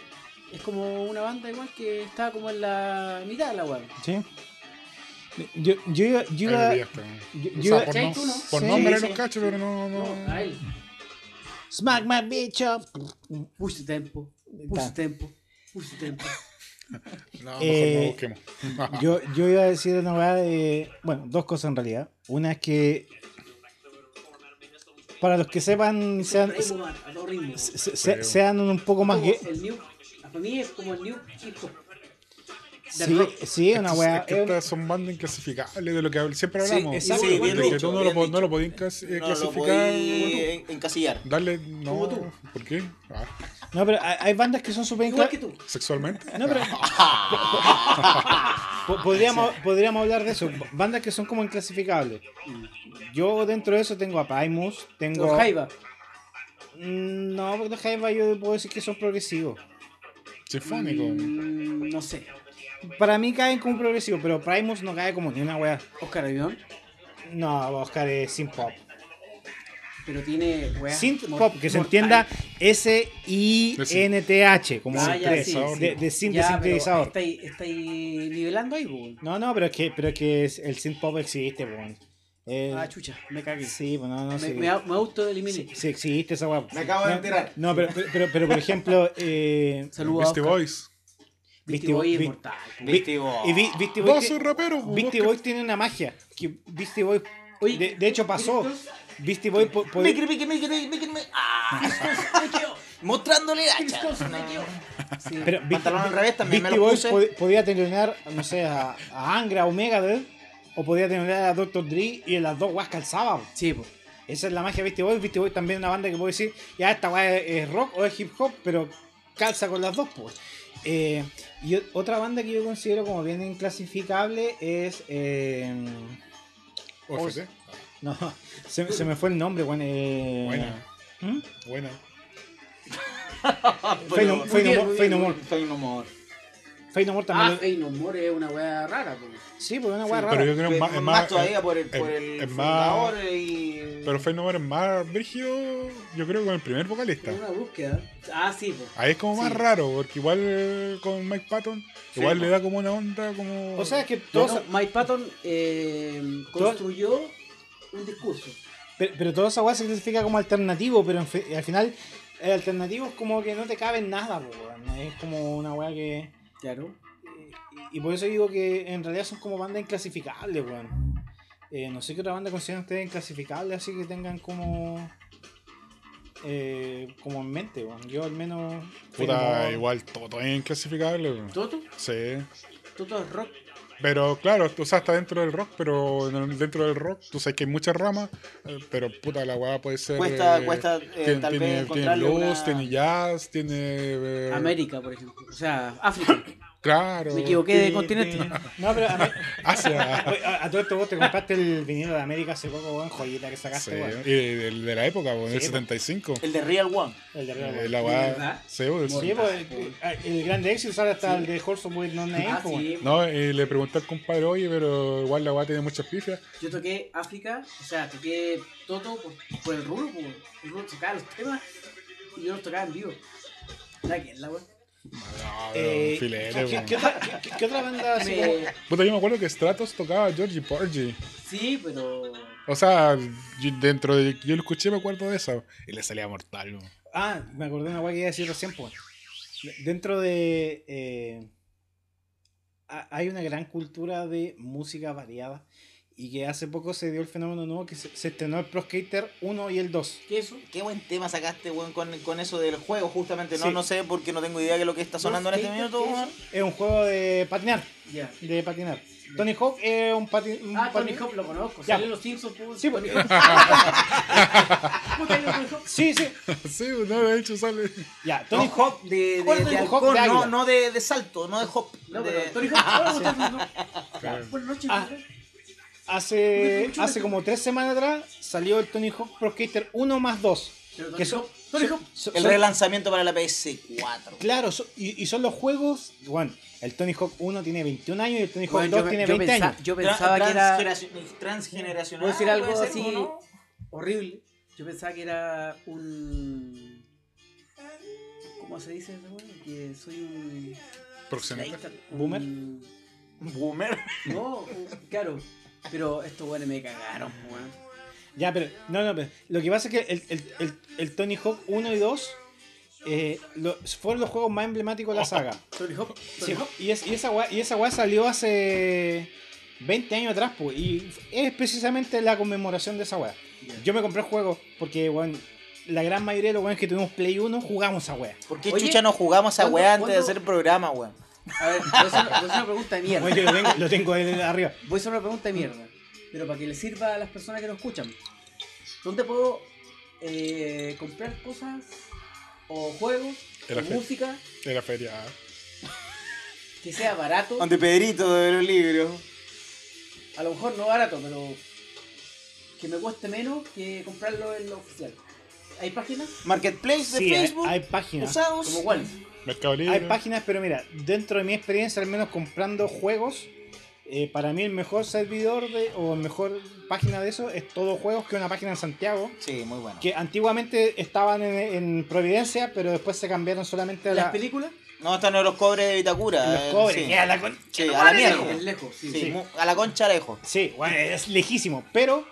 [SPEAKER 7] Es como una banda igual que está como en la mitad de la weá.
[SPEAKER 4] ¿sí? Yo, yo, iba- yo
[SPEAKER 3] Ahí
[SPEAKER 4] iba-
[SPEAKER 3] lo pillaste, weón.
[SPEAKER 4] yo- yo
[SPEAKER 3] O sea,
[SPEAKER 4] iba-
[SPEAKER 3] por,
[SPEAKER 7] ¿cachai
[SPEAKER 3] nom-
[SPEAKER 7] tú, no?
[SPEAKER 3] por
[SPEAKER 4] Sí,
[SPEAKER 3] nombre
[SPEAKER 7] sí.
[SPEAKER 3] los cacho, pero no. no,
[SPEAKER 7] No, a él.
[SPEAKER 4] Smack my bitch up.
[SPEAKER 7] Push the tempo, push the tempo, push the tempo.
[SPEAKER 3] no, mejor
[SPEAKER 4] Eh,
[SPEAKER 3] no busquemos.
[SPEAKER 4] Yo, yo iba a decir una weá de. Bueno, dos cosas en realidad. Una es que. Para los que sepan, sean, se-
[SPEAKER 7] Remo a, a todo ritmo. weón.
[SPEAKER 4] se- se- sean un poco más
[SPEAKER 7] Como
[SPEAKER 4] gay.
[SPEAKER 7] el new, para mí es como el new hip hop. del
[SPEAKER 4] Sí,
[SPEAKER 7] rock.
[SPEAKER 4] sí, una
[SPEAKER 3] Es que-
[SPEAKER 4] weá.
[SPEAKER 3] es que
[SPEAKER 4] eh,
[SPEAKER 3] estas son bandas inclasificables de lo que habl- siempre
[SPEAKER 4] Sí,
[SPEAKER 3] hablamos.
[SPEAKER 4] exacto.
[SPEAKER 5] Sí, bien
[SPEAKER 3] de que
[SPEAKER 5] dicho,
[SPEAKER 3] tú no lo,
[SPEAKER 5] bien
[SPEAKER 3] po- no
[SPEAKER 5] dicho.
[SPEAKER 3] lo podías clas- eh,
[SPEAKER 5] No lo podí
[SPEAKER 3] clasificar. weón.
[SPEAKER 5] en- encasillar.
[SPEAKER 3] Darle. No.
[SPEAKER 7] Como tú.
[SPEAKER 3] ¿Por qué? Ah,
[SPEAKER 4] No, pero hay, hay bandas que son súper
[SPEAKER 7] Igual
[SPEAKER 4] incla-
[SPEAKER 7] que tú.
[SPEAKER 3] ¿Sexualmente?
[SPEAKER 4] No, pero. Po- podríamos, podríamos hablar de eso. Bandas que son como inclasificables. Yo dentro de eso tengo a Primus, tengo.
[SPEAKER 7] Los Jaiba.
[SPEAKER 4] Mm, No, porque los Jaiba yo puedo decir que son progresivos.
[SPEAKER 3] Sinfónico.
[SPEAKER 7] Mm, no sé.
[SPEAKER 4] Para mí caen como progresivos, pero Primus no cae como ni una weá.
[SPEAKER 7] Oscar Avión.
[SPEAKER 4] No, Oscar es sin pop.
[SPEAKER 7] Pero tiene weá.
[SPEAKER 4] Synth
[SPEAKER 7] mor-
[SPEAKER 4] pop, que se
[SPEAKER 7] mortal.
[SPEAKER 4] entienda S-I-N-T-H, como
[SPEAKER 7] Ah, ya,
[SPEAKER 4] de,
[SPEAKER 7] sí, sí.
[SPEAKER 4] de, de synth-
[SPEAKER 7] Ya, pero este-
[SPEAKER 4] sintetizador.
[SPEAKER 7] Está ahí, está ahí nivelando ahí, pues. weón.
[SPEAKER 4] No, no, pero es que, pero es que es- el synth pop existe, weón. Eh,
[SPEAKER 7] Ah, chucha, me cagué.
[SPEAKER 4] sí, pues no, no
[SPEAKER 7] me,
[SPEAKER 4] sé.
[SPEAKER 7] me, au- me autoeliminé.
[SPEAKER 4] Sí, sí existe esa weá.
[SPEAKER 5] Me acabo de
[SPEAKER 4] No,
[SPEAKER 5] enterar.
[SPEAKER 4] No, pero, pero, pero, pero, por ejemplo, eh,
[SPEAKER 7] Saludos a
[SPEAKER 3] Beastie
[SPEAKER 7] Oscar.
[SPEAKER 3] Boys.
[SPEAKER 7] Beastie Boy es
[SPEAKER 4] Vi-
[SPEAKER 7] mortal. weón.
[SPEAKER 5] Beastie
[SPEAKER 4] Vi-
[SPEAKER 5] Boys.
[SPEAKER 4] Y Vi- Beastie Boys
[SPEAKER 3] Dos
[SPEAKER 4] tiene-
[SPEAKER 3] son raperos. weón,
[SPEAKER 4] Beastie
[SPEAKER 3] vos
[SPEAKER 4] Boys tiene una magia. Que Beastie Boys,
[SPEAKER 7] Oye,
[SPEAKER 4] de, de hecho pasó.
[SPEAKER 7] Beatles,
[SPEAKER 4] Beastie Boys po- po-
[SPEAKER 5] Micri, micri, micri, micri, micri. Ah.
[SPEAKER 7] me quedo.
[SPEAKER 5] Mostrándole el hacha.
[SPEAKER 7] Cristóbal
[SPEAKER 5] No.
[SPEAKER 7] Snaqueo.
[SPEAKER 5] Sí.
[SPEAKER 4] Pero Vic-
[SPEAKER 5] Pantalón al revés también me
[SPEAKER 4] Beastie
[SPEAKER 5] lo
[SPEAKER 4] Boys
[SPEAKER 5] puse.
[SPEAKER 4] pod- podía telonear, no sé, a, a Angra o Megadeth, o podía telonear a Dr. Dre y las dos guas calzaba. po.
[SPEAKER 7] Sí, pues.
[SPEAKER 4] Esa es la magia de Beastie Boys. Beastie Boys también es una banda que puedo decir, ya esta guay es, es rock o es hip hop, pero calza con las dos, pues. Eh, y o- otra banda que yo considero como bien inclasificable es. eh,
[SPEAKER 3] OFT.
[SPEAKER 4] no, se, se me fue el nombre, weón. eh,
[SPEAKER 3] Buena,
[SPEAKER 4] ¿hmm?
[SPEAKER 3] buena.
[SPEAKER 4] Fey no- Fey no more- Fey no more.
[SPEAKER 5] Fey no more.
[SPEAKER 4] Faith No More también.
[SPEAKER 7] Ah,
[SPEAKER 4] lo-
[SPEAKER 7] Fey No More es una weá rara, pues.
[SPEAKER 4] Sí, pues una
[SPEAKER 7] Sí,
[SPEAKER 4] guay rara.
[SPEAKER 3] Pero yo creo que
[SPEAKER 5] Pero
[SPEAKER 3] es más.
[SPEAKER 5] más,
[SPEAKER 3] es más-
[SPEAKER 5] todavía por el,
[SPEAKER 3] es-
[SPEAKER 5] por el
[SPEAKER 3] es más-
[SPEAKER 5] fundador eh, y.
[SPEAKER 3] Pero Fey No More es más brígido, yo creo, con el primer vocalista.
[SPEAKER 7] Es una búsqueda. Ah, sí, pues.
[SPEAKER 3] Ahí es como más
[SPEAKER 7] Sí.
[SPEAKER 3] raro, porque igual eh, con Mike Patton,
[SPEAKER 5] Sí,
[SPEAKER 3] igual
[SPEAKER 5] po.
[SPEAKER 3] le da como una onda, como.
[SPEAKER 4] O sea, es que
[SPEAKER 7] No,
[SPEAKER 4] todos,
[SPEAKER 7] no, Mike Patton eh, construyó un discurso.
[SPEAKER 4] Pero, pero toda esa weá se clasifica como alternativo, pero en fe- al final el alternativo es como que no te cabe en nada, po, weón. es como una weá que...
[SPEAKER 7] Claro.
[SPEAKER 4] Y, y por eso digo que en realidad son como bandas inclasificables, weón. Eh, no sé qué otra banda consideran ustedes inclasificable, así que tengan como... eh, como en mente, weón. Yo al menos...
[SPEAKER 3] puta,
[SPEAKER 4] tengo-
[SPEAKER 3] igual todo es inclasificable. weón.
[SPEAKER 7] Toto,
[SPEAKER 3] Sí.
[SPEAKER 7] Toto es rock.
[SPEAKER 3] Pero claro, o sea, está dentro del rock, pero en el- dentro del rock, tú sabes que hay muchas ramas, eh, pero puta, la weá puede ser.
[SPEAKER 5] Cuesta-
[SPEAKER 3] eh,
[SPEAKER 5] cuesta, eh,
[SPEAKER 3] tiene,
[SPEAKER 5] tal vez
[SPEAKER 3] tiene- tiene
[SPEAKER 5] encontrarle
[SPEAKER 3] blues,
[SPEAKER 5] una-
[SPEAKER 3] tiene jazz, tiene. eh,
[SPEAKER 7] América, por ejemplo. O sea, África.
[SPEAKER 3] Claro.
[SPEAKER 7] Me equivoqué
[SPEAKER 4] Eh,
[SPEAKER 7] de continente.
[SPEAKER 4] No, pero a, mí-
[SPEAKER 3] Asia.
[SPEAKER 4] Oye, a- a todo esto vos te compraste el vinilo de América hace poco, weón, joyita que sacaste,
[SPEAKER 3] Sí,
[SPEAKER 4] weón.
[SPEAKER 3] y de, de- de la época, weón, del
[SPEAKER 4] Sí, po.
[SPEAKER 3] 75.
[SPEAKER 5] El de Real One.
[SPEAKER 4] El de arriba,
[SPEAKER 3] Eh,
[SPEAKER 4] weón.
[SPEAKER 3] la
[SPEAKER 7] ¿Verdad?
[SPEAKER 3] weá. Sí, weón, sí.
[SPEAKER 4] Sí, pues, el, el grande éxito sale hasta
[SPEAKER 7] Sí.
[SPEAKER 4] el de Horse of With No Name.
[SPEAKER 7] Ah,
[SPEAKER 4] pues, bueno.
[SPEAKER 7] sí.
[SPEAKER 3] No, y le pregunté al compadre, oye, pero igual la weá tiene muchas pifias.
[SPEAKER 7] pues, Yo toqué África, o sea, toqué Toto por, por el rubro, por el rubro tocaba los temas y yo los tocaba en vivo. ¿Sabes qué es la wea?
[SPEAKER 3] No,
[SPEAKER 4] Eh,
[SPEAKER 3] pero
[SPEAKER 4] ¿qué-
[SPEAKER 3] filete, weón.
[SPEAKER 4] qué otra- qué- ¿Qué otra banda así como-
[SPEAKER 7] Me-
[SPEAKER 3] Puta, yo me acuerdo que Stratos tocaba a Georgie Porgy.
[SPEAKER 7] Sí, pero.
[SPEAKER 3] O sea, yo- dentro de yo lo escuché, me acuerdo de esa. Y le salía mortal, weón.
[SPEAKER 4] Ah, me acordé de una guay que iba a decir recién, pues. Dentro de. eh, ha- hay una gran cultura de música variada. Y que hace poco se dio el fenómeno nuevo que se, se estrenó el Pro Skater 1 y el 2.
[SPEAKER 7] ¿Qué es eso?
[SPEAKER 5] Qué buen tema sacaste, weón, con, con eso del juego, justamente. No,
[SPEAKER 4] Sí.
[SPEAKER 5] no sé, porque no tengo idea de lo que está sonando en este
[SPEAKER 7] ¿Qué
[SPEAKER 5] minuto,
[SPEAKER 7] es eso?
[SPEAKER 5] weón.
[SPEAKER 4] Es un juego de patinar.
[SPEAKER 7] Ya.
[SPEAKER 4] De patinar. Tony Hawk es un, pati, un
[SPEAKER 7] Ah, Tony
[SPEAKER 4] patin-
[SPEAKER 7] Hop lo conozco.
[SPEAKER 4] Mm, pues, Ya.
[SPEAKER 7] Salió en los Simpsons, pues.
[SPEAKER 4] Sí,
[SPEAKER 7] Tony
[SPEAKER 4] pues.
[SPEAKER 7] Hawk. Puta, yo Tony Hawk.
[SPEAKER 4] Sí, sí.
[SPEAKER 3] Sí, no, de hecho sale.
[SPEAKER 4] Ya,
[SPEAKER 5] No,
[SPEAKER 4] Tony Hawk.
[SPEAKER 5] hop de, de,
[SPEAKER 4] ¿Cuál
[SPEAKER 5] de
[SPEAKER 4] es el hop
[SPEAKER 5] halcón,
[SPEAKER 4] de águila?
[SPEAKER 5] no, no de, de salto, no de hop.
[SPEAKER 7] No,
[SPEAKER 5] de-
[SPEAKER 7] pero Tony Hawk. Hola, ¿cómo estás, Tony Hawk?
[SPEAKER 3] Claro.
[SPEAKER 7] Buenas noches,
[SPEAKER 4] Ah.
[SPEAKER 7] Tony Hawk.
[SPEAKER 4] Hace, hace como tres semanas atrás salió el Tony Hawk Pro Skater 1 más 2.
[SPEAKER 7] Pero Tony
[SPEAKER 4] Que son,
[SPEAKER 7] Hawk- Tony
[SPEAKER 4] son-
[SPEAKER 7] Hawk.
[SPEAKER 4] son-
[SPEAKER 5] el relanzamiento para la PS4.
[SPEAKER 4] Claro, son- y, y son los juegos. Bueno, el Tony Hawk 1 tiene 21 años y el Tony Hawk
[SPEAKER 7] Bueno,
[SPEAKER 4] 2
[SPEAKER 7] yo-
[SPEAKER 4] tiene
[SPEAKER 7] yo
[SPEAKER 4] 20
[SPEAKER 7] pensa-
[SPEAKER 4] años.
[SPEAKER 7] Yo pensaba que era.
[SPEAKER 5] Transgeneraci- eh, Transgeneracional.
[SPEAKER 7] ¿Puedo decir algo
[SPEAKER 5] puede ser,
[SPEAKER 7] así?
[SPEAKER 5] ¿o no?
[SPEAKER 7] horrible. Yo pensaba que era un. ¿Cómo se dice esa weá? Que soy un.
[SPEAKER 3] Proxeneta.
[SPEAKER 7] un-
[SPEAKER 4] ¿Boomer?
[SPEAKER 5] Boomer.
[SPEAKER 7] No, un- claro. Pero estos weones me cagaron, weón.
[SPEAKER 4] Ya, pero. No, no, pero. Lo que pasa es que el, el- el- el Tony Hawk 1 y 2 eh, lo- fueron los juegos más emblemáticos de la saga.
[SPEAKER 7] Tony Hawk,
[SPEAKER 4] Sí,
[SPEAKER 7] Tony Hawk.
[SPEAKER 4] y, es- y esa weá, y esa weá salió hace 20 años atrás, pues. Y es precisamente la conmemoración de esa weá. Yo me compré el juego porque, weón, la gran mayoría de los weones que tuvimos Play 1 jugamos esa weá.
[SPEAKER 5] ¿Por qué
[SPEAKER 7] Oye,
[SPEAKER 5] chucha no jugamos a
[SPEAKER 7] ¿cuándo-
[SPEAKER 5] weá antes de
[SPEAKER 7] cuándo-
[SPEAKER 5] hacer el programa, weón?
[SPEAKER 7] A ver, voy a hacer, voy a hacer una pregunta de mierda.
[SPEAKER 4] Bueno, yo lo tengo, lo tengo ahí arriba.
[SPEAKER 7] Voy a hacer una pregunta de mierda. Pero para que le sirva a las personas que nos escuchan. ¿Dónde puedo eh, comprar cosas o juegos
[SPEAKER 3] En la
[SPEAKER 7] o
[SPEAKER 3] fe-
[SPEAKER 7] música
[SPEAKER 3] De la feria.
[SPEAKER 7] que sea barato?
[SPEAKER 5] Ante Pedrito de los libros.
[SPEAKER 7] A lo mejor no barato, pero que me cueste menos que comprarlo en lo oficial. ¿Hay páginas?
[SPEAKER 5] Marketplace de
[SPEAKER 4] Sí, hay,
[SPEAKER 5] Facebook.
[SPEAKER 4] hay páginas.
[SPEAKER 5] usados.
[SPEAKER 7] ¿Como cuáles?
[SPEAKER 3] Mercado Libre.
[SPEAKER 4] Hay páginas, pero mira, dentro de mi experiencia, al menos comprando juegos, eh, para mí el mejor servidor de, o mejor página de eso es Todo Juegos, que es una página en Santiago.
[SPEAKER 5] Sí, muy bueno.
[SPEAKER 4] Que antiguamente estaban en, en Providencia, pero después se cambiaron solamente a
[SPEAKER 7] ¿Las
[SPEAKER 4] la,
[SPEAKER 7] películas?
[SPEAKER 5] No, están en los cobres de Vitacura.
[SPEAKER 4] los
[SPEAKER 5] eh,
[SPEAKER 4] cobres.
[SPEAKER 5] sí.
[SPEAKER 4] Ya, la con-
[SPEAKER 5] Sí, a la mierda.
[SPEAKER 7] Es lejos, sí.
[SPEAKER 5] Sí, mu- A la concha lejos.
[SPEAKER 4] Sí, bueno, es lejísimo, pero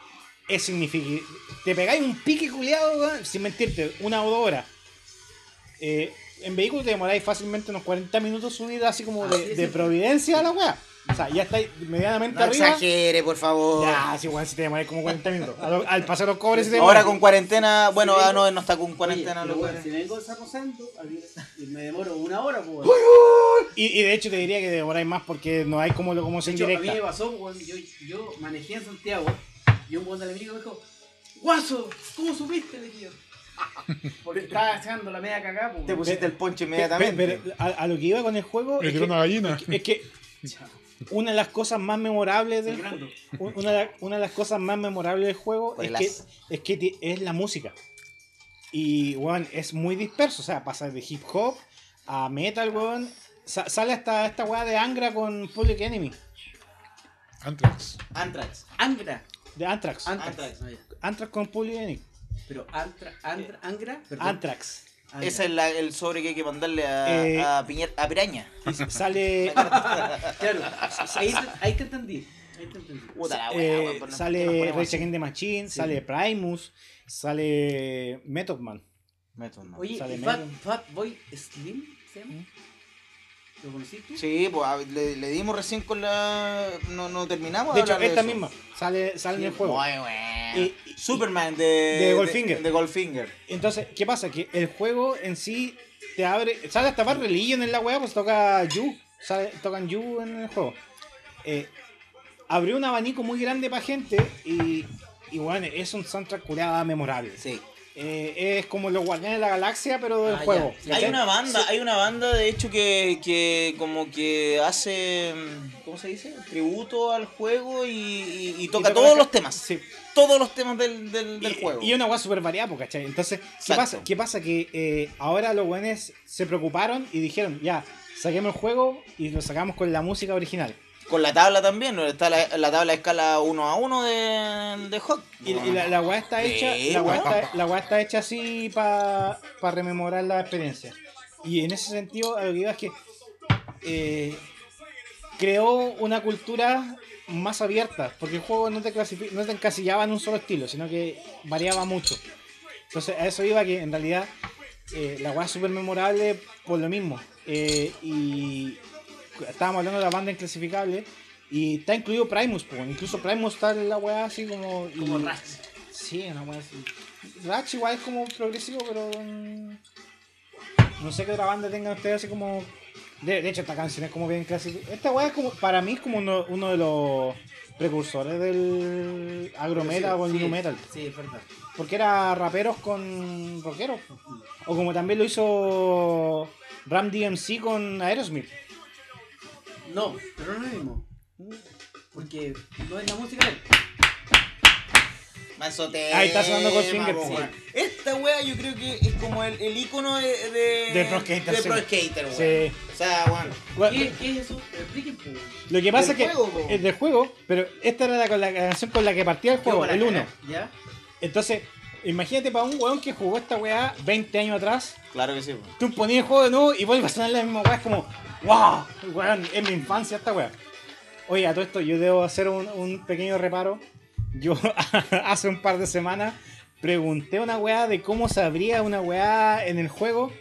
[SPEAKER 4] es significativo. Te pegáis un pique culiado, weón, sin mentirte, una o dos horas. Eh, en vehículo te demoráis fácilmente unos 40 minutos subir así como
[SPEAKER 7] Ah,
[SPEAKER 4] de,
[SPEAKER 7] sí,
[SPEAKER 4] de
[SPEAKER 7] sí.
[SPEAKER 4] Providencia a la weá. O sea, ya estáis medianamente
[SPEAKER 5] No
[SPEAKER 4] arriba.
[SPEAKER 5] exagere, por favor.
[SPEAKER 4] Ya, sí, weón, si te demoráis como 40 minutos. A lo- al pasar los cobres se te
[SPEAKER 5] Ahora
[SPEAKER 4] demoráis.
[SPEAKER 5] con cuarentena, bueno,
[SPEAKER 7] Sí.
[SPEAKER 5] ah, no, no está con cuarentena.
[SPEAKER 7] Oye,
[SPEAKER 5] los
[SPEAKER 7] pero,
[SPEAKER 5] weones.
[SPEAKER 7] weón, si vengo de Cerro Santo a mí- y me demoro una hora, pues. weón.
[SPEAKER 4] Y, y de hecho te diría que demoráis más porque no hay como
[SPEAKER 7] De
[SPEAKER 4] locomoción
[SPEAKER 7] hecho, a mí me
[SPEAKER 4] directa.
[SPEAKER 7] pasó, weón, yo, yo manejé en Santiago y un weón de la América me dijo, Guaso, ¿cómo supiste? Le dije yo. Porque estaba echando la media cagada, pues.
[SPEAKER 5] Te
[SPEAKER 7] weón.
[SPEAKER 5] pusiste el
[SPEAKER 4] Pe-
[SPEAKER 5] ponche
[SPEAKER 4] pe-
[SPEAKER 5] inmediatamente.
[SPEAKER 4] Pero, a, a lo que iba con el juego
[SPEAKER 3] Me
[SPEAKER 4] es
[SPEAKER 3] tiró una
[SPEAKER 4] que,
[SPEAKER 3] gallina.
[SPEAKER 4] es que
[SPEAKER 7] Chao,
[SPEAKER 4] una de las cosas más memorables del
[SPEAKER 7] sangrando.
[SPEAKER 4] Un- Una, de la- una de las cosas más memorables del juego
[SPEAKER 5] Pues
[SPEAKER 4] es que,
[SPEAKER 5] Juegazo.
[SPEAKER 4] es que ti- es la música. Y, weón, es muy disperso. O sea, pasa de hip hop a metal, weón. Sa- sale hasta esta weá de Angra con Public Enemy.
[SPEAKER 3] Anthrax.
[SPEAKER 5] Antrax.
[SPEAKER 7] Angra.
[SPEAKER 4] De Anthrax.
[SPEAKER 7] Antrax.
[SPEAKER 5] Antrax.
[SPEAKER 7] Ah, ya.
[SPEAKER 4] Anthrax con Public Enemy.
[SPEAKER 7] Pero Antra, Antra, Angra. perdón.
[SPEAKER 4] Anthrax.
[SPEAKER 7] Angra.
[SPEAKER 5] Ese es la- el sobre que hay que mandarle a,
[SPEAKER 4] Eh.
[SPEAKER 5] a, Piñer- a Piraña.
[SPEAKER 4] Y s- sale.
[SPEAKER 7] Ah, Claro, ahí, te- ahí te entendí. Ahí te entendí.
[SPEAKER 5] Puta la wea,
[SPEAKER 4] eh,
[SPEAKER 5] weón, por- ¿por qué
[SPEAKER 4] sale
[SPEAKER 5] nos ponemos
[SPEAKER 4] Rage
[SPEAKER 5] así?
[SPEAKER 4] Against the Machine, sale Primus, sale Method Man.
[SPEAKER 5] Meto, no.
[SPEAKER 7] Oye,
[SPEAKER 4] Sale
[SPEAKER 7] ¿y Fat,
[SPEAKER 4] medio.
[SPEAKER 7] Fat Boy Slim se llama? ¿Lo conociste?
[SPEAKER 5] Sí, pues a- le, le dimos recién con la. No, no terminamos.
[SPEAKER 4] De
[SPEAKER 5] hablar
[SPEAKER 4] hecho, esta
[SPEAKER 5] eso.
[SPEAKER 4] misma sale, sale en el juego.
[SPEAKER 5] Muy bueno.
[SPEAKER 4] Y- y-
[SPEAKER 5] Superman de,
[SPEAKER 4] de Goldfinger.
[SPEAKER 5] De, Goldfinger.
[SPEAKER 4] Entonces, ¿qué pasa? Que el juego en sí te abre. Sale hasta Bad Religion en la weá, pues toca You. sale- tocan You en el juego. Eh, abrió un abanico muy grande para gente y, y bueno, es un soundtrack curada memorable.
[SPEAKER 5] Sí.
[SPEAKER 4] Eh, es como los Guardianes de la Galaxia, pero del
[SPEAKER 7] Ah,
[SPEAKER 4] juego.
[SPEAKER 7] ya.
[SPEAKER 5] Hay
[SPEAKER 4] ¿cachai?
[SPEAKER 5] una banda, hay una banda de hecho que, que como que hace. mm, ¿Cómo se dice? Tributo al juego y, y- y toca
[SPEAKER 4] toca
[SPEAKER 5] todos
[SPEAKER 4] la-
[SPEAKER 5] los temas.
[SPEAKER 4] Sí.
[SPEAKER 5] Todos los temas del, del, del
[SPEAKER 4] Y-
[SPEAKER 5] juego.
[SPEAKER 4] Y una weá super variada, po, ¿cachai? Entonces, ¿qué
[SPEAKER 5] Exacto.
[SPEAKER 4] pasa? ¿Qué pasa? Que eh, ahora los weones se preocuparon y dijeron, ya, saquemos el juego y lo sacamos con la música original.
[SPEAKER 5] Con la tabla también, ¿no? está la, la tabla de escala 1 a 1 de, de Hawk.
[SPEAKER 4] Y, y la, la weá está hecha,
[SPEAKER 5] Sí,
[SPEAKER 4] la weá
[SPEAKER 5] weón.
[SPEAKER 4] está, la weá está hecha así para rememorar la experiencia. Y en ese sentido, a lo que iba es que eh, creó una cultura más abierta, porque el juego no te, clasifi- no te encasillaba en un solo estilo, sino que variaba mucho. Entonces, a eso iba que en realidad eh, la weá es súper memorable por lo mismo. Eh, y estábamos hablando de la banda inclasificable. Y está incluido Primus, po, incluso Primus está en la weá así como. y-
[SPEAKER 7] Como Ratch.
[SPEAKER 4] Sí, una weá así. Ratch igual es como progresivo, pero. mm, no sé qué otra banda tengan ustedes así como. De, de hecho, esta canción es como bien clásica. Esta weá es como. Para mí es como uno, uno de los precursores del agrometal o el new metal.
[SPEAKER 7] Sí, es verdad.
[SPEAKER 4] Porque era raperos con rockeros. po. O como también lo hizo Ram DMC con Aerosmith.
[SPEAKER 7] No, pero no es lo mismo. Porque no es la música. de él.
[SPEAKER 5] Mazote.
[SPEAKER 4] Ahí está sonando Goldfinger, sí.
[SPEAKER 5] Esta wea yo creo que es como el, el icono de. De,
[SPEAKER 4] De Pro Skater,
[SPEAKER 5] de
[SPEAKER 4] sí.
[SPEAKER 5] Pro Skater, weón.
[SPEAKER 4] Sí.
[SPEAKER 5] O sea, weón.
[SPEAKER 4] Bueno,
[SPEAKER 7] ¿Qué, qué es eso? Expliquen, pues.
[SPEAKER 4] Lo que pasa
[SPEAKER 5] Del
[SPEAKER 4] es que
[SPEAKER 5] juego, po.
[SPEAKER 4] es del juego, pero esta era la, con la canción con la que partía el juego, el 1.
[SPEAKER 7] ¿Ya?
[SPEAKER 4] Entonces, imagínate para un weón que jugó esta weá 20 años atrás,
[SPEAKER 5] Claro que sí, weón.
[SPEAKER 4] tú ponías el juego de nuevo y vuelves a sonar la misma weá, es como, wow, weón, es mi infancia esta weá. Oye, a todo esto yo debo hacer un, un pequeño reparo. Yo hace un par de semanas pregunté una weá de cómo se abría una weá en el juego.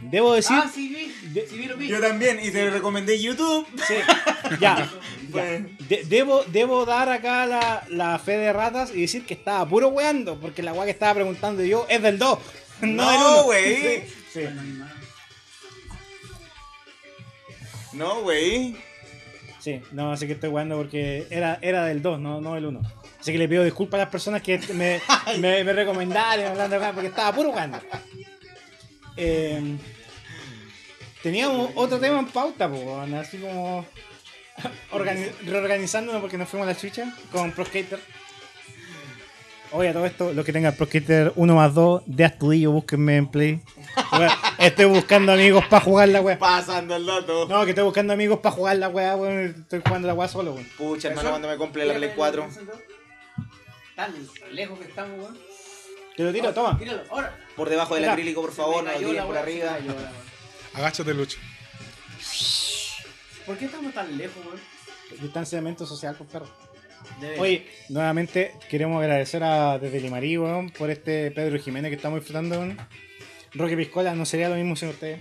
[SPEAKER 4] Debo decir...
[SPEAKER 7] Ah, sí, vi.
[SPEAKER 4] de-
[SPEAKER 7] Sí, vi, lo vi.
[SPEAKER 5] Yo también, y te recomendé YouTube. Pues,
[SPEAKER 4] Sí, ya. ya. De- debo, debo dar acá la, la fe de ratas y decir que estaba puro weando, porque la weá que estaba preguntando yo es del 2. No,
[SPEAKER 5] No,
[SPEAKER 4] del uno.
[SPEAKER 5] wey.
[SPEAKER 4] Sí, sí.
[SPEAKER 5] No, wey.
[SPEAKER 4] Sí, no, así que estoy weando porque era, era del 2, no, no del 1. Así que le pido disculpas a las personas que me, me, me recomendaron hablando acá porque estaba puro weando. Eh, teníamos otro tema en pauta, po, weón, así como organi- reorganizándonos porque nos fuimos a la chucha con Pro Skater. Oye, a todo esto, los que tengan Pro Skater 1 más 2, de Astudillo, búsquenme en Play. Weón, estoy buscando amigos para jugar la wea.
[SPEAKER 5] Pasando el dato.
[SPEAKER 4] No, que estoy buscando amigos para jugar la weá, weón. Estoy jugando la weá solo, weón.
[SPEAKER 5] Pucha, hermano, cuando me compré la Play 4.
[SPEAKER 7] Tan lejos que estamos, weón.
[SPEAKER 4] Te lo tiro, toma.
[SPEAKER 7] Tíralo, ahora.
[SPEAKER 5] Por debajo del
[SPEAKER 4] Mira.
[SPEAKER 5] acrílico, por favor, no lo
[SPEAKER 7] Se me cayó
[SPEAKER 5] tiren
[SPEAKER 7] la
[SPEAKER 5] por
[SPEAKER 7] weá,
[SPEAKER 5] arriba.
[SPEAKER 7] se me cayó la weá.
[SPEAKER 3] Agáchate, Lucho.
[SPEAKER 7] ¿Por qué estamos tan lejos, weón?
[SPEAKER 4] Distanciamiento social, por perro.
[SPEAKER 7] De veras.
[SPEAKER 4] Oye, nuevamente queremos agradecer a desde Limarí, weón, por este Pedro Jiménez que estamos disfrutando, weón. Roque Piscola no sería lo mismo sin ustedes.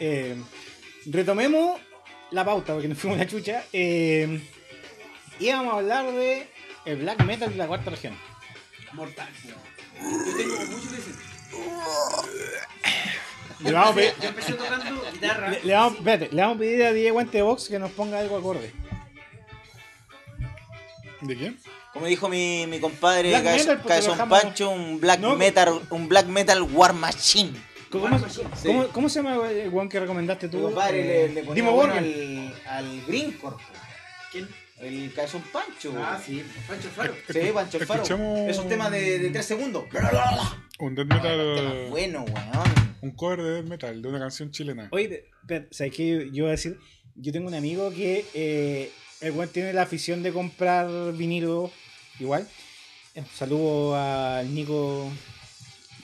[SPEAKER 4] Eh, retomemos la pauta porque nos fuimos a la chucha. eh, íbamos a hablar de el black metal de la cuarta región.
[SPEAKER 7] Mortal. Yo tengo mucho que decir.
[SPEAKER 4] Le vamos a
[SPEAKER 7] Yo
[SPEAKER 4] pedir,
[SPEAKER 7] empecé- yo empecé tocando guitarra.
[SPEAKER 4] le- le vamos- espérate, le vamos a pedir a Diego Guante de Box que nos ponga algo acorde.
[SPEAKER 3] ¿De quién?
[SPEAKER 5] Como dijo mi, mi compadre
[SPEAKER 4] Black
[SPEAKER 5] Cabe-
[SPEAKER 4] metal, pues,
[SPEAKER 5] Cabezón
[SPEAKER 4] trabajamos-
[SPEAKER 5] Pancho, un black
[SPEAKER 4] No,
[SPEAKER 5] metal, un black metal war machine.
[SPEAKER 4] ¿Cómo,
[SPEAKER 5] Sí.
[SPEAKER 4] cómo- cómo se llama el weón que recomendaste
[SPEAKER 5] Tu
[SPEAKER 4] tú?
[SPEAKER 5] compadre
[SPEAKER 4] Eh,
[SPEAKER 5] le, le ponía
[SPEAKER 4] Dimo
[SPEAKER 5] bueno
[SPEAKER 4] Borgen.
[SPEAKER 5] al, al Green Corp.
[SPEAKER 7] ¿Quién?
[SPEAKER 5] El Cabezón Pancho.
[SPEAKER 7] Ah,
[SPEAKER 5] güey.
[SPEAKER 7] sí, Pancho Faro.
[SPEAKER 5] Sí, Pancho
[SPEAKER 3] Escu-
[SPEAKER 5] Alfaro.
[SPEAKER 3] escuchamos-
[SPEAKER 5] Esos temas de, de 3 segundos.
[SPEAKER 3] Un death
[SPEAKER 4] Ah,
[SPEAKER 5] Tema
[SPEAKER 4] Eh.
[SPEAKER 3] metal.
[SPEAKER 5] bueno, weón.
[SPEAKER 3] Un cover de death metal de una canción chilena.
[SPEAKER 4] Oye, pe- pe- ¿sabes qué? Yo voy a decir, yo tengo un amigo que eh, el weón tiene la afición de comprar vinilo igual. Eh, Saludo al Nico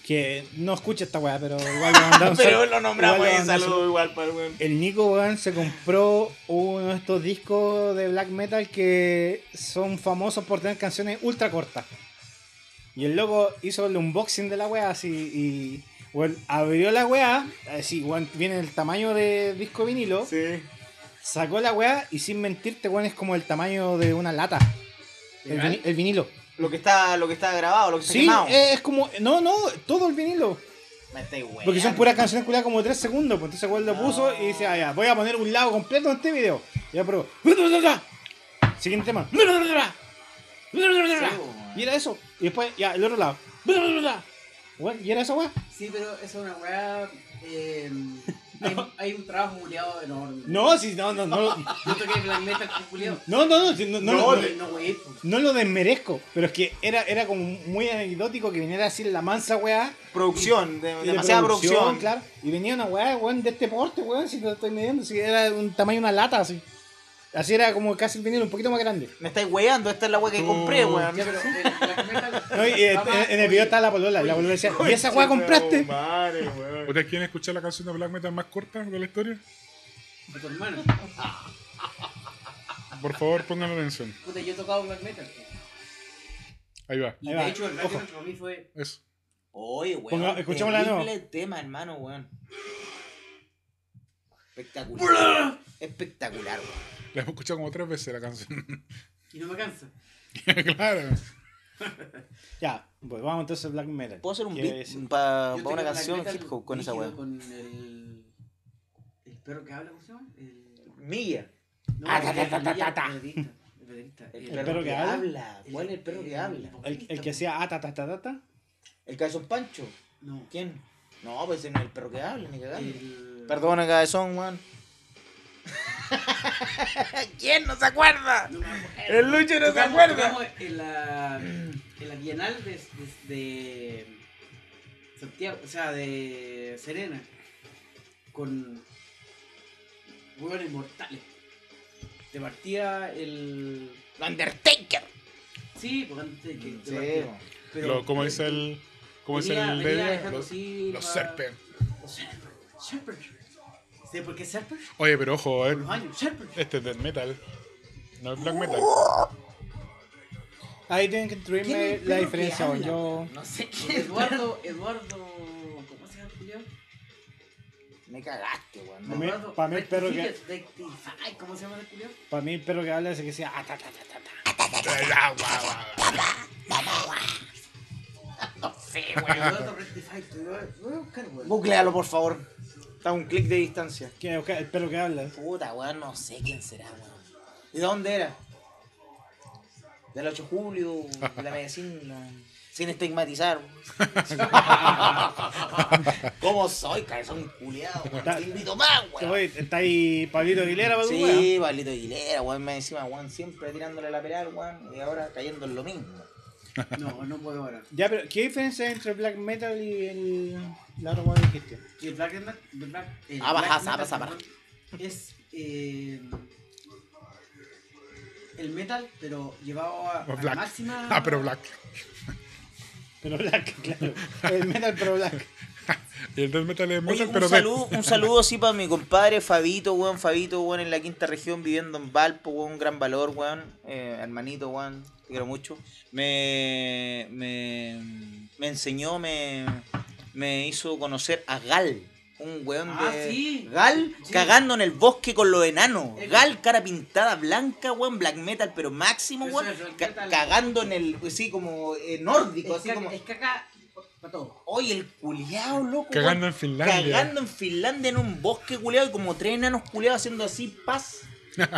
[SPEAKER 4] que no escucha esta weá, pero igual le mandamos un
[SPEAKER 5] Pero
[SPEAKER 4] sal-
[SPEAKER 5] lo nombramos
[SPEAKER 4] igual le
[SPEAKER 5] ahí,
[SPEAKER 4] mandamos un
[SPEAKER 5] saludo igual para el weón.
[SPEAKER 4] El Nico weón se compró uno de estos discos de black metal que son famosos por tener canciones ultra cortas. Y el loco hizo el unboxing de la weá así y weón, abrió la weá, así weón, viene el tamaño de disco vinilo,
[SPEAKER 5] Sí.
[SPEAKER 4] sacó la weá y sin mentirte weón es como el tamaño de una lata. El,
[SPEAKER 5] ¿Legal?
[SPEAKER 4] vini- el vinilo.
[SPEAKER 5] Lo que está, lo que está grabado, lo que está
[SPEAKER 4] Sí,
[SPEAKER 5] quemado.
[SPEAKER 4] eh, es como. No, no, todo el vinilo.
[SPEAKER 5] Me estáis weando.
[SPEAKER 4] Porque son puras canciones culiadas como de 3 segundos. Pues entonces weón lo
[SPEAKER 5] No.
[SPEAKER 4] puso y dice, ah, ya, voy a poner un lado completo en este video. Y ya probó. Siguiente tema.
[SPEAKER 5] Sí,
[SPEAKER 4] Y era eso. Y después, ya, el otro lado. Weón, Y era eso, weón.
[SPEAKER 7] Sí, pero esa es una weá. eh, hay, hay un trabajo culiado enorme.
[SPEAKER 4] No, sí, no, no, no.
[SPEAKER 7] Yo toqué Black Metal con culiado.
[SPEAKER 4] No, no, no, sí, no, no, no, no,
[SPEAKER 7] no, wey, pues.
[SPEAKER 4] no lo desmerezco, pero es que era, era como muy anecdótico que viniera así la mansa weá.
[SPEAKER 5] Producción, de-
[SPEAKER 4] y de
[SPEAKER 5] demasiada producción.
[SPEAKER 4] Claro, y venía una weá, weón, de este porte, weón, si te lo estoy midiendo, si era un tamaño de una lata así. Así era como casi el vinilo un poquito más grande.
[SPEAKER 5] Me estáis weando, esta es la wea que compré, weón.
[SPEAKER 7] Ya, pero el Black Metal.
[SPEAKER 4] No, y, eh,
[SPEAKER 7] va más-
[SPEAKER 4] en, en el video estaba la polola, y la polola decía, ¿y esa weá compraste?
[SPEAKER 3] ¿Ustedes quieren escuchar la canción de black metal más corta de la historia?
[SPEAKER 7] Oye, tu hermano.
[SPEAKER 3] Por favor, pongan atención.
[SPEAKER 7] Puta, yo he tocado Black Metal. pues.
[SPEAKER 3] Ahí va.
[SPEAKER 7] Y
[SPEAKER 4] Ahí va,
[SPEAKER 7] de hecho, el Black
[SPEAKER 4] ojo.
[SPEAKER 7] Metal para mí fue.
[SPEAKER 3] Eso.
[SPEAKER 5] Oye, weón.
[SPEAKER 4] Ponga- escuchémosla de nuevo.
[SPEAKER 5] terrible tema, hermano, weón. Espectacular. Espectacular, weón.
[SPEAKER 3] La hemos escuchado como tres veces la canción.
[SPEAKER 7] Y no me cansa.
[SPEAKER 3] claro.
[SPEAKER 4] Ya, pues vamos entonces al black metal.
[SPEAKER 5] ¿Puedo hacer un
[SPEAKER 4] ¿Qué
[SPEAKER 5] beat
[SPEAKER 4] es?
[SPEAKER 5] para
[SPEAKER 7] Yo toqué
[SPEAKER 5] una
[SPEAKER 7] Black
[SPEAKER 5] canción
[SPEAKER 7] Metal
[SPEAKER 5] hip hop con esa
[SPEAKER 7] rígido
[SPEAKER 5] weón?
[SPEAKER 7] Con el. El perro que habla, ¿cómo se llama? El.
[SPEAKER 5] Milla.
[SPEAKER 7] No,
[SPEAKER 5] Ah,
[SPEAKER 7] el
[SPEAKER 5] ta, ta, ta, ta,
[SPEAKER 7] baterista,
[SPEAKER 5] ta.
[SPEAKER 7] el baterista, el baterista.
[SPEAKER 5] El,
[SPEAKER 7] El-
[SPEAKER 5] perro, que, habla. ¿Cuál es el perro que habla?
[SPEAKER 4] El, el que hacía ata, ta, ta, ta, ta.
[SPEAKER 5] El cabezón Pancho.
[SPEAKER 7] No.
[SPEAKER 5] ¿Quién? No, pues ese no es el perro que habla, ni cagando.
[SPEAKER 7] El-
[SPEAKER 5] Perdona, cabezón, weón. ¿Quién no se acuerda?
[SPEAKER 7] No me acuerdo.
[SPEAKER 5] El Lucho no se
[SPEAKER 7] Tocamos-
[SPEAKER 5] acuerda.
[SPEAKER 7] tocamos En la, en la Bienal de, de- de Santiago, o sea, de Serena, con hueones mortales. Te partía el.
[SPEAKER 5] Undertaker.
[SPEAKER 7] Sí, pues, porque antes que. te
[SPEAKER 5] Sí,
[SPEAKER 7] partía.
[SPEAKER 5] weón.
[SPEAKER 7] Pero-
[SPEAKER 3] Lo- como dice el. Como dice
[SPEAKER 7] venía-
[SPEAKER 3] el de
[SPEAKER 7] venía
[SPEAKER 3] ella,
[SPEAKER 7] Alejandro
[SPEAKER 3] los,
[SPEAKER 7] Silva,
[SPEAKER 3] los Serpent.
[SPEAKER 7] los Serpent, Serpent. ¿Sabes por qué Serpent?
[SPEAKER 3] Oye, pero ojo, eh,
[SPEAKER 7] Por los años, Serpent.
[SPEAKER 3] este es death metal. No es black metal.
[SPEAKER 4] Ahí tienen que
[SPEAKER 5] ¿Quién es
[SPEAKER 4] intuirme
[SPEAKER 5] el
[SPEAKER 4] la
[SPEAKER 5] perro
[SPEAKER 4] diferencia,
[SPEAKER 5] que
[SPEAKER 4] weón.
[SPEAKER 5] habla?
[SPEAKER 4] Yo.
[SPEAKER 5] No sé quién es, weón.
[SPEAKER 7] Eduardo, Eduardo. ¿Cómo se llama Julián?
[SPEAKER 5] Me cagaste, weón.
[SPEAKER 4] Para mí-
[SPEAKER 7] Eduardo,
[SPEAKER 4] para mí el perro que-
[SPEAKER 7] rectify, ¿Cómo se llama el Julián?
[SPEAKER 4] Para mí el perro que habla es el que decía ata, ta, ta, ta, ta.
[SPEAKER 7] Eduardo Rectify, te voy a- voy a buscar, weón.
[SPEAKER 5] Buclealo, por favor. Está a un clic de distancia.
[SPEAKER 4] ¿Quién es el perro que habla?
[SPEAKER 5] Puta, weón, no sé quién será, weón. ¿De dónde era? Del 8 de julio, de la medicina. Sin estigmatizar. weón. ¿Cómo soy, cabezón culiado? weón? Te invito más, weón.
[SPEAKER 4] Oye, está ahí Pablito Aguilera, weón.
[SPEAKER 5] Sí, Pablito Aguilera, weón, me encima, weón, siempre tirándole la pelea, al weón, y ahora cayendo en lo mismo.
[SPEAKER 7] No, no puedo ahora.
[SPEAKER 4] Ya, pero ¿qué diferencia hay entre el black metal y el. la otra weá que dijiste?
[SPEAKER 7] El Black and Black- el Black- el
[SPEAKER 5] Ah, baja,
[SPEAKER 7] Black
[SPEAKER 5] ah,
[SPEAKER 7] Metal,
[SPEAKER 5] baja, baja.
[SPEAKER 7] perdón, Es. eh, el metal, pero llevado a, a la
[SPEAKER 3] black.
[SPEAKER 7] máxima.
[SPEAKER 3] Ah, pero black.
[SPEAKER 4] Pero black, claro. El metal, pero black.
[SPEAKER 3] Y el death metal es
[SPEAKER 5] Oye,
[SPEAKER 3] metal,
[SPEAKER 5] un,
[SPEAKER 3] pero death.
[SPEAKER 5] saludo, un saludo sí para mi compadre Fabito, weón. Fabito, weón, en la quinta región, viviendo en Valpo, weón. Un gran valor, weón. Eh, hermanito, weón. Te quiero mucho. Me, me, me enseñó, me, me hizo conocer a Gal. un weón
[SPEAKER 7] Ah,
[SPEAKER 5] de
[SPEAKER 7] sí.
[SPEAKER 5] Gal
[SPEAKER 7] Sí.
[SPEAKER 5] cagando en el bosque con los enanos.
[SPEAKER 7] El-
[SPEAKER 5] Gal, cara pintada blanca, weón, black metal, pero máximo,
[SPEAKER 7] Eso
[SPEAKER 5] weón.
[SPEAKER 7] es, el
[SPEAKER 5] ca-
[SPEAKER 7] metal.
[SPEAKER 5] cagando en el, pues, sí, como eh, nórdico,
[SPEAKER 7] Es
[SPEAKER 5] así
[SPEAKER 7] caca-
[SPEAKER 5] como.
[SPEAKER 7] es caca para todo.
[SPEAKER 5] Oye, el culiao, loco.
[SPEAKER 3] Cagando
[SPEAKER 5] weón,
[SPEAKER 3] en Finlandia.
[SPEAKER 5] Cagando en Finlandia en un bosque culiao y como tres enanos culiados haciendo así paz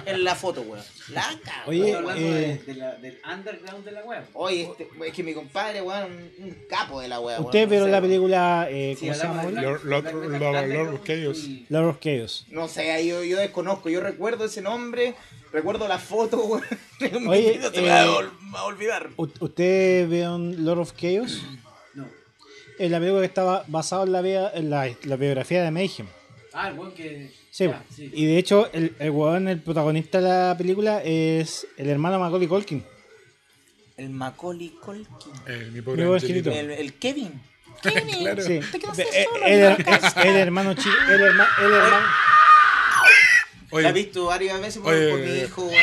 [SPEAKER 5] en la foto, weón. La cagó.
[SPEAKER 4] Oye,
[SPEAKER 7] Estamos hablando de-
[SPEAKER 4] eh,
[SPEAKER 7] de la- del underground de la web.
[SPEAKER 5] Oye, este, es que mi compadre, weón, un, un capo de la weá. weón,
[SPEAKER 4] Ustedes
[SPEAKER 5] no
[SPEAKER 4] vieron
[SPEAKER 5] sé,
[SPEAKER 4] la
[SPEAKER 5] weón.
[SPEAKER 4] película, eh, ¿cómo se llama?
[SPEAKER 7] hablamos
[SPEAKER 4] güey?
[SPEAKER 7] de
[SPEAKER 3] Lord- Lord-
[SPEAKER 7] black- black-
[SPEAKER 3] Lord-
[SPEAKER 7] black-
[SPEAKER 3] Lord
[SPEAKER 7] black-
[SPEAKER 3] Chaos.
[SPEAKER 7] y-
[SPEAKER 4] Lord of Chaos.
[SPEAKER 5] No sé, ahí yo, yo desconozco, yo recuerdo ese nombre, recuerdo la foto, weón. Mi
[SPEAKER 4] Oye,
[SPEAKER 5] vida se me va a
[SPEAKER 4] eh,
[SPEAKER 5] ol- me va a olvidar.
[SPEAKER 4] U- ¿Ustedes vieron Lord of Chaos?
[SPEAKER 7] No.
[SPEAKER 4] Es la película que estaba basada en la, vida- en la, la biografía de Mayhem.
[SPEAKER 7] Ah, el weón que.
[SPEAKER 4] Sí,
[SPEAKER 7] ya, sí.
[SPEAKER 4] y de hecho, el, el weón, el protagonista de la película es el hermano Macaulay Culkin.
[SPEAKER 5] El Macaulay Colkin.
[SPEAKER 3] Eh, mi pobre
[SPEAKER 4] Mi pobre angelito.
[SPEAKER 3] angelito.
[SPEAKER 5] El, el Kevin.
[SPEAKER 3] Claro.
[SPEAKER 4] Sí.
[SPEAKER 6] Te quedaste
[SPEAKER 4] Eh,
[SPEAKER 6] solo,
[SPEAKER 4] el,
[SPEAKER 6] ¿no?
[SPEAKER 4] her- el hermano chico, el hermano, el hermano,
[SPEAKER 5] La he
[SPEAKER 3] Oye,
[SPEAKER 5] visto varias veces por,
[SPEAKER 3] Oye.
[SPEAKER 5] por mi hijo, weón.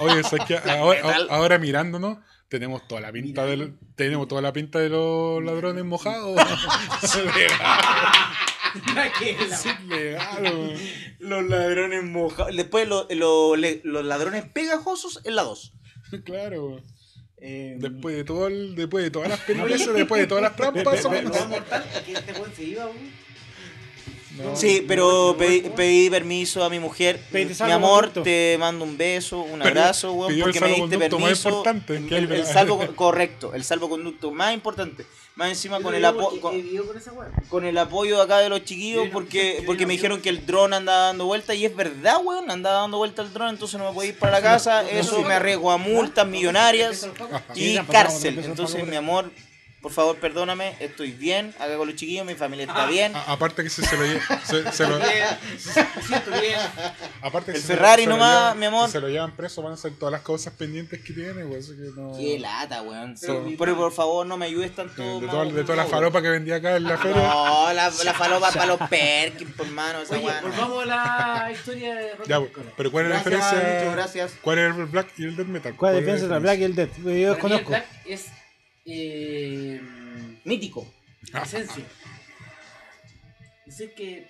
[SPEAKER 3] oye ¿sabes qué? ahora,
[SPEAKER 5] metal.
[SPEAKER 3] ahora- ahora mirándonos, tenemos toda la pinta del, tenemos toda la pinta de los ladrones mojados. es legal, weón.
[SPEAKER 5] Los ladrones mojados. Después lo- lo- le- los ladrones pegajosos en la 2.
[SPEAKER 3] Claro, weón.
[SPEAKER 5] Eh,
[SPEAKER 4] Em,
[SPEAKER 3] Después de todo el- después de todas las películas, después de todas las trampas,
[SPEAKER 7] Lo
[SPEAKER 3] somos-
[SPEAKER 7] más mortal es que este weón se iba, weón.
[SPEAKER 3] No.
[SPEAKER 5] sí, pero pedí, pedí permiso a mi mujer.
[SPEAKER 4] Pedí
[SPEAKER 5] mi
[SPEAKER 4] salvo
[SPEAKER 5] amor,
[SPEAKER 4] conducto.
[SPEAKER 5] te mando un beso, un
[SPEAKER 3] Pero
[SPEAKER 5] abrazo, weón,
[SPEAKER 3] pidió el
[SPEAKER 5] porque me diste
[SPEAKER 3] salvoconducto
[SPEAKER 5] permiso.
[SPEAKER 3] más importante que
[SPEAKER 5] el,
[SPEAKER 3] hay,
[SPEAKER 5] el salvo correcto, el salvoconducto más importante. Más encima
[SPEAKER 7] Yo
[SPEAKER 5] Ah, con
[SPEAKER 7] lo
[SPEAKER 5] el
[SPEAKER 7] digo
[SPEAKER 5] apo-
[SPEAKER 7] porque
[SPEAKER 5] con-
[SPEAKER 7] he vivido con esa weón.
[SPEAKER 5] con el apoyo acá de los chiquillos
[SPEAKER 7] Yo no-
[SPEAKER 5] porque,
[SPEAKER 7] yo
[SPEAKER 5] porque
[SPEAKER 7] no
[SPEAKER 5] me
[SPEAKER 7] vi-
[SPEAKER 5] dijeron que el dron andaba dando vuelta y es verdad, weón, andaba dando vuelta el dron, entonces no me podía ir para la casa, eso me arriesgo a multas millonarias y
[SPEAKER 4] Sí,
[SPEAKER 5] cárcel.
[SPEAKER 4] empezamos,
[SPEAKER 5] Entonces,
[SPEAKER 4] empezamos.
[SPEAKER 5] mi amor, por favor, perdóname, estoy bien, acá con los chiquillos, mi familia está bien.
[SPEAKER 3] A- aparte que se, se lo lle- se- se lo-
[SPEAKER 7] Siento bien.
[SPEAKER 3] aparte que
[SPEAKER 5] El
[SPEAKER 3] se lo-
[SPEAKER 5] Ferrari
[SPEAKER 3] se lo
[SPEAKER 5] nomás,
[SPEAKER 3] llevan-
[SPEAKER 5] mi amor.
[SPEAKER 3] Se lo llevan preso, van a hacer todas las cosas pendientes que tiene, güey, así que no- Eh,
[SPEAKER 5] Qué lata, weón.
[SPEAKER 7] Pero mi-
[SPEAKER 5] Pero por favor, no me ayudes tanto.
[SPEAKER 3] de,
[SPEAKER 5] más,
[SPEAKER 3] toda, de toda la
[SPEAKER 5] weón.
[SPEAKER 3] faropa que vendía acá en la feria.
[SPEAKER 5] No, la, la falopa para los Perkins, por mano, esa
[SPEAKER 7] Oye,
[SPEAKER 5] weón.
[SPEAKER 7] volvamos a la historia de Rocky
[SPEAKER 3] Ya, güey,
[SPEAKER 7] Horror.
[SPEAKER 3] pero ¿cuál es la
[SPEAKER 5] Gracias,
[SPEAKER 3] diferencia?
[SPEAKER 5] muchas gracias.
[SPEAKER 3] ¿Cuál es el Black y el Dead Metal?
[SPEAKER 4] ¿Cuál es la
[SPEAKER 3] es
[SPEAKER 4] diferencia entre el Black y el Dead? Yo
[SPEAKER 7] Para mí el
[SPEAKER 4] desconozco.
[SPEAKER 7] Black es eh,
[SPEAKER 5] Mítico.
[SPEAKER 7] esencia. Decir que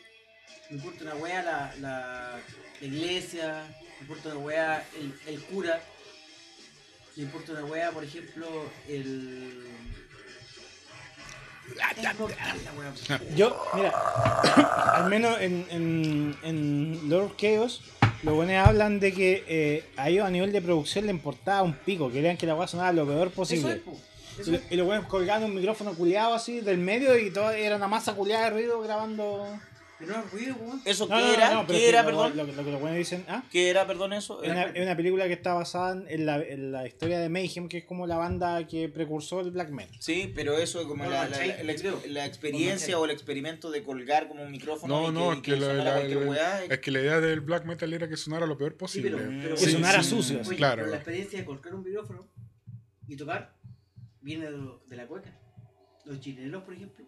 [SPEAKER 7] me importa una wea la, la, la iglesia, me importa una wea el, el cura, me importa una wea, por ejemplo, el.
[SPEAKER 3] Ah,
[SPEAKER 7] Es mortal la wea.
[SPEAKER 4] Yo, mira, al menos en, en, en Lord of Chaos, los buenos hablan de que eh, a ellos a nivel de producción le importaba un pico, querían que la weá sonara lo peor
[SPEAKER 3] pues
[SPEAKER 7] Eso es,
[SPEAKER 4] posible.
[SPEAKER 7] po.
[SPEAKER 4] Y
[SPEAKER 7] Eso
[SPEAKER 4] lo-
[SPEAKER 7] es.
[SPEAKER 4] Y los buenos colgaban un micrófono culeado así del medio y todo era una masa culeada de ruido grabando.
[SPEAKER 7] Pero no es ruido, weón.
[SPEAKER 5] ¿Eso
[SPEAKER 4] No,
[SPEAKER 5] qué
[SPEAKER 4] no, no,
[SPEAKER 5] era?
[SPEAKER 4] no, pero es
[SPEAKER 5] ¿Qué
[SPEAKER 4] que
[SPEAKER 5] era,
[SPEAKER 4] lo-
[SPEAKER 5] perdón?
[SPEAKER 4] Lo, lo que los buenos dicen, ah,
[SPEAKER 5] ¿Qué era, perdón, eso?
[SPEAKER 4] es una, es una película que está basada en- en la, en la historia de Mayhem, que es como la banda que precursó el black metal.
[SPEAKER 5] Sí, pero eso es como
[SPEAKER 7] No,
[SPEAKER 5] la,
[SPEAKER 7] no,
[SPEAKER 5] la-
[SPEAKER 7] chay,
[SPEAKER 5] la ex-
[SPEAKER 7] creo.
[SPEAKER 5] la experiencia
[SPEAKER 7] No, no,
[SPEAKER 5] o el experimento de colgar como un micrófono.
[SPEAKER 3] No,
[SPEAKER 5] y
[SPEAKER 3] no,
[SPEAKER 5] que,
[SPEAKER 3] es
[SPEAKER 5] y
[SPEAKER 3] que, la,
[SPEAKER 5] sonara
[SPEAKER 3] la-
[SPEAKER 5] cualquier
[SPEAKER 3] la-
[SPEAKER 5] weá.
[SPEAKER 3] es que la idea del Black Metal era que sonara lo peor
[SPEAKER 7] Sí,
[SPEAKER 3] posible.
[SPEAKER 7] pero, pero-
[SPEAKER 5] Que
[SPEAKER 3] Sí,
[SPEAKER 4] sonara
[SPEAKER 3] sí.
[SPEAKER 4] sucio.
[SPEAKER 7] Oye,
[SPEAKER 3] Claro.
[SPEAKER 7] pero la experiencia de colocar un micrófono y tocar viene de, lo- de la cueca. Los chilenos, por ejemplo.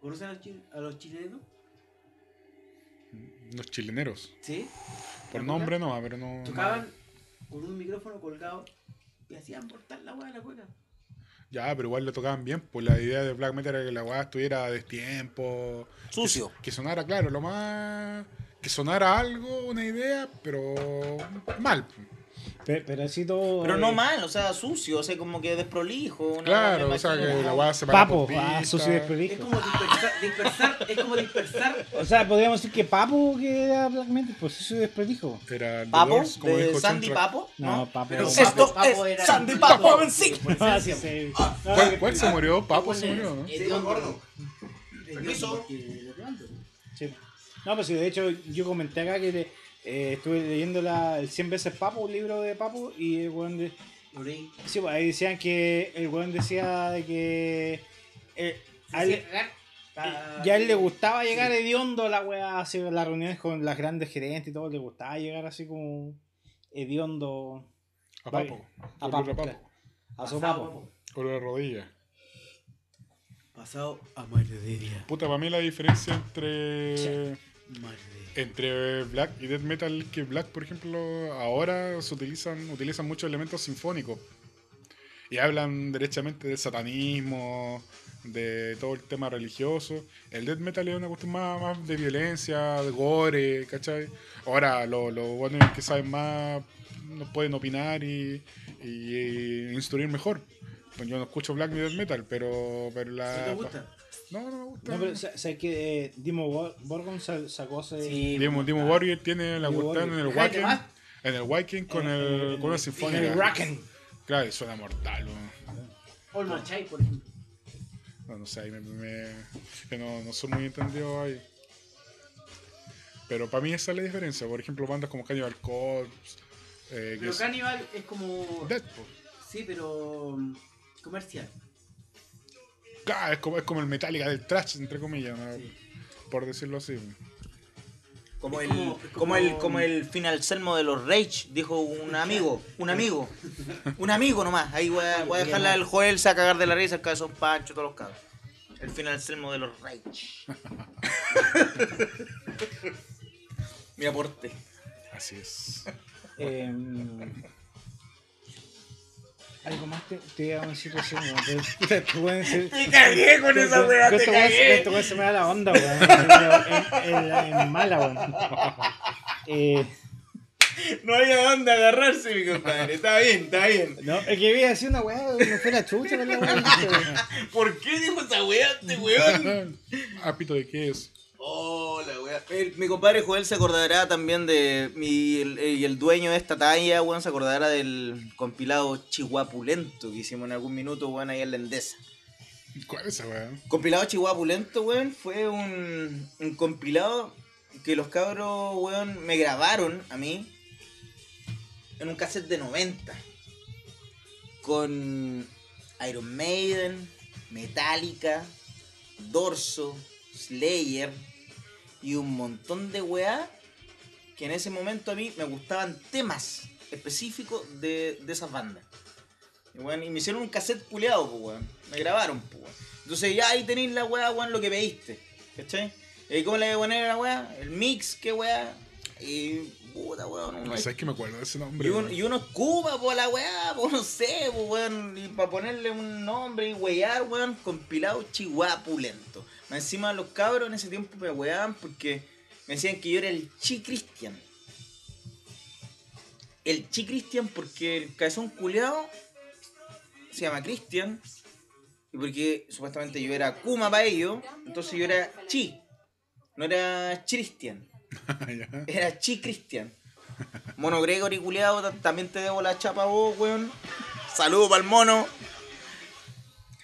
[SPEAKER 7] ¿Conocen a los, chi- a los chilenos?
[SPEAKER 3] Los chileneros.
[SPEAKER 7] Sí.
[SPEAKER 3] Por
[SPEAKER 7] ¿La
[SPEAKER 3] nombre no, pero no.
[SPEAKER 7] Tocaban con un micrófono colgado y hacían portar la hueá de la cueca.
[SPEAKER 3] Ya, pero igual lo tocaban bien. Pues la idea de Black Metal era que la weá estuviera a destiempo. que-
[SPEAKER 5] Sucio.
[SPEAKER 3] Que, sonara, claro, lo más. Que sonara algo, una idea, pero. mal.
[SPEAKER 4] Pero, pero así todo.
[SPEAKER 5] Pero
[SPEAKER 4] eh,
[SPEAKER 5] no mal, o sea, sucio, o sea, como que desprolijo. una
[SPEAKER 3] Claro,
[SPEAKER 5] weá, me
[SPEAKER 3] o sea,
[SPEAKER 5] imagino.
[SPEAKER 3] que la weá se paraba
[SPEAKER 4] Papo,
[SPEAKER 3] por
[SPEAKER 4] ah,
[SPEAKER 3] pista.
[SPEAKER 4] sucio y
[SPEAKER 7] Es
[SPEAKER 4] desprolijo.
[SPEAKER 7] como dispersar, dispersar, es como dispersar.
[SPEAKER 4] O sea, podríamos decir que Papo que era Black Metal, pues eso es desprolijo.
[SPEAKER 3] Era el
[SPEAKER 5] Papo,
[SPEAKER 3] Doors, como
[SPEAKER 5] de
[SPEAKER 3] dijo
[SPEAKER 5] Sandy
[SPEAKER 3] Soundtrack.
[SPEAKER 5] Papo.
[SPEAKER 4] No,
[SPEAKER 5] No,
[SPEAKER 4] Papo.
[SPEAKER 7] Pero
[SPEAKER 4] Papo-
[SPEAKER 5] Esto
[SPEAKER 7] Papo
[SPEAKER 5] es
[SPEAKER 7] era-
[SPEAKER 5] Sandy Papo en sí.
[SPEAKER 7] Por
[SPEAKER 4] Ah,
[SPEAKER 7] esencia,
[SPEAKER 4] sí,
[SPEAKER 7] po.
[SPEAKER 4] sí.
[SPEAKER 3] ¿Cuál, cuál se murió? Papo se
[SPEAKER 7] Papo
[SPEAKER 3] murió, ¿no?
[SPEAKER 7] es-
[SPEAKER 5] Sí, don gordo.
[SPEAKER 7] Es
[SPEAKER 5] Permiso.
[SPEAKER 7] gordo porque lo queman, po.
[SPEAKER 4] Sí. No, pues sí, de hecho yo comenté acá que le- eh, estuve leyendo la, el 100 veces Papo, un libro de Papo, y el weón de-
[SPEAKER 7] Lo leí.
[SPEAKER 4] sí, pues, ahí decían que el weón decía de que eh,
[SPEAKER 7] Se
[SPEAKER 4] a él,
[SPEAKER 7] hacía cagar pa-
[SPEAKER 4] ya a él le gustaba llegar hediondo a la weá, así, a las reuniones con las grandes gerentes y todo, le gustaba llegar así como hediondo
[SPEAKER 3] A
[SPEAKER 4] Vale.
[SPEAKER 3] Papo.
[SPEAKER 4] A
[SPEAKER 3] Olor
[SPEAKER 4] Papo,
[SPEAKER 3] a
[SPEAKER 4] claro. a su
[SPEAKER 7] Pasado,
[SPEAKER 4] Papo.
[SPEAKER 3] Olor a rodilla.
[SPEAKER 7] Pasado a mediodía.
[SPEAKER 3] Puta, para mí la diferencia entre.
[SPEAKER 7] Mediodía.
[SPEAKER 3] entre black y death metal que black por ejemplo ahora se utilizan utilizan muchos elementos sinfónicos y hablan derechamente del satanismo, de todo el tema religioso. El death metal es una cuestión más, más de violencia, de gore, ¿cachai? Ahora, los lo buenos que saben más nos pueden opinar y, y instruir mejor. Pues yo no escucho black ni death metal, pero, pero la...
[SPEAKER 7] te gusta?
[SPEAKER 3] No, no me gusta.
[SPEAKER 4] No, pero sa- ¿sabes que eh, Dimo Bor- Borgon sa- sacó ese.
[SPEAKER 5] Sí.
[SPEAKER 3] Dimo, Dimo Warrior tiene la
[SPEAKER 4] Dimo
[SPEAKER 3] cuestión en
[SPEAKER 4] Borgir.
[SPEAKER 3] el
[SPEAKER 5] Déjate
[SPEAKER 3] Wacken.
[SPEAKER 5] más. Eh,
[SPEAKER 3] En el Wacken con, el, con la
[SPEAKER 4] en
[SPEAKER 3] sinfónica.
[SPEAKER 4] el Racken.
[SPEAKER 3] Claro, y suena mortal. weón.
[SPEAKER 7] All My Child, por ejemplo.
[SPEAKER 3] No, no sé, ahí me, me- que no, no soy muy entendido ahí. Pero para mí esa es la diferencia. Por ejemplo, bandas como Cannibal Corpse. Eh, que
[SPEAKER 7] Pero
[SPEAKER 3] es
[SPEAKER 7] Cannibal es como.
[SPEAKER 3] Deadpool.
[SPEAKER 7] Sí, pero. mm, comercial.
[SPEAKER 3] Claro, es como, es como el Metallica del trash, entre comillas, ¿no? por decirlo así.
[SPEAKER 5] Como
[SPEAKER 7] Es
[SPEAKER 5] el,
[SPEAKER 7] como-
[SPEAKER 5] como,
[SPEAKER 7] es
[SPEAKER 5] el,
[SPEAKER 7] como-
[SPEAKER 5] como el final selmo de los Rage, dijo un amigo, un amigo, un amigo nomás. Ahí voy a, voy a dejarla al Joel, se va a cagar de la risa, el cabezón pancho, todos los cabros. El final selmo de los Rage. Mi aporte.
[SPEAKER 3] Así es.
[SPEAKER 4] Em, Algo más te, te iba a decir recién, weón, pero- puta, tú, weón, se-
[SPEAKER 5] Te cagué con esa
[SPEAKER 4] Esto-
[SPEAKER 5] weá, te
[SPEAKER 4] esto, weón,
[SPEAKER 5] cagué.
[SPEAKER 4] esto, weón, se me da la onda, weón. En, en- en mala, weón. Eh,
[SPEAKER 5] No había dónde agarrarse, mi compadre. Está bien, está bien.
[SPEAKER 4] no, es que iba a decir una weá, me fue la chucha, weón, la weá, weón.
[SPEAKER 5] ¿Por qué dijo esa weá este weón?
[SPEAKER 3] Apito de qué es.
[SPEAKER 5] Hola, weá. El- Mi compadre Joel se acordará también de. Mi, el, eh, y el dueño de esta talla, weón, se acordará del compilado Chihuapulento que hicimos en algún minuto, weón, ahí en la Endesa.
[SPEAKER 3] ¿Cuál es esa weá?
[SPEAKER 5] Compilado Chihuapulento, weón, fue un, un compilado que los cabros, weón, me grabaron a mí en un cassette de 90. Con Iron Maiden, Metallica, Dorso, Slayer y un montón de weá que en ese momento a mí me gustaban temas específicos de, de esas bandas. Y, weón, y me hicieron un cassette culeado, pues, weón. Me grabaron, pues, weón. Entonces ya ahí tenéis la weá, weón, lo que pediste. ¿Cachai? ¿Y cómo le voy a poner a la weá? El mix, qué weá. Y puta, weón. uno-
[SPEAKER 3] No sé, es que me acuerdo de ese nombre.
[SPEAKER 5] y, un-
[SPEAKER 3] weón.
[SPEAKER 5] y uno escupa por la weá, po, no sé, po, weón. Y para ponerle un nombre y wear, weón, compilado chihuapulento. Más Encima los cabros en ese tiempo me weaban porque me decían que yo era el chi Cristian. El chi Cristian porque el cabezón culeado se llama Cristian. Y porque supuestamente yo era Kuma para ellos, entonces yo era chi. No era Cristian,
[SPEAKER 3] Ah, Ya.
[SPEAKER 5] era Chi Cristian. Mono Gregory culiado, ta- también te debo la chapa a vos, weón. Saludos para el mono.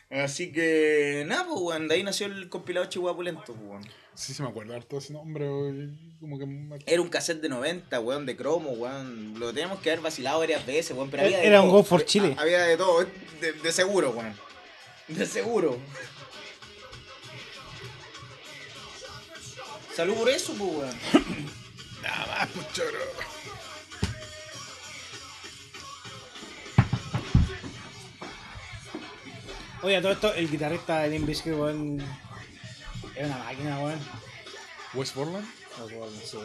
[SPEAKER 5] Así que, nada, pues, weón. De ahí nació el compilado Chihuapulento, pues, weón.
[SPEAKER 3] Sí, se me acuerdo harto de ese nombre. weón. Como que. me-
[SPEAKER 5] Era un cassette de 90, weón, de cromo, weón. Lo tenemos que haber vacilado varias veces, weón. Pero había de
[SPEAKER 4] Eh, Era un
[SPEAKER 5] todo.
[SPEAKER 4] Go for Chile.
[SPEAKER 5] Ha- Había de todo, eh, de, de seguro, weón. De seguro. Salud por eso, pues, weón.
[SPEAKER 3] Nada más, pues, choro.
[SPEAKER 4] Oye, a todo esto, el guitarrista del Invisque, weón. Es una máquina, weón.
[SPEAKER 3] West Borland.
[SPEAKER 4] No, weón, sí.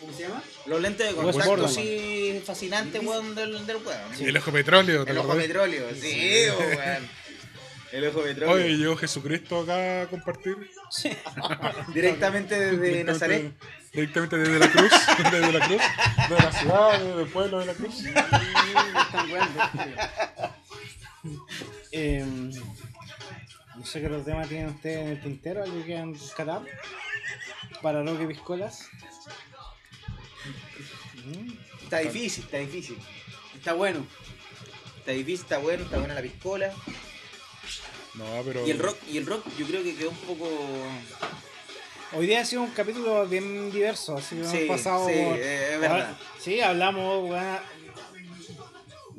[SPEAKER 7] ¿Cómo se llama?
[SPEAKER 5] Los lentes de
[SPEAKER 4] West
[SPEAKER 5] contacto,
[SPEAKER 4] Borland,
[SPEAKER 5] sí, fascinante, weón, del, del weón.
[SPEAKER 3] El ojo petróleo. ¿te
[SPEAKER 5] El ojo
[SPEAKER 3] acordás?
[SPEAKER 5] petróleo, sí, weón. El ojo petróleo.
[SPEAKER 3] Oye, llegó Jesucristo acá a compartir.
[SPEAKER 5] Directamente desde
[SPEAKER 3] Directamente-
[SPEAKER 5] Nazaret.
[SPEAKER 3] Directamente desde la cruz. desde la cruz. De la ciudad, desde el pueblo de la cruz.
[SPEAKER 7] Tan grande.
[SPEAKER 4] Eh, no sé qué otro tema tienen ustedes en el tintero, algo que quieran rescatar. Para Roque Piscolas. Mm.
[SPEAKER 5] Está difícil, está difícil.
[SPEAKER 7] Está bueno.
[SPEAKER 5] Está difícil, está bueno, está buena la piscola.
[SPEAKER 3] No, pero.
[SPEAKER 5] Y el rock, y el rock yo creo que quedó un poco.
[SPEAKER 4] Hoy día ha sido un capítulo bien diverso, así que
[SPEAKER 5] Sí,
[SPEAKER 4] hemos pasado.
[SPEAKER 5] sí,
[SPEAKER 4] por-
[SPEAKER 5] eh, es verdad.
[SPEAKER 4] Sí, hablamos weón,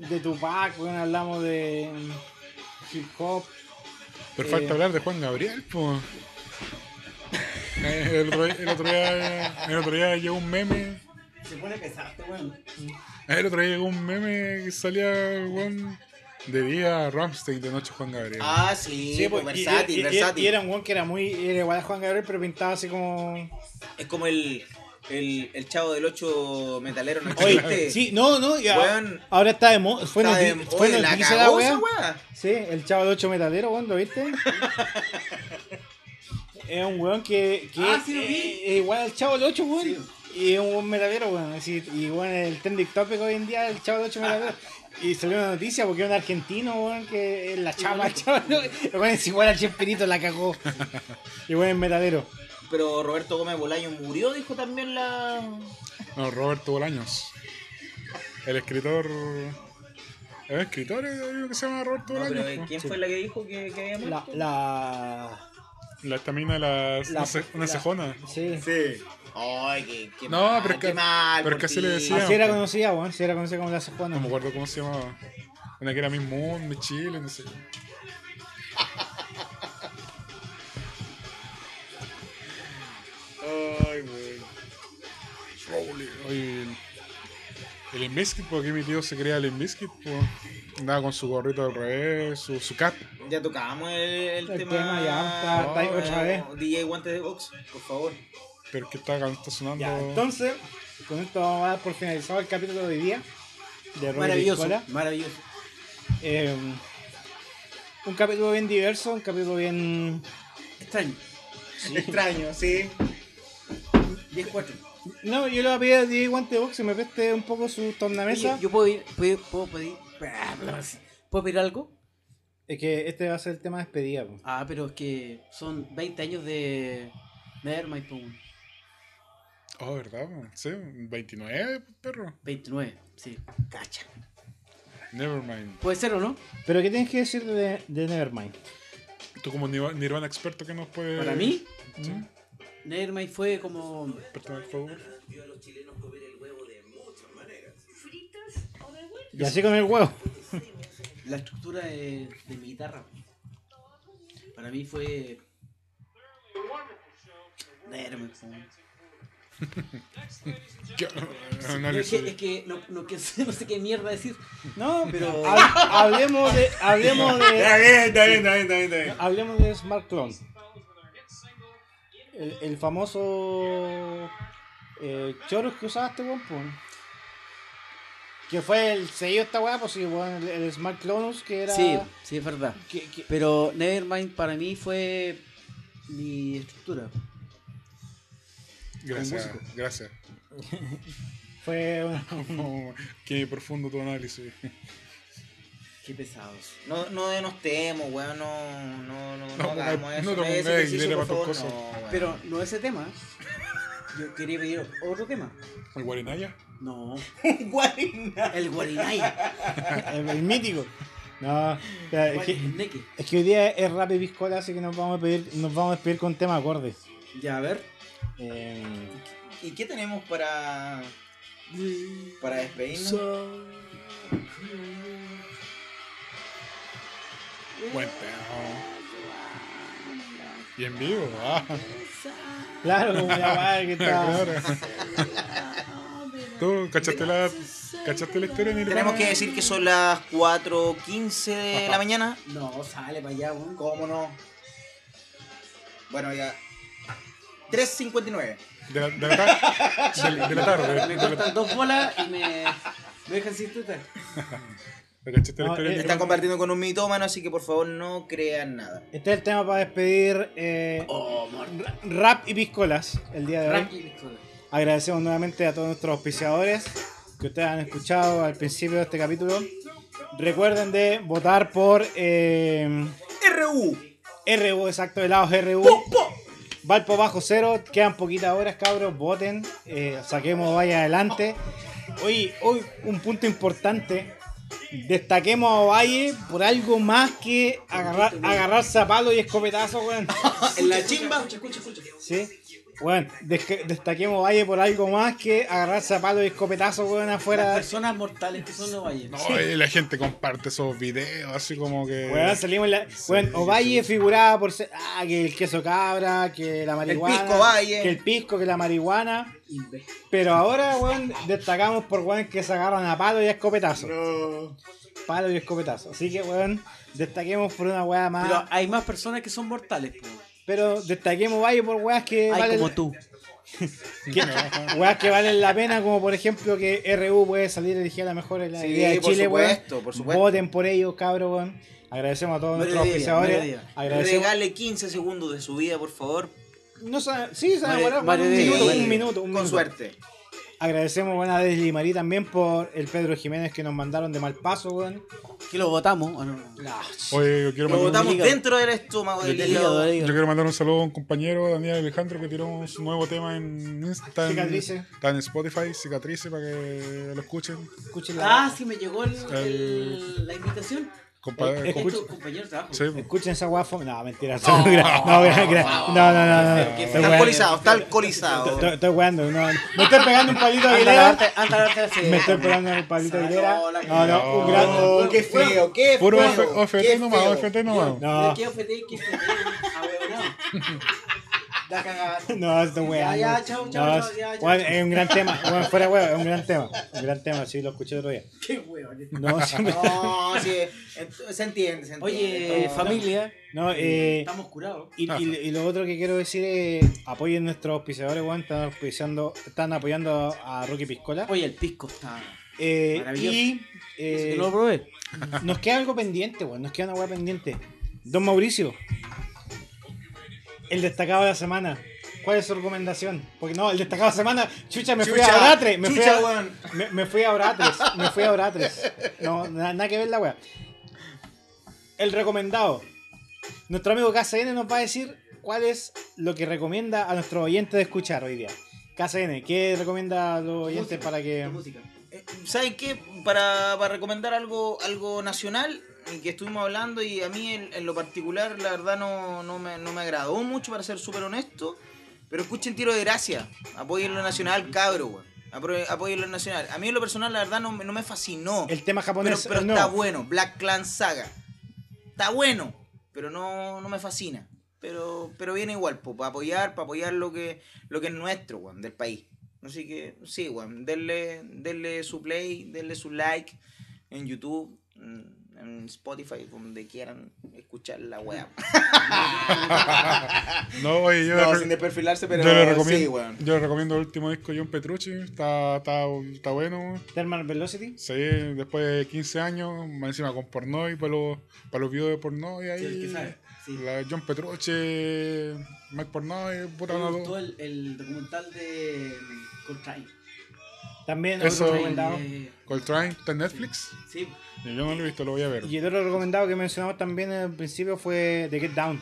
[SPEAKER 4] de Tupac, weón, hablamos de hip hop.
[SPEAKER 3] Pero falta
[SPEAKER 4] eh,
[SPEAKER 3] hablar de Juan Gabriel, po. Eh, El, otro- el otro día, el otro día llegó un meme.
[SPEAKER 7] Se pone pesado este weón.
[SPEAKER 3] El otro día llegó un meme que salía weón, de día Ramstein, de noche Juan Gabriel.
[SPEAKER 5] Ah, sí, pues,
[SPEAKER 4] pues, y-
[SPEAKER 5] versátil,
[SPEAKER 4] y- y-
[SPEAKER 5] versátil.
[SPEAKER 4] y era un weón que era muy. Era igual a Juan Gabriel, pero pintaba así como.
[SPEAKER 5] Es como el. El, el chavo del 8 metalero no
[SPEAKER 4] Oye,
[SPEAKER 5] existe.
[SPEAKER 4] sí, no, no, ya.
[SPEAKER 5] Weón.
[SPEAKER 4] Ahora está de moda. Fue
[SPEAKER 5] Está de-
[SPEAKER 4] nos fue
[SPEAKER 5] oye, la
[SPEAKER 4] noticia la
[SPEAKER 5] cagó
[SPEAKER 4] wea.
[SPEAKER 5] esa wea.
[SPEAKER 4] Sí, el chavo de 8 metalero, weón, ¿lo viste? es un weón que, que
[SPEAKER 7] Ah, sí, lo vi.
[SPEAKER 4] eh, es igual al chavo de 8, weón. Y es un buen metalero, weón. Así, y bueno, el trending topic hoy en día es el chavo de 8 metalero. Y salió una noticia porque un argentino, weón, que es la chapa, el chavo del Ocho. El weón es igual al Chespirito, la cagó. Y bueno, es metalero.
[SPEAKER 5] Pero Roberto Gómez Bolaño murió, dijo también la.
[SPEAKER 3] No, Roberto Bolaños. El escritor. El escritor es uno que se llama Roberto
[SPEAKER 5] No, pero,
[SPEAKER 3] Bolaños.
[SPEAKER 5] eh,
[SPEAKER 3] po.
[SPEAKER 5] ¿Quién fue la que dijo que, que había
[SPEAKER 4] La,
[SPEAKER 5] muerto?
[SPEAKER 4] la,
[SPEAKER 3] La estamina,
[SPEAKER 4] la-
[SPEAKER 3] la, una, ce- una
[SPEAKER 4] la-
[SPEAKER 3] cejona.
[SPEAKER 4] Sí.
[SPEAKER 5] Sí. Ay, qué, qué
[SPEAKER 3] No,
[SPEAKER 5] mal,
[SPEAKER 3] pero es que-
[SPEAKER 5] qué mal.
[SPEAKER 3] pero es
[SPEAKER 5] por
[SPEAKER 3] que así le
[SPEAKER 5] ti.
[SPEAKER 3] decían.
[SPEAKER 4] Así era conocida, weón. Así era conocida como la Sejona.
[SPEAKER 3] No me acuerdo cómo se llamaba. Una que era Miss Mundo, Miss Chile, no sé. Ay, güey. Rowley, oye, el- El Inviskit, porque mi tío se creía el Inviskit, pues. Andaba con su gorrito al revés, su, su cap.
[SPEAKER 5] Ah, Ya tocamos el, el
[SPEAKER 4] El
[SPEAKER 5] tema.
[SPEAKER 4] tema ya, está- está ahí otra vez.
[SPEAKER 5] DJ Guantes de Box, por favor.
[SPEAKER 3] Pero que está, está sonando.
[SPEAKER 4] Ya, entonces, con esto vamos a dar por finalizado el capítulo de hoy día. De Rocky
[SPEAKER 7] Maravilloso,
[SPEAKER 4] Piscola.
[SPEAKER 7] maravilloso.
[SPEAKER 4] Eh, un capítulo bien diverso, un capítulo bien.
[SPEAKER 7] Extraño.
[SPEAKER 5] Extraño, sí.
[SPEAKER 7] 10-4.
[SPEAKER 4] No, yo le voy a pedir a DJ Guante Box que me preste un poco su tornamesa.
[SPEAKER 7] Oye, Yo puedo ir, puedo, puedo pedir. ¿Puedo pedir algo?
[SPEAKER 4] Es que este va a ser el tema de despedida. po.
[SPEAKER 7] Ah, pero es que son 20 años de Nevermind, po, weón.
[SPEAKER 3] Oh, ¿verdad? po? Sí, 29, perro.
[SPEAKER 7] 29, sí. Cacha.
[SPEAKER 3] Nevermind.
[SPEAKER 7] Puede ser o no?
[SPEAKER 4] Pero, ¿qué tienes que decir de, de Nevermind?
[SPEAKER 3] Tú como Nirva- Nirvana experto que nos puede.
[SPEAKER 7] Para mí,
[SPEAKER 3] Sí,
[SPEAKER 7] Nevermind fue como.
[SPEAKER 3] experto en el juego.
[SPEAKER 4] Y así con el huevo.
[SPEAKER 7] la estructura de, de mi guitarra. Para mí fue. Nevermind, po.
[SPEAKER 3] Yo-
[SPEAKER 7] Es que,
[SPEAKER 3] análisis.
[SPEAKER 7] es que no, no que sé, no sé qué mierda decir.
[SPEAKER 4] No, pero. hab- hablemos de. Hablemos de.
[SPEAKER 3] bien, está bien, está bien, está bien, está bien.
[SPEAKER 4] Hablemos de Smart Clone. El, el famoso eh, Chorus que usaba este weón, po. Que fue el sello de esta weá, pues sí, weón, el, el Smart Clonus que era.
[SPEAKER 7] Sí, sí, es verdad.
[SPEAKER 4] que- que-
[SPEAKER 7] Pero Nevermind para mí fue mi estructura. Como
[SPEAKER 3] Gracias, gracias.
[SPEAKER 4] fue una-
[SPEAKER 3] Como- Qué profundo tu análisis.
[SPEAKER 7] Qué pesados.
[SPEAKER 5] No, no denostemos, weón. No, no, no, no,
[SPEAKER 3] No,
[SPEAKER 5] hagamos
[SPEAKER 3] no
[SPEAKER 5] eso.
[SPEAKER 3] te
[SPEAKER 5] No, ese
[SPEAKER 3] pongas
[SPEAKER 5] ejercicio,
[SPEAKER 3] dinero
[SPEAKER 5] por
[SPEAKER 3] para
[SPEAKER 5] favor.
[SPEAKER 3] tus
[SPEAKER 5] No,
[SPEAKER 3] cosas.
[SPEAKER 5] weón.
[SPEAKER 7] Pero no ese tema. Yo quería pedir otro tema.
[SPEAKER 3] ¿El Guarinaya?
[SPEAKER 7] No,
[SPEAKER 5] Guarina.
[SPEAKER 7] el guarinaya.
[SPEAKER 4] el, el mítico. No, o sea, es, que,
[SPEAKER 7] El neque.
[SPEAKER 4] es que hoy día es rap y piscola, así que nos vamos a pedir, nos vamos a despedir con tema acorde.
[SPEAKER 7] Ya, a ver.
[SPEAKER 4] Eh,
[SPEAKER 5] ¿Y qué tenemos para. para despedirnos?
[SPEAKER 3] Buen tema. Y en vivo. Ah,
[SPEAKER 4] claro, como la weá que
[SPEAKER 3] claro.
[SPEAKER 4] está.
[SPEAKER 3] ¿Tú cachaste la, cachaste la historia de Nirvana?
[SPEAKER 5] Tenemos que decir que son las 4.15 de la mañana.
[SPEAKER 7] No, sale para allá, weón.
[SPEAKER 5] ¿Cómo no? Bueno, ya. 3.59.
[SPEAKER 3] De la, de la tar- de- de la tarde.
[SPEAKER 7] Me
[SPEAKER 3] de la-
[SPEAKER 7] cortan dos bolas y me, me dejan sin tuta.
[SPEAKER 3] ¿Me ¿Cachaste la
[SPEAKER 4] No,
[SPEAKER 3] historia de
[SPEAKER 4] eh,
[SPEAKER 5] Están
[SPEAKER 3] Nirvana?
[SPEAKER 5] compartiendo con un mitómano, así que por favor no crean nada.
[SPEAKER 4] Este es el tema para despedir eh,
[SPEAKER 7] Oh, man.
[SPEAKER 4] ra- rap y piscolas el día de hoy.
[SPEAKER 7] Tranqui, pistola.
[SPEAKER 4] Agradecemos nuevamente a todos nuestros auspiciadores que ustedes han escuchado al principio de este capítulo. Recuerden de votar por eh,
[SPEAKER 5] RU.
[SPEAKER 4] RU, exacto, helados RU. Valpo bajo cero, quedan poquitas horas, cabros, voten, eh, saquemos vaya adelante. Hoy, hoy un punto importante. Destaquemos a Valle por algo más que agarrar, agarrarse a palo y escopetazo, weón.
[SPEAKER 5] En la chimba.
[SPEAKER 4] ¿Sí? Bueno, destaquemos Valle por algo más que agarrarse a palo y escopetazo, weón,
[SPEAKER 7] Las
[SPEAKER 4] afuera.
[SPEAKER 7] personas mortales que son los valles.
[SPEAKER 3] No, eh, la gente comparte esos videos así como que.
[SPEAKER 5] Eh,
[SPEAKER 4] Weón, salimos en la... Weón, Ovalle figuraba por ser... Ah, que el queso cabra, que la marihuana...
[SPEAKER 5] pisco Valle.
[SPEAKER 4] Que el pisco, que la marihuana.
[SPEAKER 7] Imbécil.
[SPEAKER 4] Pero ahora, weón, destacamos por weón que se agarran a palo y a escopetazo. Palo y escopetazo. Así que, weón, destaquemos por una weá más.
[SPEAKER 7] Pero
[SPEAKER 4] Pero,
[SPEAKER 7] hay más personas que son mortales, po.
[SPEAKER 4] destaquemos Valle por weas que
[SPEAKER 7] Hay
[SPEAKER 4] valen-
[SPEAKER 7] como tú.
[SPEAKER 4] Weas que valen la pena, como por ejemplo que RU puede salir elegida la mejor en la idea de Chile,
[SPEAKER 5] por
[SPEAKER 4] weón.
[SPEAKER 5] supuesto, por supuesto.
[SPEAKER 4] Voten por ellos, cabrón, weón. Agradecemos a todos
[SPEAKER 7] Mero
[SPEAKER 4] nuestros
[SPEAKER 7] día, mero
[SPEAKER 4] auspiciadores.
[SPEAKER 7] día.
[SPEAKER 4] Agradecemos.
[SPEAKER 5] Regale 15 segundos de su vida, por favor. Eh,
[SPEAKER 4] No sabe- sí, sabe,
[SPEAKER 7] Mare-
[SPEAKER 4] weón,
[SPEAKER 7] mare
[SPEAKER 4] un,
[SPEAKER 7] de-
[SPEAKER 4] minuto,
[SPEAKER 7] mare de-
[SPEAKER 4] un minuto, un
[SPEAKER 5] Con
[SPEAKER 4] minuto.
[SPEAKER 5] suerte.
[SPEAKER 4] Agradecemos weón, a Leslie Marí también por el Pedro Jiménez que nos mandaron de mal paso, weón.
[SPEAKER 7] ¿Que lo votamos? o no?
[SPEAKER 3] Oye, yo quiero,
[SPEAKER 5] Lo
[SPEAKER 3] mandar un,
[SPEAKER 5] botamos
[SPEAKER 7] hígado.
[SPEAKER 5] dentro del estómago del
[SPEAKER 7] El
[SPEAKER 5] hígado.
[SPEAKER 7] hígado, el
[SPEAKER 3] yo
[SPEAKER 7] hígado.
[SPEAKER 3] quiero mandar un saludo a un compañero, Daniel Alejandro, que tiró su nuevo tema en Insta. en-
[SPEAKER 4] Cicatrices.
[SPEAKER 3] Está en Spotify, cicatrices, para que lo escuchen.
[SPEAKER 4] Escuchen la-
[SPEAKER 7] Ah, sí, me llegó el- el- la invitación.
[SPEAKER 3] Compa-
[SPEAKER 4] Eh, eh,
[SPEAKER 3] compa-
[SPEAKER 7] Es tu compañero de trabajo.
[SPEAKER 3] sí, pues.
[SPEAKER 4] Escuchen esa weá fome. No, mentira. no, gra- gra- no, no, no, no. Estoy
[SPEAKER 5] Está
[SPEAKER 4] weando.
[SPEAKER 5] alcoholizado, está
[SPEAKER 4] Estoy-
[SPEAKER 5] alcoholizado.
[SPEAKER 4] Estoy weando. No, me estoy pegando un palito de
[SPEAKER 7] Anda a
[SPEAKER 4] hilera.
[SPEAKER 7] lavarte- anda a lavarte la
[SPEAKER 4] Me estoy
[SPEAKER 7] ceja.
[SPEAKER 4] pegando el palito de hilera.
[SPEAKER 7] Hola,
[SPEAKER 4] No, no, un gran.
[SPEAKER 5] Oh, qué feo, qué
[SPEAKER 3] Puro
[SPEAKER 5] feo.
[SPEAKER 3] F-
[SPEAKER 5] qué
[SPEAKER 3] OFT nomás,
[SPEAKER 5] feo.
[SPEAKER 3] OFT nomás.
[SPEAKER 4] No,
[SPEAKER 7] ¿Qué ofete? ¿Qué ofete? Ahueonado. Da cagada.
[SPEAKER 4] no, esto weá.
[SPEAKER 7] Ya, ya, chao, chao,
[SPEAKER 4] No,
[SPEAKER 7] chao,
[SPEAKER 4] es-
[SPEAKER 7] ya, ya.
[SPEAKER 4] Bueno, es un gran tema. Bueno, fuera weá, es un gran tema. Un gran tema, sí, lo escuché otro día.
[SPEAKER 7] Qué hueón.
[SPEAKER 4] No, siempre.
[SPEAKER 5] No, sí, ent- se entiende, se entiende.
[SPEAKER 7] Oye,
[SPEAKER 5] Todo-
[SPEAKER 7] familia,
[SPEAKER 4] No, eh.
[SPEAKER 7] estamos curados.
[SPEAKER 4] Y, y- y lo otro que quiero decir es apoyen nuestros auspiciadores, weón, están auspiciando, están apoyando a Rocky Piscola.
[SPEAKER 7] Oye, el pisco está.
[SPEAKER 4] Eh,
[SPEAKER 7] maravilloso.
[SPEAKER 4] y eh,
[SPEAKER 7] ¿Eso ¿Lo probé?
[SPEAKER 4] Nos queda algo pendiente, weón. Nos queda una weá pendiente. Don Mauricio. El destacado de la semana. ¿Cuál es su recomendación? Porque no, el destacado de la semana. Chucha, me fui
[SPEAKER 5] Chucha,
[SPEAKER 4] a Oratres. Me, fui
[SPEAKER 5] chucha,
[SPEAKER 4] a-
[SPEAKER 5] weón.
[SPEAKER 4] me, me fui a Oratres. Me fui a Oratres. No, na- nada que ver la weá. El recomendado. Nuestro amigo KCN nos va a decir cuál es lo que recomienda a nuestros oyentes de escuchar hoy día. KCN, ¿qué recomienda a los
[SPEAKER 3] este,
[SPEAKER 4] oyentes para que.?
[SPEAKER 7] La música.
[SPEAKER 5] Eh, ¿Sabes qué? Para, para recomendar algo, algo nacional y que estuvimos hablando y a mí en, en lo particular la verdad no, no, me, no me agradó mucho para ser súper honesto, pero escuchen Tiro de Gracia, apoyen lo nacional, cabro, weón. Apro- Apoyen lo nacional. A mí en lo personal la verdad no, me- no me fascinó,
[SPEAKER 4] El tema
[SPEAKER 5] pero,
[SPEAKER 4] japonés.
[SPEAKER 5] pero
[SPEAKER 3] eh,
[SPEAKER 4] no.
[SPEAKER 5] está bueno, Black Clan Saga. Está bueno, pero no, no me fascina. Pero, pero viene igual, para apoyar, para apoyar lo que, lo que es nuestro, weón, del país. Así que, sí, weón, denle, denle su play, denle su like en YouTube, en en Spotify, donde quieran escuchar la weá.
[SPEAKER 3] No, oye, yo, le-
[SPEAKER 5] desperfilarse,
[SPEAKER 3] yo le recomiendo, yo le recomiendo el último disco de John Petrucci. Está, está, está bueno.
[SPEAKER 4] Thermal Velocity.
[SPEAKER 3] Sí, después de 15 años, más encima con porno y para los, para los videos de porno y ahí.
[SPEAKER 7] Sí, el que sabe. Sí.
[SPEAKER 3] La John Petrucci, Mike Porno y puta
[SPEAKER 7] Me
[SPEAKER 3] una-
[SPEAKER 7] gustó el, el documental de Coltrane.
[SPEAKER 4] También
[SPEAKER 3] Eso-
[SPEAKER 4] otro recomendado.
[SPEAKER 7] Eh,
[SPEAKER 3] Coltrane está en Netflix.
[SPEAKER 7] Sí,
[SPEAKER 3] Yo no lo he visto, lo voy a ver.
[SPEAKER 4] Y el otro recomendado que mencionamos también al principio fue The Get Down.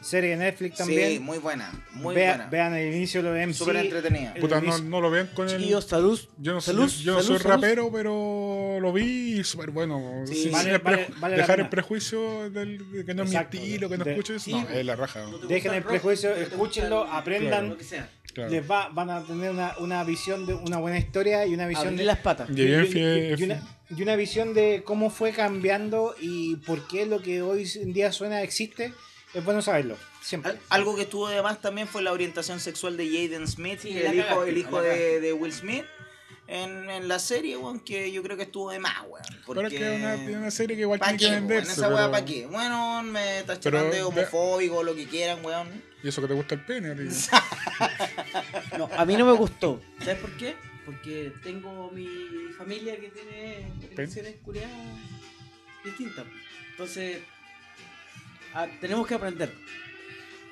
[SPEAKER 4] Serie de Netflix
[SPEAKER 5] Sí,
[SPEAKER 4] también.
[SPEAKER 5] muy buena, muy
[SPEAKER 4] Vea-
[SPEAKER 5] buena.
[SPEAKER 4] Vean el inicio lo de MC.
[SPEAKER 5] Súper entretenida.
[SPEAKER 3] Puta,
[SPEAKER 4] el
[SPEAKER 3] no,
[SPEAKER 4] disco-
[SPEAKER 3] no lo vean con el.
[SPEAKER 7] Chiquillos, salud.
[SPEAKER 3] Yo no,
[SPEAKER 7] Salud,
[SPEAKER 3] soy, yo no
[SPEAKER 7] salud,
[SPEAKER 3] soy
[SPEAKER 7] salud.
[SPEAKER 3] rapero, pero lo vi y súper bueno.
[SPEAKER 5] Sí,
[SPEAKER 3] Sin-
[SPEAKER 4] vale-
[SPEAKER 3] sin el
[SPEAKER 4] vale-
[SPEAKER 3] preju-
[SPEAKER 4] vale la
[SPEAKER 3] dejar
[SPEAKER 4] pena.
[SPEAKER 3] el prejuicio del, de que no es
[SPEAKER 4] Exacto,
[SPEAKER 3] mi estilo, que no
[SPEAKER 4] de-
[SPEAKER 3] escucho eso.
[SPEAKER 7] sí,
[SPEAKER 3] No,
[SPEAKER 7] pues.
[SPEAKER 3] es la raja.
[SPEAKER 7] ¿No te gusta
[SPEAKER 4] Dejen el
[SPEAKER 7] rock?
[SPEAKER 4] prejuicio,
[SPEAKER 7] ¿No te gusta
[SPEAKER 4] escúchenlo,
[SPEAKER 7] el-
[SPEAKER 4] aprendan.
[SPEAKER 7] Lo que sea.
[SPEAKER 3] claro.
[SPEAKER 4] Les va, van a tener una, una visión de una buena historia y una visión
[SPEAKER 7] Abrir
[SPEAKER 4] de
[SPEAKER 7] las patas.
[SPEAKER 4] y,
[SPEAKER 3] Llegué en
[SPEAKER 4] y- y-
[SPEAKER 3] fie-
[SPEAKER 4] y una, y una visión de cómo fue cambiando y por qué lo que hoy en día suena existe. Es bueno saberlo, siempre.
[SPEAKER 5] Al- Algo que estuvo de más también fue la orientación sexual de Jaden Smith,
[SPEAKER 7] Sí, la
[SPEAKER 5] el hijo,
[SPEAKER 7] cagaste,
[SPEAKER 5] el hijo
[SPEAKER 7] la
[SPEAKER 5] de,
[SPEAKER 7] cagaste.
[SPEAKER 5] de Will Smith, en, en la serie, weón, que yo creo que estuvo de más, weón.
[SPEAKER 3] Pero
[SPEAKER 5] Porque...
[SPEAKER 3] es que es una, es una serie que igual
[SPEAKER 5] ¿Pa'
[SPEAKER 3] tiene que
[SPEAKER 5] qué, weón?
[SPEAKER 3] venderse.
[SPEAKER 5] Esa weá,
[SPEAKER 3] pero-
[SPEAKER 5] ¿pa' qué? Bueno, me tacharán
[SPEAKER 3] Pero
[SPEAKER 5] de
[SPEAKER 3] ve-
[SPEAKER 5] homofóbico, lo que quieran, weón.
[SPEAKER 3] Y eso que te gusta el pene. tío.
[SPEAKER 7] No, a mí no me gustó. ¿Sabes por qué? Porque tengo mi familia que tiene relaciones curiadas distintas. Entonces, ah, tenemos que aprender.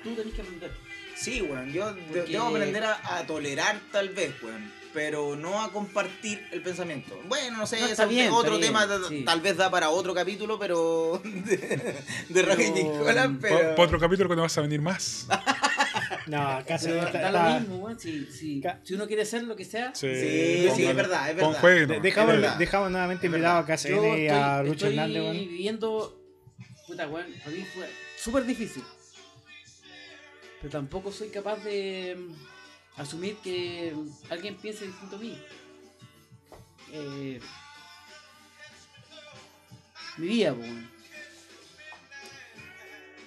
[SPEAKER 7] Tú tenés que aprender.
[SPEAKER 5] Sí, weón, yo de-
[SPEAKER 7] Porque-
[SPEAKER 5] debo aprender a, a tolerar tal vez, weón. Pero no a compartir el pensamiento. Bueno, no sé,
[SPEAKER 7] No,
[SPEAKER 5] ese
[SPEAKER 7] está
[SPEAKER 5] es
[SPEAKER 7] bien,
[SPEAKER 5] otro
[SPEAKER 7] está
[SPEAKER 5] tema
[SPEAKER 7] bien,
[SPEAKER 5] ta-
[SPEAKER 7] sí.
[SPEAKER 5] tal vez da para otro capítulo, pero de, de Rock y
[SPEAKER 7] Pero-
[SPEAKER 5] Nicola,
[SPEAKER 7] Pa-
[SPEAKER 3] Pa-
[SPEAKER 5] pero...
[SPEAKER 3] pa' otro capítulo que no vas a venir más.
[SPEAKER 4] No, casi
[SPEAKER 7] Pero
[SPEAKER 4] no está-
[SPEAKER 7] da
[SPEAKER 4] está-
[SPEAKER 7] lo mismo, weón. Si, si-
[SPEAKER 4] Ca-
[SPEAKER 7] si uno quiere hacer lo que sea,
[SPEAKER 3] Sí,
[SPEAKER 5] sí,
[SPEAKER 3] póngalo.
[SPEAKER 5] es verdad, es verdad.
[SPEAKER 3] Pon juegue,
[SPEAKER 4] de-
[SPEAKER 3] no.
[SPEAKER 4] Dejamos,
[SPEAKER 5] es verdad.
[SPEAKER 4] dejamos nuevamente
[SPEAKER 5] Es
[SPEAKER 4] invitado a
[SPEAKER 7] yo
[SPEAKER 4] KCN y
[SPEAKER 7] estoy,
[SPEAKER 4] a Lucho
[SPEAKER 7] estoy
[SPEAKER 4] Hernández. weón.
[SPEAKER 7] viviendo. Puta, weón, para mí fue súper difícil. Pero tampoco soy capaz de mm, asumir que alguien piense distinto a mí. Eh, mi vida, po, weón.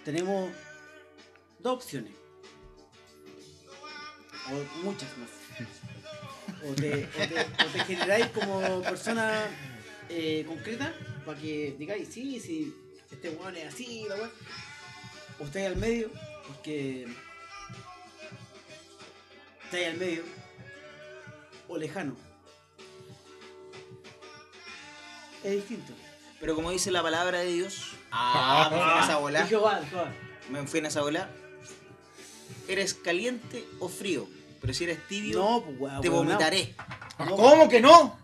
[SPEAKER 7] Tenemos dos opciones. O muchas más. O te, o te, o te generáis como persona eh, concreta para que digáis, sí, sí, este weón es así, la weón. Usted al medio, porque Está ahí al medio. O lejano. Es distinto.
[SPEAKER 5] Pero como dice la palabra de Dios, ah, me fui en esa
[SPEAKER 7] Y
[SPEAKER 5] bola,
[SPEAKER 7] Jehová, Jehová.
[SPEAKER 5] me fui en esa bola. ¿Eres caliente o frío? Pero si eres tibio,
[SPEAKER 7] No, pues, weón,
[SPEAKER 5] te
[SPEAKER 7] weón, no.
[SPEAKER 5] vomitaré. Ah,
[SPEAKER 4] ¿Cómo que no?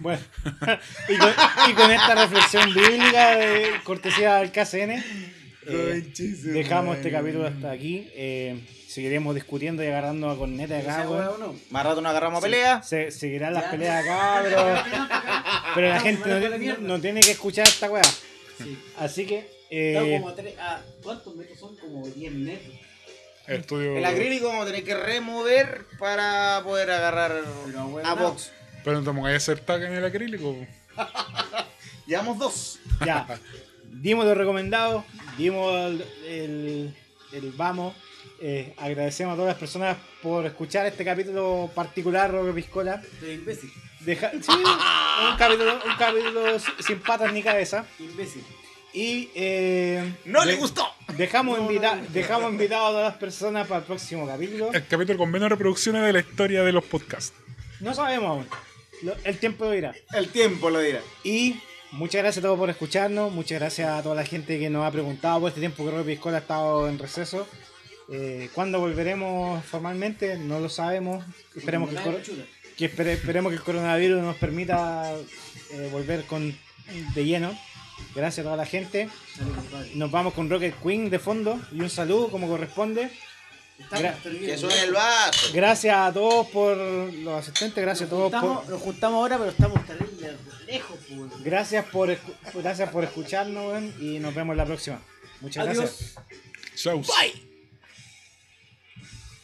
[SPEAKER 4] bueno, y con, y con esta reflexión bíblica de cortesía al KCN, eh, dejamos este capítulo hasta aquí. Eh, seguiremos discutiendo y agarrando a corneta
[SPEAKER 7] Esa
[SPEAKER 4] acá,
[SPEAKER 7] weá,
[SPEAKER 4] weón.
[SPEAKER 7] ¿o no?
[SPEAKER 5] Más rato nos agarramos a pelea.
[SPEAKER 4] Se, seguirán las
[SPEAKER 7] Ya.
[SPEAKER 4] peleas acá, pero, pero la
[SPEAKER 7] No,
[SPEAKER 4] gente
[SPEAKER 7] me
[SPEAKER 4] no,
[SPEAKER 7] la mierda.
[SPEAKER 4] no tiene que escuchar esta weá.
[SPEAKER 7] Sí.
[SPEAKER 4] Así que,
[SPEAKER 7] Estamos
[SPEAKER 4] eh,
[SPEAKER 7] como a tres- a- ¿Cuántos metros son? Como 10 metros.
[SPEAKER 3] El estudio.
[SPEAKER 5] El acrílico vamos a tener que remover para poder agarrar
[SPEAKER 7] Pero, weón,
[SPEAKER 5] a
[SPEAKER 7] no.
[SPEAKER 5] box.
[SPEAKER 3] Pero no te pongas a hacer tag en el acrílico.
[SPEAKER 5] Llevamos dos.
[SPEAKER 4] ya. Dimos lo recomendado, dimos el, el- el vamos. Eh, agradecemos a todas las personas por escuchar este capítulo particular, Robert Piscola.
[SPEAKER 5] este
[SPEAKER 7] Pero imbécil.
[SPEAKER 4] Deja- sí, un capítulo, un capítulo sin patas ni cabeza.
[SPEAKER 7] Imbécil.
[SPEAKER 4] Y eh,
[SPEAKER 5] ¡No
[SPEAKER 4] de-
[SPEAKER 5] le gustó!
[SPEAKER 4] Dejamos,
[SPEAKER 7] No, no,
[SPEAKER 4] invita-
[SPEAKER 7] no, no.
[SPEAKER 4] dejamos invitados a todas las personas para el próximo capítulo.
[SPEAKER 3] El capítulo con menos reproducciones de la historia de los podcasts.
[SPEAKER 4] No sabemos aún. Lo- el tiempo lo dirá.
[SPEAKER 5] El tiempo lo dirá.
[SPEAKER 4] Y muchas gracias a todos por escucharnos. Muchas gracias a toda la gente que nos ha preguntado por este tiempo que Robbie Piscola ha estado en receso. Eh, ¿Cuándo volveremos formalmente? No lo sabemos. Esperemos que, el, cor-
[SPEAKER 7] Chula.
[SPEAKER 4] que espere- esperemos que el coronavirus nos permita eh, volver con de lleno. Gracias a toda la gente.
[SPEAKER 7] Dale, compadre.
[SPEAKER 4] Nos vamos con Rocket Queen de fondo y un saludo como corresponde.
[SPEAKER 7] Estamos
[SPEAKER 4] Gra-
[SPEAKER 7] hasta el
[SPEAKER 5] Que
[SPEAKER 7] video.
[SPEAKER 5] suene el vaso.
[SPEAKER 4] Gracias a todos por los asistentes, gracias a
[SPEAKER 7] Nos
[SPEAKER 4] todos
[SPEAKER 7] juntamos,
[SPEAKER 4] por,
[SPEAKER 7] nos juntamos ahora, pero estamos terrible lejos, pues, weón.
[SPEAKER 4] gracias por escu- gracias por escucharnos weón, y nos vemos la próxima. Muchas
[SPEAKER 7] Adiós.
[SPEAKER 4] gracias.
[SPEAKER 3] Chau.
[SPEAKER 5] Bye.